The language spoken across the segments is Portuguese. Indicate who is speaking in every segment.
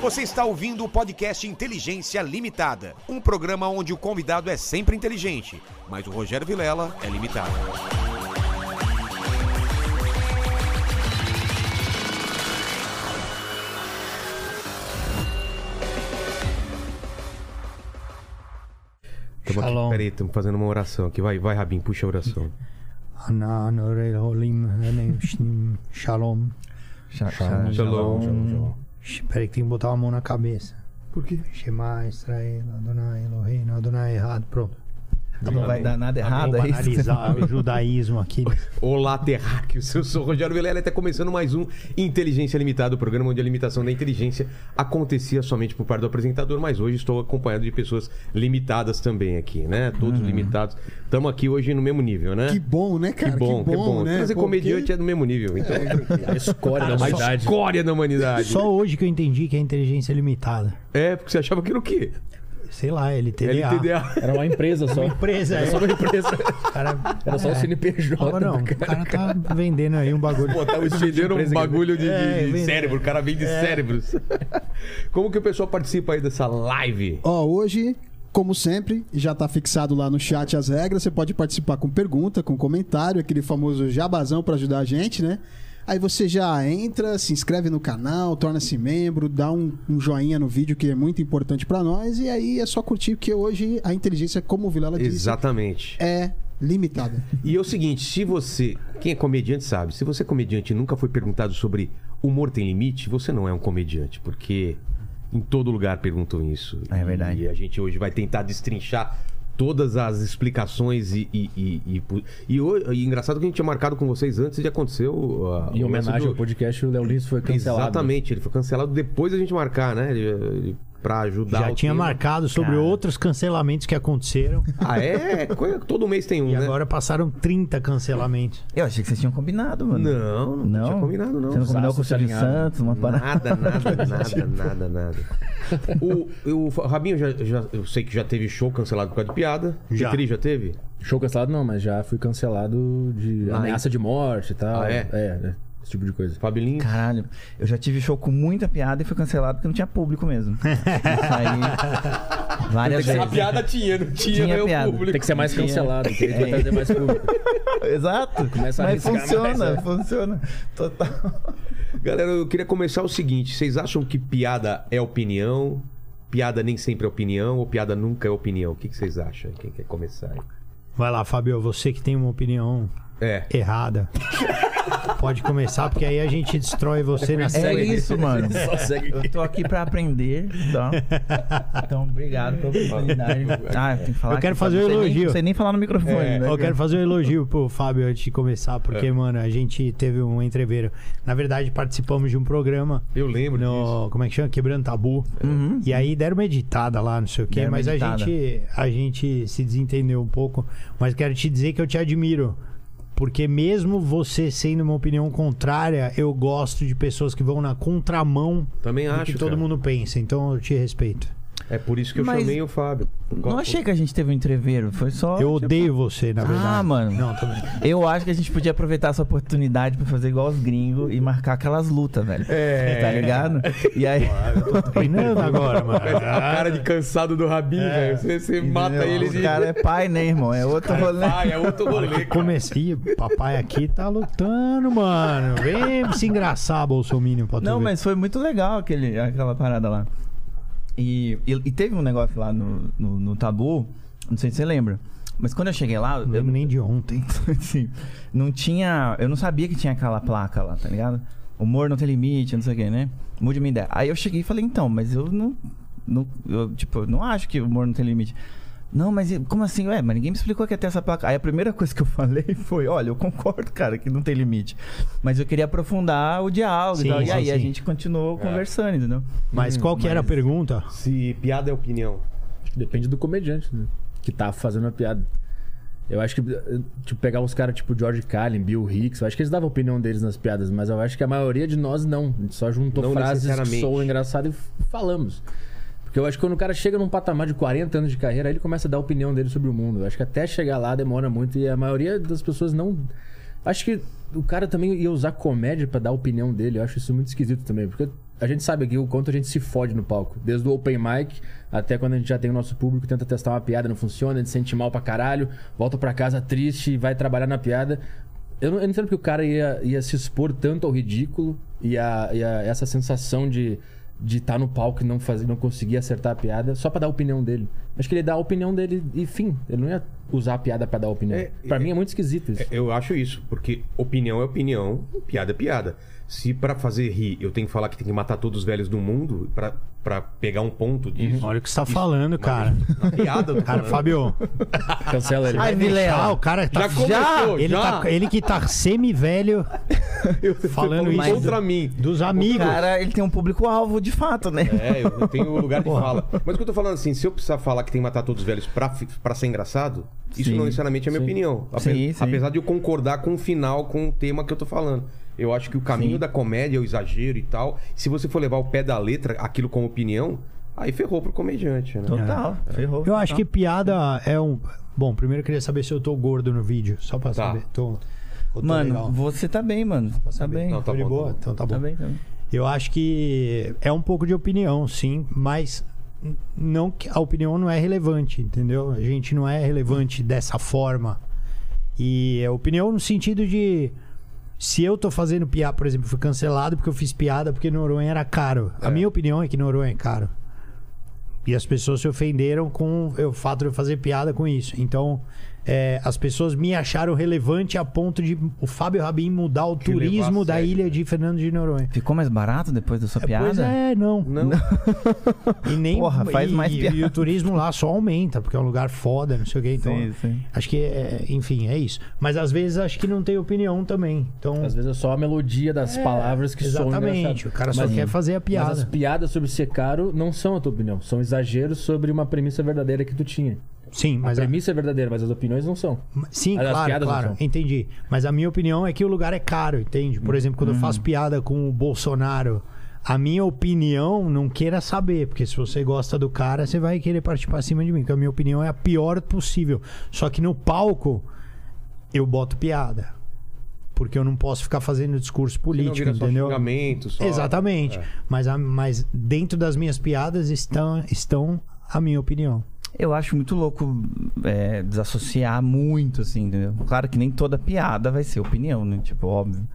Speaker 1: Você está ouvindo o podcast Inteligência Limitada, um programa onde o convidado é sempre inteligente, mas o Rogério Vilela é limitado.
Speaker 2: Tamo
Speaker 3: Shalom.
Speaker 2: Aqui, peraí, estamos fazendo uma oração aqui. Vai, vai, Rabin, puxa a oração.
Speaker 3: Ana, Norel, Rolim, Renem, Shnim, Shalom.
Speaker 4: Sha-
Speaker 2: Shalom.
Speaker 4: sha-
Speaker 2: Shalom.
Speaker 3: Sh- Peraí que tem que botar uma mão na cabeça.
Speaker 2: Por quê?
Speaker 3: Shema, Israel, Adonai, Elohim, Adonai, errado, pronto.
Speaker 4: Não vai dar nada Tá errado é
Speaker 3: Vou
Speaker 4: aí.
Speaker 3: banalizar o judaísmo aqui.
Speaker 2: Olá, terráqueos. Eu sou o Rogério Vilela e está começando mais um Inteligência Limitada, o programa onde a limitação da inteligência acontecia somente por parte do apresentador, mas hoje estou acompanhado de pessoas limitadas também aqui, né? Todos limitados. Estamos aqui hoje no mesmo nível, né?
Speaker 5: Uhum. Que bom, né, cara?
Speaker 2: Que bom, que bom.
Speaker 5: né?
Speaker 2: Trazer
Speaker 5: Pô,
Speaker 2: comediante é
Speaker 5: porque- É
Speaker 2: do mesmo nível, então.
Speaker 6: A escória
Speaker 4: um
Speaker 6: da
Speaker 2: A
Speaker 6: humanidade.
Speaker 2: escória da humanidade.
Speaker 3: Só hoje que eu entendi que a inteligência é limitada.
Speaker 2: É, porque você achava que era o quê?
Speaker 3: Sei lá, é
Speaker 2: É
Speaker 5: é
Speaker 3: LTDA.
Speaker 2: LTDA.
Speaker 6: Era É uma empresa só.
Speaker 3: Empresa, é.
Speaker 6: Era só uma empresa.
Speaker 3: Cara,
Speaker 6: Era só
Speaker 3: é.
Speaker 6: o CNPJ.
Speaker 3: Agora não, o
Speaker 6: do cara.
Speaker 3: cara tá vendendo aí um bagulho.
Speaker 2: Botar o venderam um
Speaker 6: empresa que-
Speaker 2: bagulho de, de-
Speaker 3: É,
Speaker 2: de
Speaker 3: vende-
Speaker 2: cérebro, o cara vende cérebros. Como que o pessoal participa aí dessa live?
Speaker 5: Ó, hoje, como sempre, já tá fixado lá no chat as regras. Você pode participar com pergunta, com comentário, aquele famoso jabazão pra ajudar a gente, né? Aí você já entra, se inscreve no canal, torna-se membro, dá um, um joinha no vídeo que é muito importante pra nós. E aí é só curtir, porque hoje a inteligência, como o Vilela disse,
Speaker 2: Exatamente.
Speaker 5: é limitada.
Speaker 2: E é o seguinte, se você, quem é comediante sabe, se você é comediante e nunca foi perguntado sobre humor tem limite, você não é um comediante, porque em todo lugar perguntam isso.
Speaker 4: É verdade.
Speaker 2: E a gente hoje vai tentar destrinchar todas as explicações e e, e, e, e ho- e engraçado que a gente tinha marcado com vocês antes e aconteceu ah,
Speaker 6: Em
Speaker 2: o lance
Speaker 6: homenagem ao
Speaker 2: do-
Speaker 6: podcast, o Léo Lins foi cancelado.
Speaker 2: Exatamente, ele foi cancelado depois da gente marcar, né? Ele, ele- pra ajudar.
Speaker 3: Já
Speaker 2: o
Speaker 3: tinha
Speaker 2: tema.
Speaker 3: marcado sobre
Speaker 4: Cara.
Speaker 3: outros cancelamentos que aconteceram.
Speaker 2: Ah, é? Coisa- Todo mês tem um,
Speaker 3: E
Speaker 2: né?
Speaker 3: agora passaram 30 cancelamentos.
Speaker 4: Eu achei que vocês tinham combinado, mano.
Speaker 2: Não, não,
Speaker 4: Não?
Speaker 2: tinha combinado, não.
Speaker 4: Você não combinou
Speaker 6: Zaço
Speaker 4: com o Silvio
Speaker 6: alinhado.
Speaker 4: Santos, uma parada.
Speaker 2: Nada, nada, nada, nada, nada. O, eu, Rabinho, já, já- eu sei que já teve show cancelado por causa de piada.
Speaker 3: Já.
Speaker 2: Petri já teve?
Speaker 6: Show cancelado não, mas já fui cancelado de
Speaker 2: Ah,
Speaker 6: ameaça de morte e tal.
Speaker 2: Ah, é?
Speaker 6: é, esse tipo de coisa.
Speaker 2: Fabilinho?
Speaker 4: Caralho, eu já tive show com muita piada e foi cancelado porque não tinha público mesmo. Isso aí. Várias vezes.
Speaker 2: tinha, né? não
Speaker 4: Tinha piada.
Speaker 6: Tem que ser mais
Speaker 4: Tinha.
Speaker 6: cancelado, tem que
Speaker 4: É.
Speaker 6: trazer mais público.
Speaker 4: Exato.
Speaker 6: Começa a
Speaker 4: Mas
Speaker 6: arriscar
Speaker 4: funciona,
Speaker 6: mais, é.
Speaker 4: funciona. Total.
Speaker 2: Galera, eu queria começar o seguinte: vocês acham que piada é opinião? Piada nem sempre é opinião ou piada nunca é opinião? O que, que vocês acham? Quem quer começar aí?
Speaker 3: Vai lá, Fabio, você que tem uma opinião
Speaker 2: É.
Speaker 3: errada. Pode começar, porque aí a gente destrói você na
Speaker 4: É
Speaker 3: série.
Speaker 4: isso, mano.
Speaker 6: Só segue.
Speaker 4: Eu tô aqui pra aprender, tá? Então, obrigado pela oportunidade. Ah, eu tenho que falar
Speaker 3: Eu quero
Speaker 4: aqui,
Speaker 3: fazer um
Speaker 4: não sei nem-
Speaker 3: elogio.
Speaker 4: Não sei nem falar no microfone, né?
Speaker 3: Eu quero fazer um elogio pro Fábio antes de começar, porque, mano, a gente teve um entreveiro. Na verdade, participamos de um programa
Speaker 2: Eu lembro disso.
Speaker 3: no. Como é que chama? Quebrando Tabu.
Speaker 4: Uhum.
Speaker 3: E aí deram uma editada lá, não sei o quê,
Speaker 4: Deram uma
Speaker 3: mas a
Speaker 4: editada.
Speaker 3: gente, a gente se desentendeu um pouco. Mas quero te dizer que eu te admiro. Porque mesmo você sendo uma opinião contrária, eu gosto de pessoas que vão na contramão
Speaker 2: Também
Speaker 3: do
Speaker 2: acho.
Speaker 3: que todo
Speaker 2: cara.
Speaker 3: mundo pensa. Então eu te respeito.
Speaker 2: É por isso que eu
Speaker 4: Mas-
Speaker 2: chamei o Fábio.
Speaker 4: Não achei que a gente teve um entreveiro, foi só.
Speaker 3: Eu odeio você, na verdade.
Speaker 4: Ah, mano.
Speaker 3: Não, também.
Speaker 4: Eu acho que a gente podia aproveitar essa oportunidade pra fazer igual os gringos e marcar aquelas lutas, velho. É. Tá ligado? E aí.
Speaker 3: Treinando agora, mano.
Speaker 2: A cara de cansado do Rabinho,
Speaker 3: É.
Speaker 2: velho. Você, você mata ele de.
Speaker 4: O cara é pai, né, irmão? É outro rolê.
Speaker 2: Ah, é outro rolê.
Speaker 3: Comecei, papai aqui tá lutando, mano. Vem se engraçar, Bolsonaro, pra tu
Speaker 4: Não,
Speaker 3: ver.
Speaker 4: mas foi muito legal aquele, aquela parada lá. E, e- e teve um negócio lá no, no, no Tabu, não sei se você lembra, mas quando eu cheguei lá,
Speaker 3: Não lembro
Speaker 4: eu,
Speaker 3: nem de ontem.
Speaker 4: assim, não tinha. Eu não sabia que tinha aquela placa lá, tá ligado? Humor não tem limite, não sei o que, né? Mude minha ideia. Aí eu cheguei e falei, então, mas eu não. não eu, tipo, eu não acho que o humor não tem limite. Não, mas e- como assim? Ué, mas ninguém me explicou que até essa placa. Aí a primeira coisa que eu falei foi: olha, eu concordo, cara, que não tem limite. Mas eu queria aprofundar o diálogo
Speaker 3: Sim,
Speaker 4: e tal. E
Speaker 3: sim,
Speaker 4: aí a
Speaker 3: sim. É.
Speaker 4: gente continuou conversando, entendeu?
Speaker 3: Mas qual que era a pergunta?
Speaker 2: Se piada é opinião.
Speaker 6: Depende do comediante, né? Que tá fazendo a piada. Eu acho que, tipo, pegar os caras tipo George Carlin, Bill Hicks, eu acho que eles davam a opinião deles nas piadas, mas eu acho que a maioria de nós não. A gente só juntou
Speaker 2: Não
Speaker 6: frases que
Speaker 2: necessariamente.
Speaker 6: soam engraçadas e f- falamos. Porque eu acho que quando o cara chega num patamar de 40 anos de carreira, aí ele começa a dar a opinião dele sobre o mundo. Eu acho que até chegar lá demora muito e a maioria das pessoas não. Acho que o cara também ia usar comédia pra dar a opinião dele. Eu acho isso muito esquisito também. Porque a gente sabe aqui o quanto a gente se fode no palco. Desde o open mic até quando a gente já tem o nosso público, tenta testar uma piada, não funciona, a gente sente mal pra caralho, volta pra casa triste, vai trabalhar na piada. Eu não, eu não entendo porque o cara ia, ia se expor tanto ao ridículo e a, e a- essa sensação de de estar no palco e não fazer, não conseguir acertar a piada só pra dar a opinião dele. Acho que ele dá a opinião dele e fim. Ele não ia usar a piada pra dar a opinião.
Speaker 2: É,
Speaker 6: Pra mim é muito esquisito isso.
Speaker 2: Eu acho isso, porque opinião é opinião, piada é piada. Se pra fazer rir eu tenho que falar que tem que matar todos os velhos do mundo pra- pra pegar um ponto disso.
Speaker 3: Olha o que você tá falando, cara.
Speaker 2: Uma piada, eu tô
Speaker 3: Uhum. Cara,
Speaker 2: falando.
Speaker 3: Fábio.
Speaker 6: Cancela ele.
Speaker 4: Ai,
Speaker 3: Ah, o
Speaker 4: Vilela.
Speaker 3: cara tá.
Speaker 2: Já começou,
Speaker 3: ele,
Speaker 2: já?
Speaker 3: tá- ele que tá semi-velho
Speaker 2: Eu-
Speaker 3: falando
Speaker 2: eu
Speaker 3: isso.
Speaker 2: falo contra mim.
Speaker 3: dos amigos.
Speaker 4: Cara, ele tem um público-alvo, de fato, né?
Speaker 2: É, eu não tenho lugar de fala. Mas o que eu tô falando assim, se eu precisar falar que tem que matar todos os velhos pra, fi- pra ser engraçado, isso
Speaker 4: Sim.
Speaker 2: não necessariamente é a minha opinião. Ape-
Speaker 4: Sim, sim.
Speaker 2: Apesar de eu concordar com o final, com o tema que eu tô falando. Eu acho que o caminho da comédia é o exagero e tal. Se você for levar o pé da letra, aquilo como opinião, aí ferrou pro comediante, né?
Speaker 4: Total, ferrou.
Speaker 3: É. Eu acho que piada é um. Bom, primeiro eu queria saber se eu tô gordo no vídeo, só pra
Speaker 2: Tá.
Speaker 3: saber. Tô, eu tô
Speaker 4: Mano,
Speaker 3: legal.
Speaker 4: você tá bem, mano. Tá bem.
Speaker 2: Não, tá
Speaker 3: Tô de
Speaker 2: bom, tá
Speaker 3: boa?
Speaker 2: bom.
Speaker 3: Então tá bom.
Speaker 4: Tá bem, tá bem.
Speaker 3: Eu acho que é um pouco de opinião, sim, mas n- não que- a opinião não é relevante, entendeu? A gente não é relevante dessa forma. E é opinião no sentido de se eu tô fazendo piada, por exemplo, fui cancelado porque eu fiz piada porque Noronha era caro. A minha opinião é que Noronha é caro. E as pessoas se ofenderam com o fato de eu fazer piada com isso. Então, é, as pessoas me acharam relevante a ponto de o Fábio Rabin mudar o
Speaker 2: Que levar a
Speaker 3: turismo da
Speaker 2: sério,
Speaker 3: ilha
Speaker 2: né?
Speaker 3: de Fernando de Noronha.
Speaker 4: Ficou mais barato depois da sua
Speaker 3: É,
Speaker 4: piada?
Speaker 3: Pois é, não.
Speaker 2: Não.
Speaker 3: E nem
Speaker 4: Porra, faz
Speaker 3: e,
Speaker 4: mais
Speaker 3: e
Speaker 4: piada.
Speaker 3: o turismo lá só aumenta, porque é um lugar foda, não sei o que. Então,
Speaker 4: Sim, sim.
Speaker 3: acho que, é, enfim, é isso. Mas às vezes acho que não tem opinião também. Então,
Speaker 6: Às vezes é só a melodia das palavras que soam
Speaker 3: exatamente.
Speaker 6: engraçado.
Speaker 3: O cara só quer fazer a
Speaker 6: Mas as
Speaker 3: piada.
Speaker 6: piadas sobre ser caro não são a tua opinião. São exageros sobre uma premissa verdadeira que tu tinha.
Speaker 3: Sim, mas
Speaker 6: a
Speaker 3: a-
Speaker 6: premissa é verdadeira, mas as opiniões não são.
Speaker 3: Sim,
Speaker 6: As- as
Speaker 3: claro,
Speaker 6: piadas não
Speaker 3: claro.
Speaker 6: são.
Speaker 3: Entendi. Mas a minha opinião é que o lugar é caro, entende? Por exemplo, quando eu faço
Speaker 2: Hum.
Speaker 3: piada com o Bolsonaro, a minha opinião não queira saber, porque se você gosta do cara, você vai querer partir pra cima de mim, porque a minha opinião é a pior possível. Só que no palco, eu boto piada. Porque eu não posso ficar fazendo discurso
Speaker 2: Não
Speaker 3: político,
Speaker 2: vira só
Speaker 3: entendeu?
Speaker 2: xingamento, só- É.
Speaker 3: Exatamente. Mas, a- mas dentro das minhas piadas estão, estão a minha opinião.
Speaker 4: Eu acho muito louco é, desassociar muito, assim, entendeu? Claro que nem toda piada vai ser opinião, né? Tipo, óbvio.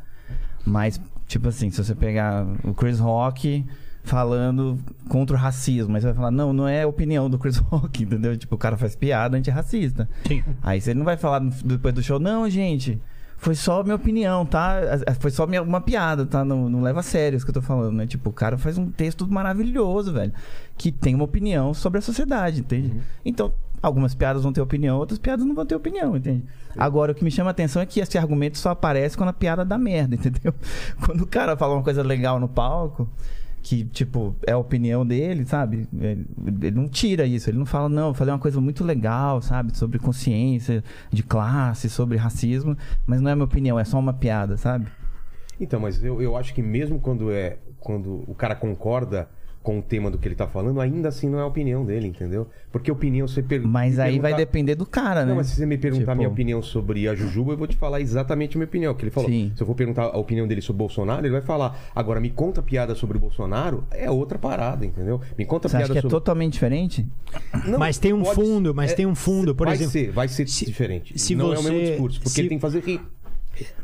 Speaker 4: Mas, tipo assim, se você pegar o Chris Rock falando contra o racismo, aí você vai falar, não, não é opinião do Chris Rock, entendeu? Tipo, o cara faz piada antirracista.
Speaker 3: Sim.
Speaker 4: Aí você não vai falar no- depois do show, não, gente, foi só minha opinião, tá? Ah, Foi só minha, uma piada, tá? Não, não leva a sério isso que eu tô falando, né? Tipo, o cara faz um texto maravilhoso, velho, que tem uma opinião sobre a sociedade, entende? Então, algumas piadas vão ter opinião, outras piadas não vão ter opinião, entende? Agora, o que me chama a atenção é que esse argumento só aparece quando a piada dá merda, entendeu? Quando o cara fala uma coisa legal no palco, que, tipo, é a opinião dele, sabe? Ele ele não tira isso, ele não fala, não, eu falei uma coisa muito legal, sabe? Sobre consciência de classe, sobre racismo, mas não é minha opinião, é só uma piada, sabe?
Speaker 2: Então, mas eu, eu acho que mesmo quando é quando o cara concorda com o tema do que ele tá falando, ainda assim não é a opinião dele, entendeu? Porque opinião você per...
Speaker 4: Mas
Speaker 2: me
Speaker 4: aí vai
Speaker 2: perguntar-
Speaker 4: depender do cara, né?
Speaker 2: tá- Não, mas se é você me perguntar
Speaker 4: Tipo,
Speaker 2: minha opinião sobre a Jujuba, eu vou te falar exatamente a minha opinião. que ele falou.
Speaker 4: Sim.
Speaker 2: Se eu for perguntar a opinião dele sobre o Bolsonaro, ele vai falar. Agora, me conta piada sobre o Bolsonaro, é outra parada, entendeu? Me conta
Speaker 4: Você acha
Speaker 2: piada
Speaker 4: que é
Speaker 2: sobre.
Speaker 4: totalmente diferente?
Speaker 2: Não,
Speaker 3: Mas tem um
Speaker 2: pode-
Speaker 3: fundo, mas
Speaker 2: é,
Speaker 3: tem um fundo, por
Speaker 2: vai
Speaker 3: exemplo.
Speaker 2: Ser, vai ser
Speaker 3: se-
Speaker 2: diferente.
Speaker 3: se
Speaker 2: não é o
Speaker 3: você-
Speaker 2: mesmo discurso, porque
Speaker 3: se-
Speaker 2: ele tem que fazer rir.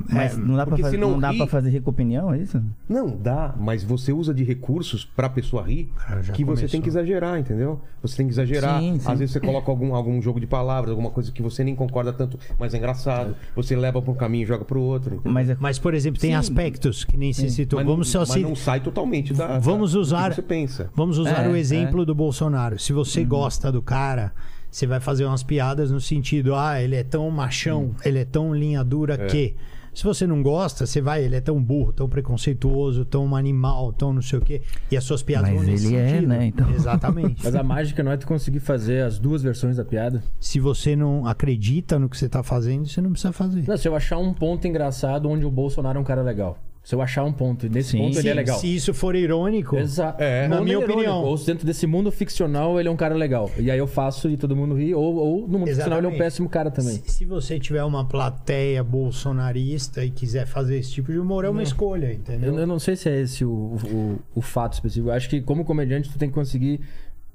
Speaker 4: Mas não dá pra
Speaker 2: É, porque
Speaker 4: fazer,
Speaker 2: se não
Speaker 4: não dá
Speaker 2: ri-
Speaker 4: pra fazer rico opinião, é isso?
Speaker 2: Não dá, mas você usa de recursos pra pessoa rir
Speaker 3: Cara, já
Speaker 2: que você tem
Speaker 3: começou.
Speaker 2: que exagerar, entendeu? Você tem que exagerar.
Speaker 4: Sim, sim.
Speaker 2: Às vezes você coloca algum, algum jogo de palavras, alguma coisa que você nem concorda tanto, mas é engraçado. Você leva pra um caminho e joga pro outro. entendeu?
Speaker 4: Mas é
Speaker 3: Mas, por exemplo, tem
Speaker 4: Sim.
Speaker 3: aspectos que nem se citou.
Speaker 2: Mas
Speaker 3: Então Vamos
Speaker 2: não-
Speaker 3: só
Speaker 2: mas
Speaker 3: ci-
Speaker 2: não sai totalmente
Speaker 6: Ah, tá.
Speaker 2: da,
Speaker 3: Vamos
Speaker 2: da- do que
Speaker 3: usar-
Speaker 2: você pensa.
Speaker 3: Vamos usar
Speaker 4: É, Uhum.
Speaker 3: o exemplo do Bolsonaro. Se você gosta do cara, você vai fazer umas piadas no sentido, ah, ele é tão machão,
Speaker 4: Uhum.
Speaker 3: ele é tão linha dura que. Se você não gosta, você vai, ele é tão burro, tão preconceituoso, tão animal, tão não sei o quê. E as suas piadas
Speaker 4: Mas
Speaker 3: vão nesse
Speaker 4: ele é,
Speaker 3: sentido.
Speaker 4: né, então.
Speaker 3: Exatamente.
Speaker 6: Mas a mágica não é tu conseguir fazer as duas versões da piada.
Speaker 3: Se você não acredita no que você tá fazendo, você não precisa fazer.
Speaker 6: Não, se eu achar um ponto engraçado onde o Bolsonaro é um cara legal. Se eu achar um ponto, e nesse
Speaker 4: Sim.
Speaker 6: ponto ele é
Speaker 4: Sim,
Speaker 6: legal.
Speaker 3: Se isso for irônico,
Speaker 6: Exato.
Speaker 2: É.
Speaker 3: Na
Speaker 6: Ou
Speaker 3: minha
Speaker 6: ele é irônico,
Speaker 3: opinião.
Speaker 6: Ou se dentro desse mundo ficcional ele é um cara legal. E aí eu faço e todo mundo ri. Ou, ou no mundo ficcional ele é um
Speaker 3: Exatamente.
Speaker 6: péssimo cara também.
Speaker 3: se, se você tiver uma plateia bolsonarista e quiser fazer esse tipo de humor, é uma escolha, entendeu?
Speaker 6: Eu, eu não sei se é esse o, o, o fato específico. Eu acho que como comediante tu tem que conseguir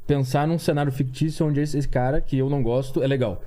Speaker 6: pensar num cenário fictício onde esse, esse cara que eu não gosto é legal.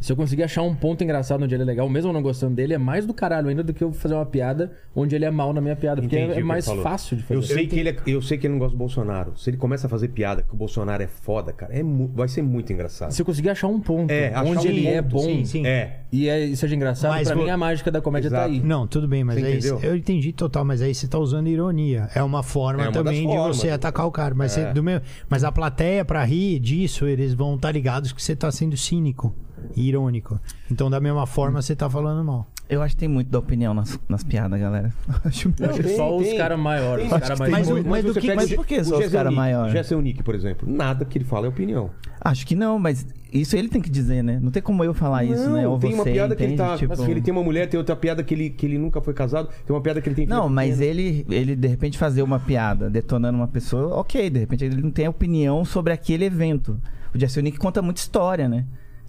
Speaker 6: Se eu conseguir achar um ponto engraçado onde ele é legal, mesmo eu não gostando dele, é mais do caralho ainda do que eu fazer uma piada onde ele é mal na minha piada. Porque
Speaker 2: Entendi o
Speaker 6: é,
Speaker 2: que
Speaker 6: é
Speaker 2: ele
Speaker 6: mais
Speaker 2: falou.
Speaker 6: fácil de fazer.
Speaker 2: Eu sei, que ele, é- eu sei que ele não gosta do Bolsonaro. Se ele começa a fazer piada que o Bolsonaro é foda, cara, é mu- vai ser muito engraçado.
Speaker 6: Se eu conseguir achar um ponto
Speaker 2: É, achar
Speaker 6: onde
Speaker 2: um
Speaker 6: ele é
Speaker 2: ponto,
Speaker 6: bom
Speaker 3: sim, sim.
Speaker 2: É.
Speaker 6: e é, e seja engraçado,
Speaker 3: Mas
Speaker 6: pra
Speaker 3: vo-
Speaker 6: mim a mágica da comédia tá
Speaker 2: Exato.
Speaker 6: aí.
Speaker 3: Não, tudo bem, mas
Speaker 2: Você
Speaker 3: aí
Speaker 2: entendeu?
Speaker 3: eu entendi total, mas aí você tá usando ironia. É uma forma
Speaker 2: É uma das
Speaker 3: também de
Speaker 2: formas. É.
Speaker 3: você atacar o cara. Mas, você- do meu, mas a plateia, pra rir disso, eles vão estar ligados que você tá sendo cínico e irônico. Então, da mesma forma, você tá falando mal.
Speaker 4: Eu acho que tem muito da opinião nas, nas piadas, galera. Acho
Speaker 6: Eu acho que
Speaker 2: tem,
Speaker 6: só os
Speaker 2: tem.
Speaker 6: caras maiores, os
Speaker 2: Mas
Speaker 6: caras
Speaker 2: tem
Speaker 6: mais.
Speaker 3: Mas o-
Speaker 2: muito-
Speaker 3: mas do
Speaker 2: você
Speaker 3: que-
Speaker 2: pega
Speaker 4: mas
Speaker 2: o-
Speaker 4: por que só os
Speaker 2: Gerson
Speaker 4: cara
Speaker 2: Nick,
Speaker 4: maior?
Speaker 2: Gerson Nick, por exemplo. Nada que ele fala é opinião.
Speaker 4: Acho que não, mas isso ele tem que dizer, né? Não tem como eu falar isso, né? Ou
Speaker 2: tem
Speaker 4: você,
Speaker 2: uma piada que ele
Speaker 4: entende?
Speaker 2: tá.
Speaker 4: Tipo,
Speaker 2: que ele tem uma mulher, tem outra piada que ele, que ele nunca foi casado, tem uma piada que ele tem.
Speaker 4: Não,
Speaker 2: filha
Speaker 4: mas é
Speaker 2: pequena.
Speaker 4: ele, ele de repente fazer uma piada detonando uma pessoa, ok, de repente ele não tem opinião sobre aquele evento. O Jesse Nick conta muita história, né?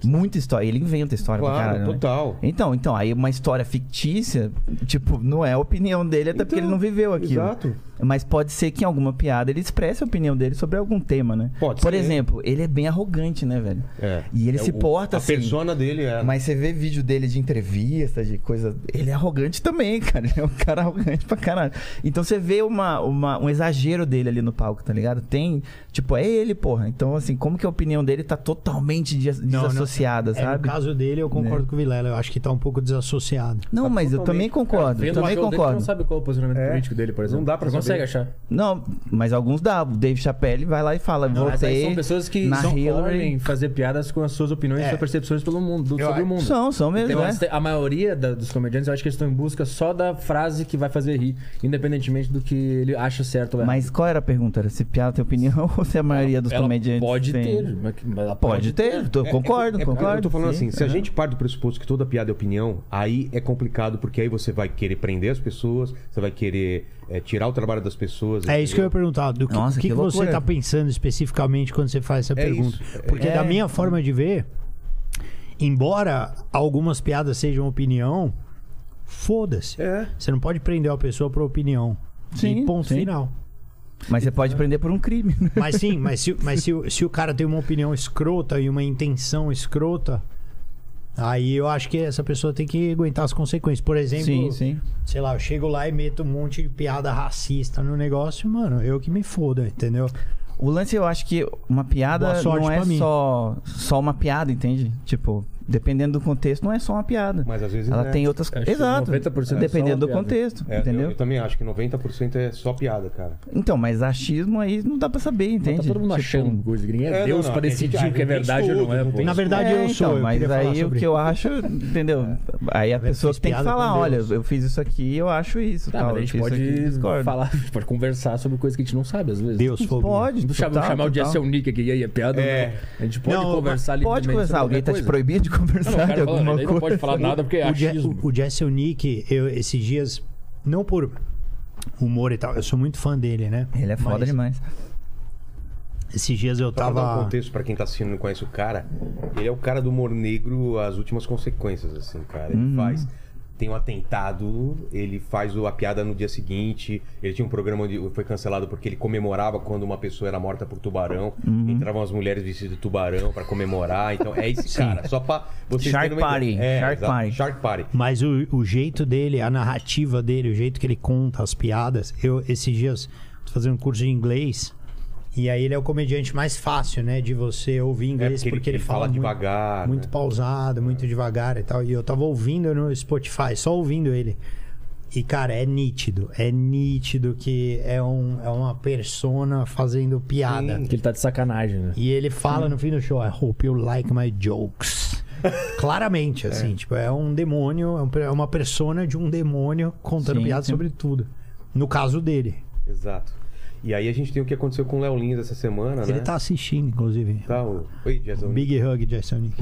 Speaker 4: Muita história, ele inventa história pra
Speaker 2: Claro,
Speaker 4: caralho, né?
Speaker 2: total.
Speaker 4: Então, então, aí uma história fictícia, tipo, não é a opinião dele, até porque
Speaker 2: Então,
Speaker 4: ele não viveu aquilo.
Speaker 2: exato.
Speaker 4: Mas pode ser que em alguma piada ele expresse a opinião dele sobre algum tema, né?
Speaker 2: Pode
Speaker 4: Por
Speaker 2: ser.
Speaker 4: exemplo, ele é bem arrogante, né, velho?
Speaker 2: É.
Speaker 4: E ele
Speaker 2: É
Speaker 4: se
Speaker 2: o-
Speaker 4: porta
Speaker 2: a
Speaker 4: assim.
Speaker 2: persona dele é.
Speaker 4: Mas você vê vídeo dele de entrevista, de coisa. Ele é arrogante também, cara. Ele é um cara arrogante pra caralho. Então você vê uma, uma- um exagero dele ali no palco, tá ligado? Tem. Tipo, é ele, porra. Então, assim, como que a opinião dele tá totalmente des- desassociada,
Speaker 3: É,
Speaker 4: sabe?
Speaker 3: No caso dele, eu
Speaker 2: Né?
Speaker 3: concordo com o Vilela. Eu acho que tá um pouco desassociado.
Speaker 4: Não, mas eu também concordo.
Speaker 6: tá Vendo o
Speaker 4: também
Speaker 6: papel dele, tu
Speaker 4: concordo.
Speaker 6: não sabe qual é o posicionamento
Speaker 2: É.
Speaker 6: político dele, por exemplo.
Speaker 2: Não dá pra
Speaker 6: Tu
Speaker 2: saber.
Speaker 6: consegue achar.
Speaker 4: Não, mas alguns dá. O Dave Chappelle vai lá e fala,
Speaker 6: Mas aí
Speaker 4: voltei.
Speaker 6: são pessoas que
Speaker 4: na
Speaker 6: são
Speaker 4: Hillary.
Speaker 6: podem fazer piadas com as suas opiniões e
Speaker 3: É.
Speaker 6: suas percepções pelo mundo, sobre o mundo.
Speaker 4: São, são mesmo,
Speaker 6: Então,
Speaker 4: é.
Speaker 6: mas A maioria da- dos comediantes, eu acho que eles estão em busca só da frase que vai fazer rir, independentemente do que ele acha certo. ou errado.
Speaker 4: Mas qual era a pergunta? Era se piada tem opinião ou se a maioria dos
Speaker 6: Ela
Speaker 4: comediantes.
Speaker 6: pode
Speaker 4: tem?
Speaker 6: ter. mas- mas ela
Speaker 4: Pode ter, tô- concordo,
Speaker 2: É,
Speaker 4: concordo.
Speaker 2: Eu tô falando
Speaker 4: sim.
Speaker 2: assim, se a gente parte do pressuposto que toda piada é opinião, aí é complicado, porque aí você vai querer prender as pessoas, você vai querer é, tirar o trabalho das pessoas.
Speaker 3: É isso que eu ia
Speaker 2: entendeu?
Speaker 3: perguntar. Do que,
Speaker 4: Nossa,
Speaker 3: o que,
Speaker 4: que
Speaker 3: que você
Speaker 4: loucura.
Speaker 3: está pensando especificamente quando você faz essa
Speaker 2: É
Speaker 3: pergunta?
Speaker 2: isso.
Speaker 3: Porque
Speaker 4: É.
Speaker 3: da minha forma de ver, embora algumas piadas sejam opinião, foda-se.
Speaker 2: É.
Speaker 3: Você não pode prender a pessoa por opinião.
Speaker 4: Sim,
Speaker 3: e ponto
Speaker 4: sim.
Speaker 3: final.
Speaker 4: Mas você pode prender por um crime, né?
Speaker 3: Mas sim, mas, se, mas se, o- se o cara tem uma opinião escrota e uma intenção escrota, aí eu acho que essa pessoa tem que aguentar as consequências. Por exemplo,
Speaker 4: Sim, sim.
Speaker 3: sei lá, eu chego lá e meto um monte de piada racista no negócio, mano, eu que me foda, entendeu?
Speaker 4: O lance eu acho que uma piada
Speaker 3: Boa sorte
Speaker 4: não é
Speaker 3: pra mim.
Speaker 4: só, só uma piada, entende? Tipo, dependendo do contexto, não é só uma piada.
Speaker 2: Mas às vezes
Speaker 4: Ela
Speaker 2: é.
Speaker 4: tem outras
Speaker 6: Acho
Speaker 4: coisas.
Speaker 6: que
Speaker 4: Exato.
Speaker 6: 90% é só uma
Speaker 4: dependendo do
Speaker 6: piada.
Speaker 4: contexto,
Speaker 2: É, eu-
Speaker 4: entendeu?
Speaker 2: Eu, também acho que 90% é só piada, cara.
Speaker 4: Então, mas achismo aí não dá pra saber, entende?
Speaker 6: Tá todo mundo
Speaker 4: Tipo,
Speaker 6: achando coisa. Ninguém
Speaker 2: É,
Speaker 6: é
Speaker 2: não,
Speaker 6: Deus
Speaker 2: não,
Speaker 6: pra
Speaker 2: tem
Speaker 6: decidir
Speaker 2: gente-
Speaker 6: o que é
Speaker 2: tem
Speaker 6: verdade ou não
Speaker 2: estudo,
Speaker 6: é.
Speaker 2: não
Speaker 6: pô.
Speaker 2: tem-
Speaker 3: Na verdade,
Speaker 4: é,
Speaker 3: eu sou.
Speaker 4: então,
Speaker 3: eu
Speaker 4: mas
Speaker 3: queria falar
Speaker 4: aí o
Speaker 3: sobre
Speaker 4: que eu acho, entendeu? Aí a
Speaker 3: Deve
Speaker 4: pessoa
Speaker 3: ter
Speaker 4: tem que
Speaker 3: piada
Speaker 4: falar,
Speaker 3: com
Speaker 4: olha,
Speaker 3: Deus.
Speaker 4: eu fiz isso aqui, eu acho isso,
Speaker 6: Tá,
Speaker 4: tal,
Speaker 6: mas a
Speaker 4: eu
Speaker 6: gente
Speaker 4: fiz isso aqui,
Speaker 6: pode
Speaker 4: discordo.
Speaker 6: falar, pode conversar sobre coisas que a gente não sabe, às vezes.
Speaker 3: Deus fogo.
Speaker 4: Pode,
Speaker 6: Vamos chamar,
Speaker 4: total,
Speaker 6: chamar o
Speaker 4: total.
Speaker 6: Jesse Nick aqui, e aí é piada.
Speaker 2: É.
Speaker 6: né? A gente pode
Speaker 3: Não,
Speaker 6: conversar ali.
Speaker 4: Pode conversar, alguém tá te proibindo de
Speaker 6: Não, o
Speaker 4: conversar de
Speaker 6: cara
Speaker 4: alguma
Speaker 6: falando, ele
Speaker 4: coisa.
Speaker 6: não pode falar nada porque é
Speaker 3: O, Je
Speaker 6: achismo.
Speaker 3: o, o Jesse Nick, eu, esses dias, não por humor e tal, eu sou muito fã dele, né?
Speaker 4: Ele é foda
Speaker 3: Mas
Speaker 4: demais.
Speaker 3: Esses dias eu
Speaker 2: Só pra dar um
Speaker 3: tava.
Speaker 2: contexto pra quem tá assistindo e não conhece o cara, ele é o cara do humor negro, as últimas consequências, assim, cara. Ele
Speaker 3: Uhum.
Speaker 2: faz. Tem um atentado, ele faz o- a piada no dia seguinte. Ele tinha um programa onde foi cancelado porque ele comemorava quando uma pessoa era morta por tubarão.
Speaker 3: Uhum.
Speaker 2: Entravam as mulheres vestidas de tubarão pra comemorar. Então é esse cara. Só pra vocês
Speaker 4: Shark
Speaker 2: terem uma ideia.
Speaker 4: Party,
Speaker 2: É,
Speaker 4: Shark
Speaker 2: exato,
Speaker 4: Party.
Speaker 2: Shark Party.
Speaker 3: Mas o, o jeito dele, a narrativa dele, o jeito que ele conta as piadas, eu esses dias tô fazendo um curso de inglês e aí ele é o comediante mais fácil, né, de você ouvir
Speaker 2: É
Speaker 3: inglês porque, ele, fala, muito-
Speaker 2: devagar.
Speaker 3: muito
Speaker 2: né?
Speaker 3: pausado, muito devagar e tal. E eu tava ouvindo no Spotify, só ouvindo ele. E, cara, é nítido. É nítido que é, um, é uma persona fazendo piada.
Speaker 6: Que ele tá de sacanagem, né?
Speaker 3: E ele fala no fim do show, I hope you like my jokes. Claramente, assim, tipo, é um demônio, é um- é uma persona de um demônio contando
Speaker 4: Sim,
Speaker 3: piada
Speaker 4: sim.
Speaker 2: É
Speaker 3: sobre tudo. No caso dele.
Speaker 2: né? Exato. E aí a gente tem o que aconteceu com o Léo Lins essa semana, né?
Speaker 3: Ele tá assistindo, inclusive.
Speaker 2: Tá, o... Oi, Jason.
Speaker 3: Big Hug, Jason Nick.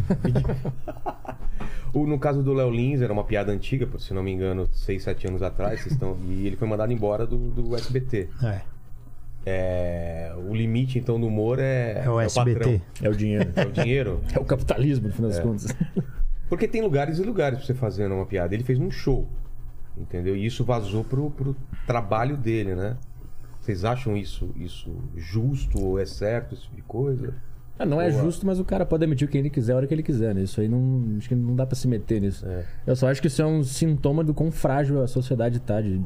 Speaker 2: O- no caso do Léo Lins, era uma piada antiga, pô, se não me engano, 6, 7 anos atrás, vocês estão- e ele foi mandado embora do, do SBT.
Speaker 3: É,
Speaker 2: É, o limite, então, do humor é,
Speaker 3: é o
Speaker 2: patrão.
Speaker 3: SBT.
Speaker 6: É o dinheiro.
Speaker 2: É o dinheiro.
Speaker 6: É o capitalismo, no fim das contas.
Speaker 2: Porque tem lugares e lugares pra você fazer uma piada. Ele fez um show, entendeu? E isso vazou pro, pro trabalho dele, né? Vocês acham isso, isso justo ou é certo, esse tipo de coisa?
Speaker 6: Ah, não é
Speaker 2: Boa.
Speaker 6: justo, mas o cara pode demitir quem ele quiser, a hora que ele quiser, né? Isso aí não. Acho que não dá pra se meter nisso. Eu só acho que isso é um sintoma do quão frágil a sociedade tá, de,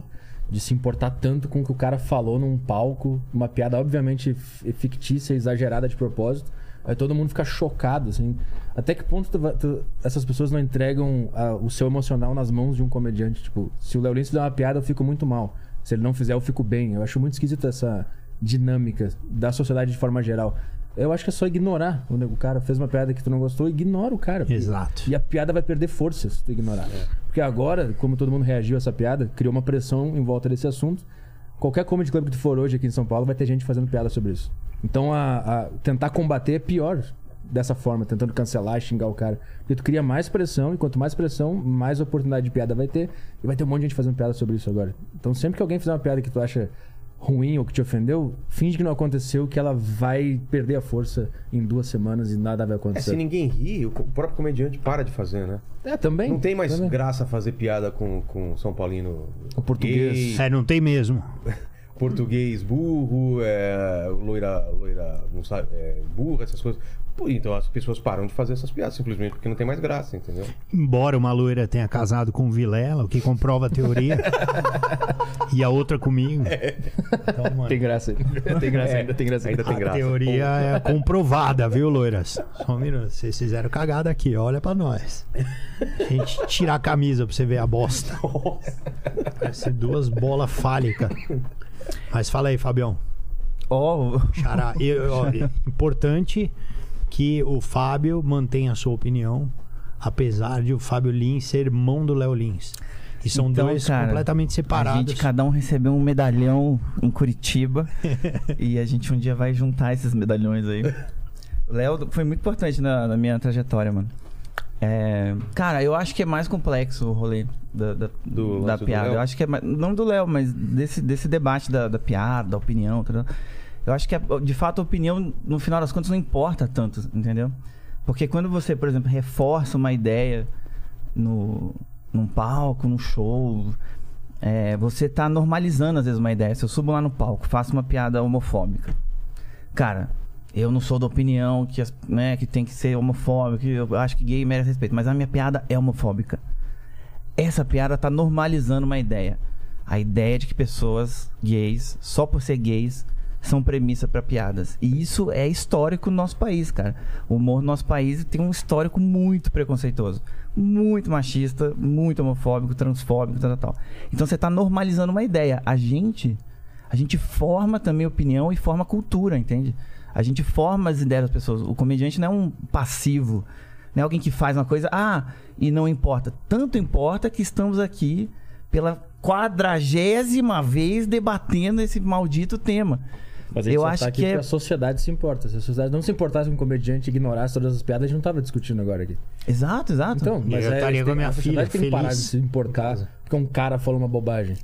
Speaker 6: de se importar tanto com o que o cara falou num palco, uma piada obviamente f- fictícia, exagerada de propósito. Aí todo mundo fica chocado, assim. Até que ponto tu va- tu- essas pessoas não entregam ah, o seu emocional nas mãos de um comediante? Tipo, se o Léo Lins fizer uma piada, eu fico muito mal. Se ele não fizer, eu fico bem. Eu acho muito esquisita essa dinâmica da sociedade de forma geral. Eu acho que é só ignorar. O nego- o cara fez uma piada que tu não gostou, ignora o cara.
Speaker 3: Exato.
Speaker 6: E a piada vai perder força se tu ignorar.
Speaker 2: É.
Speaker 6: Porque agora, como todo mundo reagiu a essa piada, criou uma pressão em volta desse assunto. Qualquer comedy club que tu for hoje aqui em São Paulo vai ter gente fazendo piada sobre isso. Então, a, a- tentar combater é pior dessa forma, tentando cancelar, xingar o cara. Porque tu cria mais pressão, e quanto mais pressão, mais oportunidade de piada vai ter. E vai ter um monte de gente fazendo piada sobre isso agora. Então, sempre que alguém fizer uma piada que tu acha ruim ou que te ofendeu, finge que não aconteceu, que ela vai perder a força em duas semanas e nada vai
Speaker 2: É, se
Speaker 6: acontecer.
Speaker 2: ninguém ri, o co- o próprio comediante para de fazer, né?
Speaker 6: É, também.
Speaker 2: Não tem mais
Speaker 6: também.
Speaker 2: graça fazer piada com, com São Paulino.
Speaker 6: O português.
Speaker 2: gay,
Speaker 3: É, não tem mesmo.
Speaker 2: português burro, é, loira, loira não sabe, é, burra, essas coisas. Pô, então as pessoas param de fazer essas piadas simplesmente porque não tem mais graça, entendeu?
Speaker 3: Embora uma loira tenha casado com o Vilela, o que comprova a teoria. e a outra comigo. Então, mano,
Speaker 6: Tem graça ainda. Tem graça ainda, tem graça
Speaker 2: Ainda tem
Speaker 3: a
Speaker 2: graça.
Speaker 3: teoria é comprovada, viu, loiras? Só um minuto. Vocês fizeram cagada aqui, olha pra nós. A gente tirar a camisa pra você ver a bosta. Parece duas bolas fálicas. Mas fala aí, Fabião.
Speaker 4: Ó,
Speaker 3: Xará, eu- ó, é importante que o Fábio mantenha a sua opinião, apesar de o Fábio Lins ser irmão do Léo Lins. E são
Speaker 4: Então,
Speaker 3: dois
Speaker 4: cara,
Speaker 3: completamente
Speaker 4: a
Speaker 3: separados.
Speaker 4: gente, cada um recebeu um medalhão em Curitiba. e a gente um dia vai juntar esses medalhões aí. O Léo foi muito importante na, na minha trajetória, mano. É, cara, eu acho que é mais complexo o rolê da, da,
Speaker 2: Do
Speaker 4: da
Speaker 2: lance do
Speaker 4: piada.
Speaker 2: Léo?
Speaker 4: eu acho que é mais, não do Léo, mas desse, desse debate da, da piada, da opinião. Tá, eu acho que, a- de fato, a opinião, no final das contas, não importa tanto, entendeu? Porque quando você, por exemplo, reforça uma ideia no, num palco, num show, é, você tá normalizando, às vezes, uma ideia. Se eu subo lá no palco, faço uma piada homofóbica. Cara, eu não sou da opinião que, as- né, que tem que ser homofóbico, que eu acho que gay merece respeito, mas a minha piada é homofóbica. Essa piada tá normalizando uma ideia. A ideia de que pessoas gays, só por ser gays, são premissa para piadas. E isso é histórico no nosso país, cara. O humor no nosso país tem um histórico muito preconceituoso. Muito machista, muito homofóbico, transfóbico, tal, tal, tal. Então você tá normalizando uma ideia. A gente a gente forma também opinião e forma cultura, entende? A gente forma as ideias das pessoas. O comediante não é um passivo, não é alguém que faz uma coisa, ah, e não importa. Tanto importa que estamos aqui pela quadragésima vez debatendo esse maldito tema.
Speaker 6: Mas a gente
Speaker 4: Eu
Speaker 6: só
Speaker 4: acho
Speaker 6: tá aqui
Speaker 4: que
Speaker 6: porque
Speaker 4: é
Speaker 6: a sociedade se importa. Se a sociedade não se importasse com um comediante e ignorasse todas as piadas, a gente não tava discutindo agora aqui.
Speaker 4: Exato, exato.
Speaker 6: Então, mas
Speaker 3: eu
Speaker 6: é,
Speaker 3: estaria
Speaker 6: tem-
Speaker 3: com a minha
Speaker 6: sociedade
Speaker 3: filha,
Speaker 6: tem que parar de
Speaker 3: feliz.
Speaker 6: se importar porque um cara falou uma bobagem.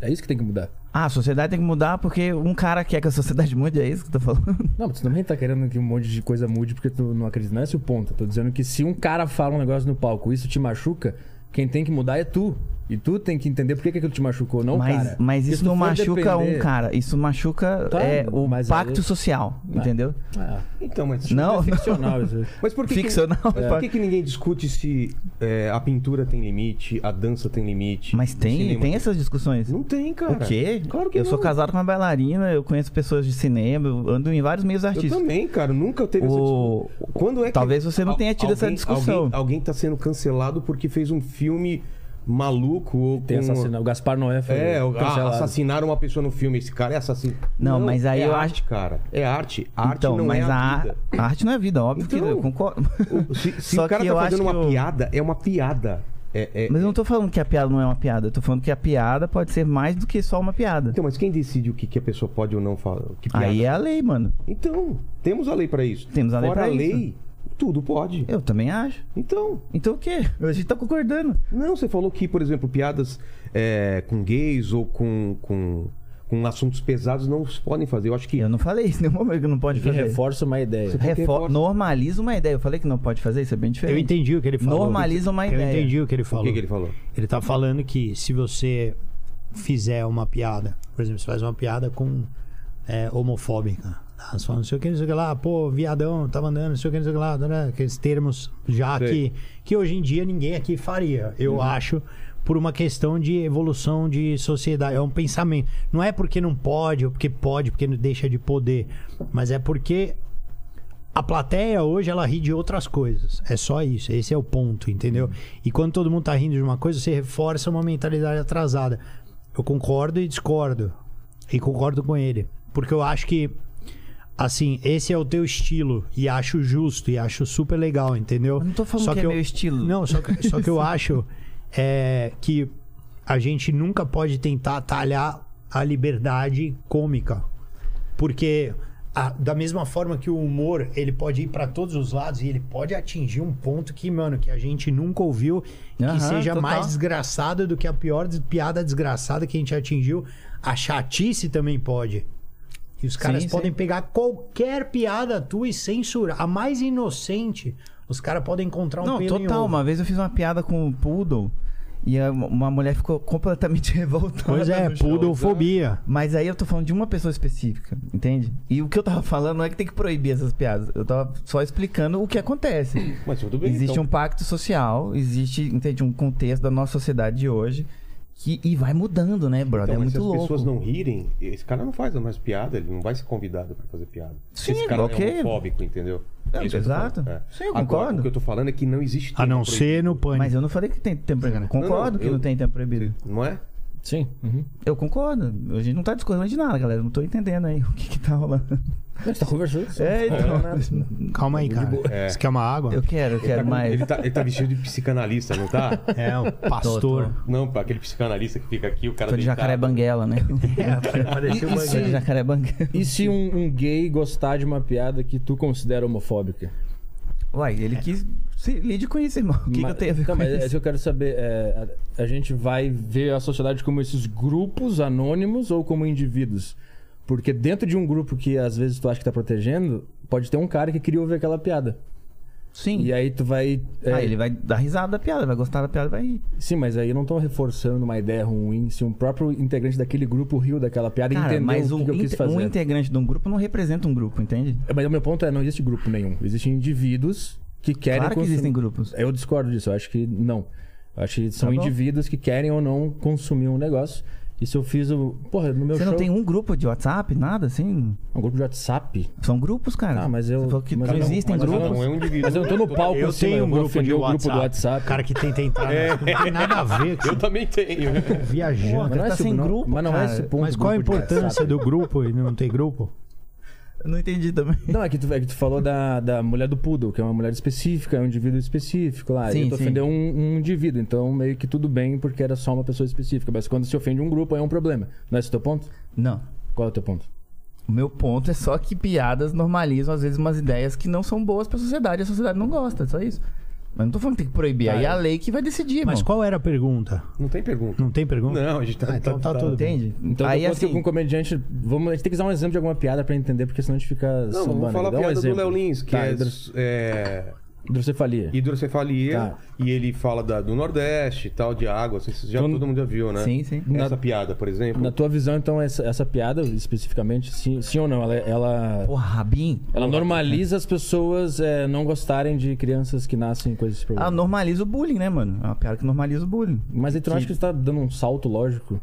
Speaker 6: É isso que tem que mudar.
Speaker 4: Ah, a sociedade tem que mudar porque um cara quer que a sociedade mude, é isso que eu tô falando.
Speaker 6: Não, mas tu também tá querendo que um monte de coisa mude porque tu não acredita. Não é esse o ponto. Eu tô dizendo que se um cara fala um negócio no palco e isso te machuca, quem tem que mudar é tu. E tu tem que entender por que que aquilo te machucou, não o
Speaker 4: mas,
Speaker 6: cara.
Speaker 4: mas
Speaker 6: Se
Speaker 4: isso
Speaker 6: tu
Speaker 4: não
Speaker 6: for
Speaker 4: machuca
Speaker 6: depender-
Speaker 4: um cara, isso machuca
Speaker 6: Tá,
Speaker 4: é, o
Speaker 6: mas aí-
Speaker 4: pacto social,
Speaker 6: Não.
Speaker 4: entendeu?
Speaker 6: Ah,
Speaker 2: Então, mas.
Speaker 4: Não, é.
Speaker 6: ficcional isso aí.
Speaker 2: Mas por que,
Speaker 4: Ficcional.
Speaker 2: que, mas por que, que ninguém discute se é, a pintura tem limite, a dança tem limite?
Speaker 4: Mas
Speaker 2: o
Speaker 4: tem,
Speaker 2: cinema
Speaker 4: tem essas discussões.
Speaker 2: Não tem, cara.
Speaker 4: O quê?
Speaker 2: Claro que
Speaker 4: eu
Speaker 2: não.
Speaker 4: sou casado com uma bailarina, eu conheço pessoas de cinema, eu ando em vários meios
Speaker 2: Eu
Speaker 4: artísticos.
Speaker 2: também, cara. Nunca teve essa
Speaker 4: O-
Speaker 2: discussão. Quando é que-
Speaker 4: Talvez você não
Speaker 2: Al-
Speaker 4: tenha tido essa
Speaker 2: alguém-
Speaker 4: discussão.
Speaker 2: Alguém, alguém tá sendo cancelado porque fez um filme maluco ou
Speaker 6: Tem
Speaker 4: Um-
Speaker 2: com-
Speaker 6: assassinato. O Gaspar Noé foi
Speaker 2: É, o- ah,
Speaker 6: cancelado.
Speaker 2: assassinaram uma pessoa no filme. Esse cara é assassino.
Speaker 4: Não, mas aí
Speaker 2: é
Speaker 4: eu
Speaker 2: arte,
Speaker 4: acho-
Speaker 2: cara. É arte. A arte
Speaker 4: então,
Speaker 2: não
Speaker 4: mas
Speaker 2: é a
Speaker 4: a,
Speaker 2: vida.
Speaker 4: a arte não é vida, óbvio que
Speaker 2: Então,
Speaker 4: eu concordo.
Speaker 2: O- Se, se
Speaker 4: Só
Speaker 2: o cara
Speaker 4: que
Speaker 2: tá
Speaker 4: eu
Speaker 2: fazendo
Speaker 4: acho
Speaker 2: uma
Speaker 4: que o-
Speaker 2: piada, é uma piada. é- é-
Speaker 4: Mas eu não tô falando que a piada não é uma piada. Eu tô falando que a piada pode ser mais do que só uma piada.
Speaker 2: Então, mas quem decide o que, que a pessoa pode ou não falar? Que piada?
Speaker 4: Aí é a lei, mano.
Speaker 2: Então, temos a lei pra isso.
Speaker 4: Temos a lei
Speaker 2: Fora
Speaker 4: pra
Speaker 2: a
Speaker 4: isso.
Speaker 2: lei, tudo pode.
Speaker 4: Eu também acho.
Speaker 2: Então,
Speaker 4: Então o quê? A gente tá concordando.
Speaker 2: não, você falou que, por exemplo, piadas é, com gays ou com, com, com assuntos pesados não se podem fazer. Eu acho que
Speaker 4: Eu não falei isso em nenhum momento que não pode
Speaker 6: Que
Speaker 4: fazer.
Speaker 6: reforça uma ideia.
Speaker 2: Você-
Speaker 4: Refor-
Speaker 2: reforça.
Speaker 4: Normaliza uma ideia. Eu falei que não pode fazer, isso é bem diferente.
Speaker 3: Eu entendi o que ele falou.
Speaker 4: Normaliza uma
Speaker 3: Eu
Speaker 4: ideia.
Speaker 3: entendi o que ele
Speaker 2: o
Speaker 3: falou.
Speaker 2: que, que ele falou.
Speaker 3: Ele tá falando que se você fizer uma piada, por exemplo, você faz uma piada com é, homofóbica. tá? Você fala, não sei o que, não sei o que lá, pô, viadão, tá mandando, não sei o que, não sei o que lá, né? aqueles termos já
Speaker 2: Sei.
Speaker 3: que, que hoje em dia ninguém aqui faria, eu acho, por uma questão de evolução de sociedade. É um pensamento. Não é porque não pode, ou porque pode, porque não deixa de poder, mas é porque a plateia hoje ela ri de outras coisas. É só isso. Esse é o ponto, entendeu? E quando todo mundo tá rindo de uma coisa, você reforça uma mentalidade atrasada. Eu concordo e discordo. E concordo com ele. Porque eu acho que, assim, esse é o teu estilo. E acho justo. E acho super legal, entendeu?
Speaker 4: Eu não tô falando
Speaker 3: Só
Speaker 4: que é
Speaker 3: eu-
Speaker 4: meu estilo.
Speaker 3: Não, só que, só que eu acho é, que a gente nunca pode tentar talhar a liberdade cômica. Porque a- da mesma forma que o humor, ele pode ir para todos os lados e ele pode atingir um ponto que, mano, que a gente nunca ouviu, que
Speaker 4: Aham,
Speaker 3: seja
Speaker 4: total.
Speaker 3: mais desgraçado do que a pior des- piada desgraçada que a gente atingiu. A chatice também pode. E os caras
Speaker 4: Sim,
Speaker 3: podem
Speaker 4: sim.
Speaker 3: pegar qualquer piada tua e censurar. A mais inocente, os caras podem encontrar um
Speaker 4: Não,
Speaker 3: pelo em
Speaker 4: total.
Speaker 3: ovo.
Speaker 4: Uma vez eu fiz uma piada com o Poodle e a- uma mulher ficou completamente revoltada.
Speaker 3: Pois é,
Speaker 4: no show.
Speaker 3: pudofobia.
Speaker 4: Mas aí eu tô falando de uma pessoa específica, entende? E o que eu tava falando não é que tem que proibir essas piadas. Eu tava só explicando o que acontece.
Speaker 2: Mas tudo bem.
Speaker 4: Existe
Speaker 2: então.
Speaker 4: um pacto social, existe, entende, um contexto da nossa sociedade de hoje que e vai mudando, né, brother?
Speaker 2: Então,
Speaker 4: é
Speaker 2: mas se
Speaker 4: muito
Speaker 2: as
Speaker 4: louco.
Speaker 2: pessoas não rirem, esse cara não faz mais piada, ele não vai ser convidado pra fazer piada.
Speaker 4: Sim,
Speaker 2: esse cara
Speaker 4: ok.
Speaker 2: é homofóbico, entendeu? Isso
Speaker 4: É,
Speaker 2: que eu tô
Speaker 4: exato.
Speaker 2: falando,
Speaker 4: Sim, eu
Speaker 2: Agora,
Speaker 4: concordo.
Speaker 2: o que eu tô falando é que não existe
Speaker 3: A não
Speaker 2: tempo
Speaker 3: ser no pânico.
Speaker 4: Mas eu não falei que tem tempo proibido. Concordo que
Speaker 2: eu-
Speaker 4: não tem tempo proibido.
Speaker 2: proibido, Não é?
Speaker 6: Sim. Uhum.
Speaker 4: Eu concordo. A gente não tá discordando de nada, galera. Não tô entendendo aí o que que tá rolando.
Speaker 6: Você tá conversando né? isso?
Speaker 4: É, então.
Speaker 3: Calma aí, cara.
Speaker 2: É.
Speaker 3: Você quer uma água?
Speaker 4: Eu quero, eu
Speaker 2: Tá
Speaker 4: quero
Speaker 2: com-
Speaker 4: mais.
Speaker 2: Ele tá, ele tá vestido de psicanalista, não tá?
Speaker 3: É, um pastor.
Speaker 2: Não, pá, aquele psicanalista que fica aqui, o cara
Speaker 4: Tô de
Speaker 2: deitado.
Speaker 4: jacaré banguela, né?
Speaker 6: Pareceu uma
Speaker 4: Tô de jacaré banguela.
Speaker 6: E se um, um gay gostar de uma piada que tu considera homofóbica?
Speaker 4: Uai, ele quis. Se lide com isso, irmão. O que, que eu tenho a ver
Speaker 6: Tá,
Speaker 4: com
Speaker 6: mas é
Speaker 4: isso?
Speaker 6: isso que eu quero saber. é, a, a gente vai ver a sociedade como esses grupos anônimos ou como indivíduos? Porque dentro de um grupo que às vezes tu acha que tá protegendo, pode ter um cara que queria ouvir aquela piada.
Speaker 4: Sim.
Speaker 6: E aí tu vai. é,
Speaker 4: Ah, ele vai dar risada da piada, vai gostar da piada, vai rir.
Speaker 6: Sim, mas aí eu não tô reforçando uma ideia ruim se um próprio integrante daquele grupo riu daquela piada e
Speaker 4: Cara,
Speaker 6: entendeu
Speaker 4: mas
Speaker 6: o que
Speaker 4: um,
Speaker 6: que eu quis
Speaker 4: inte- um
Speaker 6: fazer.
Speaker 4: integrante de um grupo não representa um grupo, entende?
Speaker 6: Mas o meu ponto é, não existe grupo nenhum. Existem indivíduos que querem...
Speaker 4: Claro que
Speaker 6: consumir-
Speaker 4: existem grupos.
Speaker 6: Eu discordo disso, eu acho que não. Eu acho que são
Speaker 4: Tá bom.
Speaker 6: indivíduos que querem ou não consumir um negócio. E se eu fiz o... Porra, no meu
Speaker 4: Você
Speaker 6: show...
Speaker 4: não tem um grupo de WhatsApp, nada assim?
Speaker 6: Um grupo de WhatsApp?
Speaker 4: São grupos, cara.
Speaker 6: Ah, mas eu-
Speaker 4: Você falou que
Speaker 6: mas
Speaker 4: não
Speaker 6: eu não-
Speaker 4: existem
Speaker 2: Mas
Speaker 4: grupos.
Speaker 2: não, é um indivíduo.
Speaker 6: Mas eu não tô no palco
Speaker 3: Eu
Speaker 6: assim,
Speaker 3: tenho
Speaker 6: eu
Speaker 3: um
Speaker 6: vou
Speaker 3: grupo de
Speaker 6: ofender o
Speaker 3: WhatsApp.
Speaker 6: grupo do WhatsApp.
Speaker 3: Cara que tenta entrar. né? Não tem nada a ver.
Speaker 2: Eu também tenho.
Speaker 3: Viajando.
Speaker 4: tá
Speaker 6: esse-
Speaker 4: sem grupo,
Speaker 6: Mas não é
Speaker 4: cara.
Speaker 6: esse ponto.
Speaker 3: Mas qual a
Speaker 6: grupo de
Speaker 3: importância
Speaker 6: WhatsApp.
Speaker 3: do grupo e não ter grupo?
Speaker 4: Eu não entendi também.
Speaker 6: Não, é que tu, é que tu falou da, da mulher do poodle, que é uma mulher específica, é um indivíduo específico lá.
Speaker 4: Sim,
Speaker 6: e tu
Speaker 4: sim.
Speaker 6: ofendeu um, um indivíduo, então meio que tudo bem, porque era só uma pessoa específica. Mas quando se ofende um grupo, aí é um problema. Não é esse o teu ponto?
Speaker 4: Não.
Speaker 6: Qual é o teu ponto?
Speaker 4: O meu ponto é só que piadas normalizam, às vezes, umas ideias que não são boas pra sociedade. A sociedade não gosta, só isso. Mas não tô falando que tem que proibir.
Speaker 6: Tá.
Speaker 4: Aí é a lei que vai decidir,
Speaker 3: Mas
Speaker 4: irmão.
Speaker 3: qual era a pergunta?
Speaker 2: Não tem pergunta.
Speaker 3: Não tem pergunta?
Speaker 2: Não, a gente tá.
Speaker 3: Ah, então tá tudo bem.
Speaker 4: Entende?
Speaker 6: Então,
Speaker 4: aí
Speaker 6: depois que
Speaker 4: assim,
Speaker 6: algum comediante. Vamos, a gente tem que dar um exemplo de alguma piada pra entender, porque senão a gente fica.
Speaker 4: tá
Speaker 2: Não,
Speaker 6: sambando.
Speaker 2: vamos falar a
Speaker 6: Dá um
Speaker 2: piada do
Speaker 6: exemplo.
Speaker 2: Léo Lins, que
Speaker 6: Tá,
Speaker 2: é,
Speaker 6: hidro-
Speaker 2: é,
Speaker 6: hidrocefalia.
Speaker 2: hidrocefalia.
Speaker 6: Tá.
Speaker 2: E ele fala da- do Nordeste e tal, de água. Assim, isso já
Speaker 6: Então-
Speaker 2: todo mundo já viu, né?
Speaker 4: Sim, sim.
Speaker 2: Essa
Speaker 6: Na-
Speaker 2: piada, por exemplo.
Speaker 6: Na tua visão, então, essa, essa piada, especificamente, sim, sim ou não? Ela. ela...
Speaker 4: porra, Rabin.
Speaker 6: Ela normaliza as pessoas é, não gostarem de crianças que nascem com esses
Speaker 4: Ela
Speaker 6: problemas.
Speaker 4: normaliza o bullying, né, mano? É uma piada que normaliza o bullying.
Speaker 6: Mas então eu acho que você tá dando um salto lógico.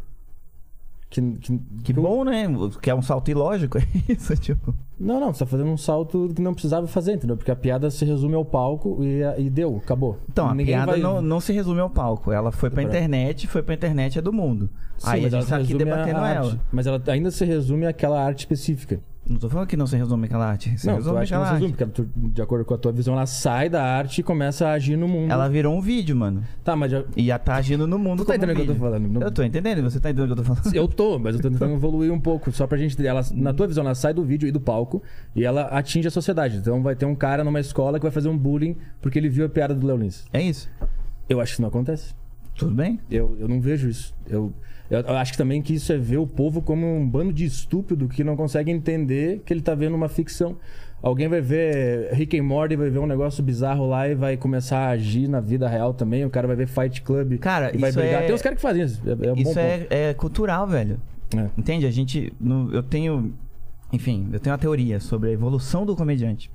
Speaker 6: Que, que-
Speaker 4: Que bom, né? Que é um salto ilógico, é isso, tipo.
Speaker 6: Não, não, você tá fazendo um salto que não precisava fazer, entendeu? Porque a piada se resume ao palco e, e deu, acabou.
Speaker 4: Então, a
Speaker 6: Ninguém
Speaker 4: piada
Speaker 6: vai-
Speaker 4: não, não se resume ao palco. Ela foi pra internet, foi pra internet é do mundo.
Speaker 6: Sim,
Speaker 4: aí a
Speaker 6: mas ela
Speaker 4: gente tá aqui
Speaker 6: resume a
Speaker 4: debatendo
Speaker 6: arte.
Speaker 4: ela.
Speaker 6: Mas ela ainda se resume àquela arte específica.
Speaker 4: Não tô falando que não se resume aquela arte. Se
Speaker 6: Não, tu
Speaker 4: resume
Speaker 6: acha que
Speaker 4: aquela
Speaker 6: não se
Speaker 4: arte.
Speaker 6: resume, porque tu, de acordo com a tua visão, ela sai da arte e começa a agir no mundo.
Speaker 4: Ela virou um vídeo, mano.
Speaker 6: Tá, mas já-
Speaker 4: E já tá agindo no mundo
Speaker 6: Tu tá
Speaker 4: como um
Speaker 6: entendendo o que eu tô
Speaker 4: vídeo.
Speaker 6: falando? Não-
Speaker 4: Eu tô entendendo, você tá entendendo o que eu tô falando.
Speaker 6: Eu tô, mas eu tô tentando evoluir um pouco. Só pra gente. Ela, na tua visão, ela sai do vídeo e do palco e ela atinge a sociedade. Então vai ter um cara numa escola que vai fazer um bullying porque ele viu a piada do Léo Lins.
Speaker 4: É isso.
Speaker 6: Eu acho que isso não acontece.
Speaker 4: Tudo bem?
Speaker 6: Eu, eu não vejo isso. Eu, eu, eu acho que também que isso é ver o povo como um bando de estúpido que não consegue entender que ele tá vendo uma ficção. Alguém vai ver Rick and Morty, vai ver um negócio bizarro lá e vai começar a agir na vida real também. O cara vai ver Fight Club
Speaker 4: Cara,
Speaker 6: e vai
Speaker 4: isso
Speaker 6: brigar.
Speaker 4: é-
Speaker 6: Tem uns caras que fazem isso. É, é um
Speaker 4: isso
Speaker 6: bom
Speaker 4: é, é cultural, velho.
Speaker 6: ponto. É.
Speaker 4: Entende? A gente. no- eu tenho. Enfim, eu tenho uma teoria sobre a evolução do comediante.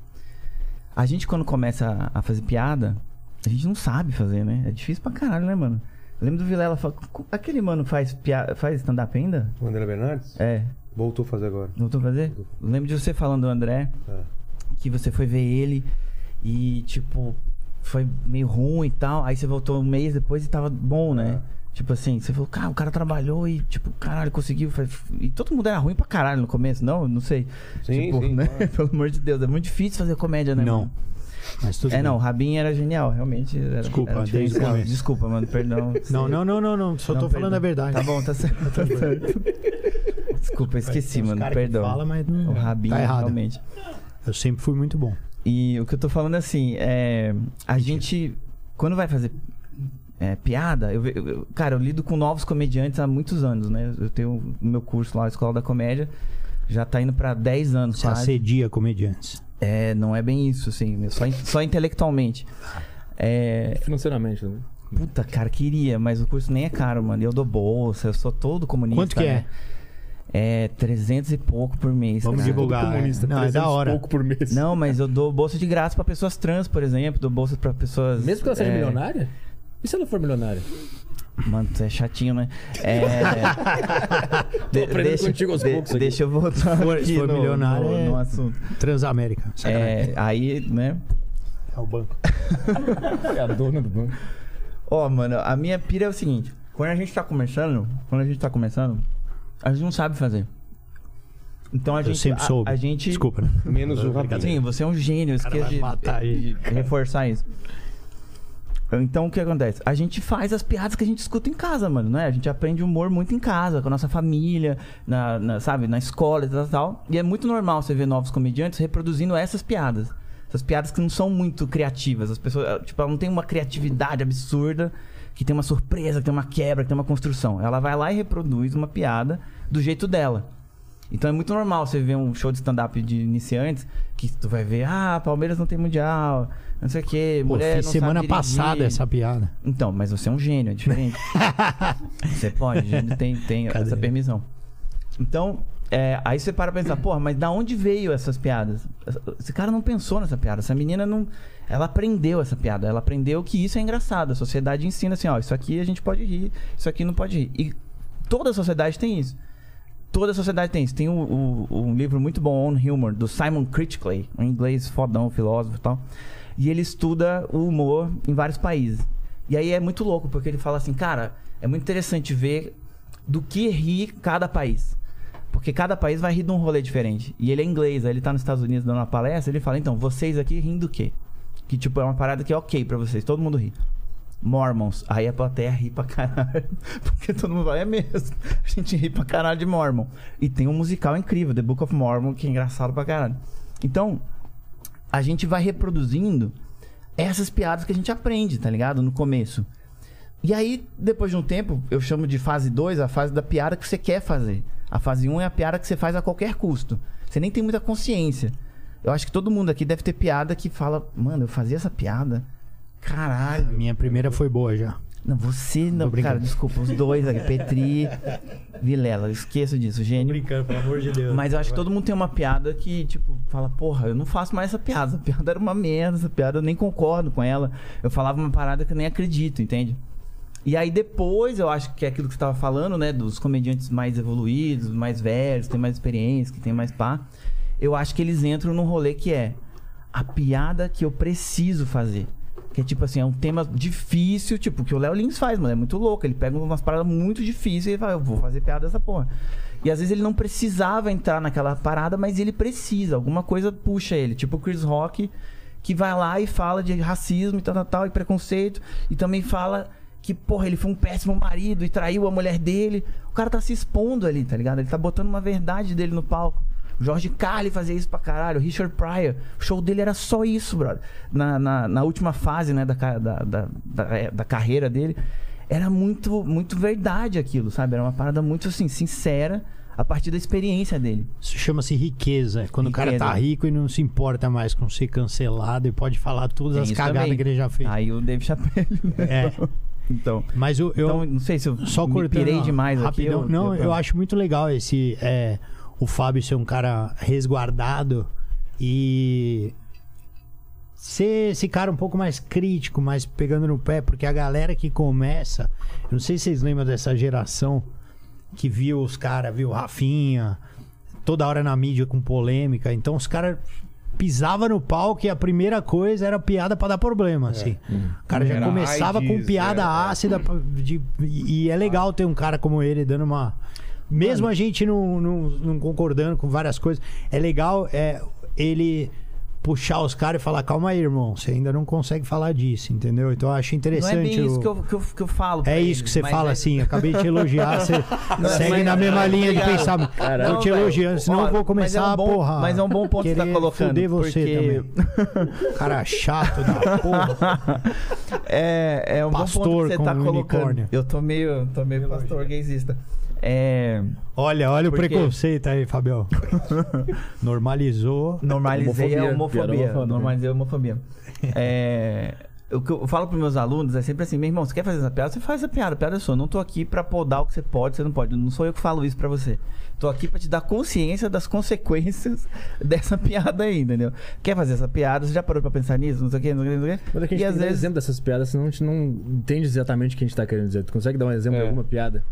Speaker 4: A gente, quando começa a, a fazer piada, a gente não sabe fazer, né? É difícil pra caralho, né, mano? Eu lembro do Vilela falar. "Co- Aquele mano faz, pia- faz stand-up ainda?
Speaker 2: O André Bernardes?
Speaker 4: É.
Speaker 2: Voltou a fazer agora.
Speaker 4: Voltou a fazer? Eu lembro de você falando do André.
Speaker 2: É.
Speaker 4: que você foi ver ele e, tipo, foi meio ruim e tal. Aí você voltou um mês depois e tava bom, né?
Speaker 2: É.
Speaker 4: Tipo assim, você falou, cara, o cara trabalhou e, tipo, caralho, conseguiu. Foi- E todo mundo era ruim pra caralho no começo, não? Não sei.
Speaker 2: Sim,
Speaker 4: tipo,
Speaker 2: sim,
Speaker 4: né?
Speaker 2: claro.
Speaker 4: Pelo amor de Deus, é muito difícil fazer comédia, né?
Speaker 3: Não.
Speaker 4: mano?
Speaker 3: Mas tudo
Speaker 4: É,
Speaker 3: bem.
Speaker 4: não, o Rabin era genial, realmente. Era,
Speaker 3: Desculpa,
Speaker 4: era
Speaker 3: desde o
Speaker 4: diferencial.
Speaker 3: começo.
Speaker 4: Desculpa, mano, perdão.
Speaker 3: Não, não, não, não, não. Só
Speaker 4: Não,
Speaker 3: tô falando
Speaker 4: perdão.
Speaker 3: a verdade.
Speaker 4: Tá bom, tá certo, tá certo. Desculpa, eu esqueci,
Speaker 3: Tem uns
Speaker 4: mano,
Speaker 3: cara que
Speaker 4: perdão.
Speaker 3: Fala, mas não,
Speaker 4: O Rabin,
Speaker 3: tá errado.
Speaker 4: realmente.
Speaker 3: Eu sempre fui muito bom.
Speaker 4: E o que eu tô falando é assim, é, a gente, quando vai fazer é, piada, eu, ve- eu- cara, eu lido com novos comediantes há muitos anos, né? Eu tenho o meu curso lá, a Escola da Comédia, já tá indo pra 10 anos
Speaker 3: Você
Speaker 4: quase.
Speaker 3: assedia comediantes.
Speaker 4: É, não é bem isso, assim, eu só, in- só intelectualmente. É,
Speaker 6: Financeiramente né? também.
Speaker 4: puta, cara, queria, mas o curso nem é caro, mano. Eu dou bolsa, eu sou todo comunista.
Speaker 3: Quanto que é?
Speaker 4: né? É 300 e pouco por mês.
Speaker 3: Vamos
Speaker 4: cara.
Speaker 3: divulgar.
Speaker 6: comunista,
Speaker 3: Não, é
Speaker 6: 300
Speaker 3: da
Speaker 6: e
Speaker 3: hora.
Speaker 6: pouco por mês.
Speaker 4: Não, mas eu dou bolsa de graça pra pessoas trans, por exemplo, dou bolsa pra pessoas.
Speaker 6: Mesmo que ela seja
Speaker 4: é,
Speaker 6: milionária? E se ela for milionária?
Speaker 4: Mano, tu é chatinho, né? É.
Speaker 6: Tô aprendendo contigo aos
Speaker 4: de-
Speaker 6: poucos aqui.
Speaker 4: Deixa eu voltar
Speaker 3: Se for-
Speaker 4: aqui
Speaker 3: se for
Speaker 4: no,
Speaker 3: milionário,
Speaker 4: no-
Speaker 3: é-
Speaker 4: no assunto.
Speaker 3: Transamérica. Sacanagem.
Speaker 4: É, aí, né?
Speaker 3: É o banco.
Speaker 6: É a dona do banco.
Speaker 4: Ó, mano, a minha pira é o seguinte. Quando a gente tá começando, quando a gente tá começando, a gente não sabe fazer. Então a
Speaker 3: Eu
Speaker 4: gente...
Speaker 3: sempre
Speaker 4: a-
Speaker 3: soube.
Speaker 4: A, gente...
Speaker 3: Desculpa, né?
Speaker 2: Menos o Rabin.
Speaker 4: Sim, você é um gênio. Eu
Speaker 3: cara
Speaker 4: esqueci
Speaker 3: vai
Speaker 4: de,
Speaker 3: matar
Speaker 4: de- de reforçar isso. Então, o que acontece? A gente faz as piadas que a gente escuta em casa, mano, né? A gente aprende humor muito em casa, com a nossa família, na, na- sabe, na escola e tal, tal, tal. E é muito normal você ver novos comediantes reproduzindo essas piadas. Essas piadas que não são muito criativas. As pessoas, eh, tipo, ela não tem uma criatividade absurda, que tem uma surpresa, que tem uma quebra, que tem uma construção. Ela vai lá e reproduz uma piada do jeito dela. Então é muito normal você ver um show de stand-up de iniciantes que tu vai ver, ah, Palmeiras não tem mundial, não sei o quê,
Speaker 3: Pô,
Speaker 4: mulher
Speaker 3: fiz
Speaker 4: não
Speaker 3: semana
Speaker 4: sabe dirigir.
Speaker 3: passada essa piada.
Speaker 4: Então, mas você é um gênio, é diferente. você pode, gênio tem, tem essa permissão. Então, é, aí você para pra pensar, porra, mas da onde veio essas piadas? Esse cara não pensou nessa piada, essa menina não. Ela aprendeu essa piada, ela aprendeu que isso é engraçado. A sociedade ensina assim, ó, isso aqui a gente pode rir, isso aqui não pode rir. E toda a sociedade tem isso. Toda a sociedade tem isso. Tem um, um- um livro muito bom, On Humor, do Simon Critically, um inglês fodão, filósofo e tal. E ele estuda o humor em vários países. E aí é muito louco, porque ele fala assim, cara, é muito interessante ver do que ri cada país. Porque cada país vai rir de um rolê diferente. E ele é inglês, aí ele tá nos Estados Unidos dando uma palestra, ele fala, então, vocês aqui riem do quê? Que, tipo, é uma parada que é ok pra vocês, todo mundo ri. Mormons. Aí a plateia ri pra caralho. Porque todo mundo vai, é mesmo. A gente ri pra caralho de Mormon. E tem um musical incrível, The Book of Mormon, que é engraçado pra caralho. Então, a gente vai reproduzindo essas piadas que a gente aprende, tá ligado? No começo. E aí, depois de um tempo, eu chamo de fase 2 a fase da piada que você quer fazer. A fase 1 um é a piada que você faz a qualquer custo. Você nem tem muita consciência. Eu acho que todo mundo aqui deve ter piada que fala, mano, eu fazia essa piada. Caralho.
Speaker 3: Minha primeira foi boa já.
Speaker 4: Não, você não.
Speaker 3: brincando.
Speaker 4: Cara, desculpa, os dois aqui, Petri, Vilela, eu esqueço disso, gênio.
Speaker 3: Brincando, pelo amor de Deus.
Speaker 4: Mas eu acho que todo mundo tem uma piada que, tipo, fala, porra, eu não faço mais essa piada. Essa piada era uma merda, essa piada eu nem concordo com ela. Eu falava uma parada que eu nem acredito, entende? E aí depois, eu acho que é aquilo que você tava falando, né? Dos comediantes mais evoluídos, mais velhos, que tem mais experiência, que tem mais pá. Eu acho que eles entram num rolê que é a piada que eu preciso fazer. Que é tipo assim, é um tema difícil, tipo, que o Léo Lins faz, mano. É muito louco. Ele pega umas paradas muito difíceis e fala, eu vou fazer piada dessa porra. E às vezes ele não precisava entrar naquela parada, mas ele precisa. Alguma coisa puxa ele. Tipo o Chris Rock, que vai lá e fala de racismo e tal, tal, tal, e preconceito. E também fala que, porra, ele foi um péssimo marido e traiu a mulher dele. O cara tá se expondo ali, tá ligado? Ele tá botando uma verdade dele no palco. O Jorge Carly fazia isso pra caralho, o Richard Pryor. O show dele era só isso, brother. Na, na, na última fase, né, da, ca- da, da, da, é, da carreira dele. Era muito, muito verdade aquilo, sabe? Era uma parada muito, assim, sincera a partir da experiência dele.
Speaker 3: Isso chama-se riqueza. Quando o cara tá
Speaker 4: Riqueza.
Speaker 3: rico e não se importa mais com ser cancelado e pode falar todas
Speaker 4: Tem
Speaker 3: as
Speaker 4: isso
Speaker 3: cagadas
Speaker 4: também.
Speaker 3: que ele já fez.
Speaker 4: Aí o Dave Chappelle. né?
Speaker 3: É.
Speaker 4: Então,
Speaker 3: Mas eu, eu
Speaker 4: então, não sei se eu
Speaker 3: só
Speaker 4: me
Speaker 3: cortando
Speaker 4: pirei demais
Speaker 3: rapidão.
Speaker 4: aqui. eu-
Speaker 3: não, eu, acho muito legal esse é, o Fábio ser um cara resguardado e ser esse cara um pouco mais crítico, mais pegando no pé, porque a galera que começa, eu não sei se vocês lembram dessa geração que viu os caras, viu Rafinha, toda hora na mídia com polêmica, então os caras pisava no palco e a primeira coisa era piada pra dar problema, assim. O cara já
Speaker 2: É. Hum. Era
Speaker 3: começava com
Speaker 2: AIDS,
Speaker 3: piada
Speaker 2: é, é.
Speaker 3: ácida pra- de- e e é legal ter um cara como ele dando uma. Mesmo a gente não, não, não concordando com várias coisas, é legal é, ele puxar os caras e falar: calma aí, irmão, você ainda não consegue falar disso, entendeu? Então eu acho
Speaker 4: Não é
Speaker 3: interessante.
Speaker 4: bem isso
Speaker 3: o-
Speaker 4: que eu, que eu, que eu falo. pra
Speaker 3: É
Speaker 4: ele,
Speaker 3: isso que você
Speaker 4: mas
Speaker 3: fala
Speaker 4: é-
Speaker 3: assim, acabei de te elogiar, você segue
Speaker 4: mas-
Speaker 3: na mesma linha de
Speaker 4: Obrigado.
Speaker 3: pensamento.
Speaker 4: Caralho.
Speaker 3: Tô te
Speaker 4: Não, velho.
Speaker 3: elogiando, senão eu
Speaker 4: Ó,
Speaker 3: vou
Speaker 4: mas é um
Speaker 3: começar a
Speaker 4: bom-
Speaker 3: porra.
Speaker 4: mas é um bom ponto que você tá
Speaker 3: querer
Speaker 4: colocando,
Speaker 3: Fuder você
Speaker 4: porque-
Speaker 3: também. Cara chato da porra.
Speaker 4: É, é um bom
Speaker 3: Pastor
Speaker 4: ponto que você
Speaker 3: com
Speaker 4: tá
Speaker 3: um
Speaker 4: colocando.
Speaker 3: unicórnio.
Speaker 4: Eu tô meio, tô meio pastor gaysista. É,
Speaker 3: Olha, olha o
Speaker 4: Por quê?
Speaker 3: preconceito aí, Fabião. Normalizou.
Speaker 4: normalizei a
Speaker 6: Homofobia. é Pior
Speaker 4: homofobia.
Speaker 6: homofobia.
Speaker 4: Normalizei a homofobia. É, o que eu falo pros meus alunos é sempre assim: meu irmão, você quer fazer essa piada? Você faz essa piada. A piada é sua. Eu não tô aqui pra podar o que você pode, você não pode. Não sou eu que falo isso pra você. Tô aqui pra te dar consciência das consequências dessa piada aí, entendeu? Quer fazer essa piada? Você já parou pra pensar nisso? Não sei o que, não sei o que, não sei
Speaker 6: Mas
Speaker 4: o
Speaker 6: é
Speaker 4: que.
Speaker 6: que a gente
Speaker 4: E
Speaker 6: tem
Speaker 4: às
Speaker 6: que dar
Speaker 4: vezes.
Speaker 6: exemplo dessas piadas, senão a gente não entende exatamente o que a gente tá querendo dizer. Tu consegue dar um exemplo
Speaker 2: É.
Speaker 6: de alguma piada?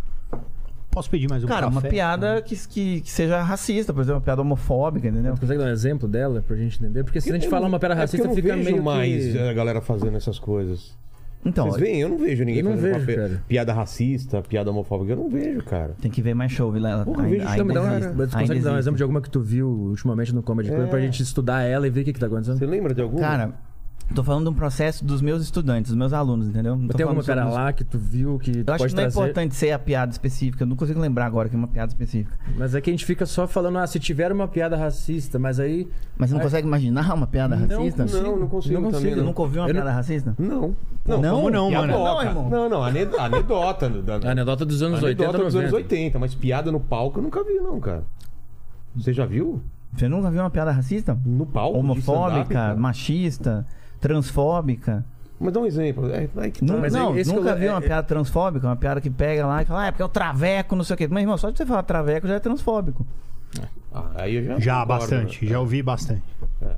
Speaker 3: Posso pedir mais um
Speaker 4: Cara,
Speaker 3: café?
Speaker 4: uma piada que, que, que seja racista, por exemplo, uma piada homofóbica, entendeu?
Speaker 6: Tu consegue dar um exemplo dela pra gente entender? Porque se a gente falar uma piada
Speaker 2: É porque
Speaker 6: racista,
Speaker 2: eu não
Speaker 6: fica
Speaker 2: vejo
Speaker 6: meio
Speaker 2: mais é.
Speaker 6: que...
Speaker 2: a galera fazendo essas coisas.
Speaker 4: Então,
Speaker 2: Vocês veem? Eu não vejo ninguém
Speaker 6: Eu não
Speaker 2: fazendo
Speaker 6: vejo,
Speaker 2: papel-
Speaker 6: cara.
Speaker 2: piada racista, piada homofóbica. Eu não vejo, cara.
Speaker 4: tem que ver mais show, Vilela.
Speaker 2: Porra, vejo isso
Speaker 6: Não, me dá uma-
Speaker 4: existe,
Speaker 6: mas tu
Speaker 4: ainda
Speaker 6: consegue dar um
Speaker 4: existe.
Speaker 6: exemplo de alguma que tu viu ultimamente no Comedy Club
Speaker 4: É.
Speaker 6: pra gente estudar ela e ver o que, que tá acontecendo?
Speaker 2: Você lembra de alguma?
Speaker 4: Cara, tô falando de um processo dos meus estudantes, dos meus alunos, entendeu? Não tô
Speaker 6: Tem
Speaker 4: falando
Speaker 6: alguma
Speaker 4: sobre
Speaker 6: cara
Speaker 4: os-
Speaker 6: lá que tu viu que tu
Speaker 4: Eu acho
Speaker 6: pode
Speaker 4: que não é
Speaker 6: trazer?
Speaker 4: importante ser a piada específica. Eu não consigo lembrar agora que é uma piada específica.
Speaker 6: Mas é que a gente fica só falando, ah, se tiver uma piada racista, mas aí.
Speaker 4: Mas você não consegue imaginar uma piada racista?
Speaker 2: não, não consigo
Speaker 6: É.
Speaker 2: também,
Speaker 6: Não consigo,
Speaker 4: Você
Speaker 2: não.
Speaker 4: nunca ouviu uma
Speaker 6: Eu não-
Speaker 4: piada racista?
Speaker 2: Não.
Speaker 3: Não,
Speaker 2: como
Speaker 3: não,
Speaker 2: piada
Speaker 3: mano.
Speaker 2: louca.
Speaker 4: Não, irmão.
Speaker 2: Não, não, ane- anedota. né, da-
Speaker 6: A anedota dos anos
Speaker 2: anedota
Speaker 6: 80,
Speaker 2: dos anos
Speaker 6: 90.
Speaker 2: 80, mas piada no palco eu nunca vi, não, cara. Você já viu?
Speaker 4: Você nunca viu uma piada racista?
Speaker 2: No
Speaker 6: é um
Speaker 2: palco? de stand-up,
Speaker 4: Homofóbica,
Speaker 2: cara?
Speaker 4: machista, transfóbica.
Speaker 2: Mas dá um exemplo. É, aí que tá.
Speaker 4: Não,
Speaker 6: Mas é
Speaker 4: não,
Speaker 6: esse que
Speaker 4: nunca
Speaker 6: eu-
Speaker 4: vi uma
Speaker 6: é-
Speaker 4: piada transfóbica, uma piada que pega lá e fala, ah, é porque é o traveco, não sei o quê. Mas, irmão, só de você falar traveco já é transfóbico.
Speaker 2: Ah, aí eu já
Speaker 3: Já,
Speaker 2: concordo,
Speaker 3: bastante.
Speaker 2: né?
Speaker 3: Já ouvi bastante.
Speaker 4: É.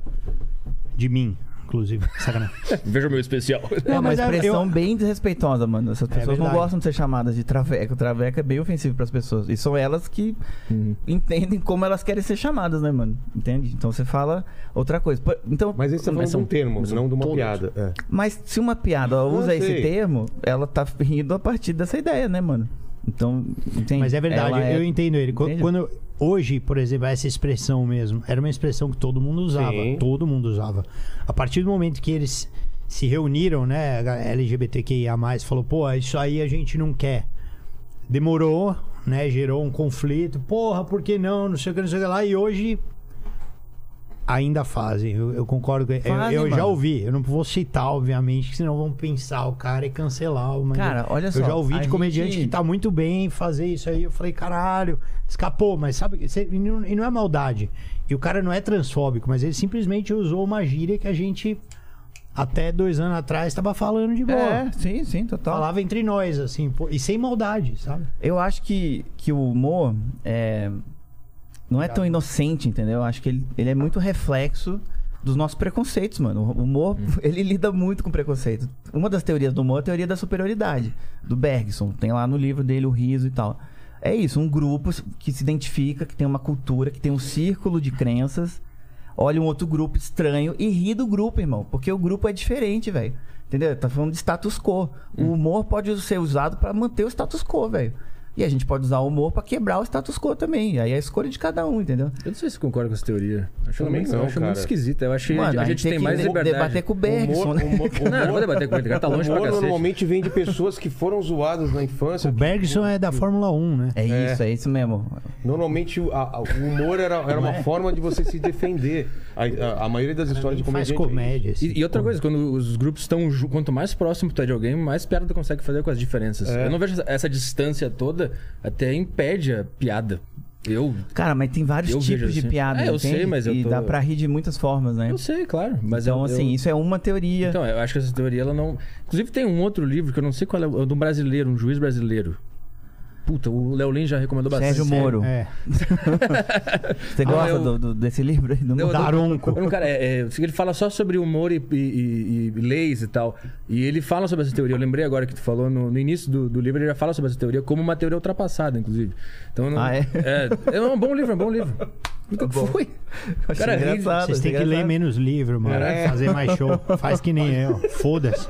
Speaker 3: De mim, inclusive. Sacanagem.
Speaker 6: Veja o meu especial.
Speaker 4: É uma
Speaker 3: mas é-
Speaker 4: expressão
Speaker 3: eu- É
Speaker 4: bem desrespeitosa, mano. Essas pessoas não
Speaker 3: verdade.
Speaker 4: gostam de ser chamadas de traveco. Traveco é bem ofensivo pras pessoas. E são elas que
Speaker 3: Uhum.
Speaker 4: entendem como elas querem ser chamadas, né, mano? Entende? Então você fala outra coisa. Pô, Então,
Speaker 2: Mas aí você tá falando de um termo, não de uma piada. É.
Speaker 4: mas se uma
Speaker 3: Ah,
Speaker 4: piada usa esse
Speaker 2: sei.
Speaker 4: termo, ela tá rindo a partir dessa ideia, né, mano? Então, entende?
Speaker 3: Mas é verdade,
Speaker 4: Ela é-
Speaker 3: eu entendo ele. Qu-
Speaker 4: Entende?
Speaker 3: Quando hoje, por exemplo, essa expressão mesmo, era uma expressão que todo mundo usava,
Speaker 2: Sim.
Speaker 3: todo mundo usava. A partir do momento que eles se reuniram, né, a LGBTQIA+, falou, pô, isso aí a gente não quer. Demorou, né, gerou um conflito. Porra, por que não? Não sei o que, não sei o que lá. E hoje ainda fazem. Eu, eu concordo com eu-
Speaker 4: Fazem,
Speaker 3: eu, já
Speaker 4: mano.
Speaker 3: ouvi. Eu não vou citar, obviamente, que senão vão pensar o cara e cancelar o
Speaker 4: Cara, olha
Speaker 3: eu
Speaker 4: só,
Speaker 3: já ouvi
Speaker 4: a
Speaker 3: de comediante
Speaker 4: gente-
Speaker 3: que tá muito bem em fazer isso aí. Eu falei, caralho, escapou, mas sabe. cê- e, não, e não é maldade. E o cara não é transfóbico, mas ele simplesmente usou uma gíria que a gente, até dois anos atrás, tava falando de boa.
Speaker 4: É, sim, sim, total.
Speaker 3: Falava entre nós, assim, pô, e sem maldade, sabe?
Speaker 4: Eu acho que, que o humor é, não é tão inocente, entendeu? Eu acho que ele, ele é muito reflexo dos nossos preconceitos, mano. O humor, ele lida muito com preconceito. Uma das teorias do humor é a teoria da superioridade, do Bergson. Tem lá no livro dele o riso e tal. É isso, um grupo que se identifica, que tem uma cultura, que tem um círculo de crenças, olha um outro grupo estranho e ri do grupo, irmão. Porque o grupo é diferente, velho.
Speaker 6: Hum.
Speaker 4: Entendeu? Tá falando de status quo. O humor pode ser usado pra manter o status quo, velho. E a gente pode usar o humor pra quebrar o status quo também. Aí é a escolha de cada um, entendeu?
Speaker 6: Eu não sei se eu concordo com essa teoria. Acho
Speaker 2: Também
Speaker 6: muito,
Speaker 2: não,
Speaker 6: eu acho
Speaker 2: cara.
Speaker 6: muito esquisita. Eu achei a gente tem,
Speaker 4: que
Speaker 6: mais
Speaker 4: de-
Speaker 6: liberdade.
Speaker 4: debater com o Bergson,
Speaker 2: Humor,
Speaker 4: né?
Speaker 2: humor, humor,
Speaker 6: Não, não vou debater com ele, o cara tá longe pra
Speaker 2: humor
Speaker 6: cacete.
Speaker 2: normalmente vem de pessoas que foram zoadas na infância.
Speaker 3: O Bergson é da Fórmula 1, né?
Speaker 4: É isso, é isso mesmo.
Speaker 2: Normalmente o- a- a- o humor era, era uma forma de você se defender. A, a- a maioria das histórias de
Speaker 3: Faz
Speaker 2: comediante...
Speaker 3: comédia. assim.
Speaker 6: E, e outra coisa, quando os grupos estão. ju- Quanto mais próximo tu tá de alguém, mais piada tu consegue fazer com as diferenças.
Speaker 2: É.
Speaker 6: Eu não vejo essa, essa distância toda, até impede a piada. Eu.
Speaker 4: Cara, mas tem vários
Speaker 6: Eu
Speaker 4: tipos
Speaker 6: vejo
Speaker 4: de
Speaker 6: assim.
Speaker 4: piada.
Speaker 6: É, eu
Speaker 4: entende?
Speaker 6: sei, mas eu
Speaker 4: E
Speaker 6: tô-
Speaker 4: dá pra rir de muitas formas, né?
Speaker 6: Eu sei, claro. Mas
Speaker 4: Então,
Speaker 6: eu-
Speaker 4: assim,
Speaker 6: eu-
Speaker 4: isso é uma teoria.
Speaker 6: Então, eu acho que essa teoria ela não. Inclusive, tem um outro livro que eu não sei qual é, é de um brasileiro, um juiz brasileiro. Puta, o Léo Lin já recomendou bastante.
Speaker 4: Sérgio Moro.
Speaker 3: É.
Speaker 4: Você gosta
Speaker 6: ah, eu-
Speaker 4: do- do- desse livro aí? Do
Speaker 6: Eu- eu-
Speaker 3: É, Daronco.
Speaker 4: Tá
Speaker 6: Não, cara, é, é, ele fala só sobre humor e, e- e- e leis e tal. E ele fala sobre essa teoria. Eu lembrei agora que tu falou no, no início do, do livro, ele já fala sobre essa teoria como uma teoria ultrapassada, inclusive. Então, eu não-
Speaker 4: Ah, é?
Speaker 6: É, é um bom livro, é um bom livro. Nunca foi.
Speaker 4: Achei
Speaker 6: Cara,
Speaker 4: engraçado, tá
Speaker 3: Vocês têm que
Speaker 4: achei
Speaker 3: ler
Speaker 4: engraçado.
Speaker 3: menos livro, mano.
Speaker 4: É.
Speaker 3: Fazer mais show. Faz que nem eu. Foda-se.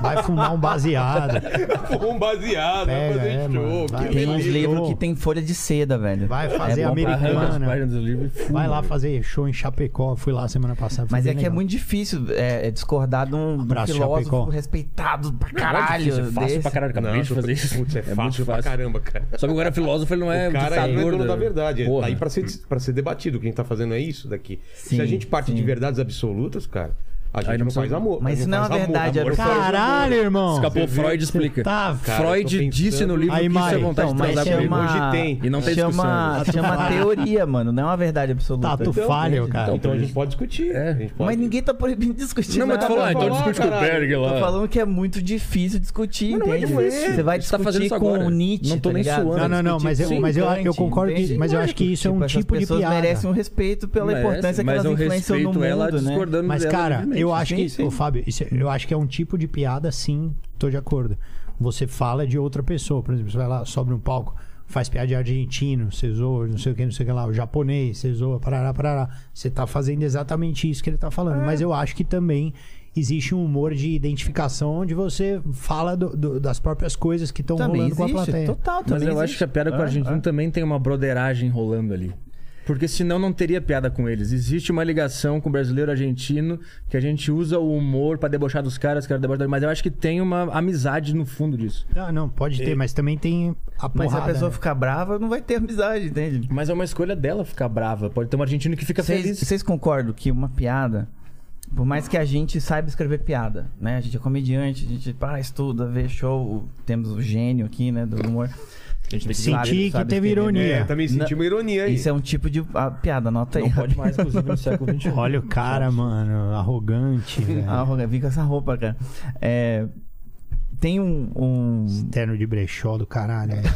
Speaker 3: Vai fumar um baseado.
Speaker 2: Um baseado,
Speaker 3: Pega,
Speaker 2: fazer
Speaker 3: é,
Speaker 2: show.
Speaker 3: mano.
Speaker 2: que
Speaker 3: Vai.
Speaker 4: Tem uns
Speaker 3: Show.
Speaker 4: livros que tem folha de seda, velho. É
Speaker 3: Vai fazer
Speaker 4: bom pra
Speaker 3: americano.
Speaker 4: arrancar.
Speaker 6: Arranca as
Speaker 3: Bacana.
Speaker 6: páginas do livro e fuma.
Speaker 3: Vai lá fazer show em Chapecó. Fui lá semana passada. foi
Speaker 4: Mas é
Speaker 3: bem
Speaker 4: que é
Speaker 3: legal.
Speaker 4: muito difícil é, é discordar de um, de um
Speaker 3: Abraço,
Speaker 4: filósofo
Speaker 3: Chapecó.
Speaker 4: respeitado pra
Speaker 6: Não é
Speaker 4: caralho.
Speaker 6: difícil, é fácil
Speaker 4: desse.
Speaker 6: pra caralho. Acabei
Speaker 2: Não,
Speaker 6: de fazer isso.
Speaker 2: Putz, é, fácil
Speaker 6: muito
Speaker 2: pra caramba, cara.
Speaker 6: Só que agora filósofo ele não é
Speaker 2: O cara
Speaker 6: ditador
Speaker 2: não é dono da
Speaker 6: da
Speaker 2: verdade. É,
Speaker 6: Porra.
Speaker 2: tá aí pra ser, pra ser debatido. O que a gente tá fazendo é isso daqui. Se
Speaker 4: Sim,
Speaker 2: a gente parte de verdades absolutas, cara, a gente
Speaker 6: não
Speaker 2: não,
Speaker 6: precisa-
Speaker 2: faz amor.
Speaker 4: Mas isso não é
Speaker 2: faz
Speaker 4: uma
Speaker 2: amor.
Speaker 4: verdade
Speaker 2: Amor
Speaker 4: absoluta.
Speaker 2: faz-
Speaker 3: Caralho, irmão.
Speaker 6: Escapou Freud explica.
Speaker 3: Tá,
Speaker 2: Cara, eu
Speaker 6: Freud
Speaker 2: tô pensando-
Speaker 6: disse no livro
Speaker 3: Aí,
Speaker 6: que isso é
Speaker 3: Mari,
Speaker 6: vontade
Speaker 4: Então,
Speaker 6: de
Speaker 4: mas
Speaker 6: transar
Speaker 2: comigo.
Speaker 4: chama...
Speaker 2: Hoje tem.
Speaker 6: E não tá tem
Speaker 4: chama...
Speaker 3: discussão.
Speaker 4: Chama teoria, mano. Não é uma verdade absoluta.
Speaker 3: tá tu falho,
Speaker 6: entende,
Speaker 3: cara.
Speaker 2: Então a gente pode discutir.
Speaker 6: É.
Speaker 2: A gente pode...
Speaker 4: Mas ninguém tá proibindo de discutir
Speaker 6: Não, mas tu
Speaker 4: nada.
Speaker 6: falou, ah, então
Speaker 2: falar,
Speaker 6: discute com o
Speaker 2: caralho.
Speaker 6: Berg
Speaker 4: Tô
Speaker 6: lá.
Speaker 4: falando que é muito difícil discutir,
Speaker 2: não é
Speaker 4: entende?
Speaker 2: difícil.
Speaker 4: Você vai
Speaker 6: Você tá
Speaker 4: discutir
Speaker 6: fazendo isso
Speaker 4: com
Speaker 6: agora.
Speaker 4: o Nietzsche,
Speaker 6: Não tô
Speaker 4: tá
Speaker 6: nem
Speaker 4: ligado?
Speaker 6: suando.
Speaker 3: Não, não, não, mas eu,
Speaker 6: Sim,
Speaker 3: mas eu,
Speaker 4: entende,
Speaker 3: eu concordo, que,
Speaker 4: entende?
Speaker 3: mas eu acho que isso é um
Speaker 4: Tipo,
Speaker 3: tipo de
Speaker 4: As pessoas
Speaker 3: piada.
Speaker 4: merecem um respeito pela
Speaker 6: Merece,
Speaker 4: importância que
Speaker 6: mas
Speaker 4: elas
Speaker 6: eu
Speaker 4: influenciam no
Speaker 6: respeito é
Speaker 4: mundo,
Speaker 6: ela
Speaker 4: né?
Speaker 6: discordando
Speaker 3: Mas,
Speaker 6: dela
Speaker 3: cara,
Speaker 6: livremente.
Speaker 3: eu acho
Speaker 4: Sim,
Speaker 3: que,
Speaker 4: sim.
Speaker 3: ô, Fábio, isso é- eu acho que é um tipo de piada, sim, tô de acordo. Você fala de outra pessoa, por exemplo, você vai lá, sobe um palco, faz piada de argentino, você zoa, não sei o que, não sei o que lá, o japonês, você zoa, parará, parará. Você tá fazendo exatamente isso que ele tá
Speaker 4: É.
Speaker 3: falando. Mas eu acho que também existe um humor de identificação onde você fala do- do- das próprias coisas que estão rolando
Speaker 4: Também
Speaker 3: com a
Speaker 4: existe.
Speaker 3: plateia.
Speaker 4: Total, também
Speaker 6: Mas eu acho
Speaker 4: existe.
Speaker 6: que é a piada com o
Speaker 4: Ah,
Speaker 6: argentino também tem uma broderagem rolando ali. Porque senão não teria piada com eles. Existe uma ligação com o brasileiro argentino que a gente usa o humor pra debochar dos caras, os caras debocham. Mas eu acho que tem uma amizade no fundo disso.
Speaker 3: Não, Ah, não, pode ter, mas também tem a porrada.
Speaker 4: Mas se a pessoa
Speaker 3: né?
Speaker 4: ficar brava, não vai ter amizade, entende?
Speaker 6: Mas é uma escolha dela ficar brava. Pode ter um argentino que fica
Speaker 4: Vocês
Speaker 6: feliz.
Speaker 4: vocês concordam que uma piada, por mais que a gente saiba escrever piada, né? A gente é comediante, a gente pá, estuda, vê show, temos o gênio aqui, né, do humor.
Speaker 6: A gente tem
Speaker 3: Senti
Speaker 4: sabe-
Speaker 3: que
Speaker 4: sabe né?
Speaker 3: teve
Speaker 4: escrever.
Speaker 3: ironia.
Speaker 2: É, também senti uma ironia aí.
Speaker 4: Isso é um tipo de ah, piada, anota aí.
Speaker 6: Não pode mais, inclusive, no século um. XXI.
Speaker 3: Olha o cara, mano, arrogante, velho.
Speaker 4: Ah, Roger, vim com essa roupa, cara. É, tem um, um-
Speaker 3: Terno de brechó do caralho. velho.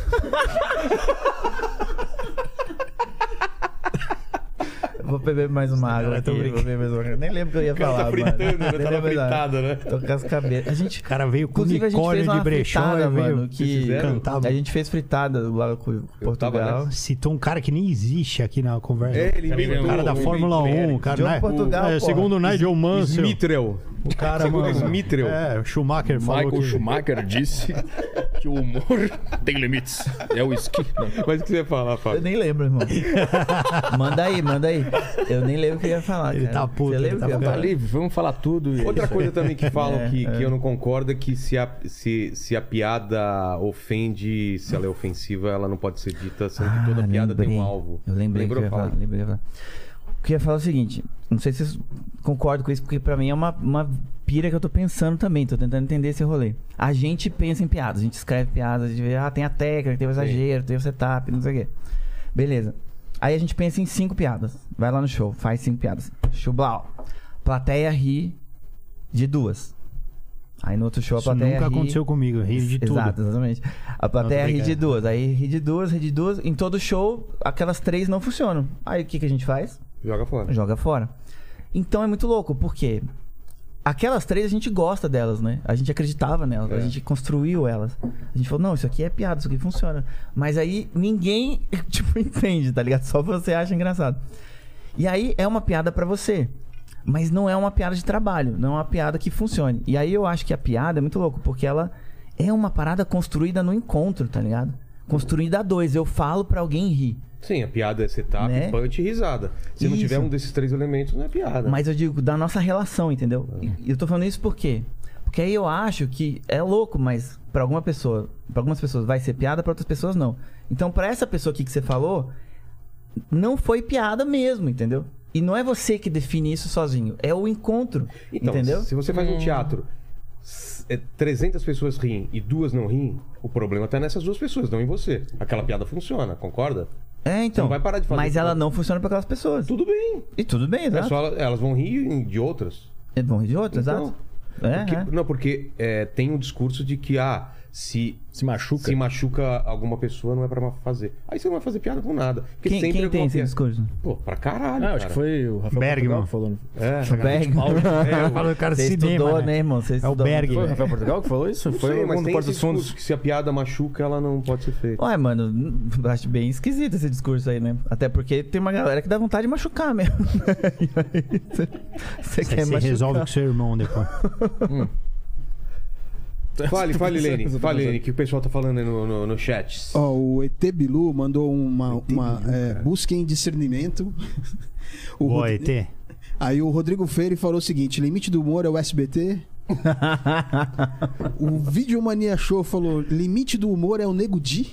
Speaker 4: Vou beber mais uma água aqui. Vou beber mais uma água. Nem lembro o que eu ia
Speaker 2: cara
Speaker 4: falar.
Speaker 2: tá
Speaker 4: mano.
Speaker 2: fritando, né?
Speaker 4: Nem
Speaker 2: Tá na
Speaker 4: lembro nada.
Speaker 2: fritada, né?
Speaker 4: Tô com as cabeças. A gente...
Speaker 3: O cara veio com
Speaker 4: Inclusive, a gente fez
Speaker 3: unicórnio de
Speaker 4: uma
Speaker 3: brechó né,
Speaker 4: fritada,
Speaker 3: e veio.
Speaker 4: mano,
Speaker 2: Vocês
Speaker 4: que...
Speaker 2: fizeram?
Speaker 4: A gente fez fritada lá com o Portugal.
Speaker 2: nessa.
Speaker 3: Citou um cara que nem existe aqui na conversa.
Speaker 2: É, ele inventou,
Speaker 3: o cara da
Speaker 2: ele
Speaker 3: Fórmula
Speaker 2: inventou,
Speaker 3: 1,
Speaker 2: ele-
Speaker 3: o cara.
Speaker 4: Diogo
Speaker 3: né?
Speaker 4: Portugal,
Speaker 3: é,
Speaker 4: porra.
Speaker 3: segundo o Nigel Mansell.
Speaker 2: Mithril.
Speaker 3: O cara,
Speaker 2: Segundo
Speaker 3: mano.
Speaker 2: Smithrill.
Speaker 3: É, o Schumacher falou
Speaker 6: Michael
Speaker 3: que...
Speaker 6: Schumacher disse que o humor tem limites. É o esqui. Não.
Speaker 2: Mas o que você ia falar,
Speaker 4: Eu
Speaker 2: Fábio?
Speaker 4: nem lembro, irmão. manda aí, manda aí. Eu nem lembro o que eu ia falar.
Speaker 3: Ele
Speaker 4: cara.
Speaker 3: tá puto,
Speaker 4: Você
Speaker 3: ele
Speaker 4: lembra
Speaker 3: tá
Speaker 4: o que eu ia
Speaker 3: puto.
Speaker 6: Tá
Speaker 4: falar?
Speaker 6: livre, vamos falar tudo. e é
Speaker 2: Outra
Speaker 6: isso.
Speaker 2: coisa também que falam
Speaker 4: É,
Speaker 2: que, que
Speaker 4: é.
Speaker 2: eu não concordo é que se a, se, se a piada ofende, se ela é ofensiva, ela não pode ser dita, sendo que toda
Speaker 4: Ah,
Speaker 2: piada tem
Speaker 4: lembrei.
Speaker 2: um alvo.
Speaker 4: Eu lembrei
Speaker 2: Lembrou?
Speaker 4: que eu ia
Speaker 2: Fala
Speaker 4: falar.
Speaker 2: aí.
Speaker 4: Lembrei, que eu ia falar. O que eu ia falar é o seguinte, não sei se vocês concordam com isso, porque pra mim é uma, uma pira que eu tô pensando também, tô tentando entender esse rolê. A gente pensa em piadas, a gente escreve piadas, a gente vê, ah, tem a técnica, tem o exagero, tem o setup, não sei o quê. Beleza. Aí a gente pensa em cinco piadas. Vai lá no show, faz cinco piadas. Chublau. Plateia ri de duas. Aí no outro show
Speaker 3: Isso
Speaker 4: a plateia
Speaker 3: nunca
Speaker 4: ri...
Speaker 3: aconteceu comigo, ri de tudo.
Speaker 4: Exato, exatamente. A plateia
Speaker 3: Muito
Speaker 4: ri de
Speaker 3: obrigado.
Speaker 4: duas. Aí ri de duas, ri de duas. Em todo show, aquelas três não funcionam. Aí o que, que a gente faz?
Speaker 2: Joga fora.
Speaker 4: Joga fora. Então é muito louco, porque aquelas três a gente gosta delas, né? A gente acreditava nelas, a gente construiu elas. A gente falou, não, isso aqui é piada, isso aqui funciona. Mas aí ninguém, tipo, entende, tá ligado? Só você acha engraçado. E aí é uma piada pra você. Mas não é uma piada de trabalho, não é uma piada que funcione. E aí eu acho que a piada é muito louco, porque ela é uma parada construída no encontro, tá ligado? construída a dois. Eu falo pra alguém rir.
Speaker 2: Sim, a piada é setup,
Speaker 4: Né?
Speaker 2: punch e risada. Se não
Speaker 4: Isso.
Speaker 2: tiver um desses três elementos, não é piada.
Speaker 4: Mas eu digo da nossa relação, entendeu? E eu tô falando isso por quê? Porque aí eu acho que é louco, mas pra alguma pessoa, para algumas pessoas vai ser piada, pra outras pessoas não. Então, pra essa pessoa aqui que você falou, não foi piada mesmo, entendeu? E não é você que define isso sozinho, é o encontro,
Speaker 2: Então,
Speaker 4: entendeu?
Speaker 2: se você faz um teatro, s- é, 300 pessoas riem e duas não riem, o problema tá nessas duas pessoas, não em você. Aquela piada funciona, concorda?
Speaker 4: É, então.
Speaker 2: não vai parar de fazer
Speaker 4: mas
Speaker 2: isso,
Speaker 4: ela
Speaker 2: né?
Speaker 4: não funciona pra aquelas pessoas.
Speaker 2: Tudo bem.
Speaker 4: E tudo bem,
Speaker 2: É
Speaker 4: exato.
Speaker 2: só ela- elas vão rir de outras.
Speaker 4: É bom de outro,
Speaker 2: Então,
Speaker 4: exato. É,
Speaker 2: Porque-
Speaker 4: é.
Speaker 2: Não, porque é, tem um discurso de que, ah, se
Speaker 6: Se machuca.
Speaker 2: se machuca alguma pessoa, não é pra fazer. Aí você não vai fazer piada com nada. Porque
Speaker 4: Quem,
Speaker 2: sempre
Speaker 4: quem
Speaker 2: alguma
Speaker 4: tem esse
Speaker 2: piada-
Speaker 4: discurso?
Speaker 2: Pô, pra
Speaker 6: Ah,
Speaker 2: caralho.
Speaker 6: acho
Speaker 2: cara.
Speaker 6: que foi o Rafael
Speaker 3: Bergman.
Speaker 6: Portugal que falou. né? no-
Speaker 2: É.
Speaker 4: Berg.
Speaker 3: Fala o cara do
Speaker 4: É, Você
Speaker 3: cinema,
Speaker 4: estudou,
Speaker 3: né?
Speaker 4: né, irmão? Você
Speaker 3: É o
Speaker 4: estudou
Speaker 3: Berg.
Speaker 4: muito.
Speaker 6: Foi o
Speaker 3: velho.
Speaker 6: Rafael Portugal que falou isso? Foi
Speaker 2: Foi,
Speaker 6: o
Speaker 2: mas
Speaker 6: mundo
Speaker 2: tem esse
Speaker 6: Porta dos
Speaker 2: discurso
Speaker 6: Fundos.
Speaker 2: que se a piada machuca, ela não pode ser feita.
Speaker 4: Ué, mano, eu acho bem esquisito esse discurso aí, né? Até porque tem uma galera que dá vontade de machucar mesmo. Você
Speaker 3: Você
Speaker 4: quer machucar.
Speaker 3: resolve com seu irmão depois.
Speaker 2: Fale, fale, Lene.
Speaker 6: pensando, tô
Speaker 2: Fale,
Speaker 6: pensando.
Speaker 2: Lene, que o pessoal tá falando aí no, no, no chat.
Speaker 5: Ó, o ET Bilu mandou uma, uma é, busca em discernimento. O
Speaker 3: Boa,
Speaker 5: Rodri-
Speaker 3: ET.
Speaker 5: Aí o Rodrigo Freire falou o seguinte: limite do humor é o SBT. o Videomania Show falou: limite do humor é o Nego Di.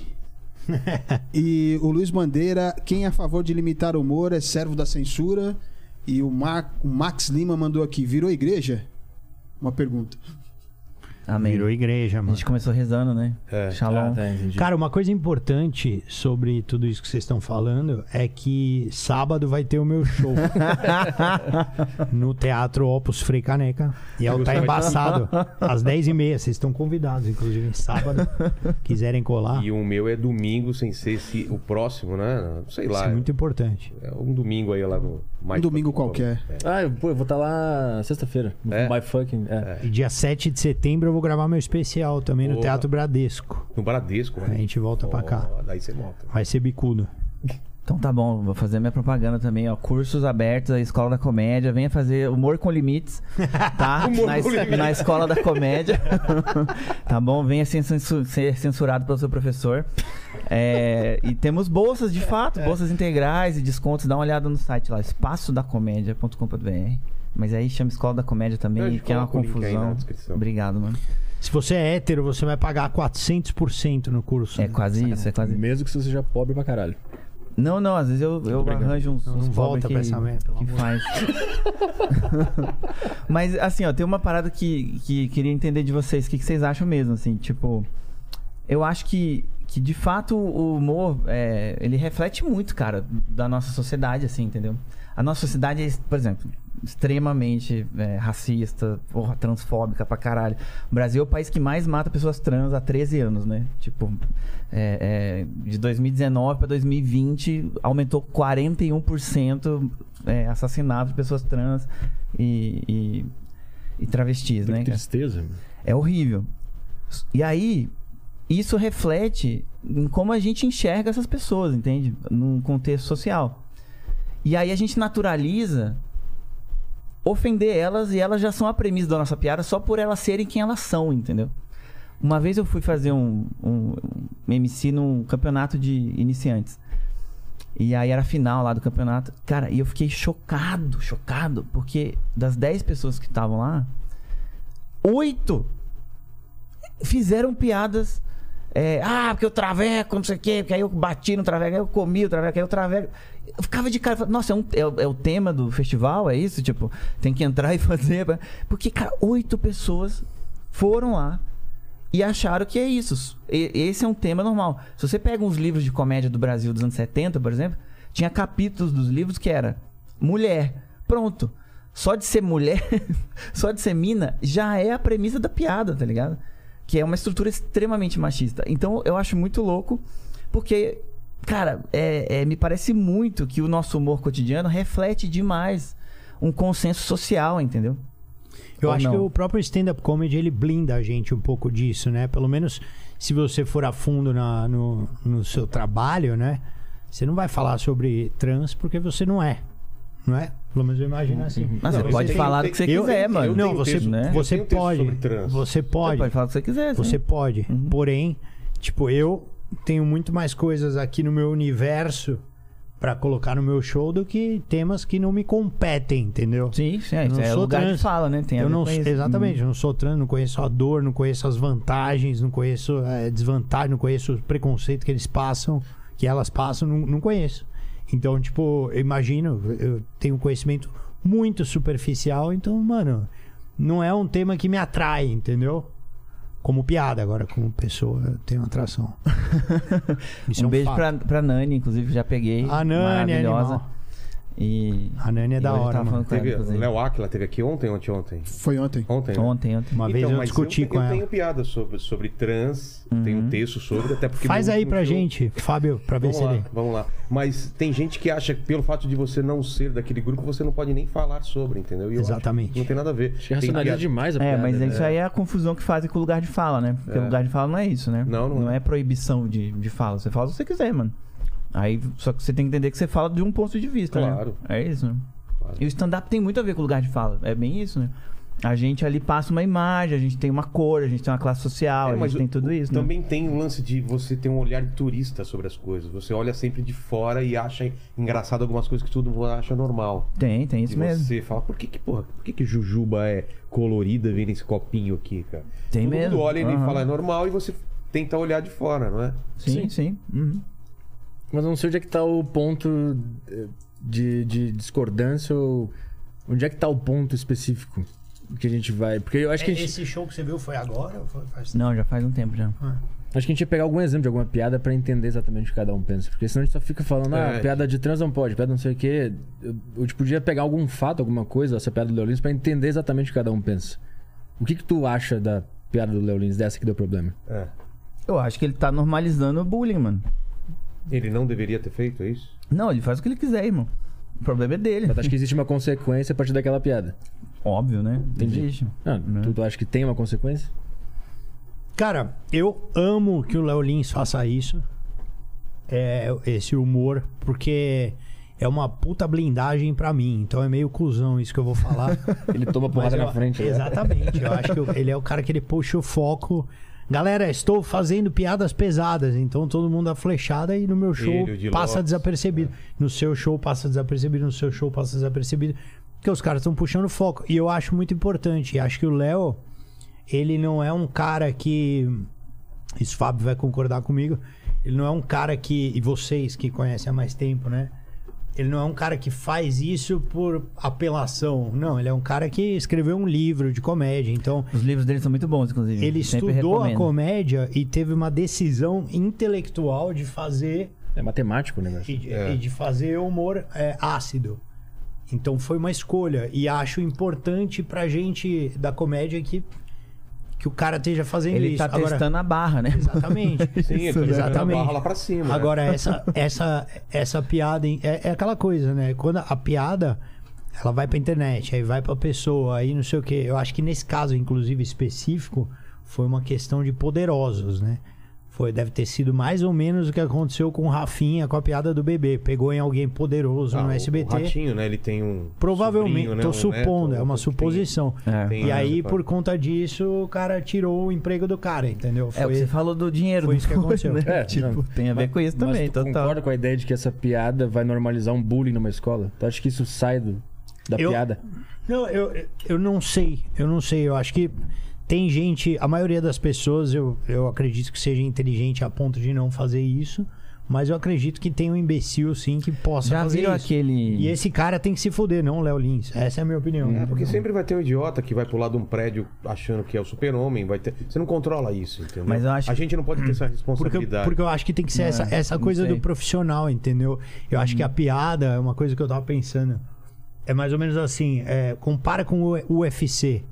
Speaker 5: e o Luiz Bandeira, quem é a favor de limitar o humor é servo da censura. E o, Mar- o Max Lima mandou aqui: virou igreja? Uma pergunta.
Speaker 4: Amém.
Speaker 3: Virou igreja,
Speaker 4: A
Speaker 3: mano.
Speaker 4: gente começou rezando, né?
Speaker 2: É.
Speaker 4: Shalom.
Speaker 6: Ah, tá, entendi.
Speaker 3: Cara, uma coisa importante sobre tudo isso que vocês estão falando é que sábado vai ter o meu show no Teatro Opus Frei Caneca. E é o Tá
Speaker 2: Gustavo,
Speaker 3: Embaçado, às 10h30. Vocês estão convidados, inclusive, sábado. Quiserem colar,
Speaker 2: E o meu é domingo, sem ser esse, o próximo, né? Sei
Speaker 3: isso
Speaker 2: lá.
Speaker 3: é muito importante.
Speaker 2: É um domingo aí lá no.
Speaker 5: Um domingo qualquer.
Speaker 6: Ah, eu, pô, eu vou estar lá sexta-feira. no
Speaker 2: É?
Speaker 6: My fucking. É.
Speaker 3: E dia 7 de setembro eu vou gravar meu especial também no
Speaker 2: Boa.
Speaker 3: Teatro Bradesco.
Speaker 2: No Bradesco, né?
Speaker 3: A gente volta pra cá. Tá,
Speaker 2: Ó, Daí você monta.
Speaker 3: Vai ser bicudo.
Speaker 4: Então tá bom, vou fazer minha propaganda também, ó. Cursos abertos, a Escola da Comédia. Venha fazer Humor com Limites, tá?
Speaker 2: Humor
Speaker 4: na,
Speaker 2: com limites.
Speaker 4: na Escola da Comédia. tá bom? Venha ser, censu- ser censurado pelo seu professor. É, e temos bolsas, de fato,
Speaker 2: É.
Speaker 4: bolsas integrais e descontos. Dá uma olhada no site lá, espaçodacomédia.com.br. Mas aí chama Escola da Comédia
Speaker 2: Eu
Speaker 4: também,
Speaker 2: acho que
Speaker 4: que é uma
Speaker 2: coloca o link aí na
Speaker 4: confusão.
Speaker 2: descrição.
Speaker 4: Obrigado, mano.
Speaker 3: Se você é hétero, você vai pagar 400% no curso.
Speaker 4: É quase isso, é quase isso.
Speaker 6: Mesmo que você seja pobre pra caralho.
Speaker 4: Não, não, às vezes eu, eu arranjo uns,
Speaker 3: Não,
Speaker 4: uns
Speaker 3: não
Speaker 4: pobre
Speaker 3: volta
Speaker 4: que,
Speaker 3: pra essa merda, pelo
Speaker 4: que
Speaker 3: amor.
Speaker 4: faz. Mas assim, ó, tem uma parada que, que queria entender de vocês, o que, que vocês acham mesmo, assim, tipo, eu acho que, que de fato o humor, é, ele reflete muito, cara, da nossa sociedade, assim, entendeu? A nossa sociedade é, por exemplo, extremamente é, racista, porra, transfóbica pra caralho. O Brasil é o país que mais mata pessoas trans há 13 anos, né? Tipo, é, é, de 2019 pra 2020 aumentou 41% é, assassinato de pessoas trans e, e, e travestis, né?
Speaker 6: Que
Speaker 4: cara?
Speaker 6: tristeza. mano.
Speaker 4: É horrível. E aí, isso reflete em como a gente enxerga essas pessoas, entende? Num contexto social. E aí a gente naturaliza ofender elas e elas já são a premissa da nossa piada só por elas serem quem elas são, entendeu? Uma vez eu fui fazer um, um, um MC num campeonato de iniciantes. E aí era a final lá do campeonato. Cara, e eu fiquei chocado, chocado, porque das 10 pessoas que estavam lá, oito fizeram piadas. é, ah, porque eu traveco, não sei o quê, porque aí eu bati no traveco, aí eu comi o traveco, aí eu traveco. Eu ficava de cara, falava, nossa, é, um- é o- é o tema do festival, é isso? Tipo, tem que entrar e fazer. pra- Porque, cara, oito pessoas foram lá e acharam que é isso. E- esse é um tema normal. Se você pega uns livros de comédia do Brasil dos anos 70, por exemplo, tinha capítulos dos livros que era mulher. Pronto. Só de ser mulher, só de ser mina, já é a premissa da piada, tá ligado? Que é uma estrutura extremamente machista. Então eu acho muito louco, porque, cara, é- é, me parece muito que o nosso humor cotidiano reflete demais um consenso social, entendeu?
Speaker 3: Eu
Speaker 4: Ou
Speaker 3: acho que
Speaker 4: não?
Speaker 3: o próprio stand-up comedy ele blinda a gente um pouco disso, né? Pelo menos se você for a fundo na- no, no seu trabalho, né? Você não vai falar sobre trans porque você não é. Não é? Pelo menos eu imagino assim.
Speaker 4: Mas
Speaker 2: Não,
Speaker 4: você
Speaker 2: mas
Speaker 4: pode
Speaker 2: tem-
Speaker 4: falar
Speaker 2: tem-
Speaker 4: o que você
Speaker 3: eu-
Speaker 4: quiser,
Speaker 2: eu-
Speaker 4: mano.
Speaker 2: eu-
Speaker 3: Não,
Speaker 2: tenho
Speaker 3: você,
Speaker 2: texto, né?
Speaker 3: você
Speaker 2: Eu tenho texto
Speaker 3: pode.
Speaker 2: sobre
Speaker 3: Você
Speaker 2: trans.
Speaker 4: Você
Speaker 3: pode.
Speaker 4: Uhum. pode falar o que você quiser. sim.
Speaker 3: Você pode. Porém, tipo, eu tenho muito mais coisas aqui no meu universo pra colocar no meu show do que temas que não me competem, entendeu?
Speaker 4: Sim, sim, é,
Speaker 3: Eu
Speaker 4: isso
Speaker 3: não
Speaker 4: é
Speaker 3: sou
Speaker 4: lugar
Speaker 3: trans.
Speaker 4: de fala, né? Tem a
Speaker 3: eu
Speaker 4: ver
Speaker 3: não
Speaker 4: com isso.
Speaker 3: exatamente, eu não sou trans, não conheço a dor, não conheço as vantagens, não conheço a desvantagem, não conheço o preconceito que eles passam, que elas passam, não, não conheço. Então, tipo, eu imagino, eu tenho um conhecimento muito superficial, então, mano, não é um tema que me atrai, entendeu? Como piada agora, como pessoa, eu tenho atração. Isso é
Speaker 4: um beijo
Speaker 3: fato.
Speaker 4: pra, pra Nani, inclusive, já peguei.
Speaker 3: A Nani é
Speaker 4: maravilhosa.
Speaker 3: animal.
Speaker 4: E.
Speaker 3: A Nani é
Speaker 4: e
Speaker 3: da
Speaker 4: hoje eu
Speaker 3: hora,
Speaker 4: tava
Speaker 3: mano.
Speaker 4: falando com ela,
Speaker 2: Teve, o
Speaker 4: inclusive.
Speaker 2: Léo Aquila teve aqui ontem, ontem, ontem.
Speaker 5: Foi ontem.
Speaker 2: Ontem. né?
Speaker 4: Ontem, ontem.
Speaker 3: Uma vez
Speaker 2: Então,
Speaker 3: eu
Speaker 2: mas
Speaker 3: discuti
Speaker 2: eu,
Speaker 3: com
Speaker 2: eu
Speaker 3: ela.
Speaker 2: tenho piada sobre, sobre trans, tem
Speaker 4: Uhum.
Speaker 2: um texto sobre, até porque.
Speaker 3: Faz
Speaker 2: meu
Speaker 3: aí
Speaker 2: último
Speaker 3: pra
Speaker 2: show-
Speaker 3: gente, Fábio, pra ver
Speaker 2: Vamos
Speaker 3: se
Speaker 2: lá,
Speaker 3: ele.
Speaker 2: vamos lá. Mas tem gente que acha que pelo fato de você não ser daquele grupo, você não pode nem falar sobre, entendeu? E eu acho que
Speaker 3: Exatamente.
Speaker 2: Não tem nada a ver.
Speaker 6: Acho que
Speaker 2: Tem
Speaker 6: racionaliza
Speaker 2: piada-
Speaker 6: demais a
Speaker 4: É,
Speaker 6: piada,
Speaker 4: mas
Speaker 6: né?
Speaker 4: isso aí é a confusão que fazem com o lugar de fala, né? Porque o lugar de fala não é isso, né?
Speaker 2: Não, não
Speaker 4: Não
Speaker 2: é.
Speaker 4: é proibição de, de fala. Você fala o que você quiser, mano. Aí, só que você tem que entender que você fala de um ponto de vista,
Speaker 2: Claro.
Speaker 4: né? É isso, né?
Speaker 2: Claro.
Speaker 4: E o stand-up tem muito a ver com o lugar de fala. É bem isso, né? A gente ali passa uma imagem, a gente tem uma cor, a gente tem uma classe social,
Speaker 2: É,
Speaker 4: a gente
Speaker 2: o-
Speaker 4: tem tudo isso, né?
Speaker 2: Também tem um lance de você ter um olhar de turista sobre as coisas. Você olha sempre de fora e acha engraçado algumas coisas que todo mundo acha normal.
Speaker 4: Tem, tem
Speaker 2: E
Speaker 4: isso mesmo.
Speaker 2: você fala, por que que, porra, por que que Jujuba é colorida vem nesse copinho aqui, cara?
Speaker 4: Tem
Speaker 2: todo
Speaker 4: mesmo.
Speaker 2: mundo olha e
Speaker 4: Aham.
Speaker 2: fala, é normal, e você tenta olhar de fora, não é?
Speaker 4: Sim, sim. Uhum.
Speaker 6: Mas eu não sei onde é que tá o ponto eh, de, de discordância ou onde é que tá o ponto específico que a gente vai. Porque eu acho que a gente,
Speaker 3: Esse show que você viu foi agora? Ou foi faz
Speaker 4: Não, já faz um tempo já.
Speaker 6: acho que a gente ia pegar algum exemplo de alguma piada pra entender exatamente o que cada um pensa. Porque senão a gente só fica falando, ah,
Speaker 2: É.
Speaker 6: piada de trans não pode, piada não sei o quê. Eu, eu tipo, podia pegar algum fato, alguma coisa, essa piada do Leolins, pra entender exatamente o que cada um pensa. O que que tu acha da piada do Leolins, dessa que deu problema?
Speaker 2: É.
Speaker 4: Eu acho que ele tá normalizando o bullying, mano.
Speaker 2: Ele não deveria ter feito é isso?
Speaker 4: Não, ele faz o que ele quiser, irmão. O problema é dele.
Speaker 6: Mas acho que existe uma consequência a partir daquela piada.
Speaker 4: Óbvio, né?
Speaker 6: Entendi.
Speaker 4: Existe.
Speaker 6: Ah, tu, tu acha que tem uma consequência?
Speaker 3: Cara, eu amo que o Léo Lins faça isso. É, esse humor, porque é uma puta blindagem pra mim. Então é meio cuzão isso que eu vou falar.
Speaker 6: Ele toma
Speaker 3: Mas
Speaker 6: porrada
Speaker 3: eu-
Speaker 6: na frente. né?
Speaker 3: Exatamente. Eu acho que eu- ele é o cara que ele puxa o foco. Galera, estou fazendo piadas pesadas, então todo mundo dá flechada e no meu show
Speaker 2: Filho de
Speaker 3: passa
Speaker 2: Lopes,
Speaker 3: desapercebido. No seu show passa desapercebido, no seu show passa desapercebido. Porque os caras estão puxando foco. E eu acho muito importante. E acho que o Léo, ele não é um cara que. Isso o Fábio vai concordar comigo. Ele não é um cara que. E vocês que conhecem há mais tempo, né? Ele não é um cara que faz isso por apelação. Não, ele é um cara que escreveu um livro de comédia. Então,
Speaker 4: Os livros dele são muito bons, inclusive.
Speaker 3: ele
Speaker 4: Sempre
Speaker 3: estudou a
Speaker 4: recomendo.
Speaker 3: comédia e teve uma decisão intelectual de fazer
Speaker 6: É matemático o negócio.
Speaker 3: e,
Speaker 2: É.
Speaker 3: e de fazer humor é, ácido. Então foi uma escolha e acho importante pra gente da comédia que, que o cara esteja fazendo
Speaker 4: Ele
Speaker 3: isso.
Speaker 4: tá
Speaker 3: Agora-
Speaker 4: testando a barra, né?
Speaker 3: Exatamente.
Speaker 2: Sim, ele tá jogando
Speaker 3: exatamente.
Speaker 2: a barra lá pra cima. né?
Speaker 3: Agora, essa, essa, essa piada hein, é, é aquela coisa, né? Quando a piada ela vai pra internet, aí vai pra pessoa, aí não sei o que. Eu acho que nesse caso, inclusive específico, foi uma questão de poderosos, né? Foi, deve ter sido mais ou menos o que aconteceu com o Rafinha com a piada do bebê. Pegou em alguém poderoso
Speaker 2: Ah,
Speaker 3: no
Speaker 2: o-
Speaker 3: SBT.
Speaker 2: O ratinho, né? Ele tem um.
Speaker 3: Provavelmente,
Speaker 2: sobrinho, né?
Speaker 3: tô
Speaker 2: Um
Speaker 3: supondo,
Speaker 2: neto,
Speaker 3: é uma
Speaker 2: que tem-
Speaker 3: suposição.
Speaker 4: É.
Speaker 2: tem
Speaker 3: e aí,
Speaker 2: essa
Speaker 3: por
Speaker 2: parte.
Speaker 3: conta disso, o cara tirou o emprego do cara, entendeu?
Speaker 4: É o que você falou do dinheiro.
Speaker 3: foi
Speaker 4: não
Speaker 3: isso que
Speaker 4: foi,
Speaker 3: aconteceu.
Speaker 4: né?
Speaker 6: É,
Speaker 4: tipo,
Speaker 6: não.
Speaker 4: tem a ver com isso também,
Speaker 6: Mas tu
Speaker 4: total.
Speaker 6: concorda com a ideia de que essa piada vai normalizar um bullying numa escola? Tu acha que isso sai do, da
Speaker 3: Eu-
Speaker 6: piada?
Speaker 3: Não, eu, eu não sei. Eu não sei. Eu acho que tem gente. A maioria das pessoas, eu, eu acredito que seja inteligente a ponto de não fazer isso. Mas eu acredito que tem um imbecil, sim, que possa
Speaker 4: Já
Speaker 3: fazer
Speaker 4: viram
Speaker 3: isso.
Speaker 4: aquele-
Speaker 3: E esse cara tem que se foder, não, o Léo Lins. Essa é a minha opinião.
Speaker 2: É, porque sempre vai ter um idiota que vai pular de um prédio achando que é o super-homem. Vai ter... Você não controla isso, entendeu?
Speaker 4: Mas eu acho-
Speaker 2: A gente não pode ter essa
Speaker 3: Porque, eu-
Speaker 2: responsabilidade. né?
Speaker 3: porque eu acho que tem que ser essa, essa
Speaker 4: não
Speaker 3: coisa do
Speaker 4: sei. Hum.
Speaker 3: profissional, entendeu? Eu acho que a piada é uma coisa que eu tava pensando. É mais ou menos assim, é, compara com o UFC.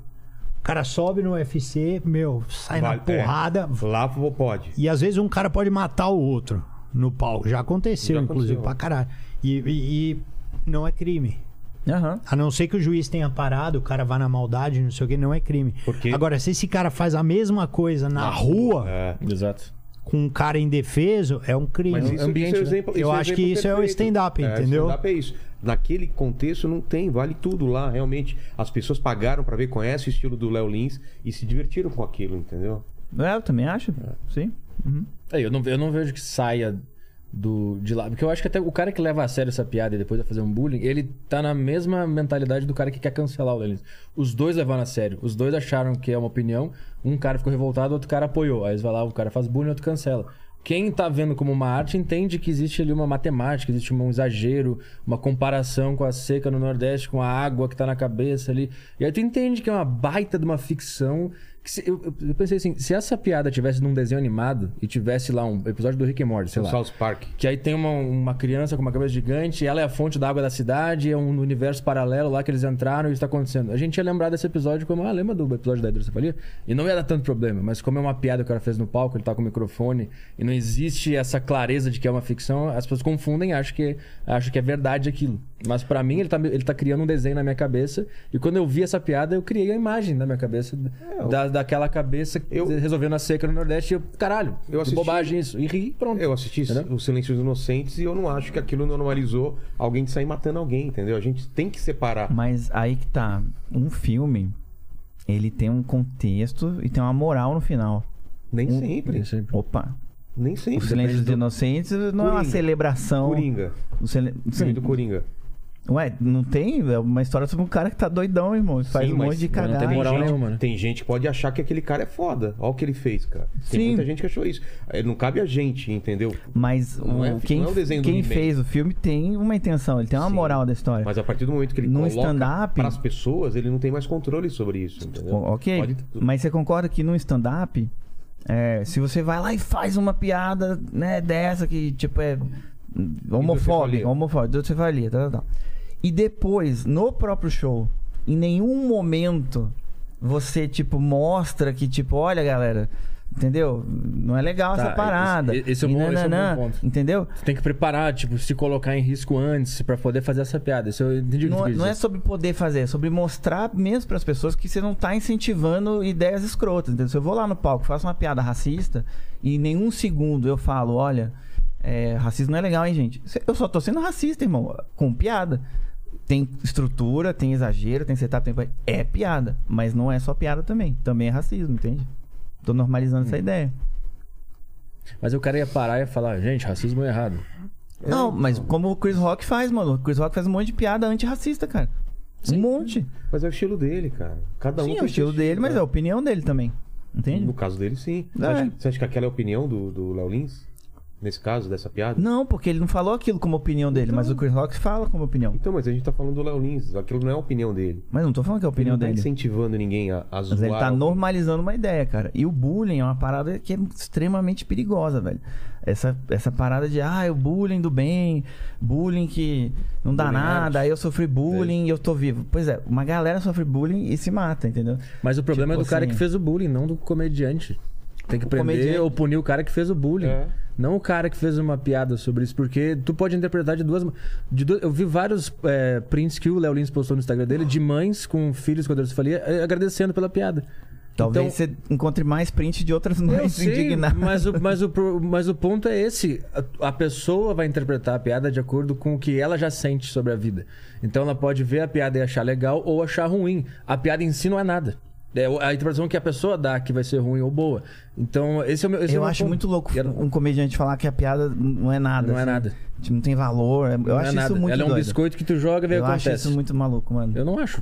Speaker 3: O cara sobe no UFC, meu, sai
Speaker 2: Vale-
Speaker 3: na porrada,
Speaker 2: É, lá pô, pode.
Speaker 3: E às vezes um cara pode matar o outro no palco. Já aconteceu,
Speaker 2: Já
Speaker 3: inclusive,
Speaker 2: aconteceu.
Speaker 3: pra caralho. E, e- e não é crime.
Speaker 4: Aham.
Speaker 3: A não ser que o juiz tenha parado, o cara vá na maldade, não sei o que, não é crime.
Speaker 2: Porque-
Speaker 3: Agora, se esse cara faz a mesma coisa na rua,
Speaker 2: É.
Speaker 6: Exato.
Speaker 3: com um cara indefeso, é um crime.
Speaker 2: Mas isso,
Speaker 6: ambiente,
Speaker 2: isso é
Speaker 6: né?
Speaker 2: exemplo,
Speaker 3: Eu
Speaker 2: isso é
Speaker 3: acho que
Speaker 2: exemplo
Speaker 3: isso é o
Speaker 2: perfeito.
Speaker 3: stand-up,
Speaker 2: É,
Speaker 3: entendeu?
Speaker 2: stand-up é isso. Naquele contexto não tem, vale tudo lá, realmente. As pessoas pagaram pra ver, conhecem o estilo do Léo Lins e se divertiram com aquilo, entendeu?
Speaker 4: É, eu também acho. Sim.
Speaker 6: Aí, eu, não, eu não vejo que saia do, de lá. Porque eu acho que até o cara que leva a sério essa piada e depois vai fazer um bullying, ele tá na mesma mentalidade do cara que quer cancelar o Lenin. Os dois levaram a sério. Os dois acharam que é uma opinião. Um cara ficou revoltado, outro cara apoiou. Aí eles vai lá, o cara faz bullying, outro cancela. Quem tá vendo como uma arte entende que existe ali uma matemática, existe um exagero, uma comparação com a seca no Nordeste, com a água que tá na cabeça ali. E aí tu entende que é uma baita de uma ficção que se- eu, eu- eu pensei assim, se essa piada tivesse num desenho animado e tivesse lá um episódio do Rick and Morty, sei
Speaker 2: O
Speaker 6: lá.
Speaker 2: South Park.
Speaker 6: Que aí tem uma, uma criança com uma cabeça gigante, ela é a fonte da água da cidade, é um universo paralelo lá que eles entraram e isso tá acontecendo. A gente ia lembrar desse episódio como, ah, lembra do episódio da hidrocefalia? E não ia dar tanto problema, mas como é uma piada que o cara fez no palco, ele tá com o microfone e não existe essa clareza de que é uma ficção, as pessoas confundem e acham que, acham que é verdade aquilo. Mas pra mim, ele tá, ele tá criando um desenho na minha cabeça e quando eu vi essa piada, eu criei a imagem na minha cabeça da, daquela cabeça
Speaker 2: É, Eu-
Speaker 6: resolvendo a seca no Nordeste e eu, caralho,
Speaker 2: Eu
Speaker 6: que
Speaker 2: assisti-
Speaker 6: bobagem isso. E ri, pronto.
Speaker 2: Eu assisti
Speaker 6: Entendeu?
Speaker 2: O Silêncio dos Inocentes e eu não acho que aquilo normalizou alguém de sair matando alguém, entendeu? A gente tem que separar.
Speaker 4: Mas aí que tá. Um filme, ele tem um contexto e tem uma moral no final.
Speaker 2: Nem
Speaker 3: Hum,
Speaker 4: Um-
Speaker 2: sempre.
Speaker 3: é-
Speaker 6: Nem sempre.
Speaker 4: Opa.
Speaker 2: Nem
Speaker 4: O
Speaker 2: sempre.
Speaker 4: Silêncio dos
Speaker 2: Depende
Speaker 4: Inocentes não é uma
Speaker 2: Coringa. do
Speaker 4: celebração.
Speaker 2: Coringa.
Speaker 4: O silen-
Speaker 2: Filme
Speaker 4: Sim.
Speaker 2: do Coringa.
Speaker 4: Ué, não tem? É uma história sobre um cara que tá doidão, irmão. e Faz
Speaker 2: Sim,
Speaker 4: um
Speaker 2: mas-
Speaker 4: monte de
Speaker 2: mas não
Speaker 6: tem
Speaker 4: cagada.
Speaker 6: moral.
Speaker 2: gente,
Speaker 6: nenhuma, né?
Speaker 2: Tem gente que pode achar que aquele cara é foda. Olha o que ele fez, cara. Tem
Speaker 4: Sim.
Speaker 2: muita gente que achou isso. É, Não cabe a gente, entendeu?
Speaker 4: Mas o-
Speaker 2: Não é-
Speaker 4: quem,
Speaker 2: não é o desenho do
Speaker 4: quem
Speaker 2: He-Man.
Speaker 4: fez o filme tem uma intenção, ele tem uma
Speaker 2: Sim.
Speaker 4: moral da história.
Speaker 2: Mas a partir do momento que ele
Speaker 4: Num
Speaker 2: coloca
Speaker 4: stand-up-
Speaker 2: para as pessoas, ele não tem mais controle sobre isso, entendeu?
Speaker 4: O- ok.
Speaker 2: Pode-
Speaker 4: Mas você concorda que num stand-up, é, se você vai lá e faz uma piada, né, dessa que, tipo, é hum, homofóbica,
Speaker 2: Hidrocefalia.
Speaker 4: homofóbica, hidrocefalia, tal, tal, tal. E depois, no próprio show, em nenhum momento você, tipo, mostra que, tipo, olha, galera, entendeu? Não é legal
Speaker 6: Tá,
Speaker 4: essa parada.
Speaker 6: esse- esse é um
Speaker 4: E
Speaker 6: bom- esse é um bom
Speaker 4: nananã,
Speaker 6: ponto.
Speaker 4: Entendeu?
Speaker 6: Você tem que preparar, tipo, se colocar em risco antes pra poder fazer essa piada. Isso eu entendi o que
Speaker 4: Não,
Speaker 6: você quis
Speaker 4: não é
Speaker 6: dizer.
Speaker 4: sobre poder fazer, é sobre mostrar mesmo para as pessoas que você não tá incentivando ideias escrotas. Entendeu? Se eu vou lá no palco, faço uma piada racista e em nenhum segundo eu falo, olha, é, racismo não é legal, hein, gente? Cê- Eu só tô sendo racista, irmão, com piada. Tem estrutura, tem exagero, tem setup, tem... É piada, mas não é só piada também. Também é racismo, entende? Tô normalizando essa ideia. é-
Speaker 6: Mas o cara ia parar e ia falar, gente, racismo é errado.
Speaker 4: Não, mas como o Chris Rock faz, mano. O Chris Rock faz um monte de piada antirracista, cara. Um monte.
Speaker 2: Mas é o estilo dele, cara. Cada um
Speaker 4: Sim,
Speaker 2: tem
Speaker 4: é o estilo
Speaker 2: seu
Speaker 4: dele, mas é a opinião dele também. Entende?
Speaker 2: No caso dele, sim. Você,
Speaker 4: É.
Speaker 2: acha, você acha que aquela é a opinião do, do Léo Lins? Nesse caso, dessa piada?
Speaker 4: Não, porque ele não falou aquilo como opinião dele, mas o Chris Rock fala como opinião.
Speaker 2: Então, mas a gente tá falando do Léo Lins. Aquilo não é a opinião dele.
Speaker 4: Mas não tô falando que é a
Speaker 2: Ele
Speaker 4: opinião
Speaker 2: não tá
Speaker 4: dele.
Speaker 2: incentivando ninguém a, a zoar.
Speaker 4: Mas ele tá
Speaker 2: alguém.
Speaker 4: normalizando uma ideia, cara. E o bullying é uma parada que é extremamente perigosa, velho. Essa, essa parada de, ah, o bullying do bem, bullying que não dá
Speaker 2: Bullying
Speaker 4: nada, aí eu sofri bullying e eu tô vivo. Pois é, uma galera sofre bullying e se mata, entendeu?
Speaker 6: Mas o problema
Speaker 4: Tipo
Speaker 6: é do cara
Speaker 4: assim,
Speaker 6: que fez o bullying, não do comediante. Tem que prender
Speaker 4: comediante-
Speaker 6: ou punir o cara que fez o bullying.
Speaker 2: É.
Speaker 6: Não o cara que fez uma piada sobre isso, porque tu pode interpretar de duas. De duas eu vi vários é, prints que o Léo Lins postou no Instagram dele, de mães com filhos com hidrocefalia, eh, agradecendo pela piada.
Speaker 4: Talvez
Speaker 6: Então-
Speaker 4: você encontre mais print de outras
Speaker 6: Eu
Speaker 4: mais
Speaker 6: sei,
Speaker 4: indignadas.
Speaker 6: Mas o, mas, o, pro- mas o ponto é esse. A, a pessoa vai interpretar a piada de acordo com o que ela já sente sobre a vida. Então ela pode ver a piada e achar legal ou achar ruim. A piada em si não é nada. É o- a interpretação que a pessoa dá que vai ser ruim ou boa. Então, esse é o meu. esse é o
Speaker 4: Eu
Speaker 6: meu
Speaker 4: acho
Speaker 6: ponto.
Speaker 4: muito louco
Speaker 6: E ela-
Speaker 4: um comediante falar que a piada não é nada.
Speaker 6: Não é nada.
Speaker 4: Tipo, não tem valor. Eu
Speaker 6: não
Speaker 4: acho
Speaker 6: é
Speaker 4: isso
Speaker 6: nada.
Speaker 4: muito
Speaker 6: Ela é um
Speaker 4: doido.
Speaker 6: biscoito que tu joga e vê o
Speaker 4: Eu
Speaker 6: que
Speaker 4: acho
Speaker 6: acontece.
Speaker 4: isso muito maluco, mano.
Speaker 6: Eu não acho.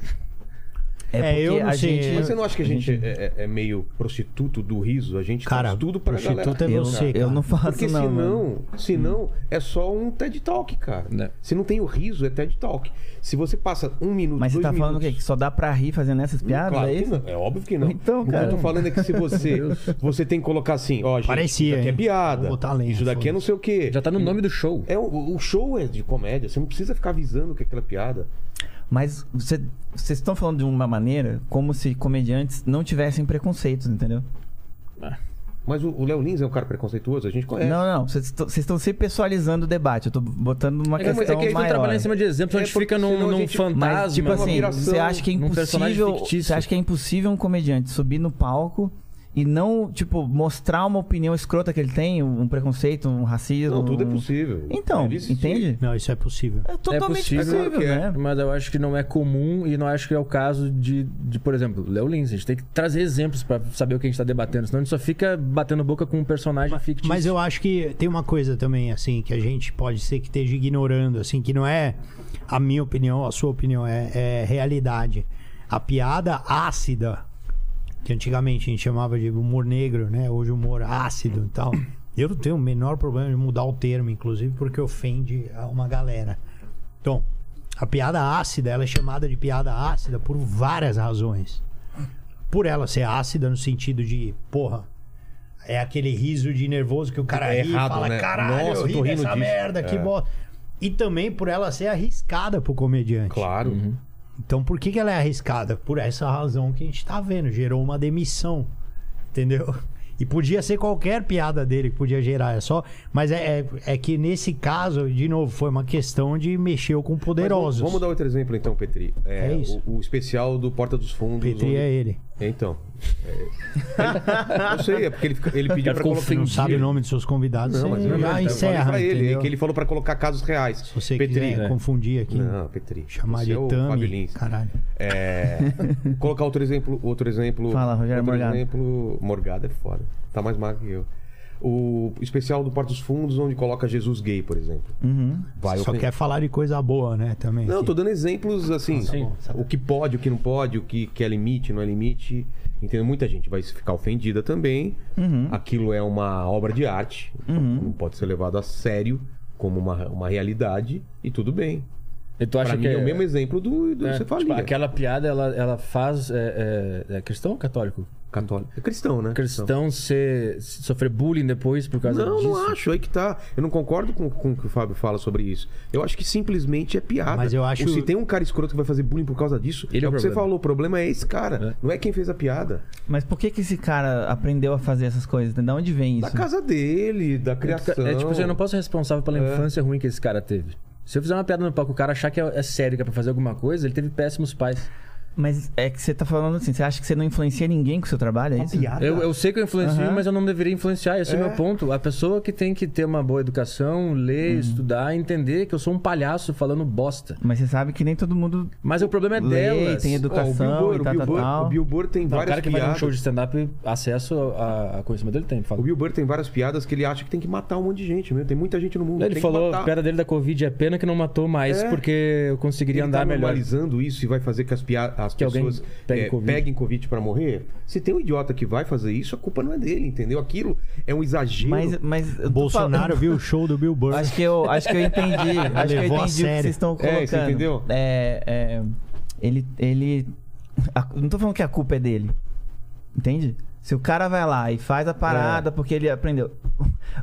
Speaker 3: É, eu
Speaker 4: porque
Speaker 3: não
Speaker 4: a
Speaker 3: sei,
Speaker 4: gente-
Speaker 2: Mas você não acha que a gente é, é- é meio prostituto do riso? A gente
Speaker 3: Cara,
Speaker 2: faz tudo pra
Speaker 3: prostituta
Speaker 2: galera.
Speaker 3: é
Speaker 4: Eu,
Speaker 3: você,
Speaker 4: eu
Speaker 3: cara.
Speaker 4: não faço,
Speaker 2: Porque
Speaker 4: não. mano.
Speaker 2: senão,
Speaker 4: Hum.
Speaker 2: senão é só um TED Talk, cara.
Speaker 6: Né.
Speaker 2: Se não tem o riso, é TED Talk. Se você passa um minuto,
Speaker 4: Mas você
Speaker 2: dois
Speaker 4: tá falando o
Speaker 2: minutos-
Speaker 4: quê? Que só dá pra rir fazendo
Speaker 6: Hum,
Speaker 4: essas piadas?
Speaker 2: Claro
Speaker 4: é
Speaker 2: que
Speaker 4: isso?
Speaker 2: não, é óbvio que não.
Speaker 4: Então,
Speaker 2: o que eu
Speaker 4: cara.
Speaker 2: tô falando é que se você você tem que colocar assim, ó, gente,
Speaker 3: Parecia,
Speaker 2: isso daqui é
Speaker 3: hein?
Speaker 2: piada.
Speaker 3: Vou botar a lenha,
Speaker 2: isso daqui é não sei o quê.
Speaker 6: Já tá
Speaker 4: Hum.
Speaker 6: no nome do show.
Speaker 2: É o, o show é de comédia, você não precisa ficar avisando que é aquela piada.
Speaker 4: Mas você- vocês estão falando de uma maneira como se comediantes não tivessem preconceitos, entendeu?
Speaker 2: Mas o, o Léo Lins é um cara preconceituoso, a gente
Speaker 6: É.
Speaker 2: conhece.
Speaker 4: Não, não. Vocês estão- vocês estão se pessoalizando o debate. Eu tô botando uma
Speaker 6: É, que- é que
Speaker 4: questão
Speaker 6: a gente tá
Speaker 4: maior.
Speaker 6: trabalhando em cima de exemplos, a
Speaker 2: É
Speaker 6: gente
Speaker 2: porque
Speaker 6: fica num,
Speaker 2: senão a
Speaker 6: num
Speaker 2: gente-
Speaker 6: fantasma.
Speaker 4: Mas, tipo
Speaker 2: uma
Speaker 4: assim,
Speaker 2: piração
Speaker 4: você acha que é
Speaker 6: num personagem
Speaker 4: impossível.
Speaker 6: fictício.
Speaker 4: Você acha que é impossível um comediante subir no palco e não, tipo, mostrar uma opinião escrota que ele tem, um preconceito, um racismo.
Speaker 2: Não, tudo é
Speaker 4: um-
Speaker 2: possível.
Speaker 4: Então,
Speaker 2: Deve existir.
Speaker 4: entende?
Speaker 3: Não, isso é possível.
Speaker 4: É totalmente
Speaker 6: possível,
Speaker 4: possível,
Speaker 2: claro que é.
Speaker 4: né?
Speaker 6: Mas eu acho que não é comum e não acho que é o caso de, de por exemplo, Léo Lins. A gente tem que trazer exemplos pra saber o que a gente tá debatendo, senão a gente só fica batendo boca com um personagem fictício.
Speaker 3: Mas eu acho que tem uma coisa também, assim, que a gente pode ser que esteja ignorando, assim, que não é a minha opinião, a sua opinião, é, é realidade. A piada ácida, que antigamente a gente chamava de humor negro, né? Hoje humor ácido e tal. Eu não tenho o menor problema de mudar o termo, inclusive, porque ofende a uma galera. Então, a piada ácida, ela é chamada de piada ácida por várias razões. Por ela ser ácida no sentido de, porra, é aquele riso de nervoso que o cara
Speaker 2: É
Speaker 3: ri e
Speaker 2: errado,
Speaker 3: fala,
Speaker 2: né?
Speaker 3: caralho, eu
Speaker 2: Nossa, eu
Speaker 3: ri
Speaker 2: tô rindo
Speaker 3: dessa
Speaker 2: disso."
Speaker 3: merda, que
Speaker 2: É.
Speaker 3: bosta. E também por ela ser arriscada pro comediante.
Speaker 2: Claro.
Speaker 6: Uhum.
Speaker 3: Então por que, que ela é arriscada? Por essa razão que a gente tá vendo. Gerou uma demissão. Entendeu? E podia ser qualquer piada dele que podia gerar. É só. Mas é, é, é que nesse caso, de novo, foi uma questão de mexeu com
Speaker 2: Mas
Speaker 3: poderosos.
Speaker 2: vamos, vamos dar outro exemplo então, Petri.
Speaker 3: É isso.
Speaker 2: O, o especial do Porta dos Fundos.
Speaker 3: Petri
Speaker 2: onde-
Speaker 3: é ele.
Speaker 2: Então. É... não sei, é porque ele, fica- ele pediu
Speaker 6: cara
Speaker 2: pra
Speaker 6: ficou
Speaker 2: colocar.
Speaker 3: Você não sabe o nome dos seus convidados,
Speaker 2: Não, mas
Speaker 3: você
Speaker 2: eu
Speaker 3: já
Speaker 2: eu
Speaker 3: Ah,
Speaker 2: falei
Speaker 3: encerra.
Speaker 2: pra ele,
Speaker 3: entendeu?
Speaker 2: é que ele falou pra colocar casos reais.
Speaker 3: Se você
Speaker 2: Petri. né?
Speaker 3: quiser confundir aqui,
Speaker 2: Não, Petri.
Speaker 3: chamar
Speaker 2: você
Speaker 3: de
Speaker 2: é o Fábio
Speaker 3: Tami,
Speaker 2: Lins.
Speaker 3: caralho.
Speaker 2: É... colocar outro exemplo, outro exemplo.
Speaker 4: Fala, Rogério
Speaker 2: outro
Speaker 4: Morgado.
Speaker 2: exemplo. Morgado é foda. Tá mais magro que eu. O especial do Porta dos Fundos, onde coloca Jesus gay, por exemplo.
Speaker 4: Uhum.
Speaker 2: Vai
Speaker 3: Só
Speaker 2: ofender.
Speaker 3: quer falar de coisa boa, né? Também.
Speaker 2: Não,
Speaker 3: aqui.
Speaker 2: tô dando exemplos assim.
Speaker 3: Tá
Speaker 6: bom,
Speaker 2: o que pode, o que não pode, o que, que é limite, não é limite. Entendo, muita gente vai ficar ofendida também.
Speaker 3: Uhum.
Speaker 2: Aquilo é uma obra de arte. Não pode ser levado a sério como uma, uma realidade. E tudo bem.
Speaker 6: E tu acha
Speaker 2: Pra mim
Speaker 6: que
Speaker 2: é... o mesmo exemplo do, do
Speaker 6: é,
Speaker 2: cefalia.
Speaker 6: tipo, aquela piada, ela, ela faz. É, é- é cristão ou católico?
Speaker 2: Católico. É cristão, né?
Speaker 6: Cristão ser, sofrer bullying depois por causa
Speaker 2: Não,
Speaker 6: disso.
Speaker 2: não acho. Aí que tá. Eu não concordo com, com o que o Fábio fala sobre isso. Eu acho que simplesmente é piada.
Speaker 3: Mas eu acho-
Speaker 2: Ou se tem um cara escroto que vai fazer bullying por causa disso,
Speaker 6: Ele
Speaker 2: é
Speaker 6: é
Speaker 2: o
Speaker 6: o
Speaker 2: que você
Speaker 6: problema.
Speaker 2: falou. O problema é esse cara. Não é quem fez a piada.
Speaker 4: Mas por que que esse cara aprendeu a fazer essas coisas? Da onde vem
Speaker 2: Da
Speaker 4: isso?
Speaker 2: casa dele, da criação.
Speaker 6: É tipo assim, eu não posso ser responsável pela
Speaker 2: É.
Speaker 6: infância ruim que esse cara teve. Se eu fizer uma piada no palco, o cara achar que é, é sério, que é pra fazer alguma coisa, ele teve péssimos pais.
Speaker 4: Mas é que você tá falando assim, você acha que você não influencia ninguém com o seu trabalho? É isso?
Speaker 6: Eu, eu sei que eu influencio,
Speaker 4: Aham.
Speaker 6: mas eu não deveria influenciar. Esse é. o
Speaker 2: Ah, tá. É.
Speaker 6: meu ponto. A pessoa que tem que ter uma boa educação,
Speaker 2: Uhum.
Speaker 6: ler, estudar, entender que eu sou um palhaço falando bosta.
Speaker 4: Mas você sabe que nem todo mundo.
Speaker 6: Mas o problema é
Speaker 4: Lê,
Speaker 6: delas.
Speaker 4: tem
Speaker 2: Ó,
Speaker 4: educação
Speaker 2: o Bill Burr,
Speaker 4: e tal,
Speaker 2: o Bill
Speaker 4: tal,
Speaker 2: Burr-
Speaker 4: tal.
Speaker 2: O Bill Burr tem
Speaker 6: Não, o
Speaker 2: várias
Speaker 6: um cara que vai num
Speaker 2: piadas.
Speaker 6: show de stand-up, acesso a, a conhecimento dele tem. Fala.
Speaker 2: O Bill Burr tem várias piadas que ele acha que tem que matar um monte de gente, né? Tem muita gente no mundo.
Speaker 6: Ele
Speaker 2: tem
Speaker 6: falou,
Speaker 2: que
Speaker 6: a
Speaker 2: matar.
Speaker 6: piada dele da Covid é pena que não matou mais,
Speaker 2: É.
Speaker 6: porque eu
Speaker 2: ele
Speaker 6: conseguiria
Speaker 2: tá
Speaker 6: andar melhor.
Speaker 2: normalizando isso e vai fazer que as, pia... as
Speaker 6: Que alguém
Speaker 2: pessoas
Speaker 6: pegue
Speaker 2: eh,
Speaker 6: Covid.
Speaker 2: peguem Covid pra morrer. Se tem um idiota que vai fazer isso, a culpa não é dele, entendeu? Aquilo é um exagero.
Speaker 4: Mas, mas eu tô
Speaker 3: Bolsonaro viu o show do Bill Burr.
Speaker 4: falando- Acho que eu, acho que eu entendi. acho que eu
Speaker 3: Levou a
Speaker 4: entendi o que
Speaker 3: sério.
Speaker 4: vocês estão
Speaker 2: É,
Speaker 4: colocando.
Speaker 2: você entendeu?
Speaker 4: É, é, ele, ele, a- não tô falando que a culpa é dele, entende? Se o cara vai lá e faz a
Speaker 3: É.
Speaker 4: parada porque ele aprendeu,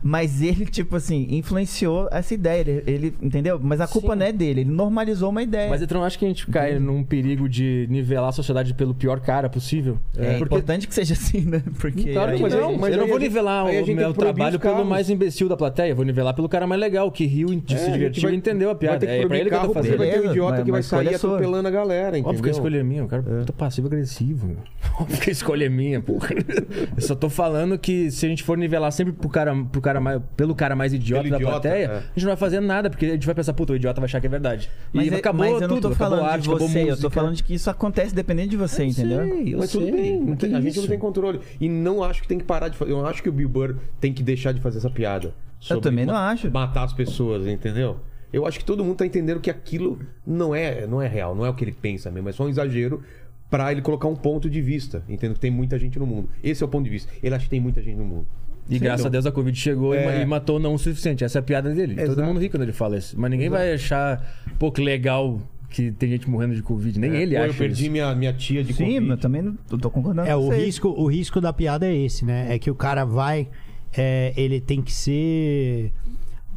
Speaker 4: mas ele tipo assim influenciou essa ideia, ele, ele- entendeu? Mas a culpa não é dele, ele normalizou uma ideia.
Speaker 6: Mas é, eu não acho que a gente cai num perigo de nivelar a sociedade pelo pior cara possível.
Speaker 4: é
Speaker 6: porque
Speaker 4: importante que seja assim, né? Porque
Speaker 6: Claro
Speaker 4: aí-
Speaker 6: que
Speaker 2: mas
Speaker 6: não,
Speaker 2: aí-
Speaker 6: mas
Speaker 2: mas
Speaker 6: eu não
Speaker 2: aí
Speaker 6: vou
Speaker 2: a gente-
Speaker 6: nivelar
Speaker 2: aí a
Speaker 6: o
Speaker 2: gente tem
Speaker 6: meu
Speaker 2: que proibir
Speaker 6: trabalho
Speaker 2: os
Speaker 6: pelo
Speaker 2: carros.
Speaker 6: mais imbecil da plateia. Vou nivelar pelo cara mais legal, que riu, e
Speaker 2: É,
Speaker 6: se
Speaker 2: gente
Speaker 6: divertiu
Speaker 2: vai-
Speaker 6: e entendeu a
Speaker 2: Vai
Speaker 6: piada.
Speaker 2: ter que
Speaker 6: É pra
Speaker 2: proibir
Speaker 6: ele que eu
Speaker 2: carro,
Speaker 6: tô
Speaker 2: porque
Speaker 6: fazendo.
Speaker 2: vai ter um
Speaker 4: Beleza,
Speaker 2: idiota
Speaker 4: mas-
Speaker 2: que vai
Speaker 4: mas escolha
Speaker 2: sair
Speaker 4: é sua.
Speaker 2: atropelando a galera, entendeu?
Speaker 6: Óbvio que a escolha é minha, o cara puta passivo-agressivo, meu. Óbvio que a escolha é minha, porra. Eu só tô falando que se a gente for nivelar sempre pro cara, pro cara mais, pelo cara mais idiota
Speaker 2: Pelo
Speaker 6: da
Speaker 2: idiota,
Speaker 6: plateia,
Speaker 2: é.
Speaker 6: a gente não vai fazer nada, porque a gente vai pensar, puta, o idiota vai achar que é verdade.
Speaker 4: Mas,
Speaker 6: e
Speaker 4: é-
Speaker 6: acabou
Speaker 4: mas eu não
Speaker 6: tudo,
Speaker 4: tô
Speaker 6: acabou
Speaker 4: falando
Speaker 6: arte,
Speaker 4: de
Speaker 6: acabou
Speaker 4: você, eu tô
Speaker 6: música. É,
Speaker 4: falando de que isso acontece dependendo de você, entendeu?
Speaker 6: Sei, eu
Speaker 2: Mas
Speaker 6: sei.
Speaker 2: tudo bem, não
Speaker 6: mas
Speaker 2: tem-
Speaker 6: que
Speaker 2: a gente não
Speaker 6: isso?
Speaker 2: tem controle. E não acho que tem que parar de fazer. Eu acho que o Bill Burr tem que deixar de fazer essa piada. sobre
Speaker 4: também não
Speaker 2: ma-
Speaker 4: acho.
Speaker 2: Matar as pessoas, entendeu? Eu acho que todo mundo tá entendendo que aquilo não é, não é real, não é o que ele pensa mesmo, é só um exagero pra ele colocar um ponto de vista, entendo que tem muita gente no mundo. Esse é o ponto de vista. Ele acha que tem muita gente no mundo.
Speaker 6: E graças a Deus a Covid chegou e
Speaker 2: É.
Speaker 6: ma- e matou não o suficiente. Essa é a piada dele.
Speaker 2: Exato.
Speaker 6: Todo mundo ri quando ele fala isso. Mas ninguém vai achar, pô, que legal que tem gente morrendo de Covid. Nem ele
Speaker 2: É. Pô,
Speaker 6: acha.
Speaker 2: eu perdi
Speaker 6: isso.
Speaker 2: minha minha tia de
Speaker 4: Sim,
Speaker 2: Covid.
Speaker 4: eu também não eu tô concordando
Speaker 3: É,
Speaker 4: com
Speaker 3: o
Speaker 4: você.
Speaker 3: risco, o risco da piada é esse, né? É que o cara vai. é, ele tem que ser.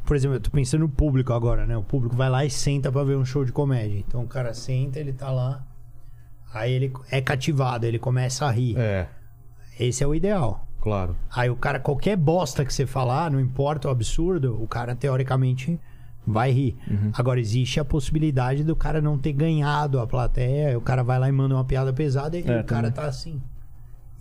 Speaker 3: Por exemplo, eu tô pensando no público agora, né? O público vai lá e senta pra ver um show de comédia. Então o cara senta, ele tá lá. Aí ele é cativado, ele começa a rir.
Speaker 2: É,
Speaker 3: Esse é o ideal.
Speaker 2: claro.
Speaker 3: Aí o cara, qualquer bosta que você falar, não importa o absurdo, o cara teoricamente vai rir.
Speaker 2: Uhum.
Speaker 3: Agora, existe a possibilidade do cara não ter ganhado a plateia, aí o cara vai lá e manda uma piada pesada e
Speaker 6: É,
Speaker 3: o cara
Speaker 6: também.
Speaker 3: tá assim.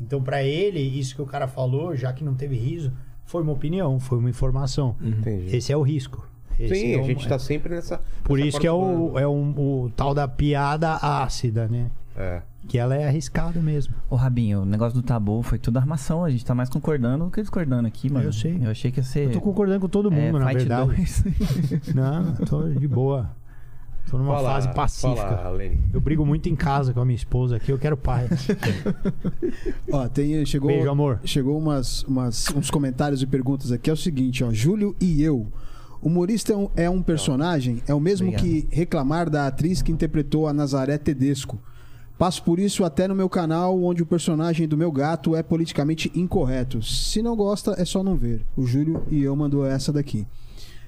Speaker 3: Então, pra ele, isso que o cara falou, já que não teve riso, foi uma opinião, foi uma informação.
Speaker 2: Entendi.
Speaker 3: Esse é o risco. Esse
Speaker 2: Uhum. Sim,
Speaker 3: é
Speaker 2: a
Speaker 3: um-
Speaker 2: gente tá sempre nessa.
Speaker 3: Por
Speaker 2: nessa
Speaker 3: isso que é,
Speaker 2: corda
Speaker 3: o,
Speaker 2: bamba.
Speaker 3: é um, o tal da piada ácida, né?
Speaker 2: É.
Speaker 3: Que ela é arriscada mesmo.
Speaker 4: Ô, Rabinho, o negócio do tabu foi tudo armação. A gente tá mais concordando do que discordando aqui, mano.
Speaker 3: Eu sei.
Speaker 4: Eu achei que ia ser. é,
Speaker 3: Eu tô concordando com todo
Speaker 2: É,
Speaker 3: mundo, na
Speaker 4: Fight
Speaker 3: verdade.
Speaker 4: 2.
Speaker 3: Não, tô de boa. Tô numa
Speaker 2: Fala-
Speaker 3: fase pacífica.
Speaker 2: Fala, Lenny.
Speaker 3: Eu brigo muito em casa com a minha esposa aqui, eu quero paz.
Speaker 5: Ó, tem, chegou,
Speaker 3: Beijo, amor.
Speaker 5: Chegou umas, umas- uns comentários e perguntas aqui. É o seguinte, ó. Júlio e eu. Humorista é um, é um personagem, é o mesmo
Speaker 4: Obrigado.
Speaker 5: que reclamar da atriz que interpretou a Nazaré Tedesco. Passo por isso até no meu canal, onde o personagem do meu gato é politicamente incorreto. Se não gosta, é só não ver. O Júlio e eu mandou essa daqui.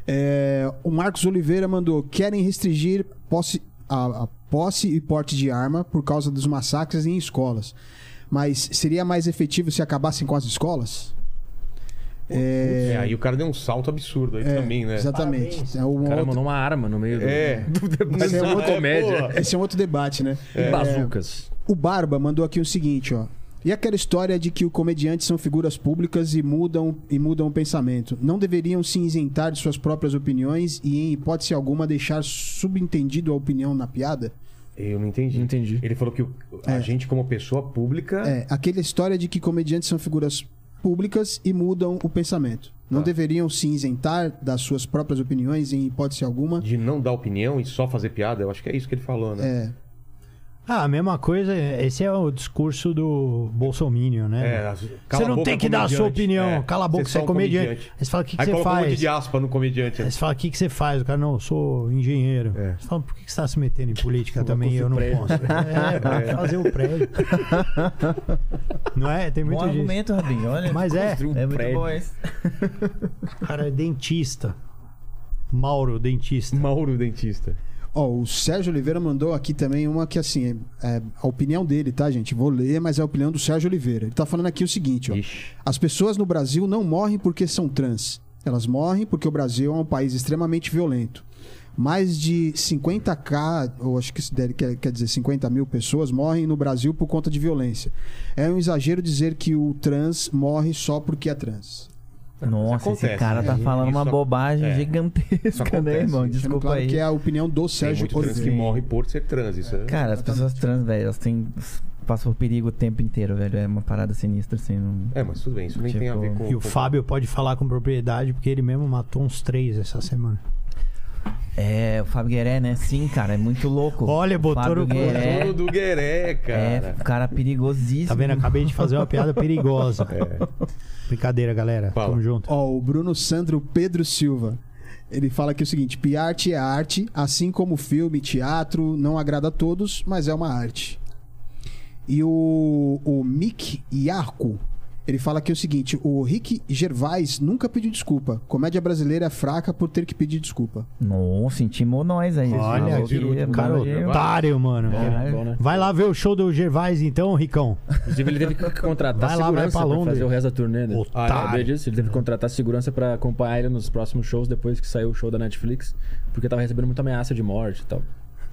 Speaker 5: É, o Marcos Oliveira mandou: querem restringir posse- a, a posse e porte de arma por causa dos massacres em escolas. Mas seria mais efetivo se acabassem com as escolas?
Speaker 2: É... aí o cara deu um salto absurdo aí também, né?
Speaker 5: é, Exatamente.
Speaker 3: Parabéns.
Speaker 5: É um
Speaker 6: O cara
Speaker 5: outro-
Speaker 6: mandou uma arma no meio do.
Speaker 2: É.
Speaker 5: Esse é um outro-
Speaker 6: comédia.
Speaker 5: Esse é um outro debate, né?
Speaker 2: É.
Speaker 6: E bazucas.
Speaker 5: O Barba mandou aqui o seguinte, ó. E aquela história de que os comediantes são figuras públicas e mudam, e mudam o pensamento. Não deveriam se isentar de suas próprias opiniões e, em hipótese alguma, deixar subentendido a opinião na piada?
Speaker 2: Eu não entendi.
Speaker 6: Não entendi.
Speaker 2: Ele falou que o- a gente, como pessoa pública.
Speaker 5: É, aquela história de que comediantes são figuras públicas e mudam o pensamento. Não deveriam se isentar das suas próprias opiniões, em hipótese alguma?
Speaker 2: De não dar opinião e só fazer piada, eu acho que é isso que ele falou, né?
Speaker 5: É,
Speaker 3: ah, a mesma coisa, esse é o discurso do Bolsonaro, né?
Speaker 2: É, as-
Speaker 3: Você
Speaker 2: cala a
Speaker 3: não
Speaker 2: boca,
Speaker 3: tem que dar a sua
Speaker 2: comediante.
Speaker 3: opinião.
Speaker 2: É,
Speaker 3: Cala a boca,
Speaker 2: é
Speaker 3: você é
Speaker 2: só um
Speaker 3: comediante.
Speaker 2: comediante.
Speaker 3: Aí você fala, o que, que
Speaker 2: Aí
Speaker 3: você
Speaker 2: colocou um monte
Speaker 3: faz? É.
Speaker 2: de aspa no comediante.
Speaker 3: Aí você fala, o que, que você faz? O cara, não, eu sou engenheiro.
Speaker 2: É.
Speaker 3: Você fala, por que, que você tá se metendo em política também? Eu não posso. É, vai fazer o prédio. não é? Tem
Speaker 4: Bom
Speaker 3: muito disso.
Speaker 4: argumento, Rabinho. Olha.
Speaker 3: Mas é,
Speaker 6: Construiu um
Speaker 4: É muito
Speaker 6: prédio.
Speaker 4: bom esse.
Speaker 3: o cara é dentista. Mauro, dentista.
Speaker 2: Mauro Dentista.
Speaker 5: Ó, o Sérgio Oliveira mandou aqui também uma que, assim, é, é a opinião dele, tá, gente? Vou ler, mas é a opinião do Sérgio Oliveira. Ele tá falando aqui o seguinte, ó.
Speaker 2: Ixi.
Speaker 5: As pessoas no Brasil não morrem porque são trans. Elas morrem porque o Brasil é um país extremamente violento. Mais de 50k, ou acho que isso deve- quer quer dizer 50 mil pessoas, morrem no Brasil por conta de violência. É um exagero dizer que o trans morre só porque é trans.
Speaker 4: Nossa,
Speaker 2: acontece,
Speaker 4: esse cara
Speaker 2: né?
Speaker 4: tá falando
Speaker 2: Isso
Speaker 4: uma
Speaker 2: ac-
Speaker 4: bobagem
Speaker 2: é. Isso
Speaker 4: gigantesca, né,
Speaker 2: acontece,
Speaker 4: irmão?
Speaker 2: isso
Speaker 5: Sendo
Speaker 4: Desculpa
Speaker 5: claro
Speaker 4: aí.
Speaker 5: que é a opinião do
Speaker 2: Tem
Speaker 5: Sérgio
Speaker 2: muito trans que
Speaker 5: Oliveira.
Speaker 2: morre por ser trans, isso é.
Speaker 4: Cara, as pessoas trans, velho, elas têm. Passam por perigo o tempo inteiro, velho. É uma parada sinistra, assim. Não...
Speaker 2: É, mas tudo bem, isso nem
Speaker 4: Tipo,
Speaker 2: tem a ver com.
Speaker 3: E o
Speaker 2: com-
Speaker 3: Fábio pode falar com propriedade, porque ele mesmo matou uns três essa semana.
Speaker 4: É, o Fábio Gueré, né? Sim, cara, é muito louco.
Speaker 3: Olha, botou no-
Speaker 4: Fábio
Speaker 3: né?
Speaker 4: Gueré.
Speaker 2: Tudo Gueré,
Speaker 4: É,
Speaker 2: cara.
Speaker 4: cara perigosíssimo.
Speaker 3: Tá vendo? Acabei de fazer uma piada perigosa.
Speaker 2: É.
Speaker 3: Brincadeira, galera.
Speaker 2: Fala.
Speaker 3: Tamo junto.
Speaker 5: Ó, o Bruno Sandro Pedro Silva. Ele fala aqui o seguinte: piarte é arte, assim como filme, teatro, não agrada a todos, mas é uma arte. E o, o Mick Yarko, ele fala aqui o seguinte: o Rick Gervais nunca pediu desculpa. Comédia brasileira é fraca por ter que pedir desculpa.
Speaker 4: Nossa, intimou nós aí.
Speaker 3: Olha,
Speaker 4: Falou que-
Speaker 3: que cara
Speaker 4: falou que-
Speaker 3: otário, mano.
Speaker 4: É.
Speaker 6: Bom, né?
Speaker 3: Vai lá ver o show do Gervais então, Ricão.
Speaker 6: Inclusive, ele teve que contratar
Speaker 3: Vai lá, vai
Speaker 6: segurança
Speaker 3: pra
Speaker 6: pra,
Speaker 3: Londres.
Speaker 6: fazer o resto da turnê. Né?
Speaker 3: Otário.
Speaker 6: Ah, sabia disso? Ele teve que contratar segurança pra acompanhar ele nos próximos shows depois que saiu o show da Netflix, porque tava recebendo muita ameaça de morte e tal.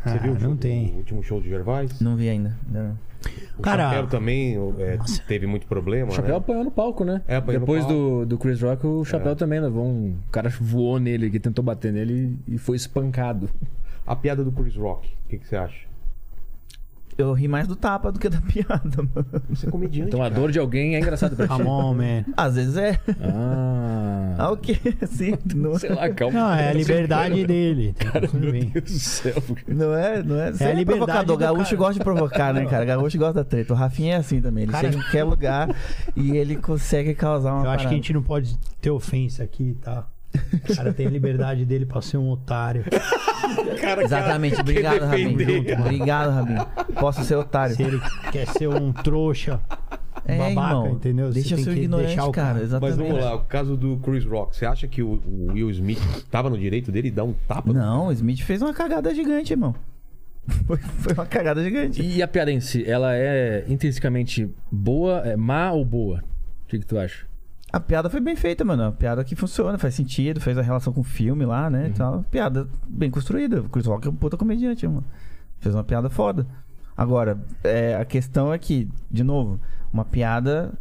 Speaker 3: Ah,
Speaker 2: Você viu o show-
Speaker 3: não tem.
Speaker 2: o último show de Gervais?
Speaker 4: Não vi ainda. ainda não.
Speaker 2: O
Speaker 3: Cara-
Speaker 2: Chapéu também é, teve muito problema.
Speaker 6: O Chapéu
Speaker 2: né?
Speaker 6: apanhou no palco, né?
Speaker 2: É, apanhou no
Speaker 6: Depois
Speaker 2: palco. É.
Speaker 6: Do, do Chris Rock, o Chapéu também levou um. O cara voou nele, que tentou bater nele e foi espancado.
Speaker 2: A piada do Chris Rock, o que, que você acha?
Speaker 4: Eu ri mais do tapa do que da piada, mano.
Speaker 2: Você é comediante.
Speaker 6: Então a dor de alguém é engraçado pra ti.
Speaker 3: Come on, man.
Speaker 4: Às vezes é.
Speaker 6: Ah.
Speaker 4: Ah, o quê? Sim, não,
Speaker 6: Sei lá, calma.
Speaker 3: Não, é a liberdade dele. Tá tudo bem.
Speaker 6: Meu Deus do céu.
Speaker 4: não é, não é. Você
Speaker 3: a liberdade
Speaker 4: provocador.
Speaker 3: do
Speaker 4: Gaúcho
Speaker 3: cara.
Speaker 4: gosta de provocar, né, cara? Gaúcho gosta da treta. O Rafinha é assim também. Ele
Speaker 3: Cara-
Speaker 4: chega em qualquer lugar e ele consegue causar uma
Speaker 3: Eu acho que
Speaker 4: parada.
Speaker 3: a gente não pode ter ofensa aqui, tá? O cara tem a liberdade dele pra ser um otário.
Speaker 2: cara,
Speaker 4: Exatamente. Obrigado, Rabinho. Obrigado, Rabinho. Posso ser otário.
Speaker 3: Se ele quer ser um trouxa, um
Speaker 4: É,
Speaker 3: babaca,
Speaker 4: irmão.
Speaker 3: entendeu? Você
Speaker 4: Deixa eu
Speaker 3: tem
Speaker 4: ser
Speaker 3: que
Speaker 4: ignorante,
Speaker 3: deixar o cara.
Speaker 4: cara.
Speaker 2: Mas
Speaker 4: Exatamente.
Speaker 2: vamos lá, o caso do Chris Rock. Você acha que o, o Will Smith tava no direito dele dar um tapa?
Speaker 4: Não, o Smith fez uma cagada gigante, irmão. Foi, foi uma cagada gigante.
Speaker 6: E a piada em si, ela é intrinsecamente boa, é má ou boa? O que, que tu acha?
Speaker 4: A piada foi bem feita, mano. A piada que funciona, faz sentido, fez a relação com o filme lá, né? e tal. Piada bem construída. O Chris Rock é um puta comediante, mano. Fez uma piada foda. Agora, é, a questão é que, de novo, uma piada,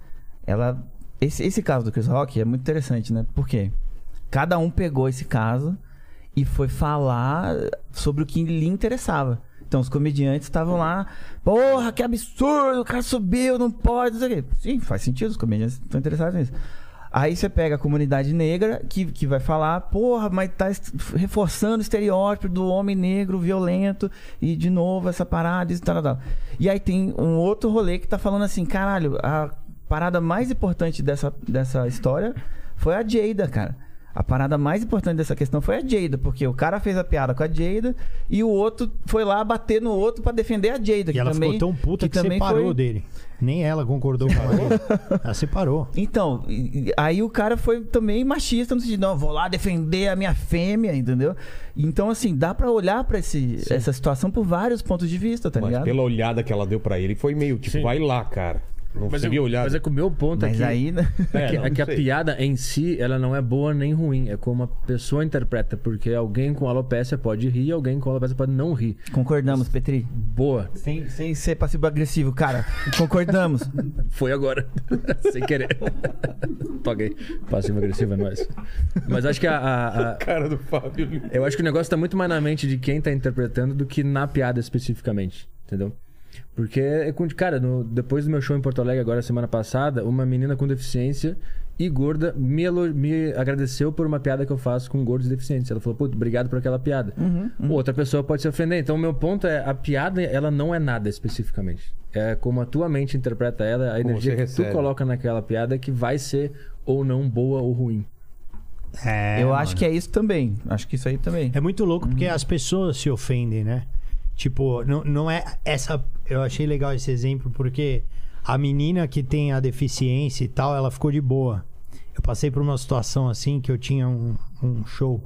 Speaker 4: ela. Esse, esse caso do Chris Rock é muito interessante, né? Por quê? Cada um pegou esse caso e foi falar sobre o que lhe interessava. Então os comediantes estavam lá, porra, que absurdo, o cara subiu, não pode, não sei o quê. Sim, faz sentido, os comediantes estão interessados nisso. Aí você pega a comunidade negra que, que vai falar, porra, mas tá est- reforçando o estereótipo do homem negro violento e de novo essa parada e tal, tal, tal. E aí tem um outro rolê que tá falando assim, caralho, a parada mais importante dessa, dessa história foi a Jada, cara. A parada mais importante dessa questão foi a Jada, porque o cara fez a piada com a Jada e o outro foi lá bater no outro pra defender a Jada.
Speaker 3: E ela
Speaker 4: também,
Speaker 3: ficou tão puta que,
Speaker 4: também
Speaker 3: separou
Speaker 4: foi-
Speaker 3: dele. Nem ela concordou com ela. Ela separou.
Speaker 4: Então, e- e- aí o cara foi também machista no sentido, não, vou lá defender a minha fêmea, entendeu? Então, assim, dá pra olhar pra esse- essa situação por vários pontos de vista, tá
Speaker 2: Mas
Speaker 4: ligado?
Speaker 2: pela olhada que ela deu pra ele, foi meio tipo,
Speaker 6: Sim.
Speaker 2: vai lá, cara. Não
Speaker 6: Mas,
Speaker 2: seria
Speaker 6: é,
Speaker 2: olhada.
Speaker 6: mas é que o meu ponto
Speaker 4: Mas
Speaker 6: aqui.
Speaker 4: aí, né?
Speaker 6: É, que,
Speaker 2: não,
Speaker 6: é que a
Speaker 2: sei.
Speaker 6: piada em si, ela não é boa nem ruim. É como a pessoa interpreta. Porque alguém com alopecia pode rir, alguém com alopecia pode não rir.
Speaker 4: Concordamos, Petri.
Speaker 6: Boa.
Speaker 4: Sem, sem ser passivo-agressivo, cara. Concordamos.
Speaker 6: Foi agora. Sem querer. Toquei. Passivo agressivo é nóis. Mas acho que a- a- a,
Speaker 2: Cara do Fábio.
Speaker 6: Eu acho que o negócio tá muito mais na mente de quem tá interpretando do que na piada especificamente, entendeu? Porque, é com- cara, no- depois do meu show em Porto Alegre, agora semana passada, uma menina com deficiência e gorda me, elo- me agradeceu por uma piada que eu faço com gordos e deficientes. Ela falou, pô, obrigado por aquela piada. Outra pessoa pode se ofender. Então, o meu ponto é, a piada, ela não é nada especificamente. É como a tua mente interpreta ela, a energia
Speaker 2: você
Speaker 6: que
Speaker 2: recebe.
Speaker 6: tu coloca naquela piada é que vai ser ou não boa ou ruim.
Speaker 3: É,
Speaker 4: Eu
Speaker 3: mano.
Speaker 4: acho que é Uhum. isso também. Acho que isso aí também.
Speaker 3: É muito louco porque as pessoas se ofendem, né? Tipo, não, não é essa. Eu achei legal esse exemplo porque a menina que tem a deficiência e tal, ela ficou de boa. Eu passei por uma situação assim que eu tinha um, um show.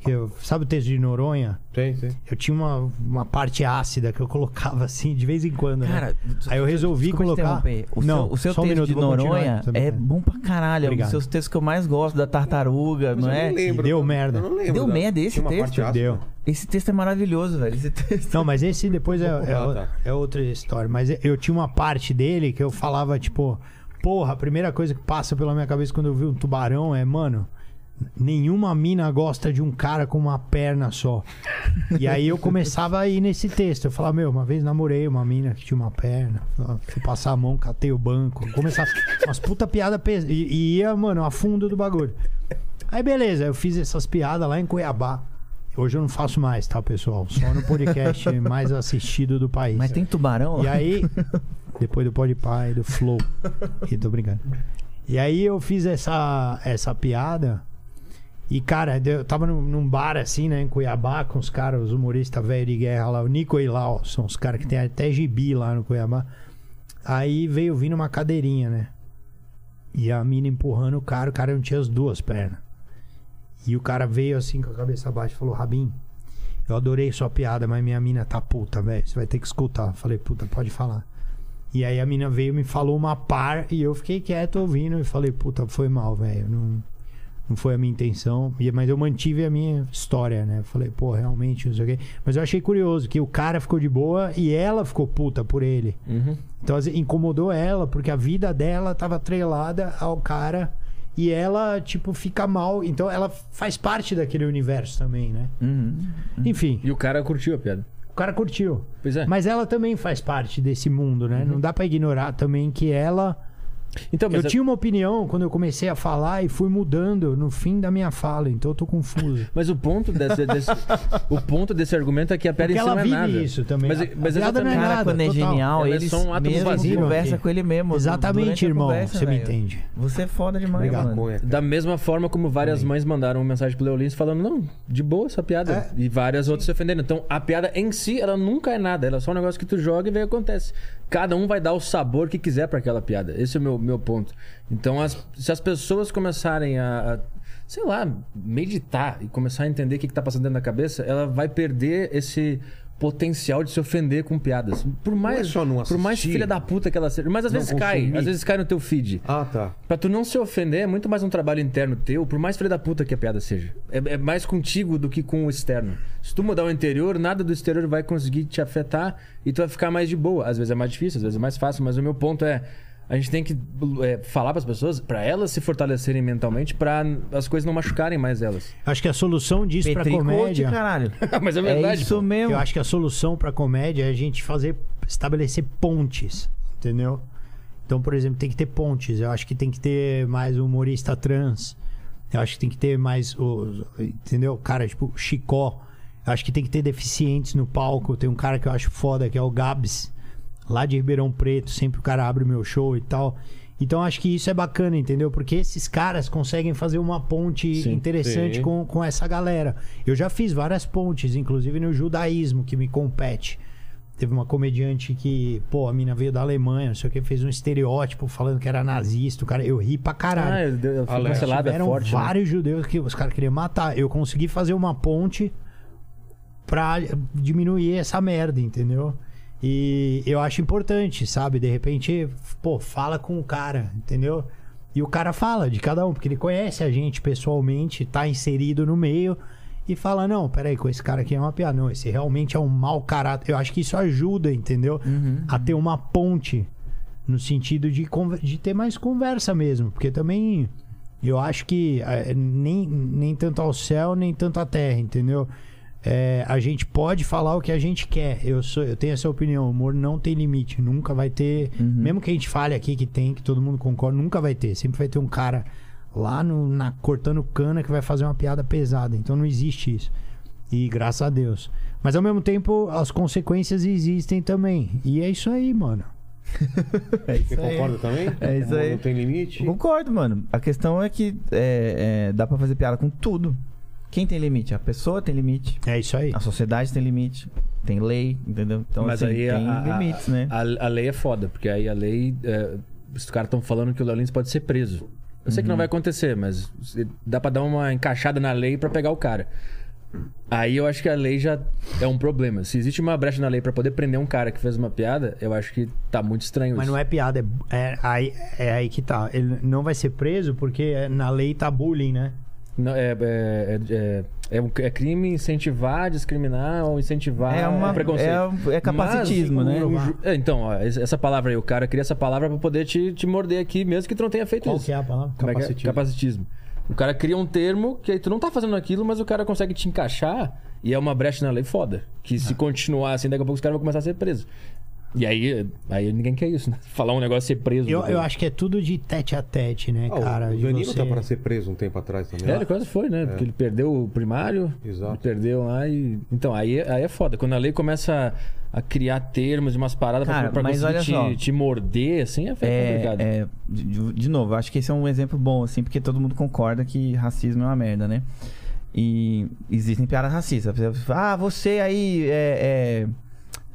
Speaker 3: que eu- sabe o texto de Noronha?
Speaker 2: Tem, tem.
Speaker 3: Eu tinha uma, uma parte ácida que eu colocava assim de vez em quando.
Speaker 4: Cara,
Speaker 3: né? aí eu resolvi
Speaker 4: Desculpa te
Speaker 3: colocar.
Speaker 4: interromper. O
Speaker 3: não,
Speaker 4: seu, o seu
Speaker 3: só um
Speaker 4: texto
Speaker 3: minuto,
Speaker 4: de
Speaker 3: vou continuar,
Speaker 4: Noronha
Speaker 3: só um
Speaker 4: é
Speaker 3: minuto.
Speaker 4: bom pra caralho. É um dos
Speaker 3: Obrigado.
Speaker 4: seus textos que eu mais gosto, da tartaruga, não é?
Speaker 3: E deu merda.
Speaker 2: Eu não lembro.
Speaker 4: Deu
Speaker 2: da-
Speaker 4: merda esse
Speaker 2: Tinha uma
Speaker 4: texto?
Speaker 2: parte ácida.
Speaker 3: Deu.
Speaker 4: Esse texto é maravilhoso, velho. Esse texto.
Speaker 3: Não, mas esse depois é, é,
Speaker 2: Ah, tá.
Speaker 3: é outra história. Mas eu tinha uma parte dele que eu falava, tipo, porra, a primeira coisa que passa pela minha cabeça quando eu vi um tubarão é, mano, nenhuma mina gosta de um cara com uma perna só. E aí eu começava a ir nesse texto. Eu falava, meu, uma vez namorei uma mina que tinha uma perna. Fui passar a mão, catei o banco. Começava umas puta piada pes... e, e ia, mano, a fundo do bagulho. Aí beleza, eu fiz essas piadas lá em Cuiabá. Hoje eu não faço mais, tá, pessoal? Só no podcast mais assistido do país.
Speaker 4: Mas tem tubarão?
Speaker 3: E
Speaker 4: lá?
Speaker 3: aí, depois do PodPie, do Flow. E tô brincando. E aí eu fiz essa, essa piada. E, cara, eu tava num, num bar assim, né, em Cuiabá, com os caras, os humoristas velho de guerra lá, o Nico e Lau, são os caras que tem até gibi lá no Cuiabá. Aí veio vindo uma cadeirinha, né? E a mina empurrando o cara, o cara não tinha as duas pernas. E o cara veio assim com a cabeça baixa e falou: Rabin, eu adorei sua piada, mas minha mina tá puta, velho. Você vai ter que escutar. Eu Falei, puta, pode falar. E aí a mina veio e me falou uma par e eu fiquei quieto ouvindo e falei, puta, foi mal, velho. Não, não foi a minha intenção. E- Mas eu mantive a minha história, né? Eu Falei, pô, realmente, não sei o quê. Mas eu achei curioso que o cara ficou de boa e ela ficou puta por ele. Então assim, incomodou ela, porque a vida dela tava atrelada ao cara. E ela, tipo, fica mal. Então ela faz parte daquele universo também, né? Enfim.
Speaker 6: E o cara curtiu a piada.
Speaker 3: O cara curtiu.
Speaker 6: Pois é.
Speaker 3: Mas ela também faz parte desse mundo, né? Não dá pra ignorar também que ela.
Speaker 6: Então,
Speaker 3: eu
Speaker 6: mas é-
Speaker 3: tinha uma opinião quando eu comecei a falar e fui mudando no fim da minha fala, então eu tô confuso.
Speaker 6: Mas o ponto desse, desse- o ponto desse argumento é que a piada
Speaker 3: Porque
Speaker 6: em si
Speaker 3: ela
Speaker 6: não é
Speaker 3: vive
Speaker 6: nada.
Speaker 3: isso também.
Speaker 6: Mas,
Speaker 3: A-
Speaker 6: mas
Speaker 3: a piada não é
Speaker 6: exatamente-
Speaker 4: Cara,
Speaker 3: nada,
Speaker 4: quando é
Speaker 3: total.
Speaker 4: genial,
Speaker 6: Ela é
Speaker 4: eles
Speaker 6: só um ato
Speaker 4: mesmo
Speaker 3: vazio
Speaker 4: conversa
Speaker 3: aqui.
Speaker 4: com ele mesmo.
Speaker 3: Exatamente,
Speaker 4: durante a
Speaker 3: irmão,
Speaker 4: conversa,
Speaker 3: você me
Speaker 4: velho.
Speaker 3: entende.
Speaker 4: Você é foda demais,
Speaker 3: Obrigado.
Speaker 4: mano.
Speaker 2: Maconha, cara.
Speaker 6: Da mesma forma como várias mães mandaram uma mensagem pro Leolins falando, não, de boa essa piada.
Speaker 2: É.
Speaker 6: E várias outras se ofenderam. Então, a piada em si, ela nunca é nada. Ela é só um negócio que tu joga e vê o que acontece. Cada um vai dar o sabor que quiser pra aquela piada. Esse é o meu, meu ponto. Então, as- se as pessoas começarem a, a, sei lá, meditar e começar a entender o que, que tá passando dentro da cabeça, ela vai perder esse potencial de se ofender com piadas. Por mais,
Speaker 2: só não
Speaker 6: por mais
Speaker 2: assistir.
Speaker 6: filha da puta que ela seja. Mas às
Speaker 2: Não
Speaker 6: vezes cai,
Speaker 2: consumir.
Speaker 6: às vezes cai no teu feed.
Speaker 2: Ah, tá.
Speaker 6: Pra tu não se ofender, é muito mais um trabalho interno teu, por mais filha da puta que a piada seja. É, é mais contigo do que com o externo. Se tu mudar o interior, nada do exterior vai conseguir te afetar e tu vai ficar mais de boa. Às vezes é mais difícil, às vezes é mais fácil, mas o meu ponto é. A gente tem que é, falar pras pessoas, pra elas se fortalecerem mentalmente, pra as coisas não machucarem mais elas.
Speaker 3: Acho que a solução disso pra
Speaker 4: Petricote,
Speaker 3: comédia.
Speaker 4: caralho.
Speaker 6: Mas é verdade,
Speaker 4: isso
Speaker 6: pô.
Speaker 4: mesmo.
Speaker 3: Eu acho que a solução para comédia é a gente fazer estabelecer pontes, entendeu? Então, por exemplo, tem que ter pontes. Eu acho que tem que ter mais um humorista trans. Eu acho que tem que ter mais, o- entendeu? Cara, tipo Chicó. Eu acho que tem que ter deficientes no palco. Tem um cara que eu acho foda que é o Gabs, lá de Ribeirão Preto. Sempre o cara abre o meu show e tal. Então acho que isso é bacana, entendeu? Porque esses caras conseguem fazer uma ponte
Speaker 6: Sim.
Speaker 3: interessante
Speaker 2: Sim.
Speaker 3: com com, com essa galera. Eu já fiz várias pontes, inclusive no judaísmo, que me compete. Teve uma comediante que, pô, a mina veio da Alemanha, não sei o que, fez um estereótipo falando que era nazista. O cara, eu ri pra caralho.
Speaker 6: Ah, eu, eu, eu fui
Speaker 2: Alerta.
Speaker 6: cancelada
Speaker 3: Tiveram
Speaker 6: forte. né?
Speaker 3: vários judeus que os caras queriam matar. Eu consegui fazer uma ponte pra diminuir essa merda, entendeu? E eu acho importante, sabe? De repente, pô, fala com o cara, entendeu? E o cara fala de cada um, porque ele conhece a gente pessoalmente, tá inserido no meio e fala: não, peraí, com esse cara aqui é uma piada. Não, esse realmente é um mau caráter. Eu acho que isso ajuda, entendeu? A ter uma ponte no sentido de, conver- de ter mais conversa mesmo, porque também eu acho que eh, nem, nem tanto ao céu, nem tanto à terra, entendeu? Eh, a gente pode falar o que a gente quer. Eu, sou, eu tenho essa opinião. O humor não tem limite. Nunca vai ter. Mesmo que a gente fale aqui que tem, que todo mundo concorda, nunca vai ter. Sempre vai ter um cara lá no, na, cortando cana que vai fazer uma piada pesada. Então não existe isso. E graças a Deus. Mas ao mesmo tempo, as consequências existem também. E é isso aí, mano.
Speaker 2: Você concorda também?
Speaker 4: É isso aí.
Speaker 2: Não tem limite?
Speaker 4: Concordo, mano. A questão é que é, é, dá pra fazer piada com tudo. Quem tem limite? A pessoa tem limite.
Speaker 3: É isso aí.
Speaker 4: A sociedade tem limite. Tem lei, entendeu? Então,
Speaker 6: Mas
Speaker 4: assim,
Speaker 6: aí
Speaker 4: tem
Speaker 6: a, a-
Speaker 4: limites, né?
Speaker 6: a, a lei é foda, porque aí a lei. é, os caras estão falando que o Léo Lins pode ser preso. Eu sei que
Speaker 4: Uhum.
Speaker 6: não vai acontecer, mas se- dá pra dar uma encaixada na lei pra pegar o cara. Aí eu acho que a lei já é um problema. Se existe uma brecha na lei pra poder prender um cara que fez uma piada, eu acho que tá muito estranho
Speaker 3: Mas
Speaker 6: isso.
Speaker 3: não é piada, é, é aí, é aí que tá. Ele não vai ser preso porque é, na lei tá bullying, né?
Speaker 6: Não, é, é, é, é, é um- é crime incentivar, discriminar ou incentivar
Speaker 4: É uma-
Speaker 6: um preconceito.
Speaker 4: é um- é capacitismo, né?
Speaker 6: o ju- é, então, ó, es- essa palavra aí, o cara cria essa palavra pra poder te, te morder aqui, mesmo que tu não tenha feito
Speaker 3: Qual
Speaker 6: isso.
Speaker 3: que é a palavra?
Speaker 6: Como é que é?
Speaker 2: Capacitismo.
Speaker 6: Capacitismo. O cara cria um termo que aí tu não tá fazendo aquilo, mas o cara consegue te encaixar e é uma brecha na lei foda. Que se continuar assim, daqui a pouco os caras vão começar a ser presos. E aí, aí ninguém quer isso, né? Falar um negócio e ser preso.
Speaker 3: Eu,
Speaker 6: depois.
Speaker 3: eu acho que é tudo de tete a tete, né,
Speaker 2: Ah, o-
Speaker 3: cara?
Speaker 2: o
Speaker 3: De
Speaker 2: Danilo
Speaker 3: você-
Speaker 2: tá pra ser preso um tempo atrás também.
Speaker 6: É, ele quase foi, né? Porque ele perdeu o primário,
Speaker 2: Exato.
Speaker 6: ele perdeu lá e. Então, aí, aí é foda. Quando a lei começa a, a criar termos e umas paradas
Speaker 4: Cara,
Speaker 6: pra, pra
Speaker 4: mas
Speaker 6: conseguir
Speaker 4: olha só.
Speaker 6: te, te morder, assim, é, complicado.
Speaker 4: É, é, de, de- de novo, eu acho que esse é um exemplo bom, assim, porque todo mundo concorda que racismo é uma merda, né? E existem piadas racistas. Por exemplo, Ah, você aí é,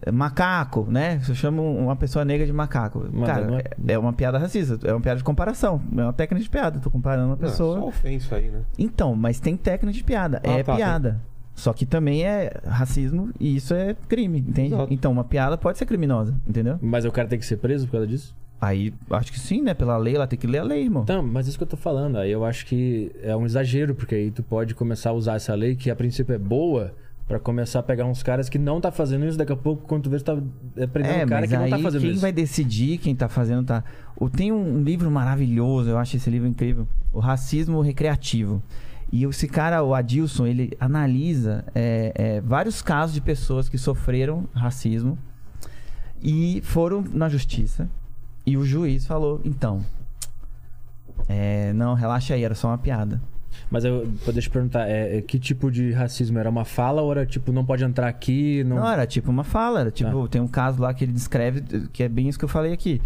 Speaker 4: é macaco, né? Você chama uma pessoa negra de macaco.
Speaker 6: Mas
Speaker 4: Cara,
Speaker 6: não é-
Speaker 4: é, é uma piada racista, é uma piada de comparação, é uma técnica de piada. Tô comparando uma
Speaker 2: Não,
Speaker 4: pessoa.
Speaker 2: Só ofensa aí, né?
Speaker 4: Então, mas tem técnica de piada.
Speaker 2: Ah,
Speaker 4: é
Speaker 2: tá,
Speaker 4: piada. Só que também é racismo e isso é crime, entende?
Speaker 2: Exato.
Speaker 4: Então, uma piada pode ser criminosa, entendeu?
Speaker 6: Mas o cara tem que ser preso por causa disso?
Speaker 4: Aí, acho que sim, né? Pela lei, ela tem que ler a lei, irmão.
Speaker 6: Então, mas isso que eu tô falando, aí eu acho que é um exagero, porque aí tu pode começar a usar essa lei, que a princípio é boa, pra começar a pegar uns caras que não tá fazendo isso, daqui a pouco, quando tu vê, tu tá é, prendendo
Speaker 4: É,
Speaker 6: um cara
Speaker 4: mas
Speaker 6: que não
Speaker 4: aí
Speaker 6: tá fazendo
Speaker 4: quem
Speaker 6: isso.
Speaker 4: vai decidir quem tá fazendo tá. O- Tem um, um livro maravilhoso, eu acho esse livro incrível, o Racismo Recreativo. E esse cara, o Adilson, ele analisa é, é, vários casos de pessoas que sofreram racismo e foram na justiça. E o juiz falou, então. é, não, relaxa aí, era só uma piada.
Speaker 6: Mas eu deixa eu te perguntar, é, é, que tipo de racismo? Era uma fala ou era tipo, não pode entrar aqui? Não...
Speaker 4: Não, era tipo uma fala, era tipo, tem um caso lá que ele descreve, que é bem isso que eu falei aqui.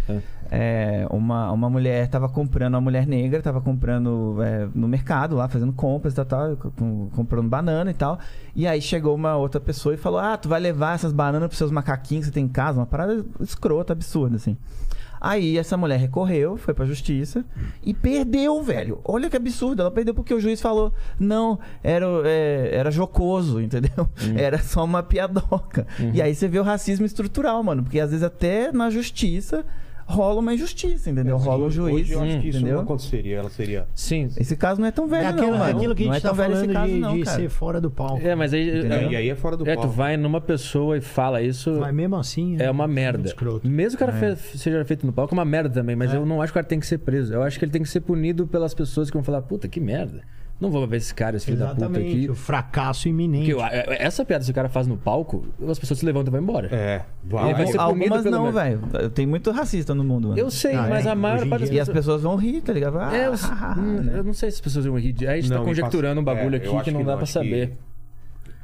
Speaker 4: É, uma, uma mulher tava comprando, uma mulher negra tava comprando é, no mercado lá, fazendo compras, tal, tal, com- comprando banana e tal. E aí chegou uma outra pessoa e falou: Ah, tu vai levar essas bananas pros seus macaquinhos que você tem em casa, uma parada escrota, absurda, assim. Aí essa mulher recorreu, foi pra justiça e perdeu, velho. Olha que absurdo, ela perdeu porque o juiz falou: não, era, o- é, era jocoso, entendeu?
Speaker 3: Uhum.
Speaker 4: Era só uma piadoca. E aí você vê o racismo estrutural, mano, porque às vezes até na justiça rola uma injustiça, entendeu? Rola o juiz.
Speaker 2: Hoje eu acho que isso
Speaker 4: entendeu?
Speaker 2: não aconteceria. Ela seria.
Speaker 6: Sim.
Speaker 4: Esse caso não é tão
Speaker 3: É
Speaker 4: velho,
Speaker 3: aquilo,
Speaker 4: não, mano.
Speaker 3: aquilo que a
Speaker 4: não
Speaker 3: gente
Speaker 4: é
Speaker 3: tá
Speaker 4: tão velho
Speaker 3: falando
Speaker 4: esse caso,
Speaker 3: de,
Speaker 4: não,
Speaker 3: de
Speaker 4: cara.
Speaker 3: ser fora do palco.
Speaker 6: É, mas aí.
Speaker 4: Entendeu?
Speaker 2: E aí é fora do
Speaker 6: É,
Speaker 2: palco.
Speaker 6: tu vai numa pessoa e fala isso.
Speaker 3: Mas mesmo assim.
Speaker 6: É uma
Speaker 3: muito
Speaker 6: merda.
Speaker 3: escroto.
Speaker 6: Mesmo que o cara fe- seja feito no palco, é uma merda também. Mas eu não acho que o cara tem que ser preso. Eu acho que ele tem que ser punido pelas pessoas que vão falar, puta, que merda. Não vou ver esse cara, esse filho da puta
Speaker 3: Exatamente.
Speaker 6: aqui.
Speaker 3: O fracasso iminente.
Speaker 6: Porque eu- é, essa piada, se o cara faz no palco, as pessoas se levantam e vão embora.
Speaker 2: É,
Speaker 6: Ele
Speaker 2: vai.
Speaker 6: vai ser punido
Speaker 4: Algumas
Speaker 6: pelo
Speaker 4: não,
Speaker 6: menos.
Speaker 4: velho. Tem muito racista no mundo, mano.
Speaker 6: Eu sei,
Speaker 3: Ah,
Speaker 6: mas
Speaker 3: é.
Speaker 6: a maior
Speaker 3: Hoje em
Speaker 6: parte das
Speaker 4: E as
Speaker 6: pessoas.
Speaker 4: pessoas vão rir, tá ligado? Ah,
Speaker 6: É, eu, hum,
Speaker 4: né?
Speaker 6: eu não sei se as pessoas vão rir. de- A gente
Speaker 2: Não,
Speaker 6: tá
Speaker 2: me
Speaker 6: conjecturando um
Speaker 2: passa-
Speaker 6: bagulho
Speaker 2: é, eu
Speaker 6: aqui
Speaker 2: acho
Speaker 6: que não
Speaker 2: que
Speaker 6: dá
Speaker 2: não,
Speaker 6: pra
Speaker 2: acho que-
Speaker 6: saber.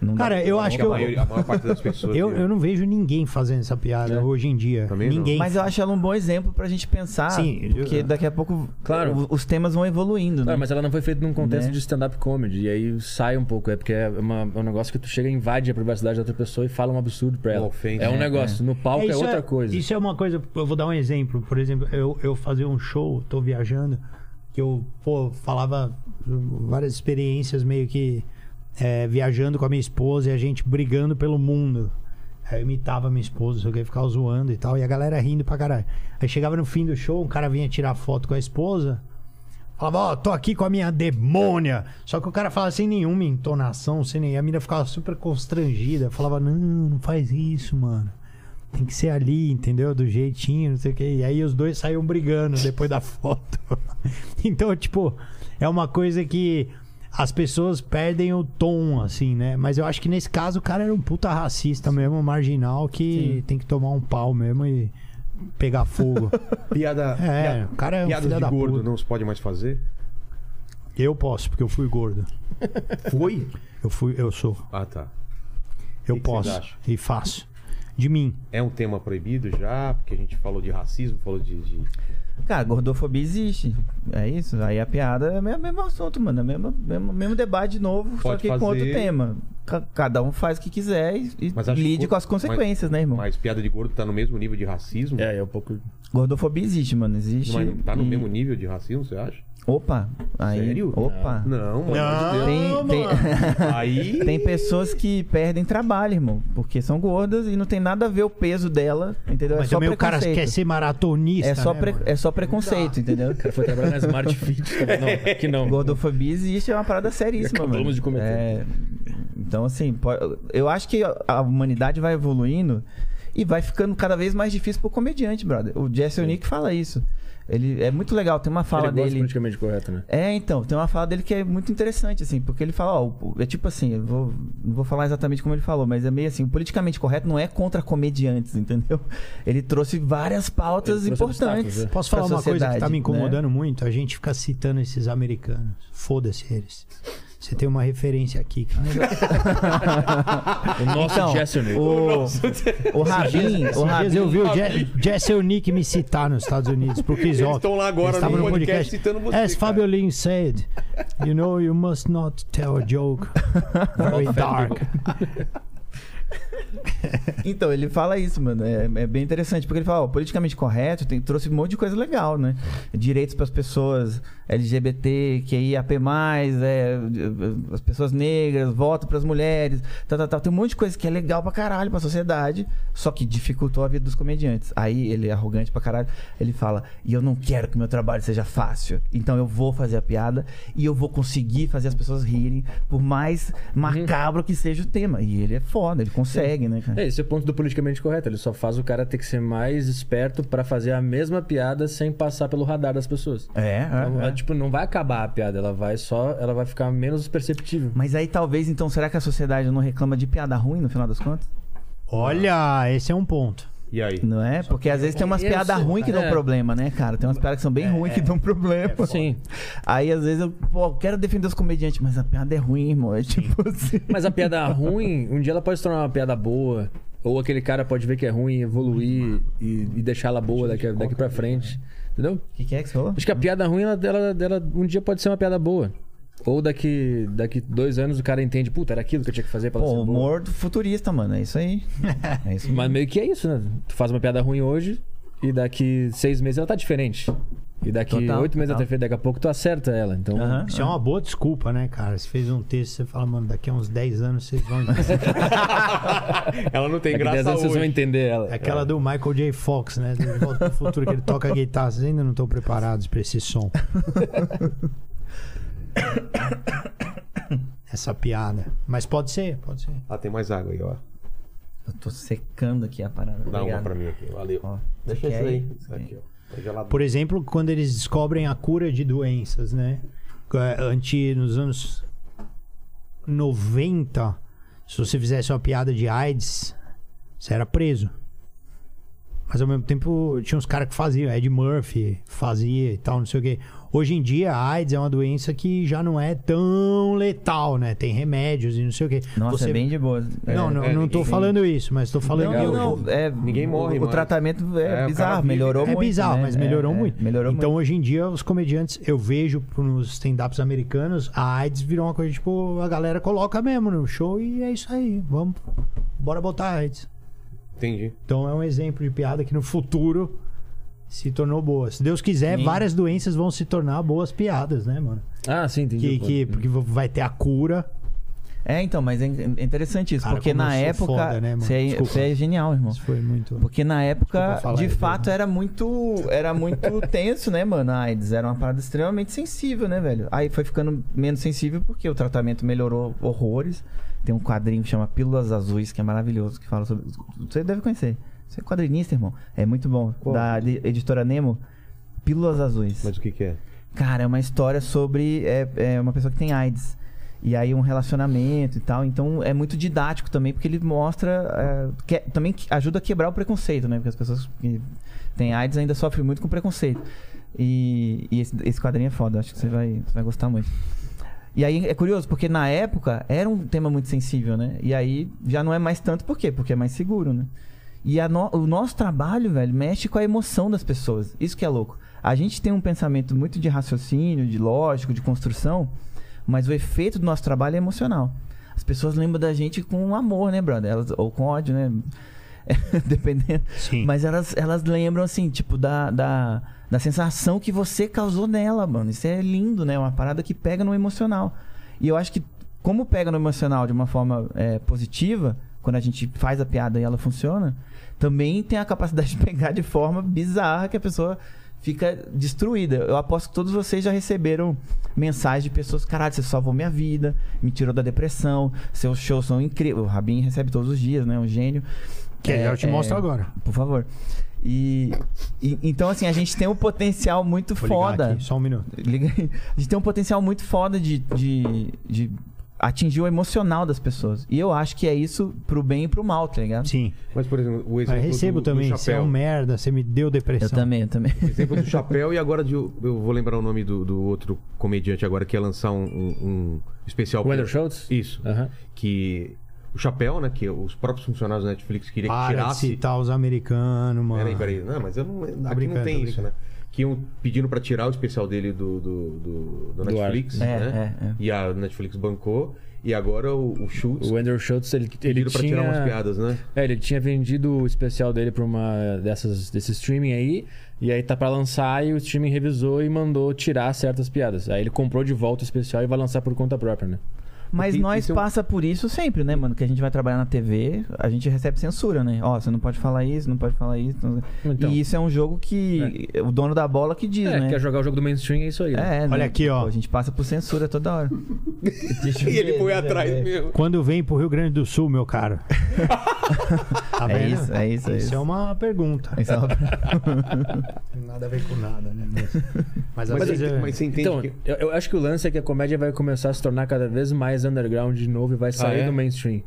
Speaker 4: Não dá.
Speaker 3: Cara, eu acho que
Speaker 2: a,
Speaker 3: eu,
Speaker 2: maioria- a maior parte das pessoas.
Speaker 3: eu, eu não vejo ninguém fazendo essa piada hoje em dia.
Speaker 2: Também não.
Speaker 3: ninguém.
Speaker 4: Mas eu acho ela um bom exemplo pra gente pensar.
Speaker 3: Sim,
Speaker 4: porque
Speaker 3: eu-
Speaker 4: daqui a pouco
Speaker 6: Claro.
Speaker 4: o- os temas vão evoluindo, né?
Speaker 6: Claro, mas ela não foi feita num contexto
Speaker 4: Né?
Speaker 6: de stand-up comedy. E aí sai um pouco. É porque é, uma- é um negócio que tu chega e invade a privacidade da outra pessoa e fala um absurdo pra ela.
Speaker 2: Uma ofensa.
Speaker 6: é um
Speaker 2: É,
Speaker 6: negócio. No palco é,
Speaker 3: isso
Speaker 6: outra coisa.
Speaker 3: Isso é uma coisa, eu vou dar um exemplo. Por exemplo, eu, eu fazer um show, tô viajando, que eu pô, falava várias experiências meio que é, viajando com a minha esposa e a gente brigando pelo mundo. Aí eu imitava minha esposa, só que eu ficava zoando e tal, e a galera rindo pra caralho. Aí chegava no fim do show, um cara vinha tirar foto com a esposa. Falava, ó, tô aqui com a minha demônia. Só que o cara falava sem nenhuma entonação, sem nem. A mina ficava super constrangida. Falava, não, não faz isso, mano. Tem que ser ali, entendeu? Do jeitinho, não sei o quê. E aí os dois saíam brigando depois da foto. então, tipo, é uma coisa que as pessoas perdem o tom, assim, né? Mas eu acho que nesse caso o cara era um puta racista mesmo, um marginal, que tem que tomar um pau mesmo e pegar fogo.
Speaker 2: Piada.
Speaker 3: É, o cara é um
Speaker 2: piadas
Speaker 3: filho
Speaker 2: de
Speaker 3: da
Speaker 2: gordo
Speaker 3: puta.
Speaker 2: não se pode mais fazer.
Speaker 3: eu posso, porque eu fui gordo.
Speaker 2: Foi?
Speaker 3: Eu fui, eu sou.
Speaker 2: Ah, tá.
Speaker 3: Eu
Speaker 2: que
Speaker 3: posso
Speaker 2: vocês acham?
Speaker 3: e faço. De mim.
Speaker 2: É um tema proibido já, porque a gente falou de racismo, falou de. de-
Speaker 4: Cara, gordofobia existe. É isso. Aí a piada é o mesmo, mesmo assunto, mano. É o mesmo, mesmo, mesmo debate de novo, só
Speaker 2: Pode
Speaker 4: que com outro
Speaker 2: fazer.
Speaker 4: tema. Ca- Cada um faz o que quiser e, e
Speaker 2: Mas acho que
Speaker 4: lide
Speaker 2: go-
Speaker 4: com as consequências, né, irmão?
Speaker 2: Mas piada de gordo tá no mesmo nível de racismo?
Speaker 6: É, é um pouco.
Speaker 4: Gordofobia existe, mano. Existe.
Speaker 2: Mas tá no
Speaker 4: E-
Speaker 2: mesmo nível de racismo, você acha?
Speaker 4: Opa. Aí,
Speaker 2: Sério?
Speaker 4: Opa.
Speaker 2: Não, mano.
Speaker 4: Tem, é tem,
Speaker 2: Aí.
Speaker 4: tem pessoas que perdem trabalho, irmão, porque são gordas e não tem nada a ver o peso dela, entendeu?
Speaker 3: Mas
Speaker 4: é só
Speaker 3: também o cara
Speaker 4: preconceito.
Speaker 3: quer ser maratonista.
Speaker 4: é só,
Speaker 3: né,
Speaker 4: pre-
Speaker 3: mano?
Speaker 4: é só preconceito, entendeu?
Speaker 6: O cara foi trabalhar na Smart Fit. tá Não, aqui não.
Speaker 4: Gordofobia existe, é uma parada seríssima,
Speaker 6: Acabamos
Speaker 4: mano.
Speaker 6: de cometer.
Speaker 4: É, Então, assim, po- eu acho que a humanidade vai evoluindo e vai ficando cada vez mais difícil pro comediante, brother. O Jesse Nick fala isso. Ele é muito legal, tem uma
Speaker 6: Ele
Speaker 4: fala
Speaker 6: gosta de
Speaker 4: dele.
Speaker 6: politicamente correto, né?
Speaker 4: É, então, tem uma fala dele que é muito interessante, assim, porque ele fala, ó, o- é tipo assim, eu vou, não vou falar exatamente como ele falou, mas é meio assim, o politicamente correto não é contra comediantes, entendeu? Ele trouxe várias pautas
Speaker 6: Ele trouxe
Speaker 4: importantes.
Speaker 6: obstáculos, é.
Speaker 3: Posso
Speaker 4: pra
Speaker 3: falar uma coisa que tá
Speaker 4: sociedade,
Speaker 3: me
Speaker 4: né?
Speaker 3: incomodando muito? A gente fica citando esses americanos. Foda-se eles. Você tem uma referência aqui, cara.
Speaker 6: O nosso
Speaker 4: Então,
Speaker 6: Jesse Neal.
Speaker 4: O, o Rabin, o
Speaker 3: Esses dias
Speaker 4: Rabin,
Speaker 3: eu vi o Je Jesse Nick me citar nos Estados Unidos pro Chris
Speaker 2: Eles
Speaker 3: Rock.
Speaker 2: estão lá agora
Speaker 3: Eles tavam
Speaker 2: no podcast citando você,
Speaker 3: As
Speaker 2: cara."
Speaker 3: Fabio Lin said, you know, you must not tell a joke. Very dark.
Speaker 4: Então, ele fala isso, mano. É, é bem interessante, porque ele fala, ó, politicamente correto, tem- trouxe um monte de coisa legal, né? Direitos para as pessoas LGBT, QIAP+, é, as pessoas negras, voto para as mulheres, tal, tal, tal. Tem um monte de coisa que é legal pra caralho pra sociedade, só que dificultou a vida dos comediantes. Aí ele é arrogante pra caralho, ele fala, e eu não quero que meu trabalho seja fácil, então eu vou fazer a piada e eu vou conseguir fazer as pessoas rirem, por mais macabro que seja o tema. E ele é foda, ele consegue, né, cara?
Speaker 6: É, esse é o ponto do politicamente correto. Ele só faz o cara ter que ser mais esperto pra fazer a mesma piada sem passar pelo radar das pessoas.
Speaker 4: É,
Speaker 6: Então,
Speaker 4: é,
Speaker 6: ela,
Speaker 4: é.
Speaker 6: Tipo, não vai acabar a piada, ela vai só. Ela vai ficar menos perceptível.
Speaker 4: Mas aí talvez, então, será que a sociedade não reclama de piada ruim no final das contas?
Speaker 3: Olha, esse é um ponto.
Speaker 2: E aí?
Speaker 4: Não é? Porque às vezes tem umas
Speaker 6: isso,
Speaker 4: piadas ruins que dão
Speaker 6: é.
Speaker 4: problema, né, cara? Tem umas piadas que são bem ruins que dão
Speaker 2: É
Speaker 4: problema.
Speaker 6: Sim.
Speaker 4: Aí às vezes eu, pô, eu quero defender os comediantes, mas a piada é ruim, irmão. É tipo assim.
Speaker 6: Mas a piada ruim, um dia ela pode se tornar uma piada boa. Ou aquele cara pode ver que é ruim, evoluir e, e deixá-la boa daqui, daqui pra frente. Entendeu?
Speaker 4: O que, que é que você falou?
Speaker 6: Acho que a piada ruim, ela, ela, ela um dia pode ser uma piada boa. Ou daqui, daqui dois anos o cara entende, puta, era aquilo que eu tinha que fazer pra ela
Speaker 4: Pô,
Speaker 6: ser boa.
Speaker 4: humor do futurista, mano. É isso aí. É isso.
Speaker 6: Mas meio que é isso, né? Tu faz uma piada ruim hoje, e daqui seis meses ela tá diferente. E daqui
Speaker 4: Total,
Speaker 6: oito
Speaker 4: total.
Speaker 6: meses ela tá diferente, daqui a pouco tu acerta ela. Então,
Speaker 4: Aham.
Speaker 3: Isso é uma boa desculpa, né, cara? Você fez um texto, você fala, mano, daqui a uns 10 anos vocês vão entender.
Speaker 2: Ela não tem
Speaker 6: daqui a
Speaker 2: graça
Speaker 6: 10 anos vocês vão
Speaker 2: hoje.
Speaker 6: entender ela.
Speaker 3: É Aquela do Michael J. Fox, né? Do Volta pro Futuro, que ele toca guitarra. Vocês ainda não estão preparados pra esse som. Essa piada. Mas pode ser, pode ser.
Speaker 2: Ah, tem mais água aí, ó.
Speaker 4: Eu tô secando aqui a parada.
Speaker 2: Dá uma
Speaker 4: obrigado.
Speaker 2: pra mim aqui, valeu.
Speaker 4: Ó,
Speaker 2: Deixa
Speaker 4: você
Speaker 2: isso
Speaker 4: quer
Speaker 2: aí.
Speaker 4: aí?
Speaker 2: Isso aqui, ó. Tá gelado.
Speaker 3: Por exemplo, quando eles descobrem a cura de doenças, né? É, Anti, nos anos 90, se você fizesse uma piada de AIDS, você era preso. Mas ao mesmo tempo, tinha uns caras que faziam, Ed Murphy fazia e tal, não sei o quê. Hoje em dia, a AIDS é uma doença que já não é tão letal, né? Tem remédios e não sei o quê.
Speaker 4: Nossa,
Speaker 3: Você-
Speaker 4: é bem de boa.
Speaker 3: Não, não,
Speaker 2: é,
Speaker 3: não tô
Speaker 2: ninguém-
Speaker 3: falando isso, mas tô falando que
Speaker 4: não,
Speaker 2: Legal,
Speaker 3: hoje-
Speaker 4: não, não. É,
Speaker 2: Ninguém morre
Speaker 4: O, o
Speaker 2: mais.
Speaker 4: tratamento
Speaker 2: É, o
Speaker 4: é,
Speaker 2: cara
Speaker 4: bizarro,
Speaker 2: vive.
Speaker 4: melhorou
Speaker 3: É
Speaker 4: muito.
Speaker 3: bizarro,
Speaker 4: né?
Speaker 3: mas
Speaker 4: É,
Speaker 3: melhorou
Speaker 4: é,
Speaker 3: muito.
Speaker 4: melhorou
Speaker 3: então,
Speaker 4: muito.
Speaker 3: hoje em dia, os comediantes, eu vejo nos stand-ups americanos, a AIDS virou uma coisa, tipo, a galera coloca mesmo no show e é isso aí. Vamos, bora botar a AIDS.
Speaker 2: Entendi.
Speaker 3: Então, é um exemplo de piada que no futuro se tornou boa. Se Deus quiser,
Speaker 4: Sim.
Speaker 3: várias doenças vão se tornar boas piadas, né, mano?
Speaker 6: Ah, sim,
Speaker 3: Que,
Speaker 6: entendi.
Speaker 3: que, porque vai ter a cura.
Speaker 4: É, então, mas é in- é interessante isso,
Speaker 3: Cara,
Speaker 4: porque
Speaker 3: como eu
Speaker 4: na
Speaker 3: sou
Speaker 4: época.
Speaker 3: foda, né, mano?
Speaker 4: você, é,
Speaker 3: Desculpa.
Speaker 4: você é genial, irmão.
Speaker 3: Isso foi muito.
Speaker 4: Porque na época,
Speaker 3: Desculpa falar,
Speaker 4: de
Speaker 3: Edu.
Speaker 4: fato, era muito era muito tenso, né, mano? A AIDS era uma parada extremamente sensível, né, velho? Aí foi ficando menos sensível porque o tratamento melhorou horrores. Tem um quadrinho que chama Pílulas Azuis, que é maravilhoso, que fala sobre. Você deve conhecer. Você é quadrinista, irmão. É muito bom. Da li- editora Nemo, Pílulas Azuis.
Speaker 2: Mas o que que é?
Speaker 4: Cara, é uma história sobre é, é uma pessoa que tem AIDS. E aí um relacionamento e tal. Então é muito didático também, porque ele mostra. é, que- também que- ajuda a quebrar o preconceito, né? Porque as pessoas que têm AIDS ainda sofrem muito com preconceito. E, e esse, esse quadrinho é foda, acho que você vai, você vai gostar muito. E aí é curioso, porque na época era um tema muito sensível, né? E aí já não é mais tanto, por quê? Porque é mais seguro, né? E a no- o nosso trabalho, velho, mexe com a emoção das pessoas. Isso que é louco. A gente tem um pensamento muito de raciocínio, de lógico, de construção, mas o efeito do nosso trabalho é emocional. As pessoas lembram da gente com amor, né, brother? Elas, ou com ódio, né? Dependendo.
Speaker 3: Sim.
Speaker 4: Mas elas, elas lembram, assim, tipo, da, da, da sensação que você causou nela, mano. Isso é lindo, né? Uma parada que pega no emocional. E eu acho que, como pega no emocional de uma forma é, positiva, quando a gente faz a piada e ela funciona, também tem a capacidade de pegar de forma bizarra que a pessoa fica destruída. Eu aposto que todos vocês já receberam mensagens de pessoas: caralho, você salvou minha vida, me tirou da depressão, seus shows são incríveis. O Rabin recebe todos os dias, né? É Um gênio.
Speaker 3: Que
Speaker 4: É,
Speaker 3: eu te
Speaker 4: é,
Speaker 3: mostro agora.
Speaker 4: por favor. E, e- então assim, a gente tem um potencial muito
Speaker 3: Vou ligar
Speaker 4: foda.
Speaker 3: aqui, só um minuto.
Speaker 4: Liga aí. A gente tem um potencial muito foda de, de, de atingir o emocional das pessoas. E eu acho que é isso pro bem e pro mal, tá ligado?
Speaker 3: Sim.
Speaker 2: Mas, por exemplo, o
Speaker 4: é
Speaker 3: Mas
Speaker 2: exemplo
Speaker 3: recebo
Speaker 2: do,
Speaker 3: também.
Speaker 2: do
Speaker 3: Você é
Speaker 2: chapéu.
Speaker 3: um merda, você me deu
Speaker 4: Eu
Speaker 3: depressão.
Speaker 4: também, eu também.
Speaker 2: exemplo do chapéu e agora de, eu vou lembrar o nome do, do outro comediante agora que ia lançar um, um- um especial.
Speaker 6: O Andrew Schultz?
Speaker 2: Isso.
Speaker 6: Aham.
Speaker 2: Que o chapéu, né? Que os próprios funcionários da Netflix queriam que
Speaker 3: Para de
Speaker 2: tirasse.
Speaker 3: citar os americanos, mano. Tá
Speaker 2: Peraí, peraí. Não, mas eu não. Aqui
Speaker 3: brincando,
Speaker 2: não tem
Speaker 3: tô
Speaker 2: isso, né? Que iam pedindo pra tirar o especial dele do, do, do- do
Speaker 6: Do
Speaker 2: Netflix,
Speaker 4: ar. É,
Speaker 2: né?
Speaker 4: é, é.
Speaker 2: E a Netflix bancou. E agora o, o Schultz
Speaker 6: O Andrew Schultz, ele, ele
Speaker 2: pediram pra
Speaker 6: tinha...
Speaker 2: tirar umas piadas, né?
Speaker 6: É, ele tinha vendido o especial dele pra uma dessas desse streaming aí, e aí tá pra lançar e o streaming revisou e mandou tirar certas piadas. Aí ele comprou de volta o especial e vai lançar por conta própria, né?
Speaker 4: Mas
Speaker 2: Porque
Speaker 4: nós
Speaker 2: isso é um-
Speaker 4: passa por isso sempre, né, mano? Que a gente vai trabalhar na TV, a gente recebe censura, né? Ó, você não pode falar isso, não pode falar isso. não-
Speaker 6: Então.
Speaker 4: e isso é um jogo que o dono da bola que diz,
Speaker 6: é,
Speaker 4: né?
Speaker 6: quer jogar o jogo do mainstream é isso aí. né?
Speaker 4: É,
Speaker 3: Olha
Speaker 4: né?
Speaker 3: aqui, ó.
Speaker 4: Pô, A gente passa por censura toda hora.
Speaker 2: E ele foi atrás mesmo.
Speaker 3: Quando vem pro Rio Grande do Sul, meu caro? Tá
Speaker 4: É
Speaker 3: vendo?
Speaker 4: isso, é isso, é
Speaker 3: Isso
Speaker 4: isso.
Speaker 3: é uma pergunta.
Speaker 4: Isso é uma-
Speaker 3: Tem nada a ver com nada, né? Mas, às
Speaker 2: Mas,
Speaker 3: vezes
Speaker 2: você-
Speaker 3: é-
Speaker 2: mas você entende
Speaker 6: Então,
Speaker 2: que.
Speaker 6: eu, eu acho que o lance é que a comédia vai começar a se tornar cada vez mais underground de novo e vai sair
Speaker 2: é?
Speaker 6: do mainstream.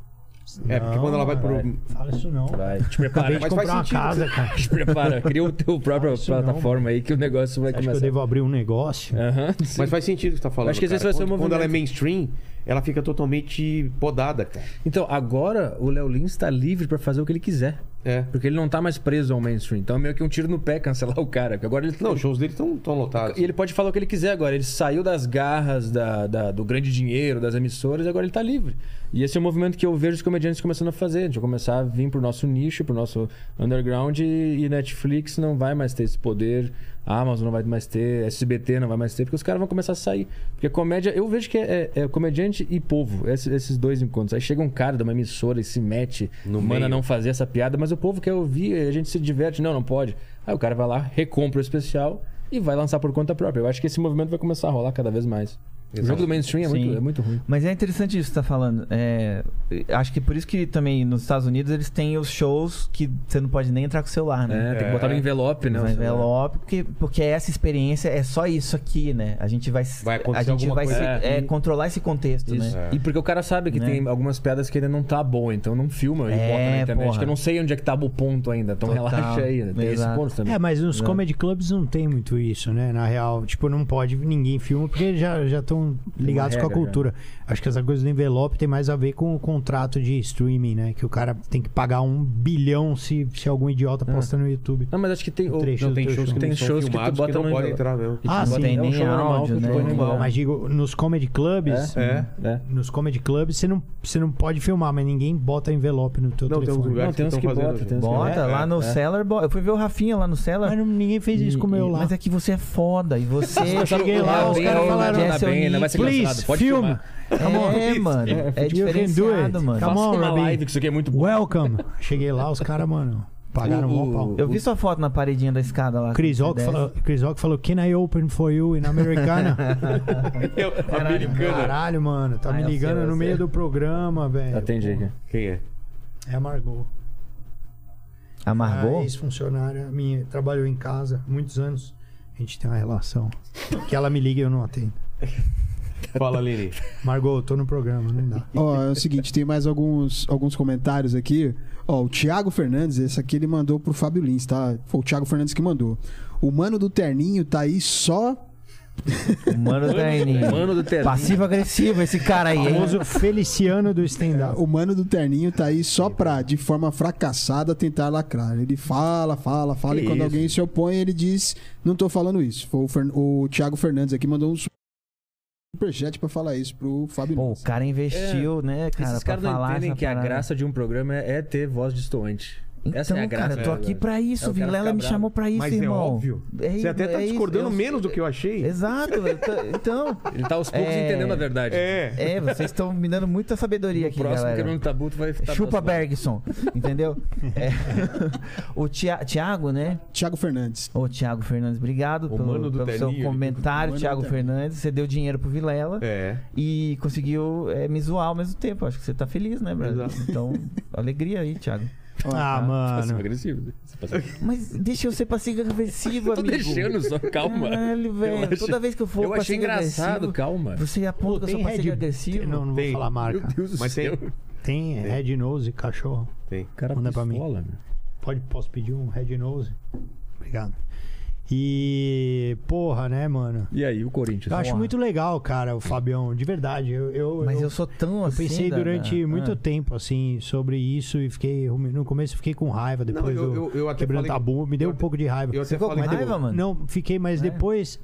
Speaker 2: É, porque quando ela vai
Speaker 3: Não,
Speaker 2: pro.
Speaker 3: mano, Fala isso não.
Speaker 6: Vai, te
Speaker 3: Acabei
Speaker 6: prepara.
Speaker 3: de
Speaker 2: Mas
Speaker 3: comprar
Speaker 2: faz
Speaker 3: uma
Speaker 2: sentido.
Speaker 3: casa, cara.
Speaker 6: Te prepara, cria o teu própria
Speaker 3: Isso não,
Speaker 6: plataforma aí que o negócio vai
Speaker 3: Acho que eu
Speaker 6: começar.
Speaker 3: devo abrir um negócio.
Speaker 6: Aham,
Speaker 2: Mas faz sentido o que você tá falando.
Speaker 6: Acho que às vezes
Speaker 2: cara.
Speaker 6: vai ser um
Speaker 2: quando, quando ela é
Speaker 6: movimento.
Speaker 2: mainstream, ela fica totalmente podada, cara.
Speaker 6: Então, agora o Léo Lins tá livre pra fazer o que ele quiser.
Speaker 2: É.
Speaker 6: Porque ele não tá mais preso ao mainstream. Então é meio que um tiro no pé cancelar o cara. Porque agora ele. tá
Speaker 2: Não, os shows dele estão tão lotados.
Speaker 6: E ele pode falar o que ele quiser agora. Ele saiu das garras da, da- do grande dinheiro, das emissoras, e agora ele tá livre. E esse é o movimento que eu vejo os comediantes começando a fazer. De começar a vir pro nosso nicho, pro nosso underground, e, e Netflix não vai mais ter esse poder, a Amazon não vai mais ter, SBT não vai mais ter, porque os caras vão começar a sair. Porque comédia, eu vejo que é, é- é comediante e povo, esse- esses dois encontros. Aí chega um cara de uma emissora e se mete,
Speaker 2: No
Speaker 6: manda
Speaker 2: meio.
Speaker 6: não fazer essa piada, mas o povo quer ouvir, a gente se diverte. Não, não pode. Aí o cara vai lá, recompra o especial e vai lançar por conta própria. Eu acho que esse movimento vai começar a rolar cada vez mais. O jogo do mainstream é muito,
Speaker 4: Sim.
Speaker 6: é muito ruim.
Speaker 4: Mas é interessante isso que você tá falando. É, acho que por isso que também nos Estados Unidos eles têm os shows que você não pode nem entrar com o celular,
Speaker 6: É,
Speaker 4: né?
Speaker 6: tem que botar no envelope, né?
Speaker 4: Não, envelope, porque, porque essa experiência é só isso aqui, né? A gente vai,
Speaker 2: Vai
Speaker 4: a
Speaker 2: acontecer
Speaker 4: gente
Speaker 2: alguma
Speaker 4: vai
Speaker 2: coisa
Speaker 4: se-
Speaker 6: aqui.
Speaker 4: é, controlar esse contexto,
Speaker 6: Isso.
Speaker 4: né?
Speaker 6: E porque o cara sabe que
Speaker 4: Né?
Speaker 6: tem algumas piadas que ainda não tá boa, então não filma e
Speaker 4: É,
Speaker 6: bota na internet.
Speaker 4: porra.
Speaker 6: Que eu não sei onde é que tá o ponto ainda, então
Speaker 4: Total.
Speaker 6: relaxa aí. né? Tem esse
Speaker 4: Exato.
Speaker 6: ponto também.
Speaker 3: É, mas nos comedy clubs não tem muito isso, né? Na real, tipo, não pode ninguém filma porque já já estão ligados com a
Speaker 6: regra,
Speaker 3: cultura. Acho que essa coisa do envelope tem mais a ver com o contrato de streaming, né? Que o cara tem que pagar um bilhão se, se algum idiota posta no YouTube.
Speaker 6: Não, mas acho que tem. ou-
Speaker 3: Trecho
Speaker 2: Não, tem
Speaker 3: do teu
Speaker 2: shows que
Speaker 3: show.
Speaker 2: não
Speaker 6: Tem
Speaker 2: são
Speaker 6: shows que tu
Speaker 2: filmados que,
Speaker 6: bota
Speaker 2: não
Speaker 6: no
Speaker 2: podem
Speaker 6: envelow.
Speaker 2: entrar mesmo.
Speaker 3: Ah,
Speaker 4: Não
Speaker 3: sim.
Speaker 4: tem
Speaker 6: é um
Speaker 4: nem
Speaker 6: show normal
Speaker 4: áudio,
Speaker 6: que tu
Speaker 4: né?
Speaker 6: põe no envelope.
Speaker 3: Mas digo, nos comedy clubs,
Speaker 2: É.
Speaker 6: É.
Speaker 3: nos comedy clubs você não, você não pode filmar, mas ninguém bota envelope no teu
Speaker 2: Não, tem um uns
Speaker 3: telefone.
Speaker 2: lugares
Speaker 6: Não, tem
Speaker 2: que
Speaker 6: uns
Speaker 2: estão
Speaker 6: que
Speaker 2: fazendo.
Speaker 6: botam, tem uns que
Speaker 4: Bota
Speaker 2: É,
Speaker 4: lá
Speaker 2: é,
Speaker 4: no
Speaker 2: é.
Speaker 4: Cellar. bo- Eu fui ver o Rafinha lá no Cellar.
Speaker 3: Mas não- ninguém fez isso com o meu
Speaker 4: E-
Speaker 3: lá.
Speaker 4: Mas é que você é foda e você. é tipo,
Speaker 3: Eu cheguei lá, os caras falaram,
Speaker 6: Tá bem, não vai ser
Speaker 4: Please,
Speaker 6: cancelado, pode
Speaker 3: filma.
Speaker 6: filmar.
Speaker 4: É, mano. É
Speaker 3: You can do
Speaker 4: diferenciado,
Speaker 3: it. Come
Speaker 4: mano.
Speaker 6: Faça
Speaker 3: on,
Speaker 6: uma
Speaker 3: Rabin.
Speaker 6: live, que isso aqui é muito bom.
Speaker 3: Welcome. Cheguei lá, os caras, mano, pagaram
Speaker 2: O-
Speaker 3: um bom pau.
Speaker 4: Eu vi sua foto na paredinha da escada lá.
Speaker 3: Chris
Speaker 4: quando
Speaker 3: Rock,
Speaker 4: você
Speaker 3: falou, Chris Rock falou, can I open for you in Americana?
Speaker 2: Americana.
Speaker 3: Caralho, mano, tá
Speaker 4: Ah,
Speaker 3: me
Speaker 4: eu sei,
Speaker 3: ligando
Speaker 4: eu
Speaker 3: no
Speaker 4: sei.
Speaker 3: meio do programa, velho.
Speaker 4: Tá,
Speaker 6: Atende aqui.
Speaker 2: Quem é?
Speaker 3: É a Margot.
Speaker 4: desce. Amargou?
Speaker 3: A ex-funcionária minha, trabalhou em casa muitos anos. A gente tem uma relação. Que ela me liga e eu não atendo.
Speaker 2: Fala, Lili.
Speaker 3: Margot, eu tô no programa, não dá.
Speaker 5: Ó, é o seguinte, tem mais alguns, alguns comentários aqui. Ó, o Thiago Fernandes, esse aqui ele mandou pro Fábio Lins, tá? Foi o Thiago Fernandes que mandou. O mano do terninho tá aí só.
Speaker 4: O Mano do Terninho.
Speaker 6: Mano do terninho.
Speaker 4: Passivo-agressivo esse cara aí,
Speaker 3: O
Speaker 4: hein?
Speaker 3: famoso Feliciano do stand-up.
Speaker 5: O mano do terninho tá aí só pra, de forma fracassada, tentar lacrar. Ele fala, fala, fala,
Speaker 2: Que
Speaker 5: e quando
Speaker 2: isso?
Speaker 5: alguém se opõe, ele diz: Não tô falando isso. Foi o, Fern- o Thiago Fernandes aqui mandou um superchat pra falar isso pro Fábio
Speaker 4: Pô,
Speaker 5: Lins.
Speaker 4: o cara investiu, né, cara,
Speaker 6: É, Esses
Speaker 4: pra
Speaker 6: caras não
Speaker 4: falar
Speaker 6: entendem
Speaker 4: essa
Speaker 6: que a
Speaker 4: parada.
Speaker 6: graça de um programa é é ter voz destoante. Essa
Speaker 4: Então,
Speaker 6: é a graça.
Speaker 4: cara, eu tô
Speaker 6: do
Speaker 4: aqui
Speaker 6: programa.
Speaker 4: pra
Speaker 6: É,
Speaker 4: isso.
Speaker 6: o cara
Speaker 4: Vilela
Speaker 6: fica
Speaker 4: me
Speaker 6: bravo.
Speaker 4: chamou pra isso,
Speaker 2: Mas é
Speaker 4: irmão.
Speaker 2: óbvio.
Speaker 4: É-
Speaker 2: Você até tá
Speaker 4: é isso,
Speaker 2: discordando
Speaker 4: eu-
Speaker 2: menos do que eu achei.
Speaker 4: Exato. eu tô- Então...
Speaker 6: Ele tá aos poucos
Speaker 4: É.
Speaker 6: entendendo a verdade.
Speaker 2: É.
Speaker 4: É, vocês estão me dando muita sabedoria
Speaker 6: O
Speaker 4: aqui,
Speaker 6: próximo
Speaker 4: galera.
Speaker 6: quebrando tabu, tu vai ficar.
Speaker 4: Chupa Bergson, entendeu? É. O Tia- Thiago, né?
Speaker 5: Thiago Fernandes.
Speaker 4: Ô, Thiago Fernandes, obrigado
Speaker 2: O
Speaker 4: pelo,
Speaker 2: mano do
Speaker 4: pelo seu
Speaker 2: terninho, ele-
Speaker 4: comentário,
Speaker 5: Mano do
Speaker 4: Thiago
Speaker 5: terninho.
Speaker 4: Fernandes. Você deu dinheiro pro Vilela
Speaker 2: É.
Speaker 4: e conseguiu é, me zoar ao mesmo tempo. Acho que você tá feliz, né, Brasil? Então, alegria aí, Thiago.
Speaker 3: Ah,
Speaker 6: Passivo
Speaker 3: mano.
Speaker 6: agressivo. né? Você passa-
Speaker 4: Mas deixa eu ser passivo agressivo,
Speaker 6: Tô
Speaker 4: amigo.
Speaker 6: deixando só, calma.
Speaker 4: Caralho, velho.
Speaker 6: achei-
Speaker 4: Toda vez que eu for
Speaker 6: Eu
Speaker 4: passivo
Speaker 6: achei engraçado,
Speaker 4: agressivo,
Speaker 6: calma.
Speaker 4: você aponta que eu sou passivo agressivo.
Speaker 3: Não, não vou
Speaker 2: Tem.
Speaker 3: falar a marca.
Speaker 6: Deus
Speaker 2: Mas tem-
Speaker 3: Tem Red Nose, cachorro.
Speaker 2: Tem.
Speaker 6: Cara,
Speaker 3: Manda pra mim.
Speaker 6: pistola, meu.
Speaker 3: Pode, posso pedir um Red Nose? Obrigado. E, porra, né, mano?
Speaker 6: E aí, o Corinthians?
Speaker 3: Eu acho
Speaker 4: Porra.
Speaker 3: muito legal, cara, o Fabião, de verdade. Eu, eu,
Speaker 4: Mas
Speaker 3: eu,
Speaker 4: eu sou tão
Speaker 3: eu
Speaker 4: assim.
Speaker 3: pensei
Speaker 4: da-
Speaker 3: durante
Speaker 4: da-
Speaker 3: muito
Speaker 4: ah.
Speaker 3: tempo, assim, sobre isso e fiquei. No começo eu fiquei com raiva, depois
Speaker 2: Não, eu-
Speaker 3: do
Speaker 2: eu- eu até
Speaker 3: quebrando
Speaker 2: falei-
Speaker 3: tabu, me deu
Speaker 2: eu
Speaker 3: um
Speaker 2: até-
Speaker 3: pouco de raiva.
Speaker 2: Eu até
Speaker 4: Ficou com
Speaker 2: falei.
Speaker 4: raiva, mano?
Speaker 3: Não, fiquei, mas
Speaker 4: É.
Speaker 3: depois,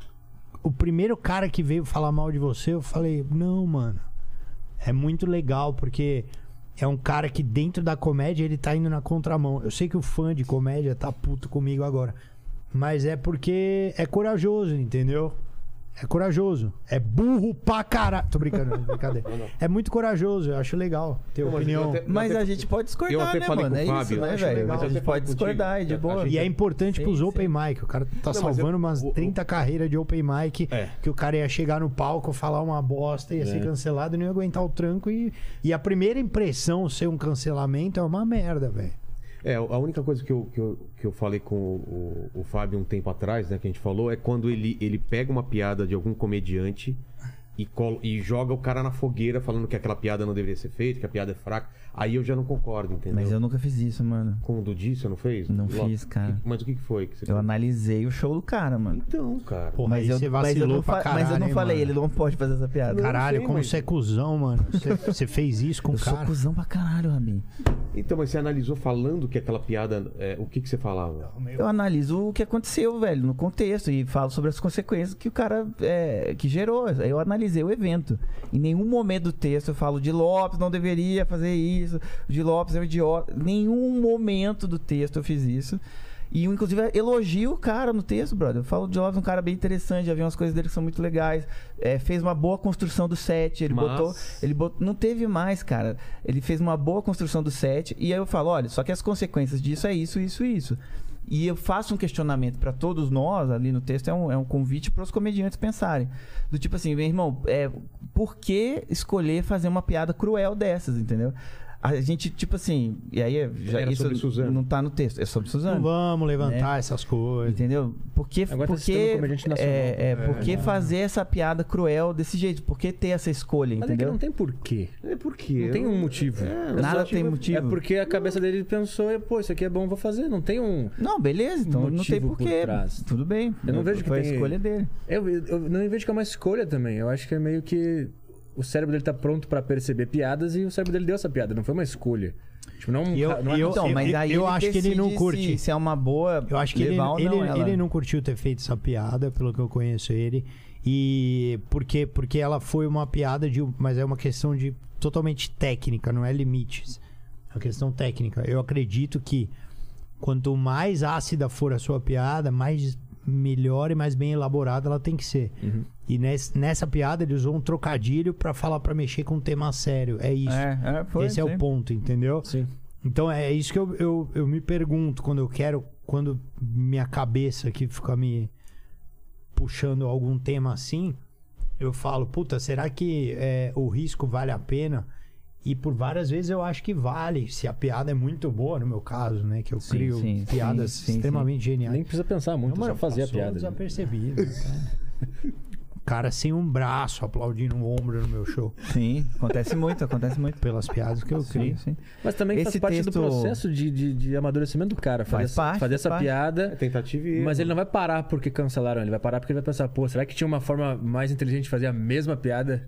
Speaker 3: o primeiro cara que veio falar mal de você, eu falei, não, mano. É muito legal, porque é um cara que dentro da comédia ele tá indo na contramão. Eu sei que o fã de comédia tá puto comigo agora. Mas é porque é corajoso, entendeu? É corajoso. É burro pra caralho. Tô brincando, brincadeira. É muito corajoso, eu acho legal ter
Speaker 2: Não, mas
Speaker 3: opinião.
Speaker 2: eu até-
Speaker 4: Mas
Speaker 2: Eu
Speaker 4: a gente pode
Speaker 2: eu
Speaker 4: discordar,
Speaker 2: até
Speaker 4: né,
Speaker 2: falei
Speaker 4: mano?
Speaker 2: com
Speaker 4: É
Speaker 2: o
Speaker 4: isso,
Speaker 2: Fábio,
Speaker 4: né,
Speaker 2: acho
Speaker 4: velho?
Speaker 2: legal.
Speaker 4: A
Speaker 2: Mas eu
Speaker 4: gente
Speaker 2: até
Speaker 4: pode
Speaker 2: falei contigo.
Speaker 4: discordar, é de
Speaker 2: A
Speaker 4: boa.
Speaker 2: gente-
Speaker 3: E é importante
Speaker 4: Sim,
Speaker 3: pros
Speaker 4: sim.
Speaker 3: open mic. O cara tá
Speaker 2: Não, mas
Speaker 3: salvando
Speaker 2: eu-
Speaker 3: umas
Speaker 2: o- o-
Speaker 3: 30 carreiras de open mic
Speaker 2: É.
Speaker 3: que o cara ia chegar no palco, falar uma bosta, ia
Speaker 4: É.
Speaker 3: ser cancelado, não ia aguentar o tranco. E, e a primeira impressão ser um cancelamento é uma merda, velho.
Speaker 2: É, a única coisa que eu, que eu, que eu falei com o, o Fábio um tempo atrás, né, que a gente falou, é quando ele, ele pega uma piada de algum comediante e, colo- e joga o cara na fogueira falando que aquela piada não deveria ser feita, que a piada é fraca, aí eu já não concordo, entendeu?
Speaker 4: Mas eu nunca fiz isso, mano.
Speaker 2: Com o Dudi, você não fez?
Speaker 4: Não
Speaker 2: Lopes?
Speaker 4: fiz, cara.
Speaker 2: Mas o que que foi que você
Speaker 4: Eu
Speaker 2: fez?
Speaker 4: analisei o show do cara, mano.
Speaker 2: Então, cara.
Speaker 3: Porra, aí você
Speaker 4: mas eu
Speaker 3: vacilou
Speaker 4: não,
Speaker 3: pra
Speaker 4: fa-
Speaker 3: caralho.
Speaker 4: mas eu não
Speaker 3: hein,
Speaker 4: falei,
Speaker 3: mano?
Speaker 4: ele não pode fazer essa piada.
Speaker 3: Caralho,
Speaker 2: sei,
Speaker 3: como
Speaker 2: mas-
Speaker 3: você é cuzão, mano. Você, você fez isso com o
Speaker 4: eu sou
Speaker 3: cara.
Speaker 4: cuzão pra caralho, Rabin.
Speaker 2: Então, mas você analisou falando que aquela piada. é, o que que você falava?
Speaker 4: Eu analiso o que aconteceu, velho, no contexto e falo sobre as consequências que o cara é, que gerou. Eu analisei o evento. Em nenhum momento do texto eu falo de Lopes não deveria fazer isso, de Lopes é um idiota. Nenhum momento do texto eu fiz isso. E eu, inclusive, elogio o cara no texto, brother. Eu falo de Lopes, um cara bem interessante, já vi umas coisas dele que são muito legais. É, fez uma boa construção do set, ele
Speaker 2: Mas-
Speaker 4: botou. Ele bot- não teve mais, cara. Ele fez uma boa construção do set e aí eu falo, olha, só que as consequências disso é isso, isso, e isso. E eu faço um questionamento pra todos nós ali no texto, é um, é um convite pros comediantes pensarem. Do tipo assim, meu irmão, é, por que escolher fazer uma piada cruel dessas, entendeu? A gente, tipo assim, e aí é- já,
Speaker 2: Era
Speaker 4: isso
Speaker 2: sobre Suzano.
Speaker 4: não tá no texto, é sobre Suzano.
Speaker 3: Não vamos levantar
Speaker 4: É.
Speaker 3: essas coisas.
Speaker 4: Entendeu? Por que,
Speaker 6: Agora tá
Speaker 4: por que-
Speaker 6: citando comediante nacional.
Speaker 4: é, é, por que fazer essa piada cruel desse jeito? Por que ter essa escolha,
Speaker 6: Mas é que
Speaker 4: entendeu?
Speaker 6: não tem porquê.
Speaker 2: É porque.
Speaker 6: Não tem um motivo.
Speaker 4: Nada
Speaker 6: só
Speaker 4: tem motivo.
Speaker 6: É porque a cabeça dele pensou, e, pô, isso aqui é bom, vou fazer. Não tem um.
Speaker 4: Não, beleza, então não tem
Speaker 6: Motivo por
Speaker 4: porquê.
Speaker 6: trás.
Speaker 4: Tudo bem.
Speaker 6: Eu não vejo que
Speaker 4: Foi a
Speaker 6: tem-
Speaker 4: escolha dele.
Speaker 6: Eu, eu não vejo que é uma escolha também. Eu acho que é meio que o cérebro dele tá pronto pra perceber piadas e o cérebro dele deu essa piada. Não foi uma escolha. Tipo, não, é um
Speaker 3: E eu-
Speaker 6: ca- não é
Speaker 3: e eu-
Speaker 4: Então, mas aí
Speaker 3: eu acho que ele
Speaker 4: decide
Speaker 3: não curte.
Speaker 4: Se, se é uma boa.
Speaker 3: Eu acho que ele,
Speaker 4: levar ou
Speaker 3: ele,
Speaker 4: não ela.
Speaker 3: ele não curtiu ter feito essa piada, pelo que eu conheço ele. E por quê? Porque ela foi uma piada de. um- Mas é uma questão de totalmente técnica, não é limites. É uma questão técnica. Eu acredito que quanto mais ácida for a sua piada, mais melhor e mais bem elaborada ela tem que ser.
Speaker 4: Uhum.
Speaker 3: E nes- nessa piada ele usou um trocadilho pra falar pra mexer com um tema sério. É isso.
Speaker 4: É, é, foi,
Speaker 3: Esse é
Speaker 4: sim.
Speaker 3: o ponto, entendeu?
Speaker 6: Sim.
Speaker 3: Então é isso que eu, eu, eu me pergunto quando eu quero, quando minha cabeça aqui fica me puxando algum tema assim, eu falo, puta, será que é, o risco vale a pena? E por várias vezes eu acho que vale, se a piada é muito boa, no meu caso, né? Que eu
Speaker 4: Sim,
Speaker 3: crio
Speaker 4: sim,
Speaker 3: piadas
Speaker 4: sim, sim,
Speaker 3: extremamente geniais.
Speaker 6: Nem precisa pensar
Speaker 3: Não,
Speaker 6: muito, só
Speaker 3: mano,
Speaker 6: fazer a
Speaker 3: passou
Speaker 6: piada. né?
Speaker 3: Desapercebido. cara. O cara sem um braço aplaudindo o ombro no meu show.
Speaker 4: Sim, acontece muito, acontece muito.
Speaker 3: Pelas piadas que eu crio.
Speaker 4: Sim, sim.
Speaker 6: Mas também
Speaker 4: Esse
Speaker 6: faz parte do
Speaker 4: texto-
Speaker 6: processo de, de, de amadurecimento do cara. Fazer,
Speaker 4: Faz
Speaker 6: essa-
Speaker 4: parte,
Speaker 6: fazer
Speaker 4: faz
Speaker 6: essa
Speaker 4: parte.
Speaker 2: É
Speaker 6: piada.
Speaker 2: tentativa e.
Speaker 6: Mas ele não vai parar porque cancelaram. Ele vai parar porque ele vai pensar, pô, será que tinha uma forma mais inteligente de fazer a mesma piada?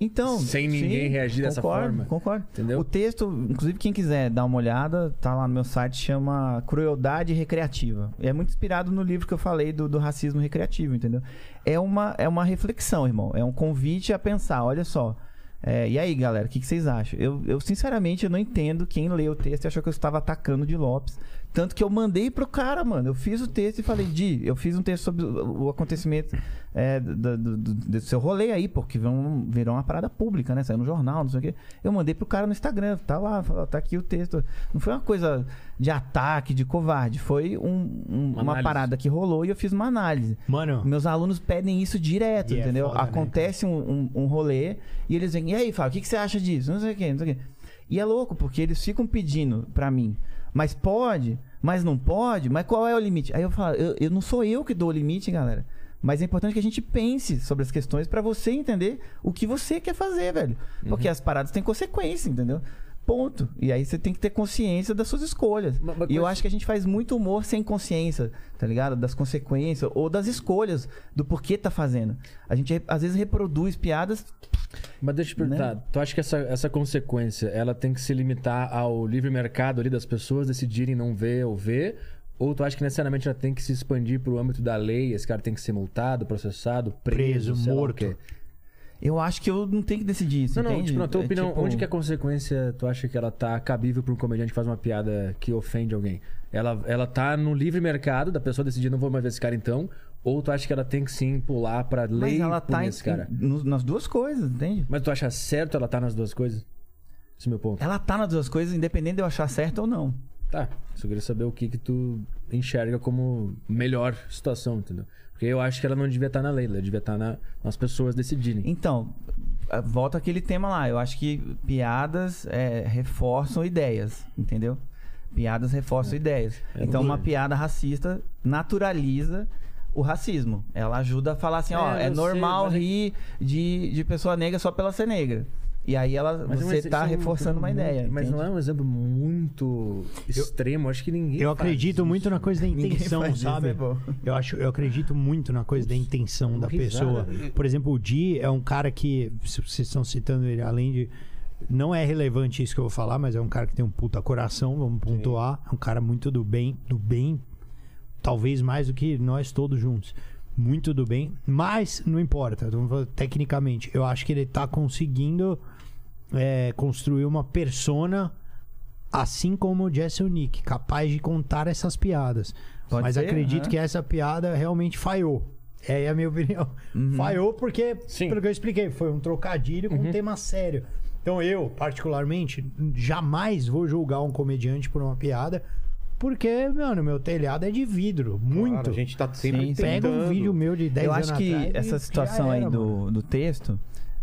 Speaker 4: Então,
Speaker 6: Sem
Speaker 4: sim,
Speaker 6: ninguém reagir dessa
Speaker 4: concordo,
Speaker 6: forma.
Speaker 4: Concordo.
Speaker 6: Entendeu?
Speaker 4: O texto, inclusive, quem quiser dar uma olhada, tá lá no meu site, chama Crueldade Recreativa. É muito inspirado no livro que eu falei do, do racismo recreativo, entendeu? É uma, é uma reflexão, irmão. É um convite a pensar, olha só. É, e aí, galera, o que, que vocês acham? Eu, eu, sinceramente, eu não entendo quem leu o texto e achou que eu estava atacando de Lopes. Tanto que eu mandei pro cara, mano. Eu fiz o texto e falei, Di, eu fiz um texto sobre o, o acontecimento é, do, do- do- do seu rolê aí, porque virou, um, virou uma parada pública, né? Saiu no jornal, não sei o quê. Eu mandei pro cara no Instagram, tá lá, falou, tá aqui o texto. Não foi uma coisa de ataque, de covarde. Foi um- um- uma
Speaker 6: Uma análise.
Speaker 4: parada que rolou e eu fiz uma análise.
Speaker 3: Mano,
Speaker 4: Meus alunos pedem isso direto,
Speaker 3: E é
Speaker 4: entendeu?
Speaker 3: foda, né,
Speaker 4: Acontece um, um, um rolê e eles vêm, e aí, Fábio, o que, que você acha disso? Não sei o quê, não sei o quê. E é louco, porque eles ficam pedindo pra mim, mas pode, mas não pode, mas qual é o limite? Aí eu falo, eu, eu não sou eu que dou o limite, galera. Mas é importante que a gente pense sobre as questões pra você entender o que você quer fazer, velho.
Speaker 3: Uhum.
Speaker 4: Porque as paradas têm consequência, entendeu? Ponto. E aí você tem que ter consciência das suas escolhas.
Speaker 6: Mas- mas
Speaker 4: e eu
Speaker 6: quais-
Speaker 4: acho que a gente faz muito humor sem consciência, tá ligado? Das consequências ou das escolhas do porquê tá fazendo. A gente re- às vezes reproduz piadas.
Speaker 6: Mas deixa eu te perguntar,
Speaker 4: Né?
Speaker 6: tu acha que essa, essa consequência ela tem que se limitar ao livre mercado ali das pessoas decidirem não ver ou ver? Ou tu acha que necessariamente ela tem que se expandir pro âmbito da lei? Esse cara tem que ser multado, processado, preso,
Speaker 3: Preso,
Speaker 6: sei lá o
Speaker 3: morto.
Speaker 6: quê?
Speaker 4: Eu acho que eu não tenho que decidir isso.
Speaker 6: Não, não,
Speaker 4: entende?
Speaker 6: tipo, na tua
Speaker 4: É
Speaker 6: opinião,
Speaker 4: tipo-
Speaker 6: onde que a consequência tu acha que ela tá cabível pra um comediante que faz uma piada que ofende alguém? Ela, ela tá no livre mercado da pessoa decidir, não vou mais ver esse cara então? Ou tu acha que ela tem que sim pular pra lei
Speaker 4: Mas ela
Speaker 6: punir
Speaker 4: tá em-
Speaker 6: esse cara?
Speaker 4: em- no- nas duas coisas, entende?
Speaker 6: Mas tu acha certo ela tá nas duas coisas? Esse é o meu ponto.
Speaker 4: Ela tá nas duas coisas, independente de eu achar certo ou não.
Speaker 6: Tá, só queria saber o que que tu enxerga como melhor situação, entendeu? Porque eu acho que ela não devia estar na lei, ela devia estar na, nas pessoas decidirem.
Speaker 4: Então, eh, volta aquele tema lá. Eu acho que piadas eh, reforçam ideias, entendeu?
Speaker 6: É.
Speaker 4: Piadas reforçam ideias. então, uma piada racista naturaliza o racismo. Ela ajuda a falar assim,
Speaker 6: É,
Speaker 4: ó, é
Speaker 6: eu sei,
Speaker 4: normal
Speaker 6: mas é-
Speaker 4: rir de, de pessoa negra só pela ser negra. E aí ela,
Speaker 6: Mas é um
Speaker 4: você
Speaker 6: ex-
Speaker 4: tá
Speaker 6: isso é um-
Speaker 4: reforçando uma ideia.
Speaker 6: Mas não é um exemplo muito extremo. Acho que ninguém.
Speaker 3: Eu
Speaker 6: faz
Speaker 3: acredito
Speaker 6: isso.
Speaker 3: muito na coisa da
Speaker 4: Ninguém
Speaker 3: intenção,
Speaker 4: faz isso,
Speaker 3: sabe?
Speaker 4: é bom.
Speaker 3: eu acho, eu acredito muito na coisa da intenção da
Speaker 6: risada,
Speaker 3: pessoa. Por exemplo, o Di é um cara que se vocês estão citando ele, além de não é relevante isso que eu vou falar, mas é um cara que tem um puta coração, vamos pontuar, é um cara muito do bem, do bem, talvez mais do que nós todos juntos. Muito do bem, mas não importa, tô falando tecnicamente, eu acho que ele tá conseguindo é, construir uma persona assim como o Jesse Nick, capaz de contar essas piadas.
Speaker 4: Pode
Speaker 3: Mas
Speaker 4: ser, né?
Speaker 3: acredito
Speaker 4: aham.
Speaker 3: que essa piada realmente falhou. É a minha opinião.
Speaker 4: Uhum.
Speaker 3: Falhou porque,
Speaker 6: Sim.
Speaker 3: pelo que eu expliquei, foi um trocadilho com um tema sério. Então eu, particularmente, jamais vou julgar um comediante por uma piada, porque, mano, meu telhado é de vidro, muito.
Speaker 2: Claro, a gente tá sempre
Speaker 4: Sim, sim.
Speaker 2: tentando.
Speaker 3: Pega um vídeo meu de 10
Speaker 4: Eu
Speaker 3: anos
Speaker 4: acho que
Speaker 3: atrás e
Speaker 4: essa
Speaker 3: já
Speaker 4: situação aí
Speaker 3: era, mano.
Speaker 4: do, do texto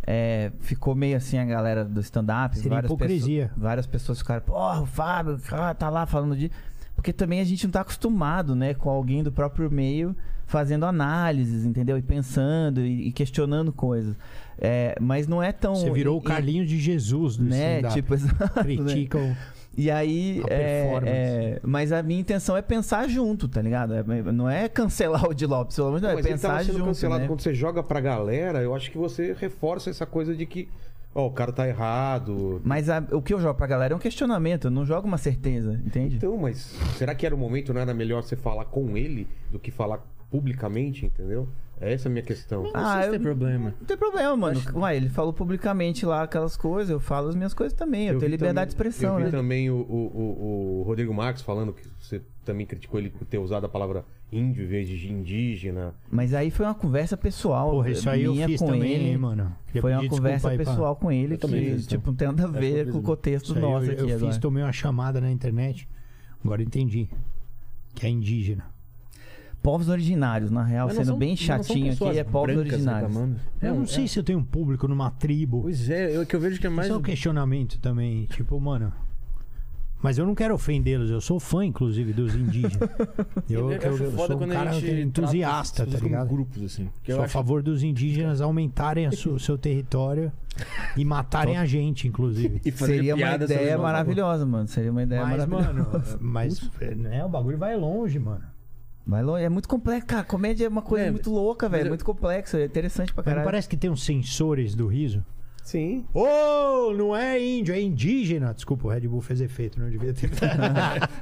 Speaker 4: é, ficou meio assim a galera do stand-up.
Speaker 3: Seria
Speaker 4: várias
Speaker 3: hipocrisia.
Speaker 4: Pessoas, várias pessoas ficaram, porra, o Fábio cara, tá lá falando de. Porque também a gente não tá acostumado, né, com alguém do próprio meio fazendo análises, entendeu? E pensando e, e questionando coisas. É, mas não é tão.
Speaker 3: Você virou
Speaker 4: e-
Speaker 3: o Carlinhos de Jesus do
Speaker 4: Né?
Speaker 3: stand-up.
Speaker 4: Tipo, exato, né?
Speaker 3: criticam.
Speaker 4: E aí.
Speaker 3: A
Speaker 4: é,
Speaker 3: performance.
Speaker 4: é, mas a minha intenção é pensar junto, tá ligado? É, não é cancelar o de Lopes, pelo menos não, é
Speaker 2: Mas ele
Speaker 4: pensar
Speaker 2: tava sendo
Speaker 4: junto.
Speaker 2: cancelado
Speaker 4: né?
Speaker 2: quando você joga pra galera, eu acho que você reforça essa coisa de que, ó, o cara tá errado.
Speaker 4: Mas a- o que eu jogo pra galera é um questionamento, eu não jogo uma certeza, entende?
Speaker 2: Então, mas será que era o momento, não era melhor você falar com ele do que falar publicamente, entendeu? É essa a minha questão.
Speaker 6: Não sei
Speaker 4: Ah,
Speaker 6: se
Speaker 4: eu-
Speaker 6: tem problema.
Speaker 4: Não tem problema, mano. Ué, ele falou publicamente lá aquelas coisas, eu falo as minhas coisas também, eu, tenho
Speaker 2: vi
Speaker 4: liberdade
Speaker 2: também-
Speaker 4: de expressão,
Speaker 2: eu vi
Speaker 4: né?
Speaker 2: também o, o- o- o Rodrigo Marques falando que você também criticou ele por ter usado a palavra índio em vez de indígena.
Speaker 4: Mas aí foi uma conversa pessoal
Speaker 3: Porra, isso aí eu
Speaker 4: minha
Speaker 3: fiz
Speaker 4: com
Speaker 3: também,
Speaker 4: ele.
Speaker 3: hein, mano. Queria
Speaker 4: Foi uma
Speaker 3: pedir
Speaker 4: conversa
Speaker 3: desculpa aí pra-
Speaker 4: pessoal com ele
Speaker 6: também fiz
Speaker 4: que,
Speaker 6: isso.
Speaker 4: tipo, não tem nada a ver com o contexto
Speaker 3: Isso aí
Speaker 4: nosso
Speaker 3: eu,
Speaker 4: aqui
Speaker 3: eu
Speaker 4: agora.
Speaker 3: fiz, tomei uma chamada na internet. Agora entendi. Que é indígena.
Speaker 4: Povos originários, na real,
Speaker 6: Mas não
Speaker 4: sendo
Speaker 6: são-
Speaker 4: bem
Speaker 6: não são
Speaker 4: chatinho
Speaker 6: pessoas
Speaker 4: aqui, é povos
Speaker 3: né,
Speaker 6: brancas
Speaker 4: originários.
Speaker 6: tá
Speaker 3: tá,
Speaker 6: reclamando.
Speaker 3: Eu não
Speaker 4: é.
Speaker 3: sei se eu tenho um público numa tribo.
Speaker 6: Pois é, eu que eu vejo que é mais.
Speaker 3: Isso é um questionamento também. Tipo, mano. Mas eu não quero ofendê-los, eu sou fã, inclusive, dos indígenas. eu,
Speaker 4: É,
Speaker 3: eu, eu sou um cara entusiasta,
Speaker 6: trata
Speaker 3: tá
Speaker 6: as pessoas como
Speaker 3: ligado?
Speaker 6: grupos, assim. Que eu
Speaker 3: sou a
Speaker 6: acho-
Speaker 3: favor dos indígenas aumentarem a su- seu território e matarem a gente, inclusive.
Speaker 6: E fazer
Speaker 4: Seria uma
Speaker 6: piada sobre né?
Speaker 4: ideia
Speaker 6: isso.
Speaker 4: maravilhosa, mano. Seria uma
Speaker 6: É
Speaker 4: ideia
Speaker 3: mas,
Speaker 4: maravilhosa.
Speaker 3: mano, mas né, o bagulho vai longe, mano.
Speaker 4: Vai longe, é muito complexo, cara. Comédia é uma coisa
Speaker 6: É,
Speaker 4: muito louca, velho.
Speaker 6: eu-
Speaker 4: Muito complexa, é interessante pra
Speaker 3: Mas não
Speaker 4: caralho.
Speaker 3: parece que tem uns sensores do riso?
Speaker 2: Sim.
Speaker 3: Ô, não é índio, é indígena. Desculpa, o Red Bull fez efeito, não devia ter.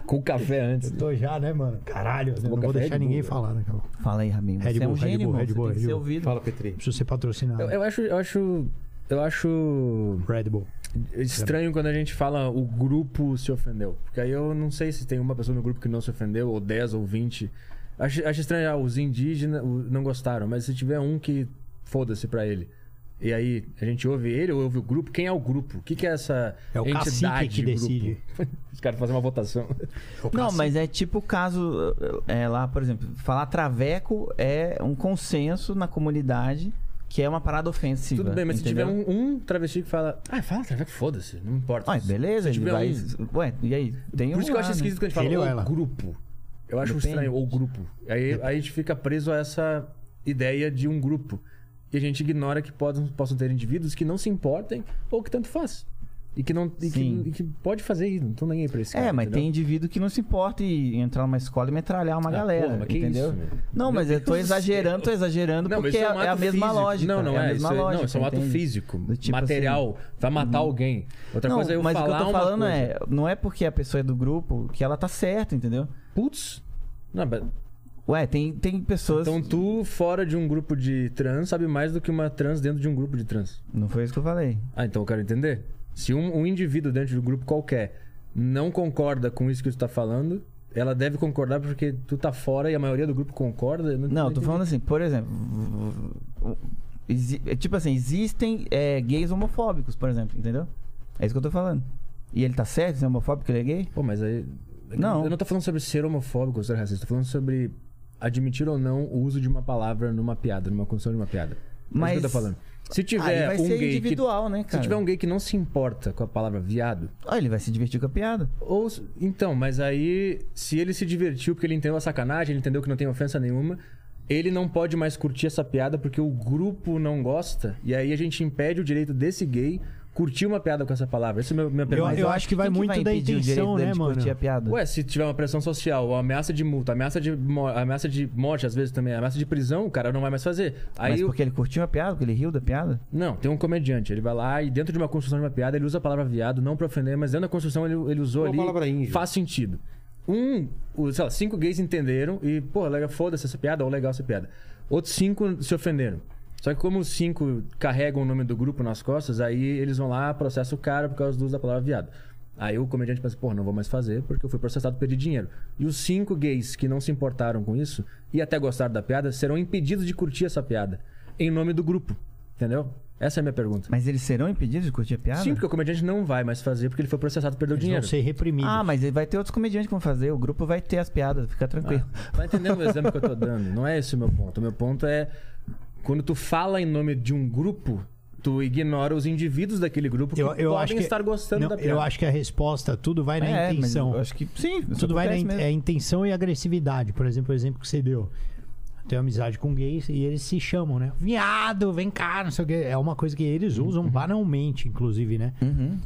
Speaker 6: Com café antes.
Speaker 3: Eu Tô já, né, mano? Caralho, eu
Speaker 6: Tomou
Speaker 3: não vou
Speaker 6: café
Speaker 3: deixar
Speaker 6: Red Bull,
Speaker 3: ninguém
Speaker 6: velho.
Speaker 3: falar, né, cara? Não
Speaker 4: Fala aí, Ramin.
Speaker 3: Red
Speaker 4: Você é
Speaker 3: Bull,
Speaker 4: um
Speaker 3: Red
Speaker 4: gênio,
Speaker 3: Bull,
Speaker 4: mano.
Speaker 3: Red
Speaker 4: Você
Speaker 3: Bull,
Speaker 4: tem que
Speaker 3: Red
Speaker 4: ser
Speaker 3: Bull.
Speaker 4: ouvido.
Speaker 2: Fala, Petri.
Speaker 3: Preciso ser patrocinado.
Speaker 6: Eu, eu acho. Eu acho. Eu acho
Speaker 3: Red Bull.
Speaker 6: estranho quando a gente fala o grupo se ofendeu. Porque aí eu não sei se tem uma pessoa no grupo que não se ofendeu, ou 10 ou 20. Acho, acho estranho, ah, os indígenas o- não gostaram, mas se tiver um que foda-se pra ele. E aí, a gente ouve ele ou ouve o grupo? Quem é o grupo? O que, que é essa
Speaker 3: É o
Speaker 6: entidade
Speaker 3: cacique que
Speaker 6: grupo?
Speaker 3: decide.
Speaker 6: Os caras fazem uma votação.
Speaker 4: Não, mas é tipo o caso é, lá, por exemplo, falar traveco é um consenso na comunidade que é uma parada ofensiva.
Speaker 6: Tudo bem, mas
Speaker 4: entendeu?
Speaker 6: se tiver um, um travesti que fala, ah, fala traveco, foda-se, não importa.
Speaker 3: é
Speaker 4: Ah, beleza,
Speaker 6: um se
Speaker 4: ele
Speaker 6: tiver
Speaker 4: vai.
Speaker 6: um-
Speaker 4: Ué, e aí? Tem
Speaker 6: Por
Speaker 4: um
Speaker 6: isso que eu
Speaker 4: lá,
Speaker 6: acho
Speaker 4: né?
Speaker 6: esquisito quando a
Speaker 3: Ele
Speaker 6: gente
Speaker 3: ou ela?
Speaker 6: fala o grupo. Eu acho
Speaker 4: Depende.
Speaker 6: estranho, ou grupo. Aí, aí a gente fica preso a essa ideia de um grupo. E a gente ignora que podem, possam ter indivíduos que não se importem ou que tanto faz. E que não. E que,
Speaker 4: Sim.
Speaker 6: e que pode fazer isso, não estão nem aí pra esse cara.
Speaker 4: É, mas
Speaker 6: entendeu?
Speaker 4: tem indivíduo que não se importa e entrar numa escola e metralhar uma
Speaker 6: Ah,
Speaker 4: galera,
Speaker 6: porra, mas que
Speaker 4: entendeu?
Speaker 6: isso, meu?
Speaker 4: não, mas eu tô
Speaker 6: Deus do céu.
Speaker 4: exagerando, tô exagerando
Speaker 6: Não, mas
Speaker 4: porque
Speaker 6: isso
Speaker 4: é,
Speaker 6: é um
Speaker 4: é a
Speaker 6: ato
Speaker 4: mesma
Speaker 6: físico.
Speaker 4: lógica.
Speaker 6: Não, não é.
Speaker 4: a mesma
Speaker 6: isso, é-
Speaker 4: lógica,
Speaker 6: não, isso é um ato
Speaker 4: entende?
Speaker 6: físico,
Speaker 4: Do tipo assim, hum.
Speaker 6: material. vai matar alguém. Outra
Speaker 4: não,
Speaker 6: coisa é eu
Speaker 4: mas
Speaker 6: falar
Speaker 4: o que eu tô
Speaker 6: uma
Speaker 4: falando
Speaker 6: coisa.
Speaker 4: é, não é porque a pessoa é do grupo que ela tá certa, entendeu?
Speaker 6: Putz. Não,
Speaker 4: Assim
Speaker 6: mas-
Speaker 4: Ué, tem, tem pessoas.
Speaker 6: então tu, fora de um grupo de trans, sabe mais do que uma trans dentro de um grupo de trans.
Speaker 4: Não foi isso que eu falei.
Speaker 6: Ah, então eu quero entender. Se um, um indivíduo dentro de um grupo qualquer não concorda com isso que tu tá falando, ela deve concordar porque tu tá fora e a maioria do grupo concorda? Eu
Speaker 4: Não, eu tô
Speaker 6: entendi.
Speaker 4: falando assim, por exemplo. exi- é Tipo assim, existem é, gays homofóbicos, por exemplo, entendeu? É isso que eu tô falando. E ele tá certo, se é homofóbico, ele é gay?
Speaker 6: Pô, mas aí.
Speaker 4: Não.
Speaker 6: Eu não tô falando sobre ser homofóbico ou ser racista. Eu tô falando sobre admitir ou não o uso de uma palavra numa piada, numa construção de uma piada. É
Speaker 4: Mas-
Speaker 6: isso que eu tô falando. Se
Speaker 4: Aí
Speaker 6: tiver
Speaker 4: vai
Speaker 6: um
Speaker 4: ser
Speaker 6: gay que-
Speaker 4: individual, né,
Speaker 6: Se
Speaker 4: cara?
Speaker 6: tiver um gay que não se importa com a palavra viado,
Speaker 4: Ah, ele vai se divertir com a piada.
Speaker 6: Ou, então, mas aí, se ele se divertiu porque ele entendeu a sacanagem, ele entendeu que não tem ofensa nenhuma, ele não pode mais curtir essa piada porque o grupo não gosta. E aí a gente impede o direito desse gay curtir uma piada com essa palavra. Essa é a minha, minha
Speaker 3: Eu
Speaker 6: pergunta.
Speaker 4: Mas
Speaker 3: acho que vai
Speaker 4: quem
Speaker 3: muito da
Speaker 4: impedir o
Speaker 3: intenção,
Speaker 4: direito dele
Speaker 3: né,
Speaker 4: de
Speaker 3: mano?
Speaker 4: curtir a piada?
Speaker 6: Ué, se tiver uma pressão social, uma ameaça de multa, ameaça de, mo- ameaça de morte, às vezes também, ameaça de prisão, o cara não vai mais fazer. Aí
Speaker 4: Mas
Speaker 6: o-
Speaker 4: porque ele curtiu a piada? Porque ele riu da piada?
Speaker 6: Não, tem um comediante, ele vai lá e dentro de uma construção de uma piada, ele usa a palavra viado, não pra ofender, mas dentro da construção ele, ele usou
Speaker 2: Uma
Speaker 6: ali.
Speaker 2: palavra índia.
Speaker 6: Faz sentido. Um, o- sei lá, cinco gays entenderam e, pô, legal, foda-se essa piada, ou legal essa piada. Outros cinco se ofenderam. Só que como os cinco carregam o nome do grupo nas costas, aí eles vão lá, processam o cara por causa do uso da palavra viado. Aí o comediante pensa, pô, não vou mais fazer porque eu fui processado, perdi dinheiro. E os cinco gays que não se importaram com isso e até gostaram da piada serão impedidos de curtir essa piada em nome do grupo. Entendeu? Essa é a minha pergunta.
Speaker 4: Mas eles serão impedidos de curtir a piada?
Speaker 6: Sim, porque o comediante não vai mais fazer porque ele foi processado e perdeu
Speaker 3: Eles vão
Speaker 6: dinheiro.
Speaker 3: ser reprimidos.
Speaker 4: Ah, mas ele vai ter outros comediantes que vão fazer. O grupo vai ter as piadas, fica tranquilo.
Speaker 6: Tá entendendo o exemplo que eu tô dando? Não é esse o meu ponto. O meu ponto é quando tu fala em nome de um grupo, tu ignora os indivíduos daquele grupo que
Speaker 3: eu, eu
Speaker 6: podem
Speaker 3: acho que,
Speaker 6: estar gostando
Speaker 3: não,
Speaker 6: da piada.
Speaker 3: Eu acho que a resposta, tudo vai na
Speaker 4: é,
Speaker 3: intenção.
Speaker 4: mas eu acho que sim. isso
Speaker 3: Tudo vai na
Speaker 4: acontece
Speaker 3: in-
Speaker 4: mesmo.
Speaker 3: é intenção e agressividade. Por exemplo, o exemplo que você deu. Eu Tenho amizade com gays e eles se chamam, né? Viado, vem cá, não sei o quê. É uma coisa que eles
Speaker 4: Uhum.
Speaker 3: usam banalmente, inclusive, né?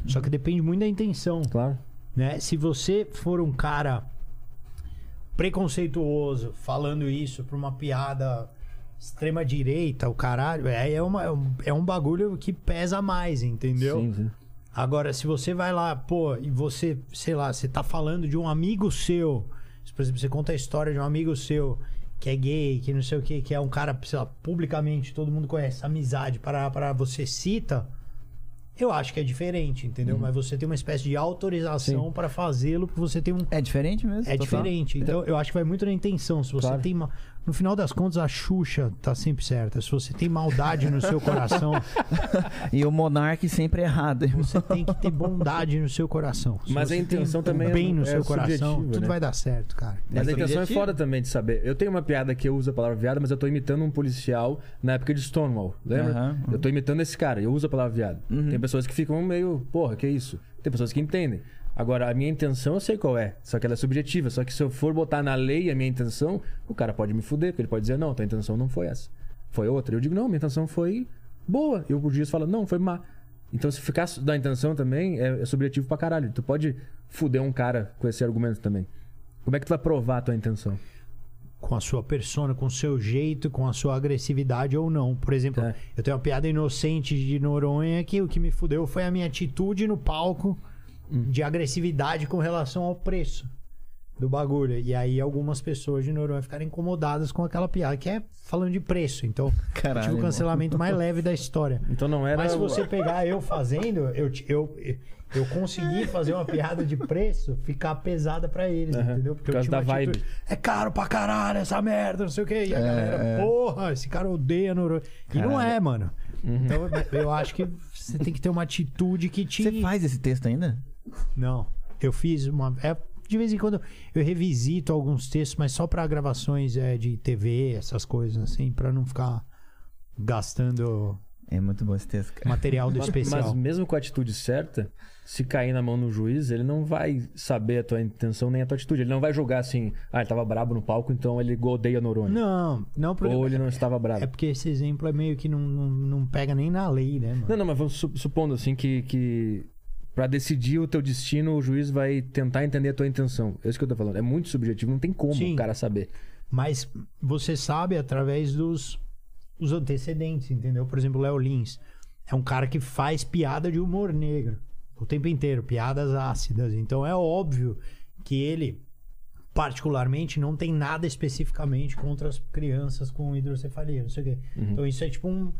Speaker 3: Só que depende muito da intenção,
Speaker 6: Claro.
Speaker 3: né? Se você for um cara preconceituoso falando isso pra uma piada extrema direita, o caralho, é, é, uma- é um, é um bagulho que pesa mais, entendeu?
Speaker 6: Sim, sim.
Speaker 3: Agora, se você vai lá, pô, e você, sei lá, você tá falando de um amigo seu, se, por exemplo, você conta a história de um amigo seu que é gay, que não sei o que, que é um cara, sei lá, publicamente todo mundo conhece, amizade, para para você cita, eu acho que é diferente, entendeu? Mas você tem uma espécie de autorização para fazê-lo, porque você tem um
Speaker 4: É diferente mesmo?
Speaker 3: é
Speaker 4: total.
Speaker 3: diferente. Então, eu acho que vai muito na intenção. Se você
Speaker 6: Claro.
Speaker 3: tem. ma- No final das contas, a Xuxa tá sempre certa. Se você tem maldade no seu coração,
Speaker 4: E o Monark sempre errado, irmão.
Speaker 3: você tem que ter bondade no seu coração. Se
Speaker 6: Mas a
Speaker 3: você tem
Speaker 6: intenção
Speaker 3: um
Speaker 6: também é-
Speaker 3: bem no
Speaker 6: é
Speaker 3: seu coração,
Speaker 6: subjetiva,
Speaker 3: tudo
Speaker 6: né?
Speaker 3: vai dar certo, cara.
Speaker 6: Mas
Speaker 4: É
Speaker 6: a intenção é
Speaker 4: subjetivo.
Speaker 6: foda também de saber. Eu tenho uma piada que eu uso a palavra viado, mas eu tô imitando um policial na época de Stonewall, lembra?
Speaker 4: Aham. Uhum.
Speaker 6: Eu tô imitando esse cara, eu uso a palavra viado. Tem pessoas que ficam meio, porra, que isso? Tem pessoas que entendem. Agora, a minha intenção eu sei qual é, só que ela é subjetiva. Só que se eu for botar na lei a minha intenção, o cara pode me fuder, porque ele pode dizer, não, tua intenção não foi essa. Foi outra. Eu digo, não, minha intenção foi boa. E o juiz fala, não, foi má. Então, se ficar da intenção também, é, é subjetivo pra caralho. Tu pode fuder um cara com esse argumento também. Como é que tu vai provar a tua intenção?
Speaker 3: Com a sua persona, com o seu jeito, com a sua agressividade ou não. Por exemplo,
Speaker 6: É.
Speaker 3: eu tenho uma piada inocente de Noronha que o que me fudeu foi a minha atitude no palco
Speaker 6: Hum.
Speaker 3: de agressividade com relação ao preço. do bagulho. E aí algumas pessoas de Noronha ficaram incomodadas com aquela piada, que é falando de preço. Então,
Speaker 4: Caralho,
Speaker 3: tive o
Speaker 4: irmão.
Speaker 3: cancelamento mais leve da história.
Speaker 6: Então não era.
Speaker 3: Mas se você pegar eu fazendo, eu, ti- eu, eu consegui fazer uma piada de preço ficar pesada pra eles, entendeu?
Speaker 6: por causa
Speaker 3: eu tinha
Speaker 6: da
Speaker 3: uma
Speaker 6: vibe.
Speaker 3: atitude, É caro pra caralho essa merda, não sei o quê. E a galera, porra, esse cara odeia Noronha. E não é, mano. Então eu- eu acho que você tem que ter uma atitude que te.
Speaker 4: Você faz esse texto ainda?
Speaker 3: Não. Eu fiz uma. é, de vez em quando eu revisito alguns textos, mas só pra gravações é, de TV, essas coisas, assim, pra não ficar gastando
Speaker 4: É muito bom esse texto, cara.
Speaker 3: material do
Speaker 6: Mas-
Speaker 3: especial.
Speaker 6: Mas mesmo com a atitude certa, se cair na mão do juiz, ele não vai saber a tua intenção nem a tua atitude. Ele não vai julgar assim, ah, ele tava brabo no palco, então ele godeia Noronha.
Speaker 3: Não, não porque.
Speaker 6: Ou ele não estava brabo.
Speaker 3: É porque esse exemplo é meio que não, não, não pega nem na lei, né, mano?
Speaker 6: Não, não, mas vamos su- supondo assim que, que para decidir o teu destino, o juiz vai tentar entender a tua intenção. É isso que eu tô falando. É muito subjetivo, não tem como
Speaker 3: Sim.
Speaker 6: o cara saber.
Speaker 3: Mas você sabe através dos os antecedentes, entendeu? Por exemplo, o Léo Lins é um cara que faz piada de humor negro o tempo inteiro, piadas ácidas. Então é óbvio que ele, particularmente, não tem nada especificamente contra as crianças com hidrocefalia, não sei o quê. Então isso é tipo um.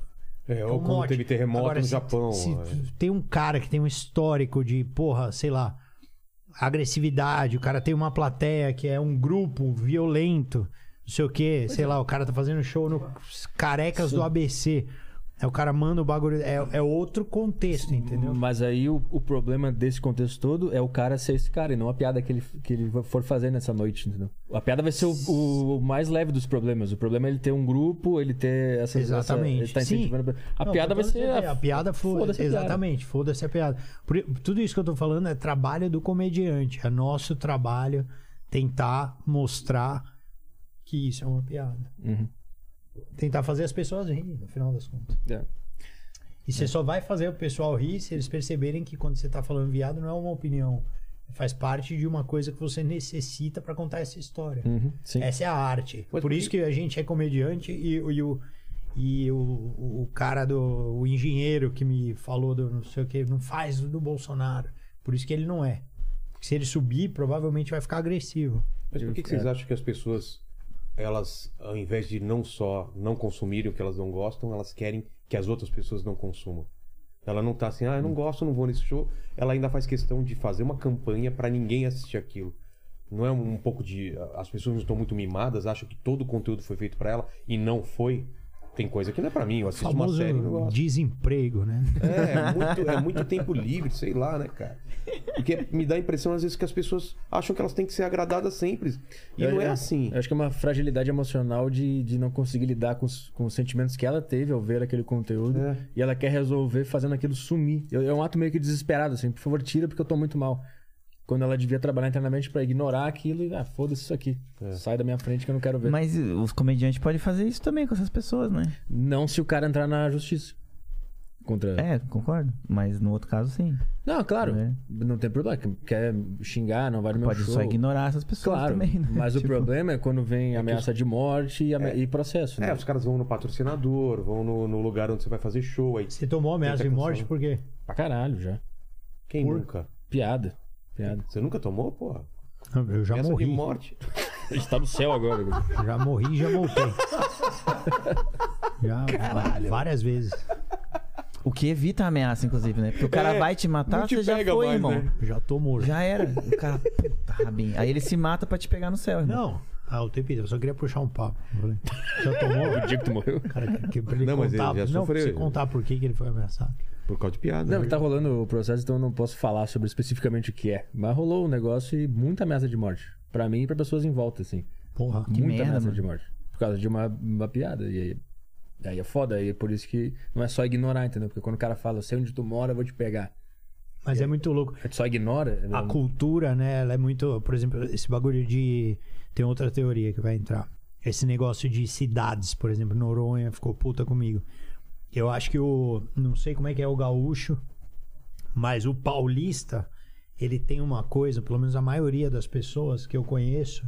Speaker 2: É,
Speaker 3: um
Speaker 2: ou como
Speaker 3: mote.
Speaker 2: teve terremoto
Speaker 3: Agora,
Speaker 2: no
Speaker 3: se-
Speaker 2: Japão.
Speaker 3: se
Speaker 2: é.
Speaker 3: tem um cara que tem um histórico de, porra, sei lá, agressividade, o cara tem uma plateia que é um grupo violento, não sei o quê, sei lá, o cara tá fazendo show no Carecas do ABC. Aí o cara manda o bagulho. É, é outro contexto, entendeu?
Speaker 6: Mas aí o, o problema desse contexto todo é o cara ser esse cara e não a piada que ele, que ele for fazer nessa noite, entendeu? A piada vai ser o, o- o mais leve dos problemas. O problema é ele ter um grupo, ele ter essa.
Speaker 3: Exatamente.
Speaker 6: Essa, ele tá
Speaker 3: Sim.
Speaker 6: incentivando. A
Speaker 3: Não,
Speaker 6: piada vai
Speaker 3: portanto,
Speaker 6: ser.
Speaker 3: você vê, A piada foda-se.
Speaker 6: a piada.
Speaker 3: exatamente, foda-se a piada. Por- tudo isso que eu tô falando é trabalho do comediante. É nosso trabalho tentar mostrar que isso é uma piada.
Speaker 6: Uhum.
Speaker 3: tentar fazer as pessoas rirem, no final das contas.
Speaker 6: É.
Speaker 3: E você só vai fazer o pessoal rir se eles perceberem que quando você tá falando viado não é uma opinião. Faz parte de uma coisa que você necessita pra contar essa história.
Speaker 6: Uhum, sim.
Speaker 3: Essa é a arte. Por
Speaker 2: Mas por
Speaker 3: isso que a gente é comediante e, e o. E o, o cara do. O engenheiro que me falou do não sei o que, não faz do Bolsonaro. Por isso que ele não é. Porque se ele subir, provavelmente vai ficar agressivo.
Speaker 2: Mas por que, que vocês acham que as pessoas, elas, ao invés de não só não consumirem o que elas não gostam, elas querem que as outras pessoas não consumam? Ela não tá assim, ah, eu não gosto, não vou nesse show. Ela ainda faz questão de fazer uma campanha pra ninguém assistir aquilo. Não é um, um pouco de. As pessoas não estão muito mimadas, acham que todo o conteúdo foi feito pra ela e não foi. Tem coisa que não é pra mim, eu assisto uma
Speaker 3: famoso
Speaker 2: série e não gosto.
Speaker 3: desemprego, né?
Speaker 2: É, é muito, é muito tempo livre, sei lá, né, cara? Porque me dá a impressão, às vezes, que as pessoas acham que elas têm que ser agradadas sempre. E
Speaker 6: Eu-
Speaker 2: não é
Speaker 6: eu-
Speaker 2: assim.
Speaker 6: Eu acho que é uma fragilidade emocional de, de não conseguir lidar com os, com os sentimentos que ela teve ao ver aquele conteúdo.
Speaker 2: É.
Speaker 6: E ela quer resolver fazendo aquilo sumir. Eu- é um ato meio que desesperado, assim, por favor, tira porque eu tô muito mal. Quando ela devia trabalhar internamente pra ignorar aquilo e, ah, foda-se isso aqui.
Speaker 2: É.
Speaker 6: Sai da minha frente que eu não quero ver.
Speaker 4: Mas eh, os comediantes podem fazer isso também com essas pessoas, né?
Speaker 6: Não se o cara entrar na justiça. Contra.
Speaker 4: É, concordo. Mas no outro caso, sim.
Speaker 6: Não, claro.
Speaker 4: É.
Speaker 6: Não tem problema. Quer xingar, não vai no meu
Speaker 4: Pode
Speaker 6: show.
Speaker 4: só ignorar essas pessoas
Speaker 6: Claro,
Speaker 4: também, né?
Speaker 6: mas o
Speaker 4: Tipo,
Speaker 6: problema é quando vem ameaça de morte e, ame- e processo, né?
Speaker 2: É, os caras vão no patrocinador, vão no, no lugar onde você vai fazer show. Aí,
Speaker 3: Você tomou ameaça de
Speaker 2: Tenta
Speaker 3: morte
Speaker 2: cancelar.
Speaker 3: por quê?
Speaker 6: Pra caralho já.
Speaker 2: quem
Speaker 3: Por-
Speaker 2: nunca?
Speaker 6: Piada. Piada.
Speaker 2: Você nunca tomou, porra?
Speaker 3: Eu já
Speaker 2: Essa de
Speaker 3: morri.
Speaker 2: morte.
Speaker 6: A gente tá no céu agora.
Speaker 3: Já morri e já voltei. já várias vezes.
Speaker 4: O que evita a ameaça, inclusive, né? Porque o cara
Speaker 2: É,
Speaker 4: vai te matar,
Speaker 2: não te
Speaker 4: você já
Speaker 2: pega
Speaker 4: foi,
Speaker 2: mais,
Speaker 4: irmão.
Speaker 2: né?
Speaker 3: Já tô morto.
Speaker 4: Já era. O cara, puta, rabinho. Aí ele se mata pra te pegar no céu, irmão.
Speaker 3: Não, ah, o tempo inteiro, eu só queria puxar um papo. Eu falei, Já tomou?
Speaker 6: O dia que tu morreu.
Speaker 3: Cara, que, que pra ele
Speaker 2: Não, mas ele
Speaker 3: contar,
Speaker 2: já
Speaker 3: não, pra
Speaker 2: sofreu.
Speaker 3: você contar por que que ele foi ameaçado.
Speaker 2: Por causa de piada.
Speaker 6: Não,
Speaker 2: né?
Speaker 6: tá rolando o processo, então eu não posso falar sobre especificamente o que é. Mas rolou um negócio e muita ameaça de morte. Pra mim e pra pessoas em volta, assim.
Speaker 3: Porra.
Speaker 4: Que
Speaker 6: muita
Speaker 4: merda,
Speaker 6: ameaça
Speaker 4: mano.
Speaker 6: de morte. Por causa de uma, uma piada. E aí, aí é foda. Aí é por isso que não é só ignorar, entendeu? Porque quando o cara fala, eu sei onde tu mora, eu vou te pegar.
Speaker 3: Mas é muito louco.
Speaker 6: Aí tu só ignora.
Speaker 3: a
Speaker 2: Hum.
Speaker 6: não-
Speaker 3: cultura, né, ela é muito, por exemplo, esse bagulho de tem outra teoria que vai entrar. Esse negócio de cidades, por exemplo, Noronha ficou puta comigo. Eu acho que o não sei como é que é o gaúcho, mas o paulista, ele tem uma coisa, pelo menos a maioria das pessoas que eu conheço,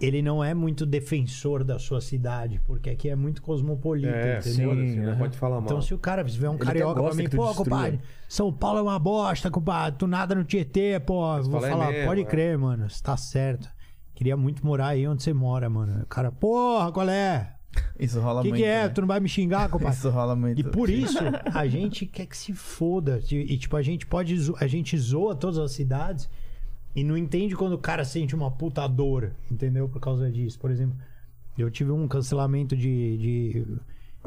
Speaker 3: ele não é muito defensor da sua cidade, porque aqui é muito cosmopolita,
Speaker 2: É,
Speaker 3: entendeu?
Speaker 2: foda-se,
Speaker 6: Sim,
Speaker 2: não
Speaker 6: aham.
Speaker 2: pode falar mal.
Speaker 3: Então, se o cara vier um
Speaker 6: até
Speaker 3: carioca pra
Speaker 6: gosta
Speaker 3: mim,
Speaker 6: que tu
Speaker 3: pô,
Speaker 6: destrua.
Speaker 3: compadre, São Paulo é uma bosta, compadre, tu nada no Tietê, pô, vou
Speaker 2: fala, é
Speaker 3: falar,
Speaker 2: mesmo,
Speaker 3: pode
Speaker 2: é.
Speaker 3: crer, mano, você tá certo. Queria muito morar aí onde você mora, mano. O cara, porra, qual é?
Speaker 4: Isso
Speaker 3: O
Speaker 4: rola
Speaker 3: que,
Speaker 4: muito.
Speaker 3: que é?
Speaker 4: né?
Speaker 3: Tu não vai me xingar, compadre?
Speaker 4: Isso rola muito.
Speaker 3: E por isso, a gente quer que se foda. E, e, tipo, a gente pode. zo- A gente zoa todas as cidades e não entende quando o cara sente uma puta dor, entendeu? Por causa disso. Por exemplo, eu tive um cancelamento de, de,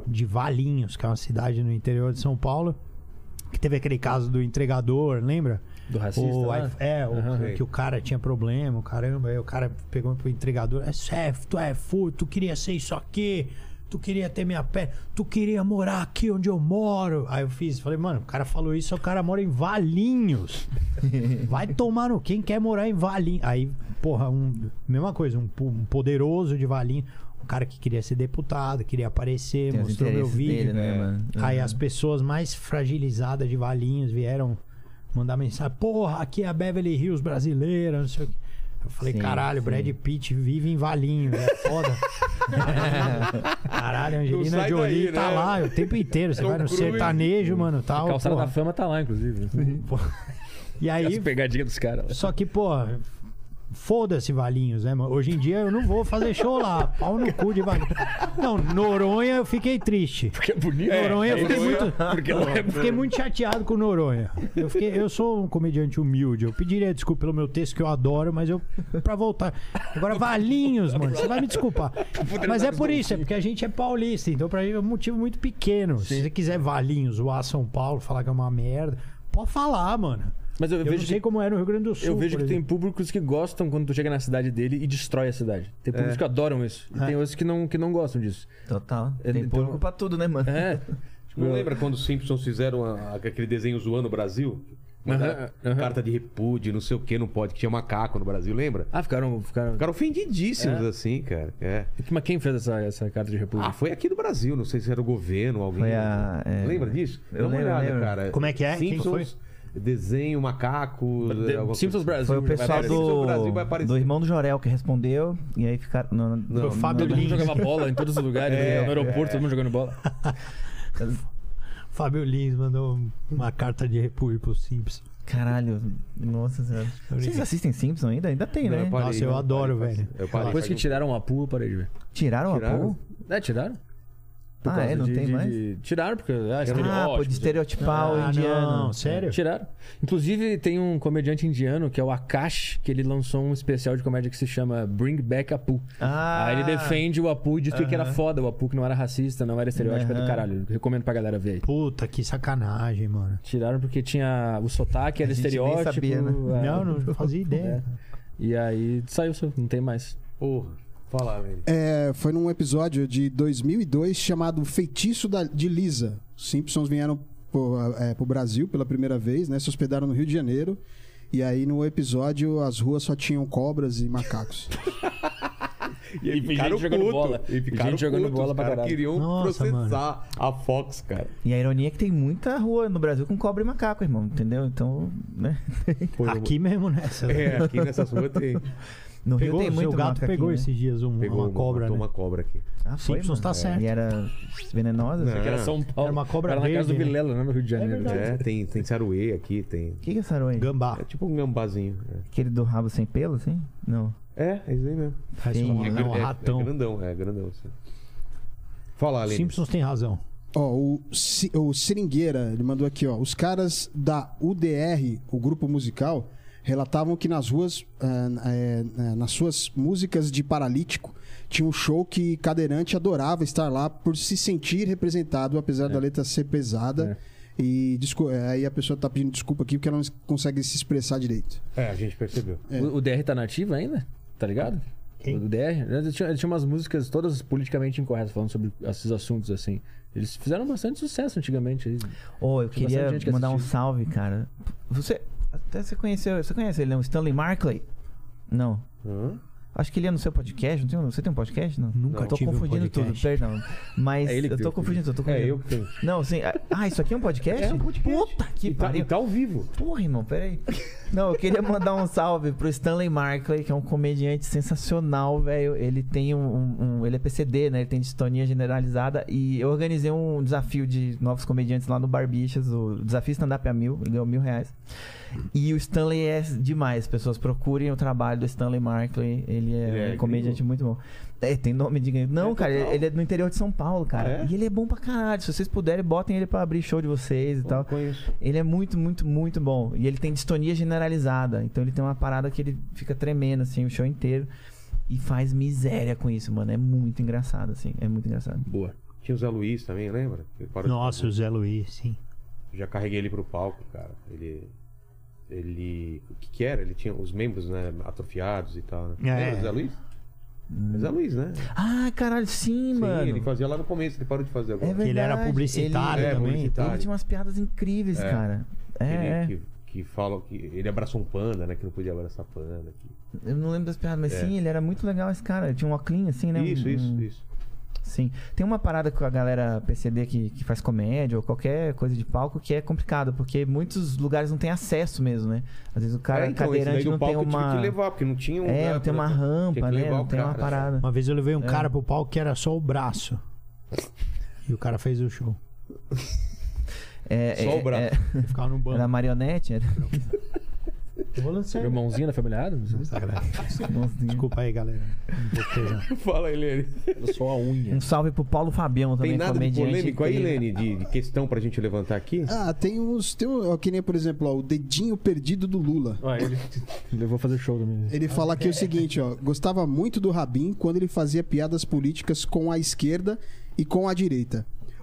Speaker 3: de Valinhos, que é uma cidade no interior de São Paulo, que teve aquele caso do entregador, lembra?
Speaker 6: Do racista né?
Speaker 3: O
Speaker 6: lá?
Speaker 3: iPhone- é, o,
Speaker 6: Aham.
Speaker 3: que o cara tinha problema, caramba. Aí o cara pegou pro entregador: é chefe, tu é furo, tu queria ser isso aqui, tu queria ter minha pé, tu queria morar aqui onde eu moro. Aí eu fiz, falei, mano, o cara falou isso, o cara mora em Valinhos. Vai tomar no quem quer morar em Valinhos. Aí, porra, um, mesma coisa, um, po- um poderoso de Valinhos. Um cara que queria ser deputado, queria aparecer,
Speaker 4: Tem os
Speaker 3: mostrou meu
Speaker 4: interesses
Speaker 3: vídeo.
Speaker 4: dele, né, mano?
Speaker 3: Aí as pessoas mais fragilizadas de Valinhos vieram mandar mensagem: Porra, aqui é a Beverly Hills brasileira, não sei o que. Eu falei:
Speaker 4: Sim,
Speaker 3: Caralho,
Speaker 4: sim.
Speaker 3: Brad Pitt vive em Valinhos, é foda. Caralho, a
Speaker 2: Não
Speaker 3: Angelina
Speaker 2: sai
Speaker 3: Jolie
Speaker 2: daí,
Speaker 3: tá
Speaker 2: né?
Speaker 3: lá o tempo inteiro. Você
Speaker 2: Tom
Speaker 3: vai no
Speaker 2: Cruise.
Speaker 3: sertanejo, mano, tal.
Speaker 6: Calçada
Speaker 3: porra.
Speaker 6: da fama tá lá, inclusive.
Speaker 3: E
Speaker 6: As
Speaker 3: aí,
Speaker 6: pegadinhas dos caras.
Speaker 3: só que, pô, foda-se Valinhos, né, mano? Hoje em dia eu não vou fazer show lá. Pau no cu de Valinhos. Não, Noronha eu fiquei triste.
Speaker 6: Porque é bonito.
Speaker 3: Noronha eu fiquei
Speaker 2: Noronha-
Speaker 3: muito.
Speaker 6: Porque ela é
Speaker 3: Eu fiquei muito chateado com o Noronha. Eu, fiquei- eu sou um comediante humilde. Eu pediria desculpa pelo meu texto que eu adoro, mas eu. pra voltar. Agora, Valinhos, mano, você vai me desculpar.
Speaker 6: tá
Speaker 3: Mas é por isso, é porque a gente é paulista. Então, pra mim é um motivo muito pequeno. Se você quiser Valinhos, zoar São Paulo, falar que é uma merda, pode falar, mano.
Speaker 6: Mas eu,
Speaker 3: Eu,
Speaker 6: vejo
Speaker 3: não sei
Speaker 6: que,
Speaker 3: como é no Rio Grande do Sul.
Speaker 6: eu vejo
Speaker 3: por
Speaker 6: que tem
Speaker 3: exemplo.
Speaker 6: públicos que gostam quando tu chega na cidade dele e destrói a cidade. Tem públicos que adoram isso. E tem outros que não, que não gostam disso.
Speaker 4: Total. Tem
Speaker 6: Então-
Speaker 4: público pra tudo, né, mano?
Speaker 6: É. Tipo,
Speaker 2: Não
Speaker 6: eu-
Speaker 2: lembra quando os Simpsons fizeram a- aquele desenho zoando o Brasil? Mandaram
Speaker 6: Aham, aham.
Speaker 2: Carta de repúdio, não sei o que, não pode, que tinha macaco no Brasil, lembra?
Speaker 6: Ah, ficaram. ficaram...
Speaker 2: Ficaram ofendidíssimos, assim, cara. É.
Speaker 6: Mas quem fez essa, essa carta de repúdio?
Speaker 2: Ah, foi aqui do Brasil, não sei se era o governo, alguém.
Speaker 4: Foi a- é.
Speaker 2: Lembra disso?
Speaker 4: Eu
Speaker 2: Dá uma
Speaker 4: lembro,
Speaker 2: olhada,
Speaker 4: lembro.
Speaker 2: cara.
Speaker 3: Como é que é? Quem
Speaker 2: Simpsons, desenho, macaco.
Speaker 6: The-
Speaker 2: alguma
Speaker 6: Simpsons
Speaker 2: coisa. assim.
Speaker 6: Brasil.
Speaker 4: Foi o
Speaker 6: já vai
Speaker 4: pessoal
Speaker 6: aparecer.
Speaker 2: Brasil vai
Speaker 4: do,
Speaker 2: aparecer.
Speaker 4: do irmão do Jorel que respondeu. E aí ficaram. Não,
Speaker 2: Foi o
Speaker 6: Todo
Speaker 3: Fábio
Speaker 6: mundo
Speaker 3: Lins.
Speaker 6: jogava bola em todos os lugares, né?
Speaker 2: É,
Speaker 6: no aeroporto,
Speaker 2: é.
Speaker 6: todo mundo jogando bola.
Speaker 3: Fábio Lins mandou uma carta de repúdio pro Simpson.
Speaker 4: Caralho, nossa senhora. Vocês assistem Simpson ainda? Ainda tem,
Speaker 2: Não,
Speaker 4: né?
Speaker 2: eu parei,
Speaker 3: Nossa, eu
Speaker 2: parei,
Speaker 3: adoro,
Speaker 2: parei,
Speaker 3: velho.
Speaker 2: Eu parei,
Speaker 6: Depois que tiraram a pool, eu parei de ver.
Speaker 4: Tiraram, a
Speaker 2: Tiraram?
Speaker 4: Paul?
Speaker 6: É, tiraram? Por
Speaker 4: Ah,
Speaker 6: causa
Speaker 4: é? Não
Speaker 6: de-
Speaker 4: tem
Speaker 6: de-
Speaker 4: mais?
Speaker 6: de- Tiraram, porque. Ah,
Speaker 4: Ah,
Speaker 6: estereótipos,
Speaker 4: pô, de estereotipar o
Speaker 3: Ah,
Speaker 4: indiano.
Speaker 3: não, sério?
Speaker 6: Tiraram. Inclusive, tem um comediante indiano, que é o Akash, que ele lançou um especial de comédia que se chama Bring Back Apu.
Speaker 4: Ah.
Speaker 6: Aí ele defende o Apu e diz que era foda, o Apu que não era racista, não era estereótipo é do
Speaker 4: Aham.
Speaker 6: caralho. Eu Recomendo pra galera ver aí.
Speaker 3: Puta, que sacanagem, mano.
Speaker 6: Tiraram porque tinha o sotaque, era
Speaker 4: A gente nem
Speaker 6: estereótipo.
Speaker 4: sabia, né?
Speaker 3: Não,
Speaker 6: a-
Speaker 3: não fazia ideia.
Speaker 6: E aí saiu, só- não tem mais.
Speaker 2: Porra, fala, velho.
Speaker 5: É, foi num episódio de 2002 chamado Feitiço da- de Lisa. Os Simpsons vieram pro, é, pro Brasil pela primeira vez, né? Se hospedaram no Rio de Janeiro. E aí, no episódio, as ruas só tinham cobras e macacos.
Speaker 2: E,
Speaker 6: E gente jogando bola.
Speaker 2: E ficaram
Speaker 6: Gente jogando
Speaker 2: puto,
Speaker 6: bola
Speaker 2: os
Speaker 6: pra
Speaker 2: caras
Speaker 6: caralho.
Speaker 2: queriam
Speaker 3: Nossa,
Speaker 2: processar a Fox, cara.
Speaker 4: E a ironia é que tem muita rua no Brasil com cobra e macaco, irmão, entendeu? Então, né?
Speaker 2: Foi no-
Speaker 3: Aqui mesmo, né?
Speaker 2: É, aqui nessas ruas tem.
Speaker 4: No
Speaker 3: Pegou,
Speaker 4: Rio tem
Speaker 3: seu
Speaker 4: muito
Speaker 3: gato
Speaker 4: macaco
Speaker 3: pegou
Speaker 4: aqui,
Speaker 3: esses
Speaker 4: Né?
Speaker 3: dias um- uma cobra,
Speaker 2: matou
Speaker 3: né?
Speaker 2: uma cobra aqui.
Speaker 4: Ah, foi,
Speaker 3: Simpsons
Speaker 4: mano.
Speaker 3: tá
Speaker 4: É,
Speaker 3: certo.
Speaker 4: E era venenosa? assim?
Speaker 2: Não.
Speaker 4: O
Speaker 6: Que era
Speaker 2: Ah.
Speaker 6: São Paulo.
Speaker 3: Era uma cobra
Speaker 6: Era na casa do
Speaker 3: verde, né?
Speaker 6: Vilela, né? No Rio de Janeiro.
Speaker 2: É, tem, tem saruê aqui, tem.
Speaker 4: que, que é essa aranha?
Speaker 3: Gambá.
Speaker 2: É tipo um gambazinho.
Speaker 4: Aquele do rabo sem pelo, assim? Não.
Speaker 2: É, é isso aí mesmo.
Speaker 3: Parece
Speaker 4: Sim,
Speaker 3: um,
Speaker 4: é
Speaker 3: é
Speaker 2: Gr-
Speaker 3: um
Speaker 2: é-
Speaker 3: ratão.
Speaker 2: É grandão, é grandão. Assim. Fala, Aline.
Speaker 3: Simpsons tem razão.
Speaker 5: Ó, o, Ci- o Seringueira, ele mandou aqui, ó. Os caras da UDR, o grupo musical, relatavam que nas ruas, ah, eh, eh, nas suas músicas de paralítico, tinha um show que cadeirante adorava estar lá por se sentir representado, apesar da letra ser pesada. E desco- eh, aí a pessoa tá pedindo desculpa aqui porque ela não consegue se expressar direito.
Speaker 2: É, a gente percebeu.
Speaker 6: O, o DR tá nativo ainda? Tá ligado?
Speaker 3: Quem?
Speaker 6: O DR. Ele tinha, ele tinha umas músicas todas politicamente incorretas falando sobre esses assuntos, assim. Eles fizeram bastante sucesso antigamente. Eles-
Speaker 4: Oh, eu
Speaker 6: Tinha
Speaker 4: queria
Speaker 6: bastante gente que
Speaker 4: mandar um
Speaker 6: assistiu.
Speaker 4: salve, cara. Você. Até você conheceu. Você conhece ele, não? Stanley Markley? Não.
Speaker 2: Hã?
Speaker 4: Acho que ele é no seu podcast, não tem? Você tem um podcast? Não.
Speaker 3: Nunca
Speaker 4: Tô
Speaker 3: tive um
Speaker 4: confundindo tudo,
Speaker 3: podcast.
Speaker 4: perdão. Mas
Speaker 6: É ele que
Speaker 4: eu
Speaker 6: deu,
Speaker 4: tô confundindo tudo, tô
Speaker 2: É,
Speaker 4: confundindo.
Speaker 2: eu que tenho.
Speaker 4: Não, sim. ah, Ah, isso aqui é um podcast?
Speaker 2: É um podcast.
Speaker 4: Puta que
Speaker 2: e, tá,
Speaker 4: pariu.
Speaker 2: e tá ao vivo.
Speaker 4: Porra, irmão, peraí. Não, eu queria mandar um salve pro Stanley Markley, que é um comediante sensacional, velho. Ele tem um, um- um- Ele é PCD, né? Ele tem distonia generalizada. E eu organizei um desafio de novos comediantes lá no Barbichas, o desafio stand-up a mil, ele ganhou mil reais. E o Stanley é demais, pessoas. Procurem o trabalho do Stanley Markley. Ele é,
Speaker 2: Ele é
Speaker 4: um comediante
Speaker 2: gringo?
Speaker 4: muito bom. É, tem nome de. gringo. Não,
Speaker 2: É
Speaker 4: cara,
Speaker 2: total.
Speaker 4: ele é do interior de São Paulo, cara.
Speaker 2: É?
Speaker 4: E ele é bom pra caralho. Se vocês puderem, botem ele pra abrir show de vocês e
Speaker 2: Não
Speaker 4: tal.
Speaker 2: conheço.
Speaker 4: Ele é muito, muito, muito bom. E ele tem distonia generalizada. Então ele tem uma parada que ele fica tremendo, assim, o show inteiro. E faz miséria com isso, mano. É muito engraçado, assim. É muito engraçado.
Speaker 6: Boa.
Speaker 2: Tinha o Zé Luiz também, lembra? Ele parou de
Speaker 3: Nossa, o Zé Luiz, sim.
Speaker 2: Já carreguei ele pro palco, cara. Ele. Ele. O que que era? Ele tinha os membros, né? Atrofiados e tal, né?
Speaker 3: É.
Speaker 2: Lembra o Zé Luiz? É Zé Luiz, né?
Speaker 4: Ah, caralho, sim,
Speaker 2: Sim,
Speaker 4: Hum. mano.
Speaker 2: ele fazia lá no começo, ele parou de fazer agora.
Speaker 4: É
Speaker 3: Que ele era
Speaker 4: verdade.
Speaker 3: publicitário
Speaker 2: Ele- É,
Speaker 3: também.
Speaker 2: publicitário.
Speaker 4: Ele tinha umas piadas incríveis,
Speaker 2: É.
Speaker 4: cara. É, é.
Speaker 2: Ele, que, que fala que ele abraçou um panda, né? Que não podia abraçar panda. que-
Speaker 4: Eu não lembro das piadas, mas
Speaker 2: É.
Speaker 4: sim, ele era muito legal esse cara. Ele tinha um óculos assim, né?
Speaker 2: Isso,
Speaker 4: Um-
Speaker 2: isso,
Speaker 4: um-
Speaker 2: isso.
Speaker 4: Sim. Tem uma parada com a galera PCD que, que faz comédia ou qualquer coisa de palco que é complicado, porque muitos lugares não tem acesso mesmo, né? Às vezes o cara
Speaker 2: É, então, esse daí
Speaker 4: cadeirante
Speaker 2: do
Speaker 4: não tem
Speaker 2: palco eu tive
Speaker 4: uma.
Speaker 2: que levar, porque não tinha um.
Speaker 4: é,
Speaker 2: né,
Speaker 4: não tem uma
Speaker 2: pra-
Speaker 4: rampa,
Speaker 2: que
Speaker 4: né?
Speaker 2: levar
Speaker 4: Não
Speaker 2: o
Speaker 4: tem uma
Speaker 2: cara,
Speaker 4: parada.
Speaker 3: Uma vez eu levei um
Speaker 4: É.
Speaker 3: cara pro palco que era só o braço. E o cara fez o show.
Speaker 4: É,
Speaker 2: Só
Speaker 4: é,
Speaker 2: o braço.
Speaker 4: é,
Speaker 3: Ele ficava no
Speaker 4: era
Speaker 3: banco.
Speaker 4: marionete, era.
Speaker 3: Eu vou lançar.
Speaker 6: Teve irmãozinho da família Adams?
Speaker 3: Sacanagem.
Speaker 4: um Desculpa.
Speaker 3: Desculpa aí, galera. Não vou pesar.
Speaker 2: Fala, Helene.
Speaker 6: Era só a unha.
Speaker 4: Um salve pro Paulo Fabião também,
Speaker 2: Tem nada de
Speaker 4: comediante.
Speaker 2: polêmico aí,
Speaker 4: incrível.
Speaker 2: Helene? De, de questão pra gente levantar aqui?
Speaker 5: Ah, tem uns. Tem um, ó, que nem, por exemplo, ó, o dedinho perdido do Lula.
Speaker 6: Ah, ele... ele- eu vou fazer show também.
Speaker 5: Ele fala aqui o seguinte, ó. Gostava muito do Rabin quando ele fazia piadas políticas com a esquerda e com a direita.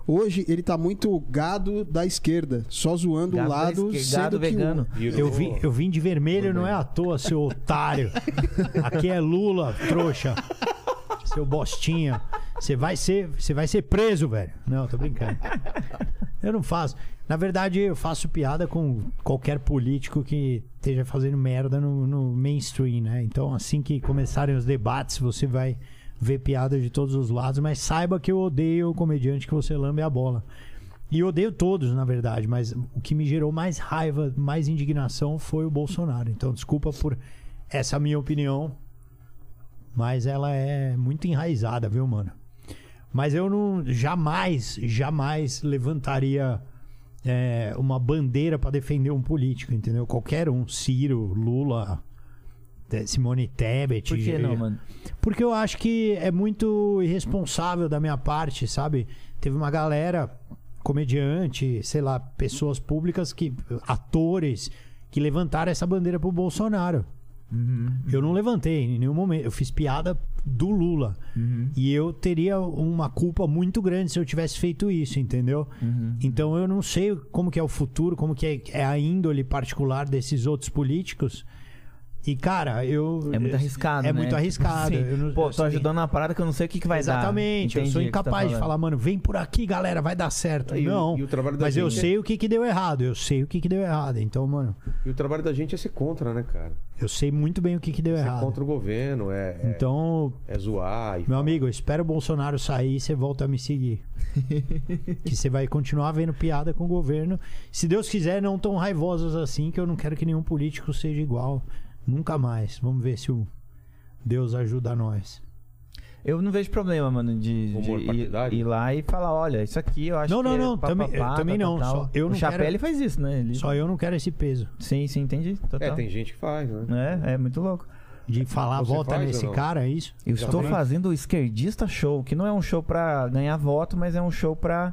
Speaker 5: Hoje ele tá muito gado da esquerda, só
Speaker 4: Gado
Speaker 5: zoando um
Speaker 4: da
Speaker 5: lado,
Speaker 4: esquerda,
Speaker 5: sendo
Speaker 4: gado
Speaker 5: que o-
Speaker 4: vegano.
Speaker 2: Virou.
Speaker 3: Eu, vi, eu vim de vermelho, não é à toa, seu otário. Aqui é Lula, trouxa. Seu bostinha. Você vai ser, você vai ser preso, velho. Não, tô brincando. Eu não faço. Na verdade, eu faço piada com qualquer político que esteja fazendo merda no, no mainstream, né? Então, assim que começarem os debates, você vai ver piadas de todos os lados, mas saiba que eu odeio o comediante que você lambe a bola. E odeio todos, na verdade, mas o que me gerou mais raiva, mais indignação foi o Bolsonaro. Então, desculpa por essa minha opinião, mas ela é muito enraizada, viu, mano? Mas eu não jamais, jamais levantaria é, uma bandeira para defender um político, entendeu? Qualquer um, Ciro, Lula, Te- Simone Tebet.
Speaker 4: Por que não, mano?
Speaker 3: Porque eu acho que é muito irresponsável da minha parte, sabe? Teve uma galera, comediante, sei lá, pessoas públicas, que atores, que levantaram essa bandeira pro Bolsonaro. Eu não levantei em nenhum momento. Eu fiz piada do Lula.
Speaker 4: Uhum.
Speaker 3: E eu teria uma culpa muito grande se eu tivesse feito isso, entendeu?
Speaker 4: Uhum.
Speaker 3: Então eu não sei como que é o futuro, como que é- é a índole particular desses outros políticos. E, cara, eu.
Speaker 4: É muito arriscado,
Speaker 3: É
Speaker 4: né?
Speaker 3: muito arriscado.
Speaker 4: Tipo assim,
Speaker 3: Eu não-
Speaker 4: Pô,
Speaker 3: eu
Speaker 4: tô
Speaker 3: sei.
Speaker 4: ajudando uma parada que eu não sei o que, que vai
Speaker 3: Exatamente,
Speaker 4: dar.
Speaker 3: eu sou
Speaker 4: Entendi o que tá
Speaker 3: incapaz de
Speaker 4: falando.
Speaker 3: falar, mano, vem por aqui, galera, vai dar certo.
Speaker 2: E o-
Speaker 3: não,
Speaker 2: e o trabalho da
Speaker 3: mas eu
Speaker 2: gente-
Speaker 3: sei o que que deu errado, eu sei o que que deu errado. Então, mano,
Speaker 2: E o trabalho da gente é ser contra, né, cara?
Speaker 3: eu sei muito bem o que que deu
Speaker 2: Ser
Speaker 3: errado.
Speaker 2: contra o governo, é,
Speaker 4: Hum.
Speaker 2: é-
Speaker 3: Então,
Speaker 2: é zoar. E...
Speaker 3: meu amigo, eu espero o Bolsonaro sair e você volta a me seguir. que você vai continuar vendo piada com o governo. Se Deus quiser, não tão raivosos assim, que eu não quero que nenhum político seja igual. Nunca mais. Vamos ver se o Deus ajuda nós.
Speaker 4: Eu não vejo problema, mano, de, de
Speaker 2: Humor
Speaker 4: ir,
Speaker 2: partidário?
Speaker 4: ir lá e falar, olha, isso aqui eu acho
Speaker 3: Não,
Speaker 4: que
Speaker 3: não,
Speaker 4: é
Speaker 3: não,
Speaker 4: pá,
Speaker 3: também-
Speaker 4: pá,
Speaker 3: eu
Speaker 4: pá,
Speaker 3: também
Speaker 4: tal,
Speaker 3: não,
Speaker 4: tal,
Speaker 3: só-
Speaker 4: tal.
Speaker 3: eu
Speaker 4: O
Speaker 3: não quero-
Speaker 4: Chapelle faz isso, né? Ele...
Speaker 3: Só eu não quero esse peso
Speaker 4: Sim, sim, entendi. Total.
Speaker 2: É, tem gente que faz, né?
Speaker 4: É, é muito louco.
Speaker 3: de falar
Speaker 2: Você
Speaker 3: volta
Speaker 2: faz ou
Speaker 3: nesse
Speaker 2: não?
Speaker 3: cara, é isso?
Speaker 4: Eu estou
Speaker 2: Exatamente.
Speaker 4: fazendo o esquerdista show, que não é um show pra ganhar voto, mas é um show pra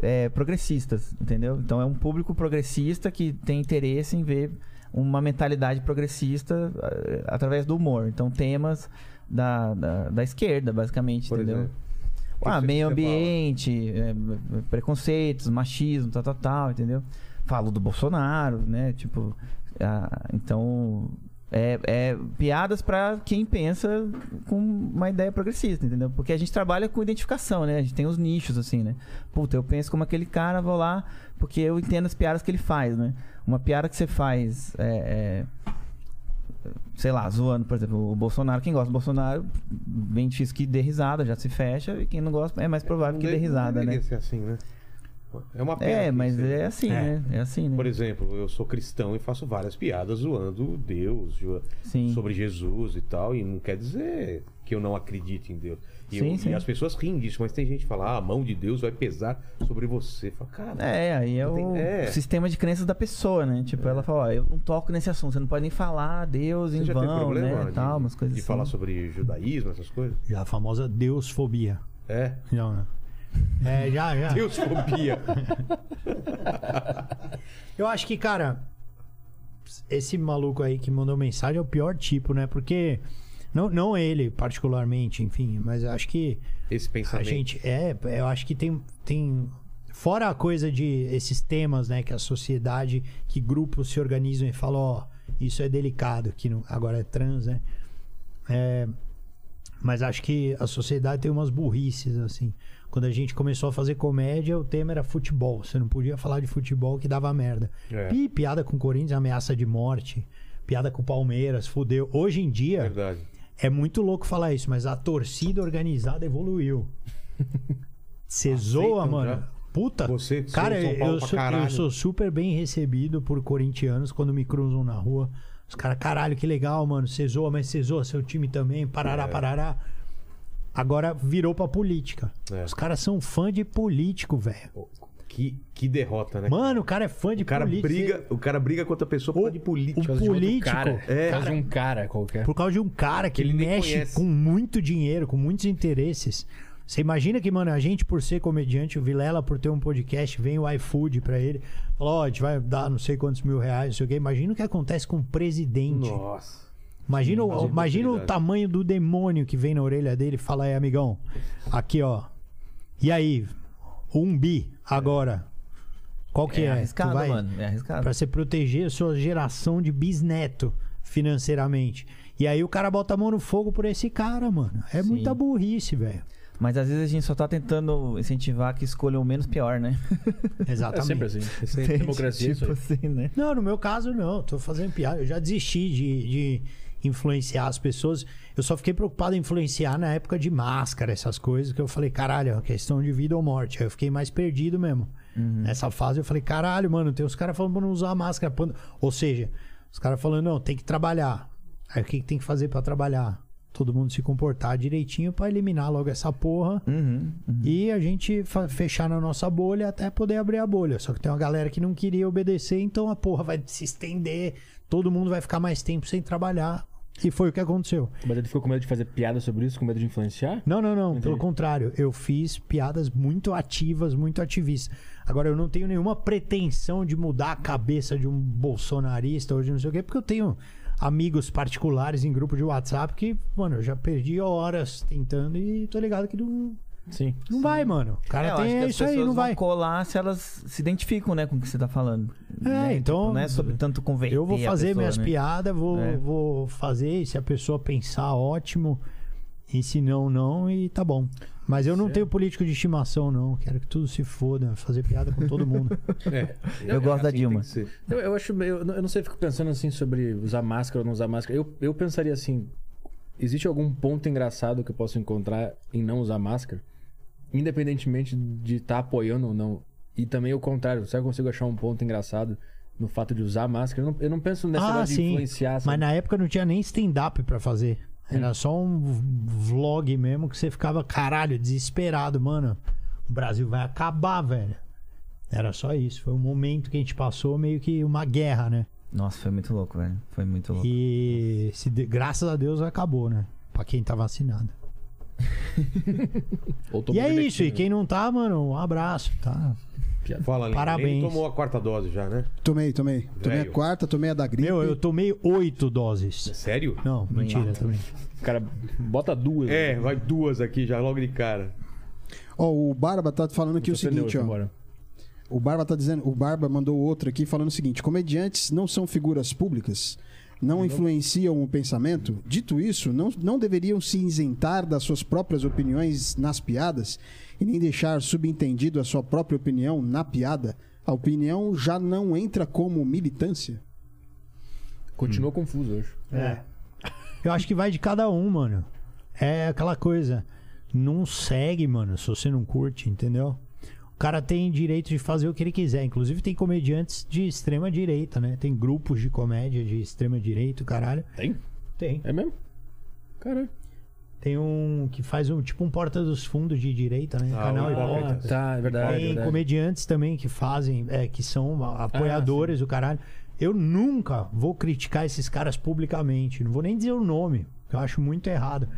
Speaker 4: é, progressistas, entendeu? Então é um público progressista que tem interesse em ver uma mentalidade progressista eh, através do humor. Então temas da, da, da esquerda, basicamente,
Speaker 2: Por
Speaker 4: entendeu?
Speaker 2: exemplo. O que
Speaker 4: Ah,
Speaker 2: você-
Speaker 4: meio
Speaker 2: você
Speaker 4: ambiente, eh, b- preconceitos, machismo, tal, tal, tal, entendeu? Falo do Bolsonaro, né? Tipo, ah, então é, é piadas pra quem pensa com uma ideia progressista, entendeu? Porque a gente trabalha com identificação, né? A gente tem os nichos assim, né? Puta, eu penso como aquele cara, vou lá porque eu entendo as piadas que ele faz, né? Uma piada que você faz é, é, sei lá, zoando, por exemplo, o Bolsonaro, quem gosta do Bolsonaro, bem difícil que dê risada, já se fecha, e quem não gosta é mais provável
Speaker 2: Não
Speaker 4: que dê
Speaker 2: deve-
Speaker 4: risada,
Speaker 2: não
Speaker 4: né?
Speaker 2: deveria ser assim, né? É uma pena.
Speaker 4: É,
Speaker 2: que
Speaker 4: mas
Speaker 2: seja.
Speaker 4: é assim, né? É assim,
Speaker 2: Por
Speaker 4: né?
Speaker 2: exemplo, eu sou cristão e faço várias piadas zoando Deus, zoa-
Speaker 4: Sim.
Speaker 2: sobre Jesus e tal, e não quer dizer que eu não acredite em Deus. E, eu-
Speaker 4: Sim, sim.
Speaker 2: e as pessoas riem disso, mas tem gente que fala, ah, a mão de Deus vai pesar sobre você. Fala, cara,
Speaker 4: É, aí é
Speaker 2: Não tem-
Speaker 4: o
Speaker 2: é.
Speaker 4: sistema de crenças da pessoa, né? Tipo, ela fala, ó, eu não toco nesse assunto, você não pode nem falar Deus
Speaker 2: você
Speaker 4: em
Speaker 2: já teve
Speaker 4: vão,
Speaker 2: problema
Speaker 4: né?
Speaker 2: de,
Speaker 4: tal, umas coisas
Speaker 2: de
Speaker 4: assim.
Speaker 2: falar sobre judaísmo, essas coisas?
Speaker 3: Já a famosa deusfobia.
Speaker 2: É.
Speaker 3: Não, não. É, já, já.
Speaker 2: Deusfobia.
Speaker 3: Eu acho que, cara, esse maluco aí que mandou mensagem é o pior tipo, né? Porque. Não, não ele, particularmente, enfim, mas eu acho que
Speaker 2: Esse
Speaker 3: a
Speaker 2: pensamento.
Speaker 3: gente. É, eu acho que tem. tem fora a coisa de esses temas, né? Que a sociedade, que grupos se organizam e falam, ó, isso é delicado, que não- agora é trans, né? É, mas acho que a sociedade tem umas burrices, assim. Quando a gente começou a fazer comédia, o tema era futebol. Você não podia falar de futebol que dava merda.
Speaker 2: É.
Speaker 3: Pi, piada com o Corinthians, ameaça de morte. Piada com o Palmeiras, fudeu. Hoje em dia,
Speaker 2: Verdade.
Speaker 3: é muito louco falar isso, mas a torcida organizada evoluiu. Você zoa, mano.
Speaker 2: Ah, então já.
Speaker 3: Puta.
Speaker 2: Você que
Speaker 3: cara,
Speaker 2: sou de São Paulo
Speaker 3: eu
Speaker 2: pra
Speaker 3: sou,
Speaker 2: caralho.
Speaker 3: eu sou super bem recebido por corintianos quando me cruzam na rua. Os caras, caralho, que legal, mano. Você zoa, mas você zoa seu time também. Parará,
Speaker 2: É.
Speaker 3: parará. Agora virou pra política.
Speaker 2: É.
Speaker 3: Os caras são fã de político, velho.
Speaker 2: Pô, Que, que derrota, né?
Speaker 3: Mano, o cara é fã de
Speaker 2: o cara
Speaker 3: político.
Speaker 2: briga, o cara briga com outra pessoa por causa de política.
Speaker 3: o
Speaker 2: por causa de
Speaker 3: poli-
Speaker 2: outro-
Speaker 6: Outro
Speaker 3: político.
Speaker 6: Cara,
Speaker 2: É.
Speaker 6: é. Caso de um cara qualquer.
Speaker 3: Por causa de um cara que
Speaker 2: Ele nem
Speaker 3: mexe
Speaker 2: conhece.
Speaker 3: com muito dinheiro, com muitos interesses. Você imagina que, mano, a gente, por ser comediante, o Vilela, por ter um podcast, vem o iFood pra ele, fala, ó, a gente vai dar não sei quantos mil reais, não sei o quê. Imagina o que acontece com o presidente.
Speaker 2: Nossa.
Speaker 3: Imagina, o-
Speaker 2: Sim, mas
Speaker 3: imagina o
Speaker 2: oportunidade.
Speaker 3: tamanho do demônio que vem na orelha dele e fala aí, amigão, aqui, ó. E aí, um bi agora. Qual que é?
Speaker 4: É
Speaker 3: Tu
Speaker 4: arriscado,
Speaker 3: vai-
Speaker 4: mano. É arriscado.
Speaker 3: Pra você proteger a sua geração de bisneto financeiramente. E aí o cara bota a mão no fogo por esse cara, mano. É muita burrice, velho.
Speaker 4: Mas às vezes a gente só tá tentando incentivar que escolham o menos pior, né?
Speaker 6: É
Speaker 3: Exatamente.
Speaker 6: sempre assim. É
Speaker 4: Entende?
Speaker 6: sempre democracia isso
Speaker 4: tipo
Speaker 6: aí.
Speaker 4: assim, né?
Speaker 3: Não, no meu caso, não. Tô fazendo piada. Eu já desisti de, de influenciar as pessoas. Eu só fiquei preocupado em influenciar na época de máscara, essas coisas, que eu falei, caralho, é uma questão de vida ou morte. Aí eu fiquei mais perdido mesmo. Nessa fase eu falei, caralho, mano, tem os caras falando pra não usar máscara. pra não-" Ou seja, os caras falando, não, tem que trabalhar. Aí o que, que tem que fazer pra trabalhar? Todo mundo se comportar direitinho pra eliminar logo essa porra.
Speaker 4: Uhum, uhum.
Speaker 3: E a gente fa- fechar na nossa bolha até poder abrir a bolha. Só que tem uma galera que não queria obedecer, então a porra vai se estender, todo mundo vai ficar mais tempo sem trabalhar. E foi o que aconteceu.
Speaker 6: Mas ele ficou com medo de fazer piada sobre isso, com medo de influenciar?
Speaker 3: Não, não, não.
Speaker 6: Entendi.
Speaker 3: Pelo contrário, eu fiz piadas muito ativas, muito ativistas. Agora, eu não tenho nenhuma pretensão de mudar a cabeça de um bolsonarista ou de não sei o quê, porque eu tenho amigos particulares em grupo de WhatsApp que, mano, eu já perdi horas tentando e tô ligado que não,
Speaker 6: Sim.
Speaker 3: não vai, mano. O cara
Speaker 4: É, eu acho
Speaker 3: tem
Speaker 4: que as
Speaker 3: isso aí,
Speaker 4: pessoas
Speaker 3: não
Speaker 4: vão
Speaker 3: vai.
Speaker 4: colar se elas se identificam, né, com o que você tá falando.
Speaker 3: É,
Speaker 4: né?
Speaker 3: então-
Speaker 4: Tipo, não é sobre tanto converter
Speaker 3: Eu vou
Speaker 4: a
Speaker 3: fazer
Speaker 4: pessoa,
Speaker 3: minhas
Speaker 4: né?
Speaker 3: piadas, vou,
Speaker 4: É.
Speaker 3: vou fazer. E se a pessoa pensar, ótimo. E se não, não, e tá bom. Mas eu não tenho político de estimação, não. Quero que tudo se foda, fazer piada com todo mundo.
Speaker 4: Eu gosto da Dilma.
Speaker 6: Eu, eu acho meio. Eu não eu não sei, eu fico pensando assim sobre usar máscara ou não usar máscara. Eu, eu pensaria assim: existe algum ponto engraçado que eu posso encontrar em não usar máscara? Independentemente de estar apoiando ou não. E também o contrário, será que eu consigo achar um ponto engraçado no fato de usar máscara? Eu não, eu não penso nesse
Speaker 3: ah,
Speaker 6: negócio de
Speaker 3: sim.
Speaker 6: influenciar.
Speaker 3: Mas
Speaker 6: sabe?
Speaker 3: na época não tinha nem stand-up pra fazer. Era só um vlog mesmo que você ficava, caralho, desesperado, mano. O Brasil vai acabar, velho. Era só isso. Foi um momento que a gente passou meio que uma guerra, né?
Speaker 4: Nossa, foi muito louco, velho. Foi muito louco.
Speaker 3: E se de- graças a Deus acabou, né? Pra quem tá vacinado.
Speaker 6: Ou
Speaker 3: e
Speaker 6: tomou
Speaker 3: é isso, e
Speaker 6: ivermectina,
Speaker 3: quem não tá, mano, um abraço, tá?
Speaker 2: Fala, Lene.
Speaker 3: Parabéns.
Speaker 2: Lene tomou a quarta dose já, né?
Speaker 5: Tomei, tomei. Tomei
Speaker 2: Velho.
Speaker 5: a quarta, tomei a da gripe.
Speaker 3: Meu, eu tomei oito doses.
Speaker 2: Sério?
Speaker 3: Não, mentira também.
Speaker 6: né? Cara, bota duas.
Speaker 2: É,
Speaker 6: né?
Speaker 2: vai duas aqui já, logo de cara.
Speaker 5: Ó, o Barba tá falando aqui o
Speaker 6: Tô pneu
Speaker 5: seguinte,
Speaker 6: aqui
Speaker 5: ó.
Speaker 6: embora.
Speaker 5: O Barba tá dizendo, o Barba mandou outro aqui falando o seguinte: comediantes não são figuras públicas, não influenciam o pensamento. Dito isso, não, não deveriam se isentar das suas próprias opiniões nas piadas e nem deixar subentendido a sua própria opinião na piada. A opinião já não entra como militância.
Speaker 6: Continua confuso hoje.
Speaker 3: É. Eu acho que vai de cada um, mano. É aquela coisa. Não segue, mano, se você não curte, entendeu? O cara tem direito de fazer o que ele quiser. Inclusive, tem comediantes de extrema direita, né? Tem grupos de comédia de extrema direita, caralho.
Speaker 6: Tem?
Speaker 3: Tem.
Speaker 6: É mesmo? Caralho.
Speaker 3: Tem um que faz um tipo um porta dos fundos de direita, né?
Speaker 2: Ah,
Speaker 3: Canal
Speaker 2: o
Speaker 3: Hipócrita.
Speaker 2: Hipócritas.
Speaker 6: Tá, é verdade. é
Speaker 3: Tem
Speaker 6: verdade. Ah,
Speaker 3: comediantes também que fazem, é, que são a- apoiadores do caralho. Eu nunca vou criticar esses caras publicamente. Não vou nem dizer o nome, que eu acho muito errado.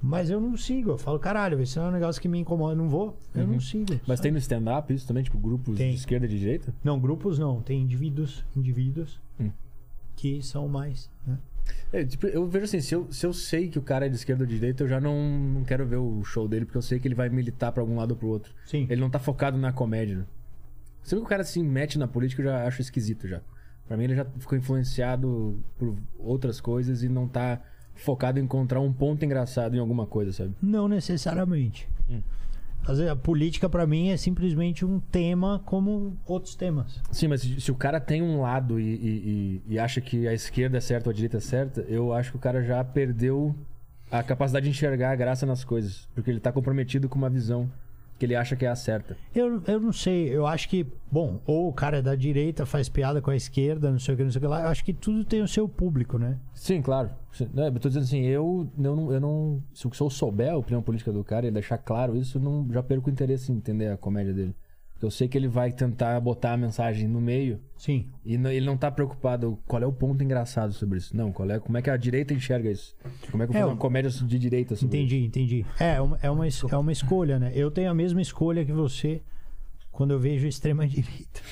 Speaker 3: Mas eu não sigo. Eu falo, caralho, isso é um negócio que me incomoda. Eu Não vou, eu não sigo.
Speaker 6: Uhum. Mas tem no stand-up isso também, tipo grupos
Speaker 3: Tem.
Speaker 6: de esquerda e de direita?
Speaker 3: Não, grupos não. Tem indivíduos, indivíduos
Speaker 6: Hum.
Speaker 3: que são mais. né?
Speaker 6: É, tipo, eu vejo assim, se eu, se eu sei que o cara é de esquerda ou de direita, eu já não, não quero ver o show dele, porque eu sei que ele vai militar pra algum lado ou pro outro.
Speaker 3: Sim.
Speaker 6: Ele não tá focado na comédia. né? Sempre que o cara se mete na política, eu já acho esquisito já. Pra mim, ele já ficou influenciado por outras coisas e não tá focado em encontrar um ponto engraçado em alguma coisa, sabe?
Speaker 3: Não necessariamente.
Speaker 6: Hum.
Speaker 3: Às vezes, a política pra mim é simplesmente um tema como outros temas.
Speaker 6: Sim, mas se se o cara tem um lado e, e- e- e acha que a esquerda é certa ou a direita é certa, eu acho que o cara já perdeu a capacidade de enxergar a graça nas coisas. Porque ele tá comprometido com uma visão que ele acha que é a certa.
Speaker 3: Eu, eu não sei, eu acho que, bom, ou o cara é da direita faz piada com a esquerda, não sei o que, não sei o que lá. Eu acho que tudo tem o seu público, né?
Speaker 6: Sim, claro. Sim. Não, eu tô dizendo assim, eu, eu, não, eu não. Se eu souber a opinião política do cara e deixar claro isso, eu não, já perco o interesse em entender a comédia dele. Eu sei que ele vai tentar botar a mensagem no meio
Speaker 3: Sim.
Speaker 6: E não- ele não tá preocupado qual é o ponto engraçado sobre isso. Não, qual é, como é que a direita enxerga isso? Como é que eu
Speaker 3: É,
Speaker 6: faço
Speaker 3: eu-
Speaker 6: uma comédia de direita sobre
Speaker 3: Entendi, entendi. É, uma- é, uma, es- é uma escolha, né? Eu tenho a mesma escolha que você quando eu vejo extrema-direita.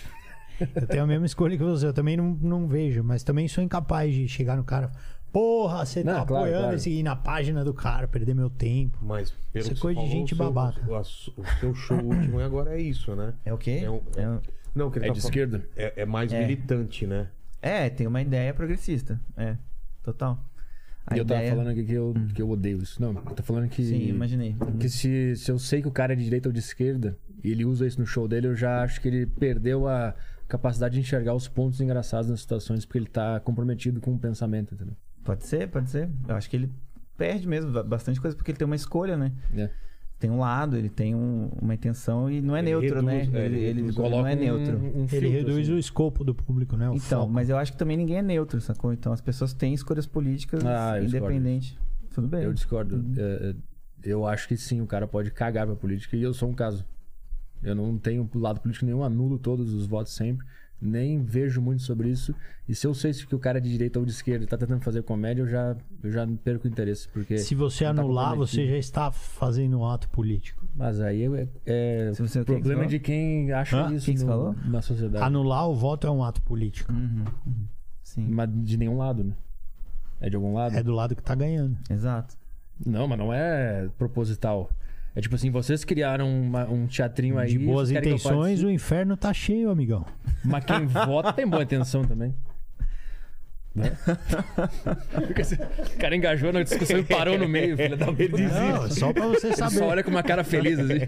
Speaker 3: Eu tenho a mesma escolha que você, eu também não, não vejo, mas também sou incapaz de chegar no cara. Porra, você tá
Speaker 6: Não, claro,
Speaker 3: apoiando
Speaker 6: claro.
Speaker 3: esse ir na página do cara, perder meu tempo.
Speaker 2: Mas pelo
Speaker 3: Isso é
Speaker 2: que você
Speaker 3: coisa de
Speaker 2: falou,
Speaker 3: gente
Speaker 2: o seu-
Speaker 3: babaca.
Speaker 2: O, a su- o seu show último agora é isso, né?
Speaker 4: É o quê?
Speaker 2: É um-
Speaker 4: É um-
Speaker 2: Não, que ele
Speaker 6: É
Speaker 2: tá
Speaker 6: de
Speaker 2: falando-
Speaker 6: esquerda?
Speaker 2: É, é mais
Speaker 4: É.
Speaker 2: militante, né?
Speaker 4: É, tem uma ideia progressista. É, total. A
Speaker 6: e eu tava
Speaker 4: ideia-
Speaker 6: falando aqui que eu, que eu odeio isso. Não, eu tô falando que.
Speaker 4: Sim, imaginei.
Speaker 6: Que se, se eu sei que o cara é de direita ou de esquerda e ele usa isso no show dele, eu já acho que ele perdeu a capacidade de enxergar os pontos engraçados nas situações, porque ele tá comprometido com o pensamento, entendeu?
Speaker 4: Pode ser, pode ser. Eu acho que ele perde mesmo ba- bastante coisa, porque ele tem uma escolha, né?
Speaker 6: É.
Speaker 4: Tem um lado, ele tem um- uma intenção e não é
Speaker 2: Ele
Speaker 4: neutro,
Speaker 2: reduz,
Speaker 4: né?
Speaker 2: é, ele
Speaker 4: Ele, ele
Speaker 2: reduz.
Speaker 4: não é
Speaker 6: um-
Speaker 4: neutro.
Speaker 6: Um,
Speaker 3: Ele
Speaker 6: filtro,
Speaker 3: reduz
Speaker 6: assim.
Speaker 3: o escopo do público, né? O
Speaker 4: Então,
Speaker 3: foco.
Speaker 4: mas eu acho que também ninguém é neutro, sacou? Então as pessoas têm escolhas políticas
Speaker 6: Ah, eu discordo
Speaker 4: independente. Tudo bem.
Speaker 6: Eu discordo.
Speaker 4: Uhum.
Speaker 6: É, é, eu acho que sim, o cara pode cagar pra política e eu sou um caso. Eu não tenho lado político nenhum, anulo todos os votos sempre. Nem vejo muito sobre isso. E se eu sei se que o cara é de direita ou de esquerda e tá tentando fazer comédia, eu já, eu já perco o interesse. Porque
Speaker 3: Se você
Speaker 6: não tá
Speaker 3: anular,
Speaker 6: comprometido.
Speaker 3: você já está fazendo um ato político.
Speaker 6: Mas aí é, é
Speaker 4: Se você- quem que
Speaker 6: problema
Speaker 4: falou?
Speaker 6: de quem acha
Speaker 4: Hã?
Speaker 6: isso
Speaker 4: Quem que
Speaker 6: no-
Speaker 4: falou? Ah,
Speaker 6: na sociedade.
Speaker 3: Anular o voto é um ato político.
Speaker 6: Hum.
Speaker 4: Uhum, uhum. Sim,
Speaker 6: Mas de nenhum lado, né? É de algum lado?
Speaker 3: É do lado que tá ganhando.
Speaker 4: exato.
Speaker 6: Não, mas não é proposital. É tipo assim, vocês criaram uma- um teatrinho aí.
Speaker 3: De boas
Speaker 6: querem que eu
Speaker 3: intenções, o inferno tá cheio, amigão.
Speaker 6: Mas quem vota tem boa intenção também. Né? assim, o cara engajou na discussão e parou no meio, filho da puta.
Speaker 3: Não, é só pra você
Speaker 6: Ele só
Speaker 3: saber.
Speaker 6: olha com uma cara feliz assim.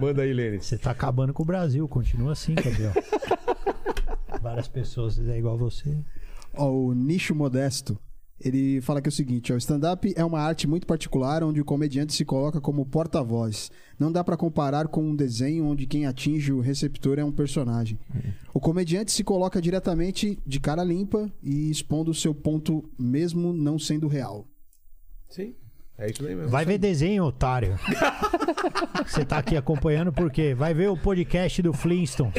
Speaker 2: Manda aí, Lênin.
Speaker 3: Você tá acabando com o Brasil, continua assim, Gabriel. Várias pessoas é igual a você.
Speaker 5: Ó, o Nicho Modesto. Ele fala que é o seguinte, ó, o stand-up é uma arte muito particular onde o comediante se coloca como porta-voz. Não dá pra comparar com um desenho onde quem atinge o receptor é um personagem. O comediante se coloca diretamente de cara limpa e expondo o seu ponto mesmo não sendo real.
Speaker 2: Sim. É isso aí mesmo.
Speaker 3: Vai ver desenho, otário. Você tá aqui acompanhando por quê? Vai ver o podcast do Flintstone.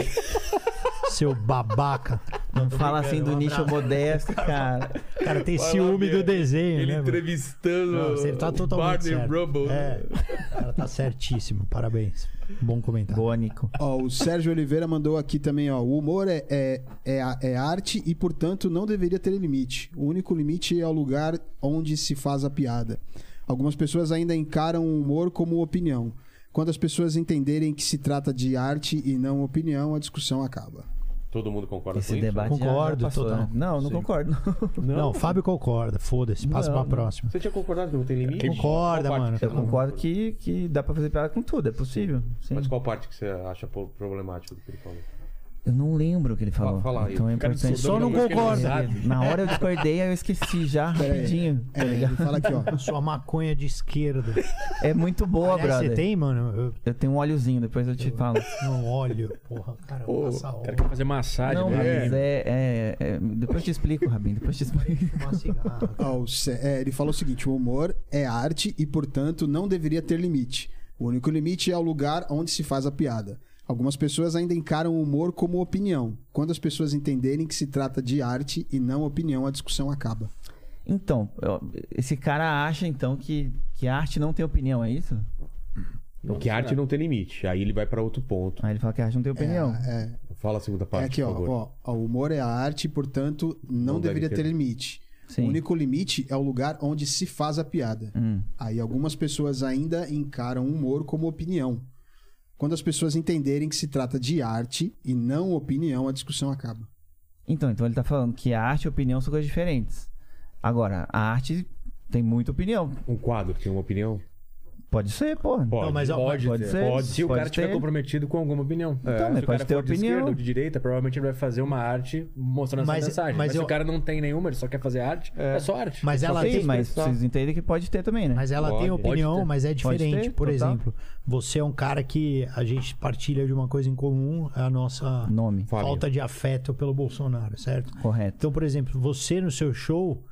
Speaker 3: Seu babaca.
Speaker 4: Não fala assim do
Speaker 3: um
Speaker 4: nicho modesto, cara.
Speaker 3: O cara tem ciúme do desenho,
Speaker 2: Ele
Speaker 3: né? mano?
Speaker 2: entrevistando
Speaker 3: Não, você tá
Speaker 2: o
Speaker 3: totalmente
Speaker 2: Barney
Speaker 3: certo.
Speaker 2: Rubble.
Speaker 3: É,
Speaker 6: né?
Speaker 3: o cara tá certíssimo. Parabéns. Bom comentário.
Speaker 4: Boa, Nico.
Speaker 5: Ó, o Sérgio Oliveira mandou aqui também, ó. O humor é, é, é, a- é arte e, portanto, não deveria ter limite. O único limite é o lugar onde se faz a piada. Algumas pessoas ainda encaram o humor como opinião. Quando as pessoas entenderem que se trata de arte e não opinião, a discussão acaba.
Speaker 2: Todo mundo concorda
Speaker 4: Esse
Speaker 2: com
Speaker 4: debate já-
Speaker 3: Concordo,
Speaker 4: já passou,
Speaker 3: total.
Speaker 4: né? Não, não
Speaker 2: Sim.
Speaker 4: concordo. não.
Speaker 2: isso?
Speaker 3: Não, Fábio concorda. Foda-se. Passa
Speaker 4: Não,
Speaker 3: pra próxima.
Speaker 2: Você tinha concordado que não tem limite?
Speaker 3: Concorda,
Speaker 2: Qual parte
Speaker 3: mano.
Speaker 2: que você
Speaker 4: Eu concordo que, que dá pra fazer piada com tudo, é possível. Sim.
Speaker 2: Mas qual parte que você acha po- problemático do que ele falou?
Speaker 4: Eu não lembro o que ele falou.
Speaker 2: fala aí.
Speaker 4: então é
Speaker 6: O cara
Speaker 4: importante.
Speaker 2: né,
Speaker 3: Só
Speaker 6: discordou
Speaker 3: não
Speaker 6: de uma coisa que ele
Speaker 3: concorda.
Speaker 6: sabe.
Speaker 4: Na hora eu discordei, aí eu esqueci já rapidinho.
Speaker 5: É, ele fala aqui, ó.
Speaker 3: Sua maconha de esquerda.
Speaker 4: É muito boa,
Speaker 3: Aliás,
Speaker 4: brother.
Speaker 3: você tem, mano? Eu
Speaker 4: Eu tenho um óleozinho, depois eu te falo.
Speaker 3: não olho. Porra, cara, eu vou
Speaker 6: Pô,
Speaker 3: passar
Speaker 6: o cara
Speaker 3: óleo.
Speaker 6: quer fazer massagem.
Speaker 4: Não,
Speaker 6: né?
Speaker 4: mas é, é- é- Depois eu te explico, Rabin. Depois eu te explico.
Speaker 3: Fumar cigarro.
Speaker 5: Ó, o Cé- é, ele falou o seguinte: o humor é arte e, portanto, não deveria ter limite. O único limite é o lugar onde se faz a piada. Algumas pessoas ainda encaram o humor como opinião. Quando as pessoas entenderem que se trata de arte e não opinião, a discussão acaba.
Speaker 4: Então, eu- esse cara acha, então, que, que a arte não tem opinião, é isso?
Speaker 2: Não, que arte não tem limite. Aí ele vai pra outro ponto.
Speaker 4: Aí ele fala que a arte não tem opinião.
Speaker 5: É,
Speaker 2: Fala a segunda
Speaker 5: é
Speaker 2: parte,
Speaker 5: aqui, ó,
Speaker 2: por favor.
Speaker 5: ó, ó, O humor é a arte e, portanto, não,
Speaker 2: Não deve
Speaker 5: deveria
Speaker 2: ter
Speaker 5: ter limite.
Speaker 4: Sim.
Speaker 5: O único limite é o lugar onde se faz a piada.
Speaker 4: Hum.
Speaker 5: Aí algumas pessoas ainda encaram o humor como opinião. Quando as pessoas entenderem que se trata de arte e não opinião, a discussão acaba.
Speaker 4: Então, então ele tá falando que a arte e a opinião são coisas diferentes. Agora, a arte tem muita opinião.
Speaker 2: Um quadro que tem uma opinião?
Speaker 4: Pode ser, pô.
Speaker 2: Pode.
Speaker 3: Não, mas ó,
Speaker 6: Pode,
Speaker 4: pode
Speaker 6: ter.
Speaker 4: ser,
Speaker 6: Pode, se o
Speaker 4: pode
Speaker 6: cara estiver
Speaker 4: ter.
Speaker 6: comprometido com alguma opinião.
Speaker 3: É,
Speaker 4: mas
Speaker 6: se
Speaker 4: pode
Speaker 6: o cara
Speaker 4: ter
Speaker 6: for de
Speaker 4: opinião.
Speaker 6: esquerda ou de direita, provavelmente ele vai fazer uma arte mostrando essa
Speaker 3: Mas-
Speaker 6: mensagem.
Speaker 3: mas
Speaker 6: Mas, se
Speaker 3: eu-
Speaker 6: o cara não tem nenhuma, ele só quer fazer arte, é, só arte.
Speaker 3: Mas
Speaker 4: Ela
Speaker 3: ela
Speaker 4: Sim,
Speaker 3: tem,
Speaker 4: mas
Speaker 2: expressar.
Speaker 4: vocês entendem que pode ter também, né?
Speaker 3: Mas ela tem
Speaker 2: Pode, pode
Speaker 3: opinião,
Speaker 6: ter.
Speaker 3: mas é diferente.
Speaker 4: ter,
Speaker 3: Por
Speaker 4: total.
Speaker 3: exemplo, você é um cara que a gente partilha de uma coisa em comum, é a nossa
Speaker 4: Nome,
Speaker 2: Fábio.
Speaker 3: falta de afeto pelo Bolsonaro, certo?
Speaker 4: correto.
Speaker 3: Então, por exemplo, você no seu show,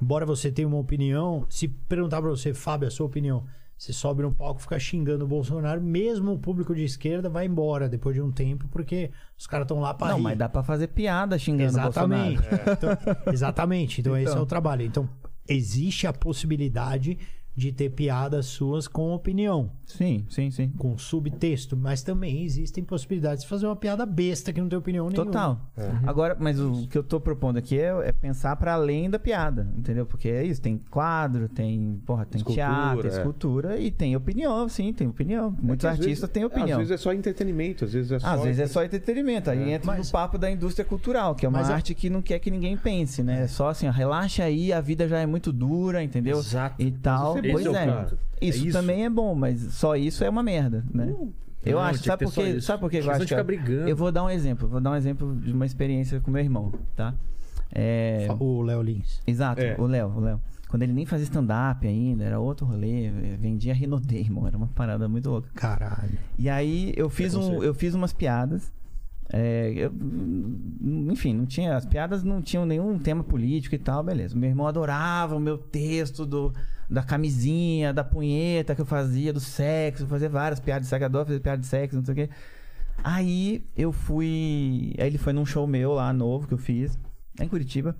Speaker 3: embora você tenha uma opinião, se perguntar pra você, Fábio, a sua opinião, você sobe no palco, fica xingando o Bolsonaro, mesmo o público de esquerda vai embora depois de um tempo, porque os caras estão lá pra
Speaker 4: Não,
Speaker 3: rir.
Speaker 4: mas dá pra fazer piada xingando o
Speaker 3: Exatamente.
Speaker 4: Bolsonaro.
Speaker 3: Então, exatamente. Então, esse é
Speaker 4: Então.
Speaker 3: o trabalho. Então, existe a possibilidade de ter piadas suas com opinião,
Speaker 4: Sim, sim, sim.
Speaker 3: com subtexto, mas também existem possibilidades de fazer uma piada besta que não tem opinião nenhuma.
Speaker 4: Total.
Speaker 2: É.
Speaker 4: Uhum. Agora, mas o que eu tô propondo aqui é, é pensar pra além da piada, entendeu? Porque é isso, tem quadro, tem, porra, tem
Speaker 2: Escultura,
Speaker 4: teatro, tem
Speaker 2: é.
Speaker 4: escultura e tem opinião, sim, tem opinião. Muitos
Speaker 2: Às
Speaker 4: artistas
Speaker 2: vezes-
Speaker 4: têm opinião.
Speaker 2: Às vezes é só entretenimento, às vezes é só.
Speaker 4: Às vezes é só entretenimento. Aí
Speaker 6: É.
Speaker 4: entra no papo da indústria cultural, que é uma
Speaker 6: um
Speaker 3: Mas a-
Speaker 4: arte que não quer que ninguém pense, né? É só assim, ó, relaxa aí, a vida já é muito dura, entendeu?
Speaker 6: Exato.
Speaker 4: E
Speaker 2: Mas
Speaker 4: tal.
Speaker 2: esse
Speaker 4: pois
Speaker 2: é o
Speaker 4: é.
Speaker 2: ponto. É
Speaker 4: Isso,
Speaker 2: isso.
Speaker 4: também é bom, mas só isso é uma merda, né? eu
Speaker 6: não,
Speaker 4: acho,
Speaker 6: tinha que
Speaker 4: sabe
Speaker 6: ter
Speaker 4: por
Speaker 6: só
Speaker 4: quê?
Speaker 6: isso.
Speaker 4: Sabe por quê? que
Speaker 6: Senão
Speaker 4: Eu
Speaker 6: a
Speaker 4: acho
Speaker 6: gente
Speaker 4: que
Speaker 6: fica brigando.
Speaker 4: Eu vou dar um exemplo, vou dar um exemplo de uma experiência com meu irmão, tá? É...
Speaker 3: O Léo Lins.
Speaker 4: Exato,
Speaker 2: É.
Speaker 4: o Léo, o Léo. Quando ele nem fazia stand-up ainda, era outro rolê, eh, vendia Rinodê, irmão, era uma parada muito louca.
Speaker 3: Caralho.
Speaker 4: E aí eu fiz, um, eu fiz umas piadas. é, eu- enfim, não tinha, as piadas não tinham nenhum tema político e tal, beleza. Meu irmão adorava o meu texto do, da camisinha, da punheta que eu fazia, do sexo, eu fazia várias piadas de sexo, eu adoro fazer piada de sexo, não sei o quê. Aí eu fui. Aí ele foi num show meu lá novo que eu fiz, lá em Curitiba.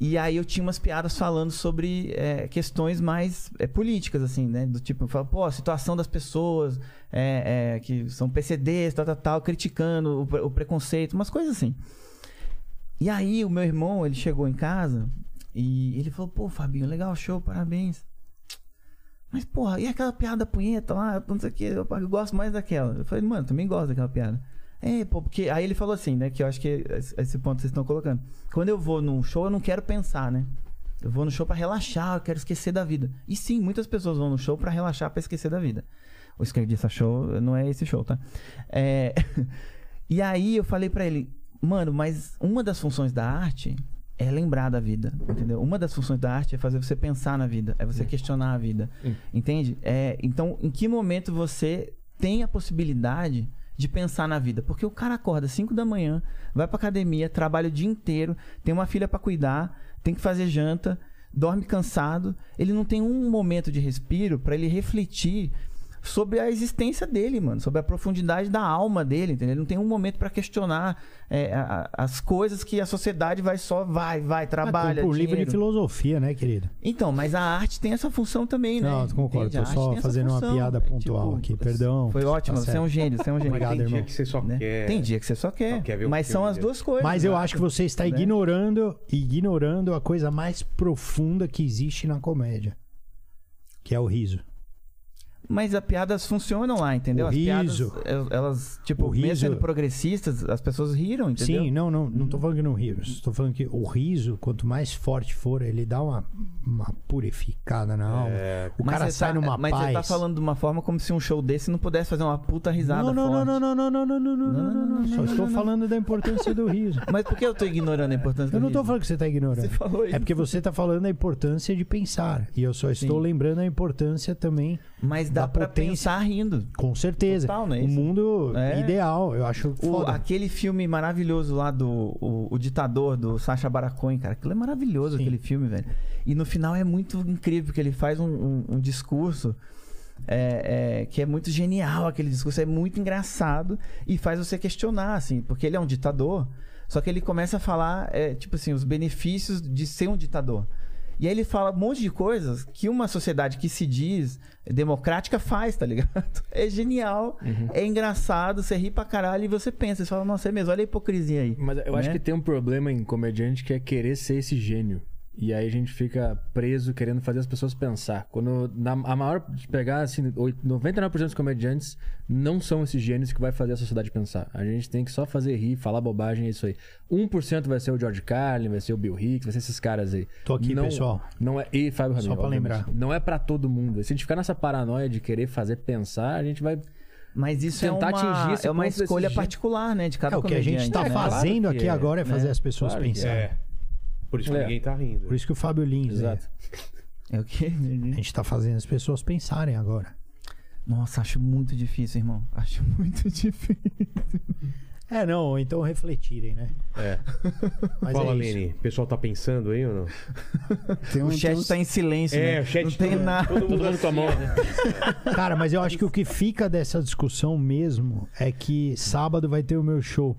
Speaker 4: E aí eu tinha umas piadas falando sobre é, questões mais é, políticas, assim, né? Do tipo, eu falo, pô, a situação das pessoas é, é, que são PCDs, tal, tal, tal, criticando o, pre- o preconceito, umas coisas assim. E aí o meu irmão, ele chegou em casa e ele falou, pô, Fabinho, legal, show, parabéns. Mas, porra, e aquela piada punheta lá, não sei o que, eu eu gosto mais daquela. Eu falei, mano, também gosto daquela piada. É, pô, porque. Aí ele falou assim, né? Que eu acho que esse esse ponto que vocês estão colocando. Quando eu vou num show, eu não quero pensar, né? Eu vou no show pra relaxar, eu quero esquecer da vida. E sim, muitas pessoas vão no show pra relaxar, pra esquecer da vida. O esquerdista show não é esse show, tá? É. E aí eu falei pra ele, mano, mas uma das funções da arte é lembrar da vida, entendeu? Uma das funções da arte é fazer você pensar na vida, é você questionar a vida, entende? É, então, em que momento você tem a possibilidade de pensar na vida? Porque o cara acorda 5 da manhã, vai pra academia, trabalha o dia inteiro, tem uma filha pra cuidar, tem que fazer janta, dorme cansado, ele não tem um momento de respiro pra ele refletir sobre a existência dele, mano, sobre a profundidade da alma dele, entendeu? Ele não tem um momento pra questionar é, a- a- as coisas que a sociedade vai só vai, vai, trabalha,
Speaker 3: Ah, compra um livro de
Speaker 4: dinheiro.
Speaker 3: filosofia, né, querido?
Speaker 4: Então, mas a arte tem essa função também, né?
Speaker 3: Não, eu concordo,
Speaker 4: Entende? A
Speaker 3: tô
Speaker 4: arte
Speaker 3: só
Speaker 4: tem essa
Speaker 3: fazendo uma
Speaker 4: função,
Speaker 3: piada
Speaker 4: né?
Speaker 3: pontual aqui, perdão,
Speaker 4: Foi
Speaker 3: tá
Speaker 4: ótimo, você é
Speaker 3: certo.
Speaker 4: um gênio, você é um gênio.
Speaker 2: Mas
Speaker 3: Obrigado,
Speaker 2: tem dia
Speaker 3: irmão.
Speaker 2: que você só
Speaker 4: né?
Speaker 2: quer.
Speaker 4: Tem dia que você só quer,
Speaker 2: Só quer ver o
Speaker 4: mas são
Speaker 2: filme né?
Speaker 4: as
Speaker 2: dele.
Speaker 4: duas coisas.
Speaker 3: Mas eu acho que você está
Speaker 4: Né?
Speaker 3: ignorando, ignorando a coisa mais profunda que existe na comédia, que é o riso.
Speaker 4: Mas as piadas funcionam lá, entendeu?
Speaker 3: O
Speaker 4: as
Speaker 3: riso.
Speaker 4: piadas, el- elas, tipo,
Speaker 3: O
Speaker 4: mesmo sendo
Speaker 3: riso.
Speaker 4: progressistas, as pessoas riram, entendeu? Uhum.
Speaker 3: Sim, não, não, não tô falando que não rio. Estou falando que o riso, quanto mais forte for, ele dá uma, uma purificada na alma. o
Speaker 4: Mas
Speaker 3: cara
Speaker 4: você
Speaker 3: sai
Speaker 4: tá,
Speaker 3: numa
Speaker 4: Mas
Speaker 3: paz.
Speaker 4: você tá falando de uma forma como se um show desse não pudesse fazer uma puta risada
Speaker 3: não, não,
Speaker 4: forte.
Speaker 3: não, não, não, não, não, não, não, não, não, não, Só estou falando da importância do riso.
Speaker 4: Mas por que eu tô ignorando a importância
Speaker 3: Eu
Speaker 4: do
Speaker 3: não tô
Speaker 4: riso?
Speaker 3: falando que você tá ignorando.
Speaker 4: Você falou isso.
Speaker 3: É porque você tá falando da importância de pensar. E eu só estou
Speaker 4: Sim.
Speaker 3: lembrando a importância também,
Speaker 4: Mas dá
Speaker 3: da
Speaker 4: pra
Speaker 3: potência.
Speaker 4: pensar rindo.
Speaker 3: com certeza.
Speaker 4: Total,
Speaker 6: né?
Speaker 4: não é
Speaker 3: o
Speaker 4: isso?
Speaker 3: mundo
Speaker 4: É.
Speaker 3: ideal, eu acho
Speaker 4: O-
Speaker 3: foda.
Speaker 4: aquele filme maravilhoso lá do o, o Ditador, do Sacha Baron Cohen, cara. Aquilo é maravilhoso, aquele filme, velho. E no final é muito incrível, porque ele faz um, um- um discurso é, é, que é muito genial, aquele discurso. É muito engraçado e faz você questionar, assim. Porque ele é um ditador, só que ele começa a falar, é, tipo assim, os benefícios de ser um ditador. E aí ele fala um monte de coisas que uma sociedade que se diz democrática faz, tá ligado? É genial,
Speaker 6: Uhum.
Speaker 4: é engraçado, você ri pra caralho e você pensa, você fala, nossa, é mesmo, olha a hipocrisia aí.
Speaker 6: Mas eu acho
Speaker 4: né?
Speaker 6: que tem um problema em comediante que é querer ser esse gênio. E aí a gente fica preso querendo fazer as pessoas pensar. Quando na- a maior de pegar assim, oit- 99% dos comediantes não são esses gênios que vai fazer a sociedade pensar. A gente tem que só fazer rir, falar bobagem, é isso aí. 1% vai ser o George Carlin, vai ser o Bill Hicks, vai ser esses caras aí.
Speaker 3: Tô aqui,
Speaker 6: não,
Speaker 3: pessoal.
Speaker 6: Não é e Fábio Ramiro.
Speaker 3: pra
Speaker 6: obviamente.
Speaker 3: lembrar.
Speaker 6: Não é pra todo mundo. Se a gente ficar nessa paranoia de querer fazer pensar, a gente vai
Speaker 4: Mas isso é
Speaker 6: Tentar atingir
Speaker 4: uma,
Speaker 6: esse
Speaker 4: é uma
Speaker 6: ponto desse
Speaker 4: escolha
Speaker 6: jeito.
Speaker 4: particular, né, de cada
Speaker 3: É, o que a gente
Speaker 4: está
Speaker 3: tá
Speaker 6: né?
Speaker 3: fazendo
Speaker 6: Claro que
Speaker 3: aqui
Speaker 6: é,
Speaker 3: agora é fazer
Speaker 6: né?
Speaker 3: as pessoas
Speaker 6: Claro que
Speaker 3: pensarem.
Speaker 2: É. Por isso que
Speaker 6: É.
Speaker 2: ninguém tá rindo.
Speaker 3: Por isso que o Fábio Lins, né?
Speaker 6: Exato.
Speaker 4: É o quê?
Speaker 3: a gente tá fazendo as pessoas pensarem agora.
Speaker 4: Nossa, acho muito difícil, irmão. Acho muito difícil.
Speaker 3: É, não, ou então refletirem, né?
Speaker 2: É.
Speaker 3: Mas
Speaker 2: Fala,
Speaker 3: é isso.
Speaker 2: Lene. O pessoal tá pensando aí ou não? É,
Speaker 5: Tem um-
Speaker 4: O
Speaker 5: tem
Speaker 4: chat
Speaker 5: uns-
Speaker 4: tá em silêncio,
Speaker 6: É,
Speaker 4: né? Não
Speaker 6: tá-
Speaker 4: tem
Speaker 2: todo-
Speaker 4: nada.
Speaker 2: tá Todo mundo com a mão.
Speaker 3: Cara, mas eu acho que o que fica dessa discussão mesmo é que sábado vai ter o meu show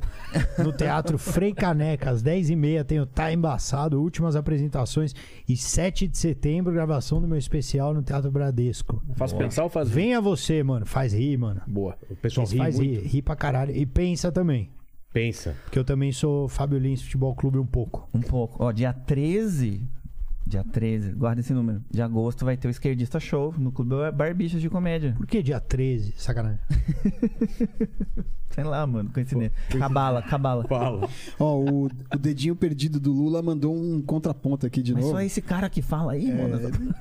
Speaker 3: no Teatro Frei Caneca, às 10h30 tem o Tá Embaçado, últimas apresentações, e 7 de setembro, gravação do meu especial no Teatro Bradesco.
Speaker 6: Faz pensar ou faz rir?
Speaker 3: Venha você, mano, faz rir, mano.
Speaker 6: Boa.
Speaker 2: O pessoal ri
Speaker 3: faz
Speaker 2: muito.
Speaker 3: rir, ri pra caralho. E pensa também,
Speaker 2: Pensa.
Speaker 3: porque eu também sou Fábio Lins Futebol Clube um pouco.
Speaker 4: Um pouco. Ó, dia 13. Dia 13, guarda esse número. De agosto vai ter o Esquerdista Show no Clube Barbixas de Comédia.
Speaker 3: Por que dia 13? Sacanagem.
Speaker 4: Sei lá, mano, coincidência. Cabala, cabala.
Speaker 2: Fala.
Speaker 5: Ó, o, o dedinho perdido do Lula mandou um contraponto aqui de
Speaker 4: Mas
Speaker 5: novo.
Speaker 4: só esse cara que fala aí, mano.
Speaker 5: Ele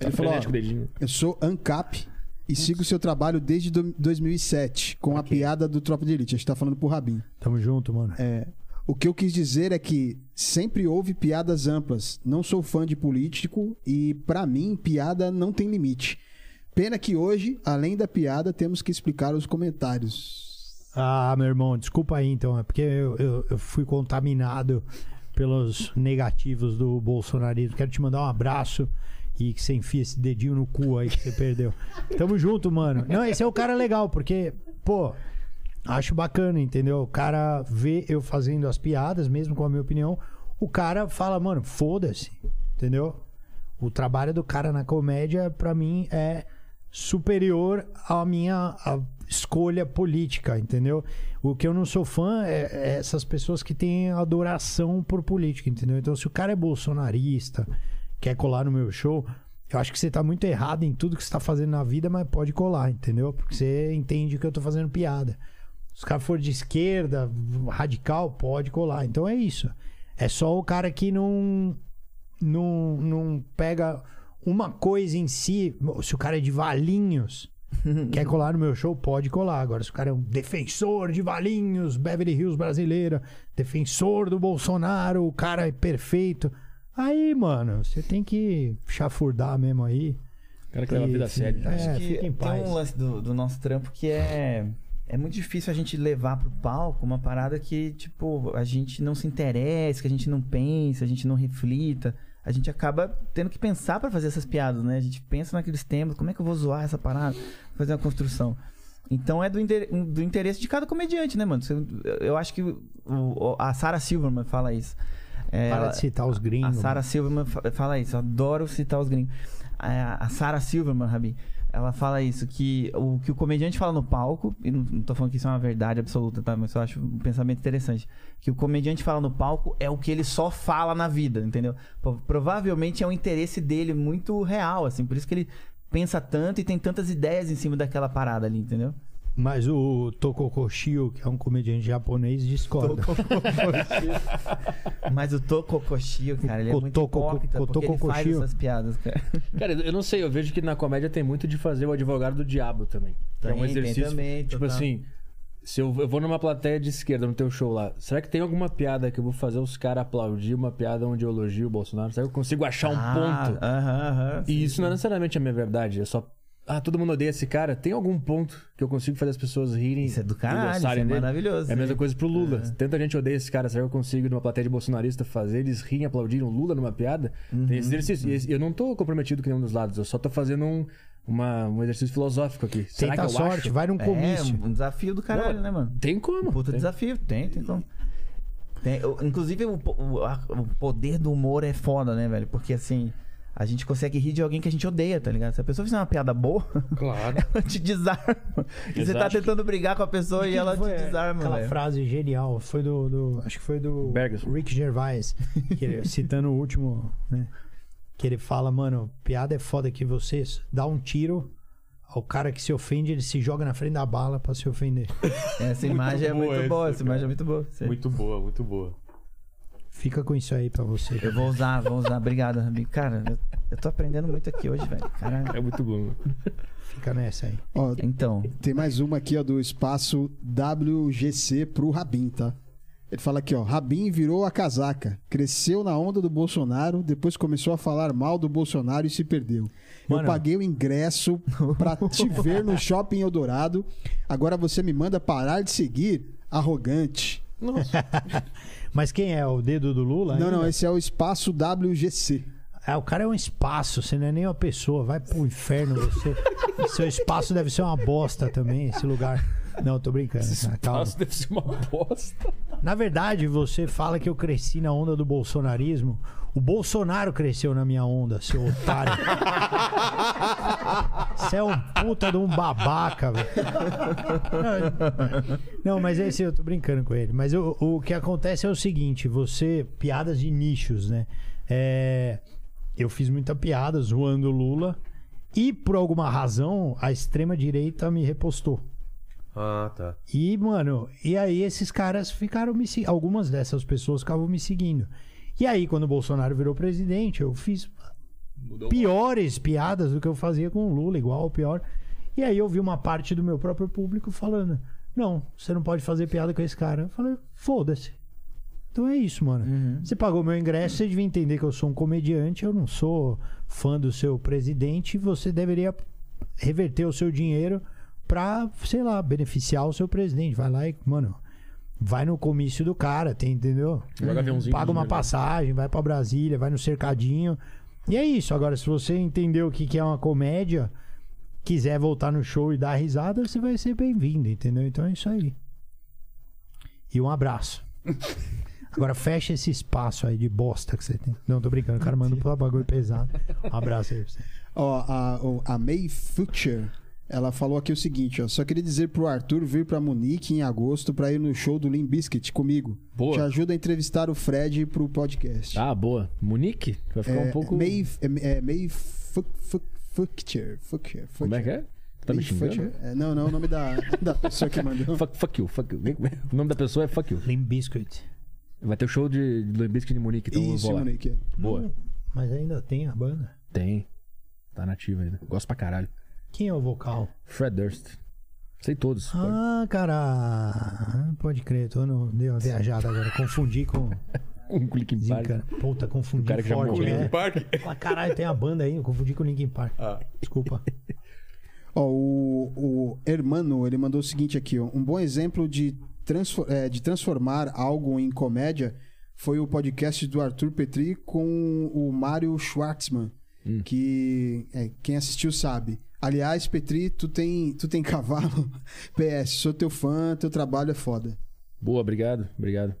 Speaker 6: É
Speaker 5: falou, ó,
Speaker 6: frenético o dedinho.
Speaker 5: eu sou ANCAP e sigo seu trabalho desde do- 2007, com a piada do Tropa de Elite. A gente tá falando pro Rabin.
Speaker 3: Tamo junto, mano.
Speaker 5: É, o que eu quis dizer é que sempre houve piadas amplas. Não sou fã de político e, pra mim, piada não tem limite. Pena que hoje, além da piada, temos que explicar os comentários.
Speaker 3: Ah, meu irmão, desculpa aí então, é porque eu, eu- eu fui contaminado pelos negativos do bolsonarismo. Quero te mandar um abraço e que você enfie esse dedinho no cu aí que você perdeu. Tamo junto, mano. Não, esse é o cara legal, porque, pô, acho bacana, entendeu? O cara vê eu fazendo as piadas, mesmo com a minha opinião, o cara fala, mano, foda-se, entendeu? O trabalho do cara na comédia, pra mim, é superior à minha à escolha política, entendeu? O que eu não sou fã é, é essas pessoas que têm adoração por política, entendeu? Então, se o cara é bolsonarista, quer colar no meu show, eu acho que você tá muito errado em tudo que você tá fazendo na vida, mas pode colar, entendeu? Porque você entende que eu tô fazendo piada. Se o cara for de esquerda, radical, pode colar. Então é isso. É só o cara que não não, não pega uma coisa em si. Se o cara é de Valinhos, quer colar no meu show, pode colar. Agora, se o cara é um defensor de Valinhos, Beverly Hills brasileira, defensor do Bolsonaro, o cara é perfeito. Aí, mano, você tem que chafurdar mesmo aí.
Speaker 6: O cara que leva a vida a
Speaker 3: Sim.
Speaker 6: sério.
Speaker 3: É,
Speaker 4: Acho que
Speaker 3: fica em
Speaker 4: tem
Speaker 3: paz.
Speaker 4: um lance do, do nosso trampo que é. É muito difícil a gente levar pro palco uma parada que, tipo, a gente não se interessa, que a gente não pensa, a gente não reflita. A gente acaba tendo que pensar pra fazer essas piadas, né? A gente pensa naqueles temas, como é que eu vou zoar essa parada, fazer uma construção. Então é do, inter- do interesse de cada comediante, né, mano? Você- Eu acho que o- o- a Sarah Silverman fala isso. É,
Speaker 3: Para
Speaker 4: ela-
Speaker 3: de citar os
Speaker 4: a
Speaker 3: gringos.
Speaker 4: Sarah Silverman fa- fala isso, eu adoro citar os gringos. A, a Sarah Silverman, Rabi, ela fala isso, que o que o comediante fala no palco, e não, não tô falando que isso é uma verdade absoluta, tá? Mas eu acho um pensamento interessante. Que o comediante fala no palco é o que ele só fala na vida, entendeu? Pro- Provavelmente é um interesse dele muito real, assim, por isso que ele pensa tanto e tem tantas ideias em cima daquela parada ali, entendeu?
Speaker 3: Mas o Tokokoshio, que é um comediante japonês, discorda.
Speaker 4: Mas o Tokokoshio, cara, ele é
Speaker 3: O
Speaker 4: muito
Speaker 3: Toko-
Speaker 4: hipócrita,
Speaker 3: o
Speaker 4: porque ele faz
Speaker 3: Tokokoshio.
Speaker 4: essas piadas, cara.
Speaker 6: Cara, eu não sei, eu vejo que na comédia tem muito de fazer o advogado do diabo também. Que é um
Speaker 4: Tem, tem
Speaker 6: exercício.
Speaker 4: também,
Speaker 6: tipo
Speaker 4: total.
Speaker 6: assim, se eu, eu vou numa plateia de esquerda no teu show lá, será que tem alguma piada que eu vou fazer os caras aplaudir uma piada onde eu elogio o Bolsonaro? Será que eu consigo achar um
Speaker 4: Ah,
Speaker 6: ponto?
Speaker 4: Aham, aham.
Speaker 6: E isso não é necessariamente a minha verdade, é só. Ah, todo mundo odeia esse cara. Tem algum ponto que eu consigo fazer as pessoas rirem?
Speaker 4: Isso é do
Speaker 6: e
Speaker 4: caralho, isso
Speaker 6: gostarem
Speaker 4: é
Speaker 6: dele?
Speaker 4: maravilhoso,
Speaker 6: É a
Speaker 4: né?
Speaker 6: mesma coisa pro Lula. Tanta gente odeia esse cara. Será que eu consigo, numa plateia de bolsonarista, fazer eles rirem, aplaudirem o Lula numa piada?
Speaker 4: Uhum.
Speaker 6: Tem esse exercício. E esse- eu não tô comprometido com nenhum dos lados. Eu só tô fazendo um, uma- um exercício filosófico aqui. Será
Speaker 3: Tenta
Speaker 6: que eu
Speaker 3: a sorte,
Speaker 6: acho?
Speaker 3: vai num comício.
Speaker 4: É, um desafio do caralho, né, mano?
Speaker 6: Tem como.
Speaker 4: Puta
Speaker 6: Tem-
Speaker 4: desafio, tem, tem como. Tem, eu- inclusive, o, po- o- a- o poder do humor é foda, né, velho? Porque assim, a gente consegue rir de alguém que a gente odeia, tá ligado? Se a pessoa fizer uma piada boa,
Speaker 2: Claro.
Speaker 4: ela te desarma. E você tá
Speaker 6: Exato.
Speaker 4: tentando brigar com a pessoa e ela te
Speaker 3: Foi
Speaker 4: desarma,
Speaker 3: Aquela
Speaker 4: velho.
Speaker 3: frase genial, foi do, do- Acho que foi do
Speaker 6: Bergson.
Speaker 3: Rick Gervais, que ele- citando o último, né? Que ele fala, mano, piada é foda que vocês dá um tiro ao cara que se ofende, ele se joga na frente da bala pra se ofender.
Speaker 4: Essa imagem é
Speaker 2: boa
Speaker 4: muito
Speaker 2: essa,
Speaker 4: boa, essa
Speaker 2: cara.
Speaker 4: imagem é muito boa. Sim.
Speaker 2: Muito boa, muito boa.
Speaker 3: Fica com isso aí pra você.
Speaker 4: Eu vou usar, vou usar. Obrigado, Rabi. Cara, eu, eu tô aprendendo muito aqui hoje, velho. Caralho.
Speaker 6: É muito bom.
Speaker 3: Fica nessa aí.
Speaker 5: Ó,
Speaker 4: Então,
Speaker 5: Tem mais uma aqui, ó, do espaço WGC pro Rabin, tá? Ele fala aqui, ó, Rabin virou a casaca, cresceu na onda do Bolsonaro, depois começou a falar mal do Bolsonaro e se perdeu. Eu
Speaker 3: Mano.
Speaker 5: paguei o ingresso pra te ver no Shopping Eldorado, agora você me manda parar de seguir? arrogante.
Speaker 2: Nossa.
Speaker 3: Mas quem é? O dedo do Lula?
Speaker 5: Não,
Speaker 3: ainda?
Speaker 5: não, esse é o espaço WGC.
Speaker 3: Ah, o cara é um espaço, você não é nem uma pessoa. Vai pro inferno você. E Seu espaço deve ser uma bosta também, esse lugar. Não, tô brincando. cara, calma.
Speaker 6: Nossa, deve ser uma bosta.
Speaker 3: Na verdade, você fala que eu cresci na onda do bolsonarismo. O Bolsonaro cresceu na minha onda, seu otário. Você é um puta de um babaca, velho. Não, mas é isso, eu tô brincando com ele. Mas o, o que acontece é o seguinte: você. Piadas de nichos, né? É, eu fiz muita piada zoando o Lula. E por alguma razão, a extrema-direita me repostou.
Speaker 2: Ah, tá.
Speaker 3: E, mano, e aí esses caras ficaram me seguindo. Algumas dessas pessoas ficavam me seguindo. E aí, quando o Bolsonaro virou presidente, eu fiz piores piadas do que eu fazia com o Lula, igual ou pior. E aí eu vi uma parte do meu próprio público falando: Não, você não pode fazer piada com esse cara. Eu falei, foda-se. Então é isso, mano. Você pagou meu ingresso, você devia entender que eu sou um comediante, eu não sou fã do seu presidente, e você deveria reverter o seu dinheiro pra, sei lá, beneficiar o seu presidente. Vai lá e, mano, vai no comício do cara, tem, entendeu?
Speaker 6: Joga aviãozinho
Speaker 3: Paga uma
Speaker 6: dinheiro. né?
Speaker 3: passagem, vai pra Brasília, vai no cercadinho. E é isso. Agora, se você entendeu o que que é uma comédia, quiser voltar no show e dar risada, você vai ser bem-vindo, entendeu? Então é isso aí. E um abraço. Agora fecha esse espaço aí de bosta que você tem. Não, tô brincando, o cara manda um bagulho pesado. Um abraço aí pra você.
Speaker 5: Ó, a, o- a May Future, ela falou aqui o seguinte, ó. Só queria dizer pro Arthur vir pra Munique em agosto pra ir no show do Lim Biscuit comigo.
Speaker 6: Boa.
Speaker 5: Te ajuda a entrevistar o Fred pro podcast.
Speaker 6: Ah, boa. Munique? Vai ficar
Speaker 5: é,
Speaker 6: um pouco.
Speaker 5: May, é, é May Fu- Fu- Future, Future, Future.
Speaker 6: Como é que é? Tá me
Speaker 5: May
Speaker 6: xingando?
Speaker 5: Future. É, não, não, o nome da, da pessoa que
Speaker 4: é.
Speaker 5: mandou.
Speaker 6: Fuck, fuck you, fuck you. Nem- O nome da pessoa é Fuck you.
Speaker 3: Limp Biscuit.
Speaker 6: Vai ter o show de de Limp Bizkit de Munique, então eu
Speaker 5: Isso,
Speaker 6: vou lá.
Speaker 5: Munique.
Speaker 6: Boa.
Speaker 3: Mas ainda tem a banda.
Speaker 6: Tem. Tá nativa ainda. Gosto pra caralho.
Speaker 3: Quem é o vocal?
Speaker 6: Fred Durst. Sei todos. Pode-
Speaker 3: Ah, cara. Ah, Pode crer, tô no... dei uma viajada agora. Confundi com.
Speaker 6: Um clique em par.
Speaker 3: Zica. Puta, confundi.
Speaker 6: O cara que já
Speaker 3: forte,
Speaker 6: morreu.
Speaker 3: né?
Speaker 2: Park?
Speaker 3: Fala, Caralho, tem a banda aí, eu confundi com o Linkin Park.
Speaker 6: Ah.
Speaker 3: Desculpa.
Speaker 5: Ó, o, o Hermano, ele mandou o seguinte aqui, ó. Um bom exemplo de, transfor- eh, de transformar algo em comédia foi o podcast do Arthur Petri com o Mário Schwartzman,
Speaker 6: Hum.
Speaker 5: que é, quem assistiu sabe. Aliás, Petri, tu tem, tu tem cavalo? PS, sou teu fã, teu trabalho é foda.
Speaker 6: Boa, obrigado. Obrigado.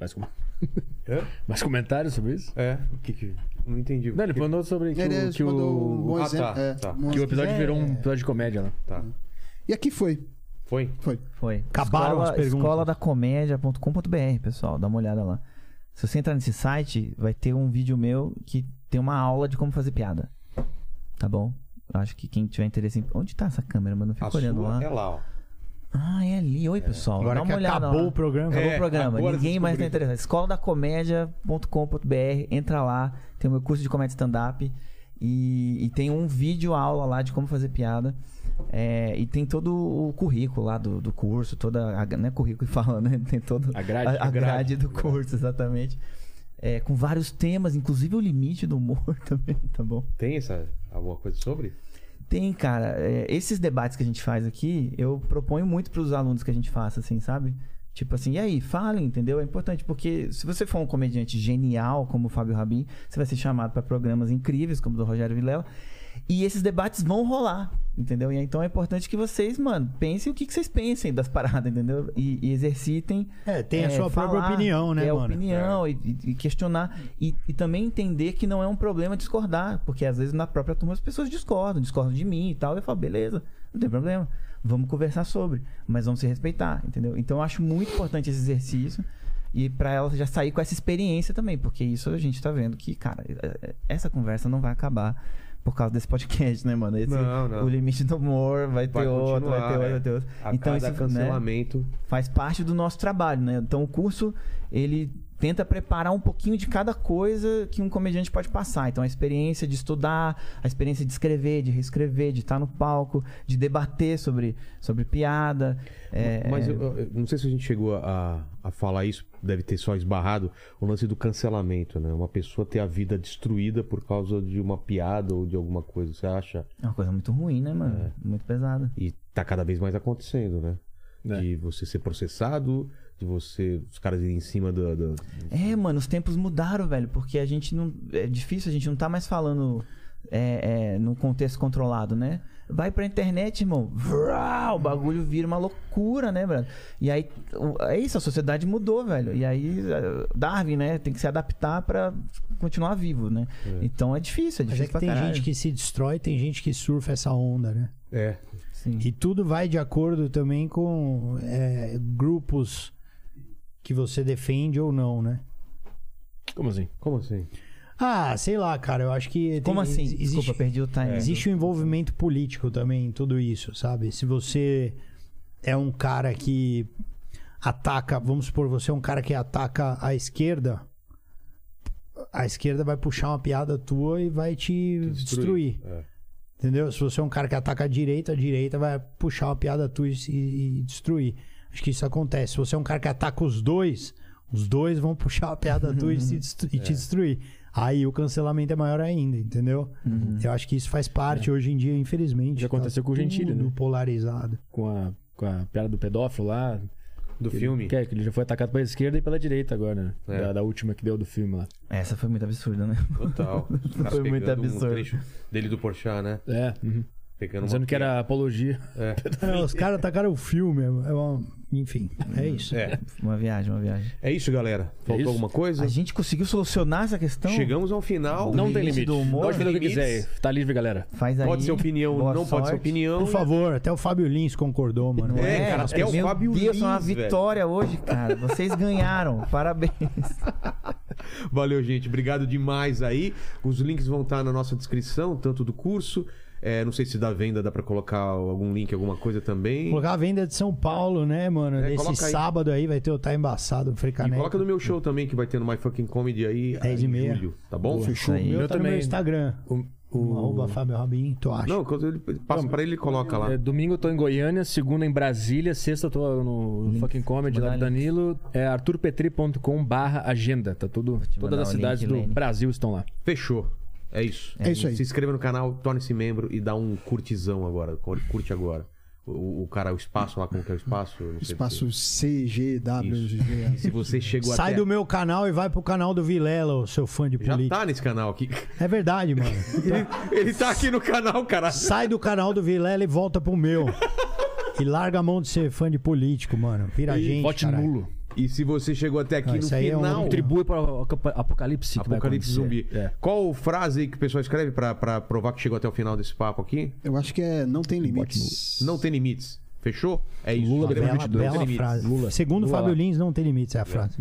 Speaker 6: Mais, com... Mais comentários sobre isso?
Speaker 2: É, o que que. Não entendi.
Speaker 6: Não, ele mandou sobre que, o,
Speaker 5: Ele
Speaker 6: que,
Speaker 5: mandou um
Speaker 6: o,
Speaker 5: bom
Speaker 2: Ah,
Speaker 5: exemplo.
Speaker 2: tá,
Speaker 5: é,
Speaker 2: tá.
Speaker 5: um-
Speaker 6: que o episódio
Speaker 3: É.
Speaker 6: virou um episódio de comédia lá.
Speaker 2: Tá.
Speaker 5: E aqui foi.
Speaker 2: Foi?
Speaker 5: Foi.
Speaker 4: Foi.
Speaker 3: Acabaram
Speaker 4: escola,
Speaker 3: as perguntas.
Speaker 4: Escola da comédia.com.br, pessoal. Dá uma olhada lá. Se você entrar nesse site, vai ter um vídeo meu que tem uma aula de como fazer piada. Tá bom? Eu acho que quem tiver interesse em. Onde tá essa câmera, mano? Eu fico
Speaker 2: A
Speaker 4: olhando
Speaker 2: sua
Speaker 4: lá.
Speaker 2: é lá, ó.
Speaker 4: Ah, é ali. Oi, pessoal.
Speaker 3: Agora
Speaker 4: Dá uma
Speaker 3: que
Speaker 4: olhada
Speaker 3: acabou
Speaker 4: lá.
Speaker 3: o programa.
Speaker 4: Acabou
Speaker 2: É,
Speaker 4: o programa.
Speaker 2: agora
Speaker 4: Ninguém mais tá
Speaker 2: descobri.
Speaker 4: interessado. Escoladacomédia.com.br, entra lá, tem o meu curso de comédia stand-up e, e tem um vídeo aula lá de como fazer piada. É, e tem todo o currículo lá do, do curso, toda. A, não é currículo que fala, né? Tem todo
Speaker 6: A grade,
Speaker 4: a,
Speaker 6: a
Speaker 4: grade
Speaker 6: grade.
Speaker 4: do curso, exatamente. É, com vários temas, inclusive o limite do humor também, tá bom?
Speaker 2: Tem essa alguma coisa sobre?
Speaker 4: Tem, cara. É, esses debates que a gente faz aqui, eu proponho muito pros alunos que a gente faça, assim, sabe? Tipo assim, e aí, falem, entendeu? É importante, porque se você for um comediante genial como o Fábio Rabin, você vai ser chamado para programas incríveis como o do Rogério Vilela, e esses debates vão rolar, entendeu? E aí, então é importante que vocês, mano, pensem o que, que vocês pensem das paradas, entendeu? E, e exercitem.
Speaker 3: É, tem a sua própria
Speaker 4: falar,
Speaker 3: opinião, né,
Speaker 4: ter a
Speaker 3: mano?
Speaker 2: É.
Speaker 4: opinião e, e questionar. E, e também entender que não é um problema discordar. Porque às vezes na própria turma as pessoas discordam, discordam de mim e tal. Eu falo, beleza, não tem problema. Vamos conversar sobre, mas vamos se respeitar, entendeu? Então eu acho muito importante esse exercício. E pra ela já sair com essa experiência também, porque isso a gente tá vendo que, cara, é- é- essa conversa não vai acabar por causa desse podcast, né, mano? Esse,
Speaker 2: Não, não.
Speaker 4: O limite do humor vai,
Speaker 2: Vai
Speaker 4: ter outro, vai
Speaker 2: continuar,
Speaker 4: ter outro,
Speaker 2: é.
Speaker 4: vai ter outro.
Speaker 2: A cada
Speaker 4: né?
Speaker 2: cancelamento.
Speaker 4: faz parte do nosso trabalho, né? Então o curso ele tenta preparar um pouquinho de cada coisa que um comediante pode passar. Então a experiência de estudar, a experiência de escrever, de reescrever, de estar no palco, de debater sobre, sobre piada. é,
Speaker 2: Mas eu, eu- eu não sei se a gente chegou a, a falar isso, deve ter só esbarrado, o lance do cancelamento, né? Uma pessoa ter a vida destruída por causa de uma piada ou de alguma coisa, você acha?
Speaker 4: é uma coisa muito ruim, né, mano? Muito pesada.
Speaker 2: E tá cada vez mais acontecendo, né?
Speaker 6: É.
Speaker 2: de você ser processado, de você. Os caras irem em cima da. da-
Speaker 4: É, mano, os tempos mudaram, velho, porque a gente não. É difícil, a gente não tá mais falando é, é, num contexto controlado, né? Vai pra internet, irmão. vrau, o bagulho vira uma loucura, né, velho? E aí, o- é isso, a sociedade mudou, velho. E aí, eh, Darwin, né, tem que se adaptar pra continuar vivo, né? Então é difícil, é
Speaker 3: Mas
Speaker 4: difícil
Speaker 3: é que
Speaker 4: pra
Speaker 3: tem
Speaker 4: caralho.
Speaker 3: gente que se destrói, tem gente que surfa essa onda, né?
Speaker 2: É.
Speaker 4: Sim.
Speaker 3: E tudo vai de acordo também com é, grupos que você defende ou não, né?
Speaker 6: Como assim?
Speaker 2: Como assim?
Speaker 3: Ah, sei lá, cara, eu acho que. tem-
Speaker 4: Como assim?
Speaker 3: existe-
Speaker 4: Desculpa, perdi o
Speaker 2: É.
Speaker 4: time.
Speaker 3: Existe um envolvimento político também em tudo isso, sabe? Se você é um cara que ataca, vamos supor, você é um cara que ataca a esquerda, a esquerda vai puxar uma piada tua e vai te destruir.
Speaker 2: É.
Speaker 3: Entendeu? Se você é um cara que ataca a direita, a direita vai puxar uma piada tua e, se- e destruir. Acho que isso acontece. Se você é um cara que ataca os dois, os dois vão puxar uma piada tua e, se destru- e te destruir. Aí o cancelamento é maior ainda, entendeu? Eu acho que isso faz parte hoje em dia, infelizmente. tá
Speaker 6: Já aconteceu com o Gentili,
Speaker 3: tudo
Speaker 6: né?
Speaker 3: polarizado.
Speaker 6: Com a, com a piada do pedófilo lá.
Speaker 2: Do
Speaker 6: que ele-
Speaker 2: filme?
Speaker 6: Que, é, que ele já foi atacado pela esquerda e pela direita agora, né?
Speaker 2: É.
Speaker 6: Da, da última que deu do filme lá.
Speaker 4: Essa foi muito absurda, né?
Speaker 2: Total. Os caras
Speaker 4: Foi muito
Speaker 2: pegando
Speaker 4: absurdo.
Speaker 2: Um trecho dele do Porchat, né?
Speaker 6: É, uhum.
Speaker 2: Pegando uma
Speaker 6: dizendo que era apologia.
Speaker 3: É, os caras atacaram o filme. é uma- Enfim, é isso.
Speaker 2: É.
Speaker 4: Uma viagem, uma viagem.
Speaker 2: É isso, Então, galera. Faltou
Speaker 6: isso?
Speaker 2: alguma coisa?
Speaker 4: A gente conseguiu solucionar essa questão?
Speaker 2: Chegamos ao final.
Speaker 6: Não tem
Speaker 4: limite
Speaker 6: limite.
Speaker 4: do humor?
Speaker 6: Pode fazer o que
Speaker 2: Limites.
Speaker 6: quiser aí. Tá livre, galera.
Speaker 4: Faz aí.
Speaker 2: Pode ser opinião,
Speaker 4: Boa
Speaker 2: não pode ser
Speaker 4: sorte.
Speaker 2: opinião. né?
Speaker 3: Por favor, até o Fábio Lins concordou, mano.
Speaker 4: Não
Speaker 2: É, cara, até o
Speaker 4: meu
Speaker 2: Fábio
Speaker 4: Deus,
Speaker 2: Lins,
Speaker 4: é uma
Speaker 2: velho.
Speaker 4: vitória hoje, cara. Vocês ganharam. Parabéns.
Speaker 2: Valeu, gente. Obrigado demais aí. Os links vão estar na nossa descrição, tanto do curso. é, não sei se da venda dá pra colocar algum link, alguma coisa também.
Speaker 3: Colocar a venda de São Paulo, né, mano?
Speaker 2: É,
Speaker 3: Desse
Speaker 2: coloca aí.
Speaker 3: sábado aí vai ter o Tá Embaçado, do
Speaker 2: E
Speaker 3: Fricaneca.
Speaker 2: coloca no meu show também, que vai ter no My Fucking Comedy aí.
Speaker 3: 10
Speaker 2: em
Speaker 3: e meia.
Speaker 2: julho, tá bom?
Speaker 4: Isso aí.
Speaker 3: O meu,
Speaker 6: meu
Speaker 3: tá no meu
Speaker 6: também.
Speaker 3: Instagram.
Speaker 6: O,
Speaker 3: O... Arroba Fábio Rabin, tu acha?
Speaker 2: Não, quando ele passa pra ele e coloca lá.
Speaker 6: É, domingo eu tô em Goiânia, segunda em Brasília, sexta eu tô no Fucking Comedy lá do
Speaker 4: mandar
Speaker 6: Danilo. É arturpetri.com barra agenda. Tá tudo.
Speaker 4: te mandar
Speaker 6: Todas as
Speaker 4: o link,
Speaker 6: cidades do
Speaker 4: Lene.
Speaker 6: Brasil estão lá.
Speaker 2: Fechou. É isso.
Speaker 5: É isso aí.
Speaker 2: Se inscreva no canal, torne-se membro e dá um curtizão agora. cur- Curte agora. O, o cara, o espaço lá, como que é o espaço? Eu não sei
Speaker 5: Espaço
Speaker 2: o que.
Speaker 5: CGWG.
Speaker 2: Se você chegou
Speaker 3: Sai
Speaker 2: até...
Speaker 3: do meu canal e vai pro canal do Vilela, o seu fã de
Speaker 2: Já
Speaker 3: política.
Speaker 2: tá nesse canal aqui.
Speaker 3: É verdade, mano.
Speaker 2: Ele, ele tá aqui no canal, cara.
Speaker 3: Sai do canal do Vilela e volta pro meu. E larga a mão de ser fã de político, mano. Vira gente.
Speaker 6: Vote
Speaker 3: caralho.
Speaker 6: nulo.
Speaker 2: E se você chegou até aqui
Speaker 3: Ah,
Speaker 2: no
Speaker 3: isso aí é um
Speaker 2: final...
Speaker 3: outro
Speaker 6: Contribui para o apoca- apocalipse. que vai
Speaker 2: Apocalipse
Speaker 6: acontecer.
Speaker 2: zumbi.
Speaker 6: É.
Speaker 2: Qual frase que o pessoal escreve pra, pra provar que chegou até o final desse papo aqui?
Speaker 5: Eu acho que é Não Tem Limites.
Speaker 2: Não tem limites. Fechou? É isso.
Speaker 6: Lula
Speaker 3: Uma
Speaker 2: Escreva no
Speaker 3: bela,
Speaker 2: YouTube, não tem
Speaker 3: bela
Speaker 2: limites.
Speaker 3: frase.
Speaker 6: Lula.
Speaker 3: Segundo
Speaker 2: É.
Speaker 6: Lula
Speaker 3: Fábio
Speaker 6: lá.
Speaker 3: Lins, não tem limites é a frase.